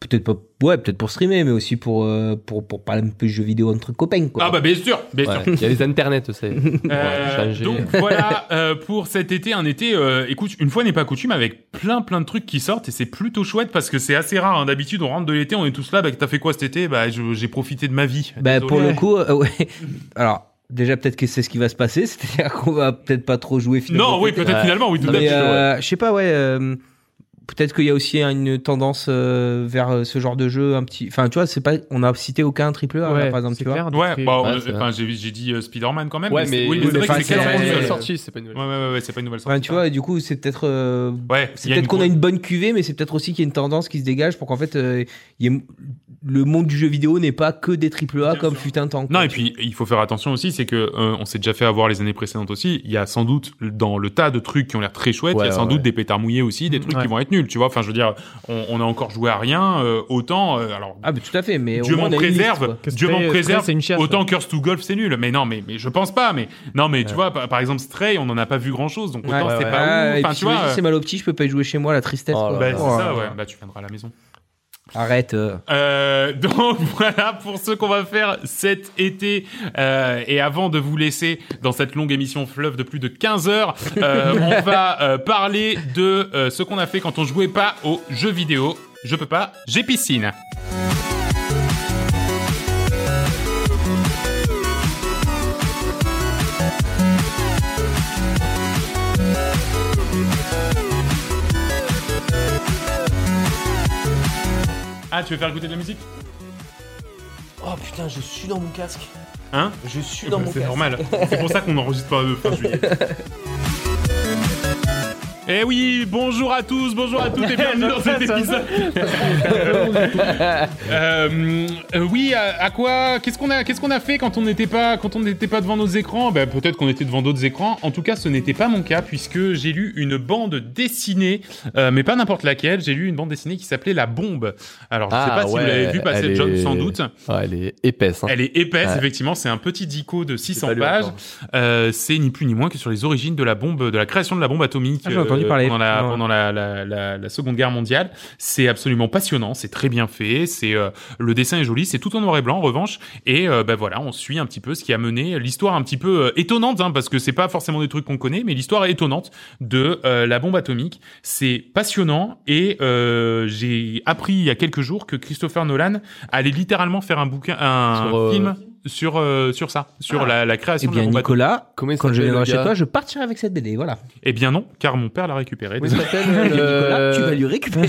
Peut-être pas. Ouais, peut-être pour streamer, mais aussi pour euh, pour pour parler un peu jeux vidéo entre copains. Quoi. Ah bah bien sûr, bien sûr. Ouais, Il y a les internets aussi. Euh, Ouais, changer. donc voilà euh, pour cet été, un été, euh, écoute, une fois n'est pas coutume, avec plein plein de trucs qui sortent et c'est plutôt chouette parce que c'est assez rare. hein. D'habitude, on rentre de l'été, on est tous là, bah t'as fait quoi cet été Bah je- j'ai profité de ma vie. Bah, Désolé. pour le coup, euh, ouais. Alors déjà peut-être que c'est ce qui va se passer, c'est-à-dire qu'on va peut-être pas trop jouer finalement. Non, oui, peut-être Ouais. finalement, oui, tout à Mais fait. euh, je sais pas, ouais. euh, peut-être qu'il y a aussi une tendance euh, vers euh, ce genre de jeu un petit. Enfin, tu vois, c'est pas. On a cité aucun triple A là, par exemple, tu vois. Ouais, bah, on- Ouais, c'est enfin, j'ai j'ai dit euh, Spider-Man quand même. Ouais, mais oui, c'est vrai enfin, que c'est c'est quelle la- nouvelle c'est- sortie c'est pas une Ouais, ouais, ouais, ouais, c'est pas une nouvelle sortie. Ouais, tu vois, et du coup, c'est peut-être. euh, Ouais, il c'est y peut-être qu'on a grosse- une bonne cuvée, mais c'est peut-être aussi qu'il y a une tendance qui se dégage pour qu'en fait, euh, il y ait- le monde du jeu vidéo n'est pas que des triple A Bien comme sûr. fut un temps. quoi. Non, et puis il faut faire attention aussi, c'est que euh, on s'est déjà fait avoir les années précédentes aussi. Il y a sans doute dans le tas de trucs qui ont l'air très chouettes, Ouais, il y a sans ouais, doute ouais. des pétards mouillés aussi, des trucs Ouais. qui vont être nuls, tu vois. Enfin, je veux dire, on, on a encore joué à rien, euh, autant. euh, alors, Ah, mais tout à fait, mais. au Dieu moins, m'en on a une liste, préserve, quoi. Parce que Dieu Stray- m'en Stray, préserve. c'est une chiasse, Autant ouais. Curse to Golf, c'est nul. Mais non, mais, mais je pense pas. Mais non, mais tu vois, par par exemple, Stray, on en a pas vu grand chose, donc autant Ouais, c'est ouais, pas ouais. ouf. Et Enfin, puis, tu vois. euh. imagine, c'est mal au petit, je peux pas y jouer chez moi, la tristesse. Oh quoi. bah, là c'est Oh, ça, euh, ouais. Bah, tu viendras à la maison. Arrête. euh. Euh, donc voilà pour ce qu'on va faire cet été. Euh, et avant de vous laisser dans cette longue émission fleuve de plus de 15 heures, euh, on va euh, parler de euh, ce qu'on a fait quand on jouait pas aux jeux vidéo. Je peux pas, j'ai piscine. Ah, tu veux faire écouter de la musique Oh putain, je suis dans mon casque. Hein Je suis Bah, C'est normal. C'est pour ça qu'on n'enregistre pas euh, fin juillet. Eh oui, bonjour à tous, bonjour à toutes et bienvenue dans cet épisode. Euh, euh, oui, à, à quoi Qu'est-ce qu'on a Qu'est-ce qu'on a fait quand on n'était pas quand on n'était pas devant nos écrans Ben, peut-être qu'on était devant d'autres écrans. En tout cas, ce n'était pas mon cas puisque j'ai lu une bande dessinée, euh, mais pas n'importe laquelle. J'ai lu une bande dessinée qui s'appelait La Bombe. Alors, je ne sais Ah pas si vous ouais, l'avez vu passer, elle John, est- sans doute. Ah, elle est épaisse. Hein. Elle est épaisse, Ouais. effectivement. C'est un petit dico de J'ai 600 pas lu pages. encore. Euh, c'est ni plus ni moins que sur les origines de la bombe, de la création de la bombe atomique euh, Ah, j'en ai entendu parler. pendant, la, Ouais. pendant la, la, la- la Seconde Guerre mondiale. C'est absolument passionnant, c'est très bien fait, c'est euh, le dessin est joli, c'est tout en noir et blanc en revanche. Et euh, bah, voilà, on suit un petit peu ce qui a mené l'histoire un petit peu euh, étonnante, hein, parce que c'est pas forcément des trucs qu'on connaît, mais l'histoire est étonnante de euh, la bombe atomique. C'est passionnant et euh, j'ai appris il y a quelques jours que Christopher Nolan allait littéralement faire un bouquin, un Sur, euh, film sur euh, sur ça, sur la, la Eh création de bien, la bombe atomique. Nicolas, Comment il quand je s'appelle, viendrai le chez gars toi, je partirai avec cette BD, voilà. Eh bien non, car mon père l'a récupéré. Comment il s'appelle Nicolas, euh, tu vas lui récupérer.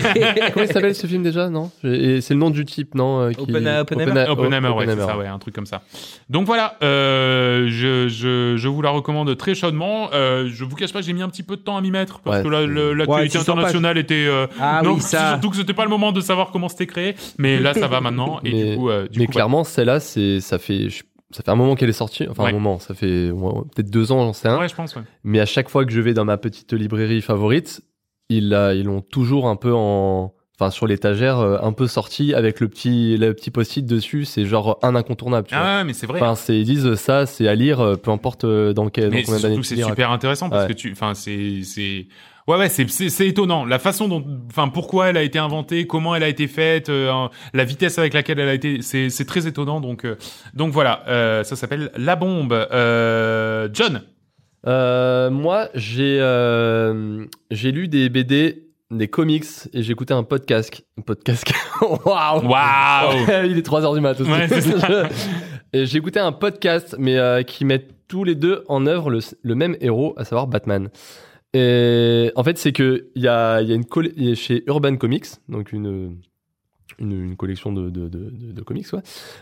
Comment il s'appelle ce film déjà Non Je- et C'est le nom du type, non euh, qui- Open- Euh, Oppenheimer. Oppenheimer, ouais, c'est Oppenheimer. ça, ouais, un truc comme ça. Donc voilà, euh, je, je, je vous la recommande très chaudement. Euh, je vous cache pas, que j'ai mis un petit peu de temps à m'y mettre parce Ouais, que la- c'est- le- Ouais, l'actualité tu sens pas, internationale était. euh, Ah non, oui, c'est ça. surtout que c'était pas le moment de savoir comment c'était créé, mais là ça va maintenant et Mais- du coup, euh, du Mais coup, clairement, celle-là, c'est ça fait je- ça fait un moment qu'elle est sortie. Enfin, Ouais. un moment, ça fait ouais, ouais, peut-être deux ans, j'en sais ouais. un. Ouais, je pense. Ouais. Mais à chaque fois que je vais dans ma petite librairie favorite, ils la- ils l'ont toujours un peu en enfin sur l'étagère euh, un peu sorti avec le petit le petit post-it dessus. C'est genre un incontournable. Tu vois. Ah ouais, mais c'est vrai. Enfin, c'est- ils disent ça, c'est à lire, euh, peu importe euh, dans, quel, dans mais combien d'années surtout, tu c'est liras. super intéressant parce Ouais. que tu, enfin, c'est, c'est, ouais, ouais, c'est, c'est, c'est étonnant. La façon dont, enfin, pourquoi elle a été inventée, comment elle a été faite, euh, en- la vitesse avec laquelle elle a été, c'est, c'est très étonnant. Donc, euh, donc voilà, euh, ça s'appelle La Bombe. Euh, John. Euh, moi, j'ai euh, j'ai lu des BD, des comics et j'ai écouté un podcast. Un podcast. Waouh. Waouh. Il est 3h du mat aussi. Ah Ouais, c'est ça. Et j'ai écouté un podcast, mais euh, qui met tous les deux en œuvre le, le même héros, à savoir Batman. Et en fait, c'est que il y a, il y a une coll- il y a chez Urban Comics, donc une une, une collection de, de, de, de- de comics, ouais.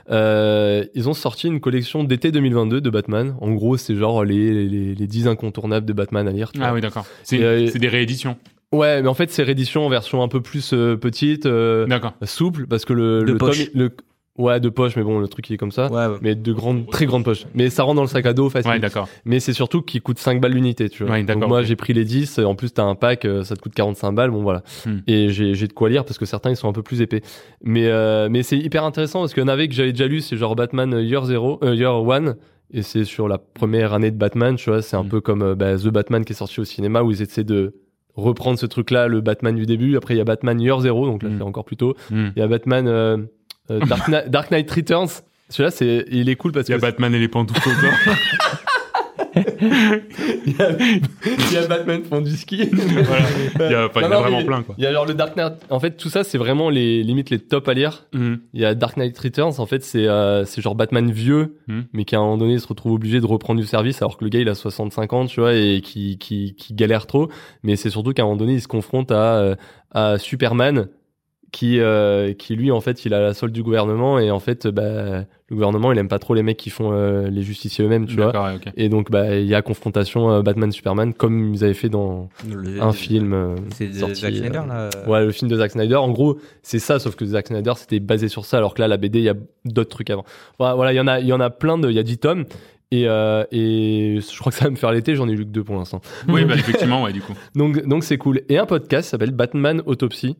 Euh, ils ont sorti une collection d'été 2022 de Batman. En gros, c'est genre les, les, les 10 incontournables de Batman à lire. tu vois. Ah oui, d'accord. C'est, Et, euh, c'est des rééditions. Ouais, mais en fait, c'est réédition en version un peu plus euh, petite, euh, D'accord. souple, parce que le, De le poche. tome- le- ouais, de poche, mais bon, le truc il est comme ça. Ouais, ouais. Mais de grandes, très grandes poches. Mais ça rentre dans le sac à dos facile. Ouais, d'accord. mais c'est surtout qu'il coûte 5 balles l'unité, tu vois. Ouais, Donc d'accord, moi, ok. j'ai pris les 10. euh, En plus, t'as un pack, euh, ça te coûte 45 balles. Bon, voilà. Hmm. Et j'ai j'ai de quoi lire parce que certains, ils sont un peu plus épais. Mais, euh, mais c'est hyper intéressant parce qu'il y en avait que j'avais déjà lu. C'est genre Batman euh, Year, Zero, euh, Year One. Et c'est sur la première année de Batman, tu vois. C'est un Hmm. peu comme euh, bah, The Batman qui est sorti au cinéma où ils essaient de reprendre ce truc-là, le Batman du début. Après, il y a Batman Year Zero, donc là, Hmm. c'est encore plus tôt. Hmm. Il y a Batman euh, euh, Dark, Kni- Dark Knight Returns. Celui-là, c'est- il est cool parce Il y que a Batman et les pantoufles au corps. il y a- il y a Batman fond du ski. Voilà. Il y a, enfin, il y en a Non, non, vraiment mais- plein, quoi. Il y a genre le Dark Knight. En fait, tout ça, c'est vraiment les limites les tops à lire. Hmm. Il y a Dark Knight Returns. En fait, c'est euh, c'est genre Batman vieux, Hmm. mais qui à un moment donné se retrouve obligé de reprendre du service alors que le gars il a 65 ans, tu vois, et qui qui, qui galère trop. Mais c'est surtout qu'à un moment donné, il se confronte à euh, à Superman qui euh, qui lui en fait il a la solde du gouvernement et en fait bah, le gouvernement il aime pas trop les mecs qui font euh, les justiciers eux-mêmes tu vois D'accord, ouais, ok. et donc bah il y a confrontation euh, Batman Superman comme ils avaient fait dans un film euh, C'est de sorti, Zack Snyder, euh, là. Ouais, le film de Zack Snyder. En gros, c'est ça, sauf que Zack Snyder, c'était basé sur ça, alors que là, la BD, il y a d'autres trucs avant. Voilà, voilà, il y en a, il y en a plein de, il y a 10 tomes. Et, euh, et je crois que ça va me faire l'été, j'en ai lu que deux pour l'instant. Oui, bah, effectivement, ouais, du coup. Donc, donc c'est cool. Et un podcast s'appelle Batman Autopsy.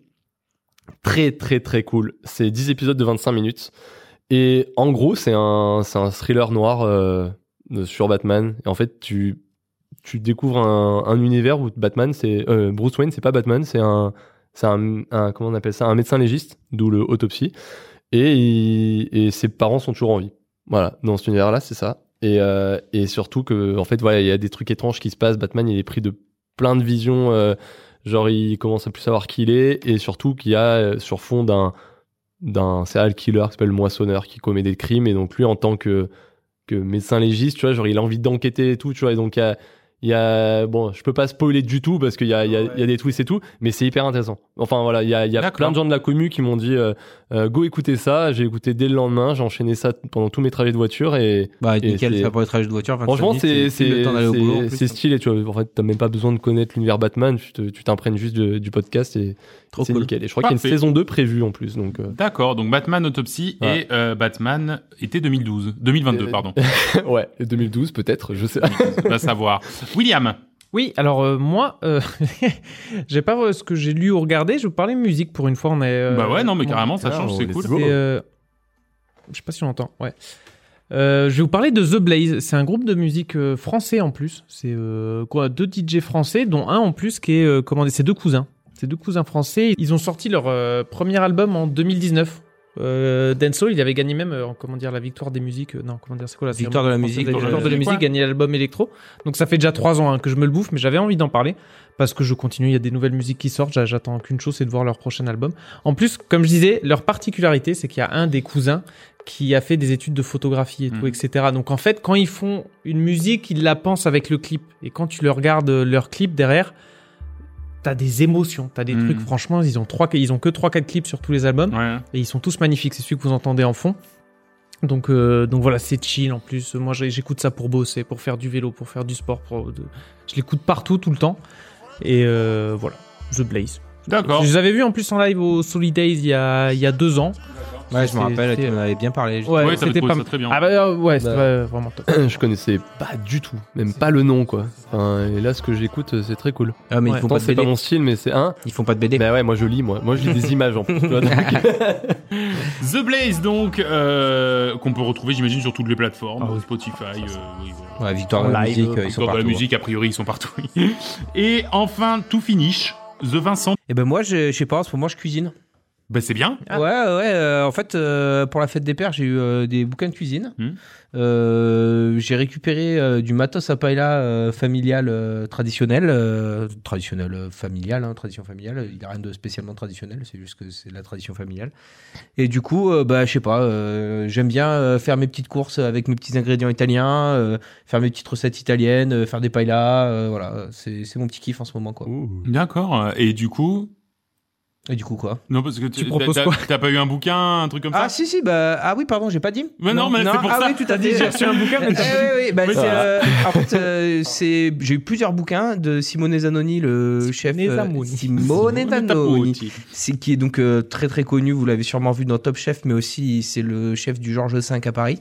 Très, très, très cool. C'est 10 épisodes de 25 minutes. Et en gros, c'est un, c'est un thriller noir euh, de- sur Batman. Et en fait, tu, tu découvres un, un univers où Batman, c'est, euh, Bruce Wayne, c'est pas Batman, c'est un, c'est un, un- comment on appelle ça, un médecin légiste, d'où le autopsie. Et, il- et ses parents sont toujours en vie. Voilà, dans cet univers-là, c'est ça. Et, euh, et surtout que, en fait, voilà, il y a des trucs étranges qui se passent. Batman, il est pris de plein de visions. euh, genre, il commence à plus savoir qui il est. Et surtout qu'il y a euh, sur fond d'un d'un serial killer qui s'appelle le Moissonneur qui commet des crimes. Et donc lui, en tant que que médecin légiste, tu vois, genre il a envie d'enquêter et tout, tu vois. Et donc il y a, il y a bon, je peux pas spoiler du tout parce qu'il y a, il y, a, il y a des twists et tout, mais c'est hyper intéressant. Enfin voilà, il y a, il y a D'accord. plein de gens de la commu qui m'ont dit euh, euh, go écouter ça. J'ai écouté dès le lendemain, j'ai enchaîné ça pendant tous mes trajets de voiture et Bah, et nickel, c'est- ça pour les trajets de voiture. 25 Franchement, minutes, c'est pile le c'est temps d'aller au boulot, en c'est- plus. c'est stylé, tu vois. En fait, t'as même pas besoin de connaître l'univers Batman, tu te- tu t'imprègnes juste de- du podcast et Trop c'est cool. nickel. Et je crois qu'il y a une Parfait. saison 2 prévue en plus, donc euh, D'accord, donc Batman Autopsie Ouais. et euh, Batman été 2012. 2022, Euh, pardon. ouais, 2012 peut-être, je sais. À savoir. William. Oui, alors euh, moi, euh, j'ai pas euh, ce que j'ai lu ou regardé. Je vous parlais musique pour une fois. On est. euh, bah ouais, non, mais on- carrément, ça ah, change, on c'est les cool. voit. c'est, euh, Je sais pas si on entend. Ouais. Euh, je vais vous parler de The Blaze. C'est un groupe de musique euh, français en plus. C'est euh, quoi deux DJ français, dont un en plus qui est euh, commandé. C'est deux cousins. C'est deux cousins français. Ils ont sorti leur euh, premier album en 2019. Euh, Denso, il avait gagné même, euh, comment dire, la victoire des musiques. euh, non, comment dire, c'est quoi la Victoire de la musique, La euh, victoire de la c'est quoi musique, gagné l'album électro. Donc ça fait déjà trois ans hein, que je me le bouffe, mais j'avais envie d'en parler parce que je continue. Il y a des nouvelles musiques qui sortent. j'a- J'attends qu'une chose, c'est de voir leur prochain album. En plus, comme je disais, leur particularité, c'est qu'il y a un des cousins qui a fait des études de photographie et Mhm. tout, etc. Donc en fait, quand ils font une musique, ils la pensent avec le clip. Et quand tu le regardes euh, leur clip derrière, t'as des émotions, t'as des Mhm. trucs. Franchement, ils ont trois, ils ont que trois, quatre clips sur tous les albums Ouais. et ils sont tous magnifiques. C'est celui que vous entendez en fond. Donc, euh, donc voilà, c'est chill en plus. Moi, j'ai- j'écoute ça pour bosser, pour faire du vélo, pour faire du sport. Pour, de- Je l'écoute partout, tout le temps. Et euh, voilà, The Blaze. D'accord. Je les avais vus en plus en live au Solidays il y a, il y a deux ans. Ouais, je C'est- me rappelle, c'est- tu en avais bien parlé. Ouais, Ouais, t'avais c'était trouvé pas ça très bien. Ah bah euh, ouais, c'était Bah. euh, vraiment top. je connaissais pas du tout, même pas le nom quoi. Enfin, et là, ce que j'écoute, euh, c'est très cool. Ah, mais ils font Pourtant, pas de c'est pas BD. mon style, mais c'est un. Ils font pas de BD. Bah ouais, moi je lis, moi. Moi je lis des images en plus. tu vois, donc- euh, The Blaze, donc, euh, qu'on peut retrouver, j'imagine, sur toutes les plateformes, Spotify, euh, oui, voilà. Ouais, Victoire de la Live, musique, euh, encore ils sont de partout. la musique, a priori, ils sont partout. Et enfin, tout finish, The Vincent. Et ben moi, je je sais pas, en ce moment, je cuisine. Bah, c'est bien. Ah. Ouais, ouais. euh, en fait, euh, pour la fête des pères, j'ai eu euh, des bouquins de cuisine. Hmm. Euh, j'ai récupéré euh, du matos à paella euh, familial euh, traditionnel, euh, traditionnel euh, familial, hein, tradition familiale. Il n'y a rien de spécialement traditionnel, c'est juste que c'est de la tradition familiale. Et du coup, euh, bah, je sais pas, euh, j'aime bien euh, faire mes petites courses avec mes petits ingrédients italiens, euh, faire mes petites recettes italiennes, euh, faire des paellas, euh, voilà, c'est c'est mon petit kiff en ce moment, quoi. D'accord. Et du coup, Et du coup, quoi Non, parce que tu proposes t'as- quoi t'as pas eu un bouquin, un truc comme ça Ah, si, si, bah. Ah oui, pardon, j'ai pas dit. Mais non, mais c'est pour ah ça. oui, tout à fait. J'ai reçu un bouquin, mais oui, oui, bah, Oui, c'est, voilà. euh, en fait, euh, c'est, j'ai eu plusieurs bouquins de Simone Zanoni, le chef. euh, Zanoni. Simone Zanoni. Tapotis. C'est qui est donc euh, très très connu, vous l'avez sûrement vu dans Top Chef, mais aussi c'est le chef du Georges V à Paris.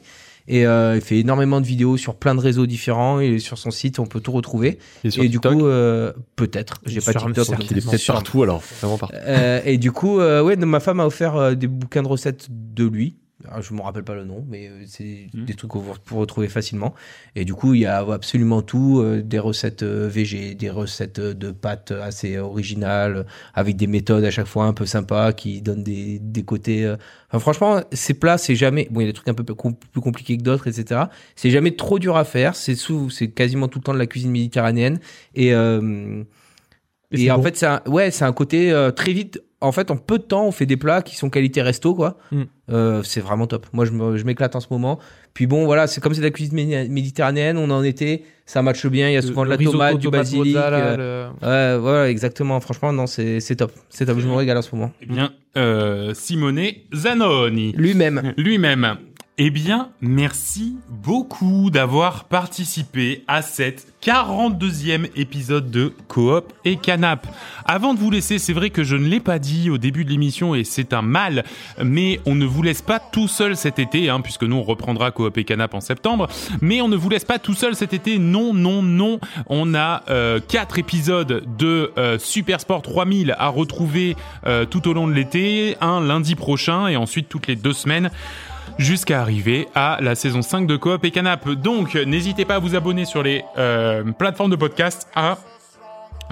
Et euh, il fait énormément de vidéos sur plein de réseaux différents et sur son site on peut tout retrouver. Et sur et TikTok, du coup, euh, peut-être, j'ai pas Sur- TikTok. sur- donc Il est peut-être sûrement. partout alors. vraiment partout. Euh, et du coup, euh, ouais, non, ma femme a offert euh, des bouquins de recettes de lui. Alors, je me rappelle pas le nom, mais euh, c'est Mhm. des trucs qu'on vous pour retrouver facilement. Et du coup, il y a absolument tout, euh, des recettes euh, végé, des recettes euh, de pâtes assez originales, euh, avec des méthodes à chaque fois un peu sympas, qui donnent des, des côtés. euh. Enfin, franchement, ces plats, c'est jamais. Bon, il y a des trucs un peu plus com- plus compliqués que d'autres, etc. C'est jamais trop dur à faire. C'est sous, c'est quasiment tout le temps de la cuisine méditerranéenne. Et euh, et, en fait, c'est un, ouais, c'est un côté euh, très vite. En fait, en peu de temps, on fait des plats qui sont qualité resto, quoi. Mm. Euh, c'est vraiment top. Moi, je me- je m'éclate en ce moment. Puis bon, voilà, c'est comme c'est de la cuisine méni- méditerranéenne, on est en été, ça matche bien. Il y a souvent de la tomate, du basilic. euh, Ouais, voilà, exactement. Franchement, non, c'est c'est top. C'est top. Je me régale en ce moment. Eh bien, euh, Simone Zanoni. Lui-même. lui-même. Eh bien, merci beaucoup d'avoir participé à cet 42e épisode de Coop et Canap. Avant de vous laisser, c'est vrai que je ne l'ai pas dit au début de l'émission et c'est un mal, mais on ne vous laisse pas tout seul cet été, hein, puisque nous on reprendra Coop et Canap en septembre, mais on ne vous laisse pas tout seul cet été, non, non, non. On a euh, quatre épisodes de euh, Super Sport 3000 à retrouver euh, tout au long de l'été, un lundi prochain et ensuite toutes les deux semaines jusqu'à arriver à la saison 5 de Coop et Canap. Donc n'hésitez pas à vous abonner sur les euh, plateformes de podcast à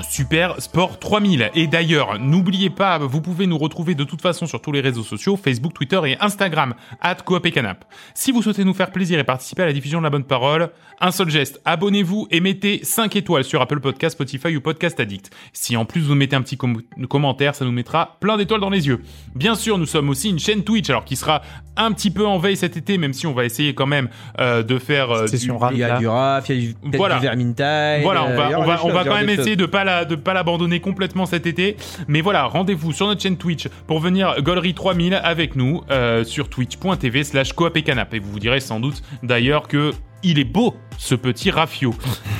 Super Sport 3000. Et d'ailleurs, n'oubliez pas, vous pouvez nous retrouver de toute façon sur tous les réseaux sociaux, Facebook, Twitter et Instagram, at Coop et Canap. Si vous souhaitez nous faire plaisir et participer à la diffusion de la bonne parole, un seul geste, abonnez-vous et mettez 5 étoiles sur Apple Podcast, Spotify ou Podcast Addict. Si en plus vous mettez un petit com- commentaire, ça nous mettra plein d'étoiles dans les yeux. Bien sûr, nous sommes aussi une chaîne Twitch, alors qui sera un petit peu en veille cet été, même si on va essayer quand même euh, de faire euh, du- Il y a du raf, il y a du, peut-être Voilà. du vermintide. voilà, euh, on il y va, on aura va, des on choses, va il y quand aura même des essayer choses. de pas la, de pas l'abandonner complètement cet été. Mais voilà, rendez-vous sur notre chaîne Twitch pour venir Gollery 3000 avec nous euh, sur twitch.tv slash coop et canap. Et vous vous direz sans doute d'ailleurs que il est beau ce petit Rafio.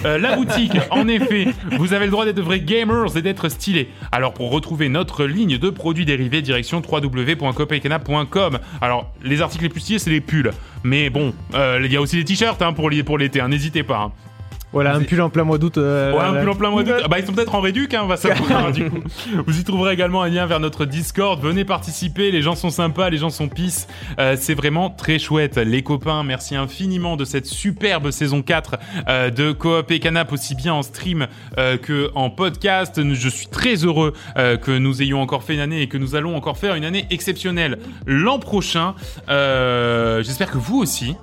Euh, la boutique, en effet, vous avez le droit d'être vrais gamers et d'être stylés. Alors pour retrouver notre ligne de produits dérivés, direction www.coopecana.com. Alors les articles les plus stylés, c'est les pulls. Mais bon, euh, il y a aussi des t-shirts hein, pour l'hi- pour l'été, hein, n'hésitez pas. hein. Voilà, un pull en plein mois d'août. euh, Ouais, un là, pull en plein mois d'août. Ah Bah, ils sont peut-être en réduc, hein, on va savoir. hein, du coup. Vous y trouverez également un lien vers notre Discord. Venez participer, les gens sont sympas, les gens sont pisses. Euh, c'est vraiment très chouette. Les copains, merci infiniment de cette superbe saison 4 euh, de Coop et Canap, aussi bien en stream euh, que en podcast. Je suis très heureux euh, que nous ayons encore fait une année et que nous allons encore faire une année exceptionnelle l'an prochain. Euh, J'espère que vous aussi.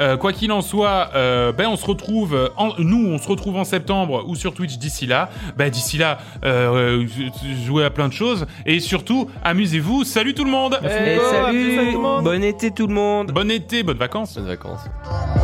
Euh, quoi qu'il en soit, euh, ben on se retrouve, en- nous on se retrouve en septembre ou sur Twitch d'ici là. Ben d'ici là, euh, euh, jouez à plein de choses et surtout amusez-vous. Salut Oh, tout le monde. Euh, Eh, Bon, à plus, à tout le salut monde. Bon été tout le monde Bon été, bonnes vacances. Bonnes vacances. Bye.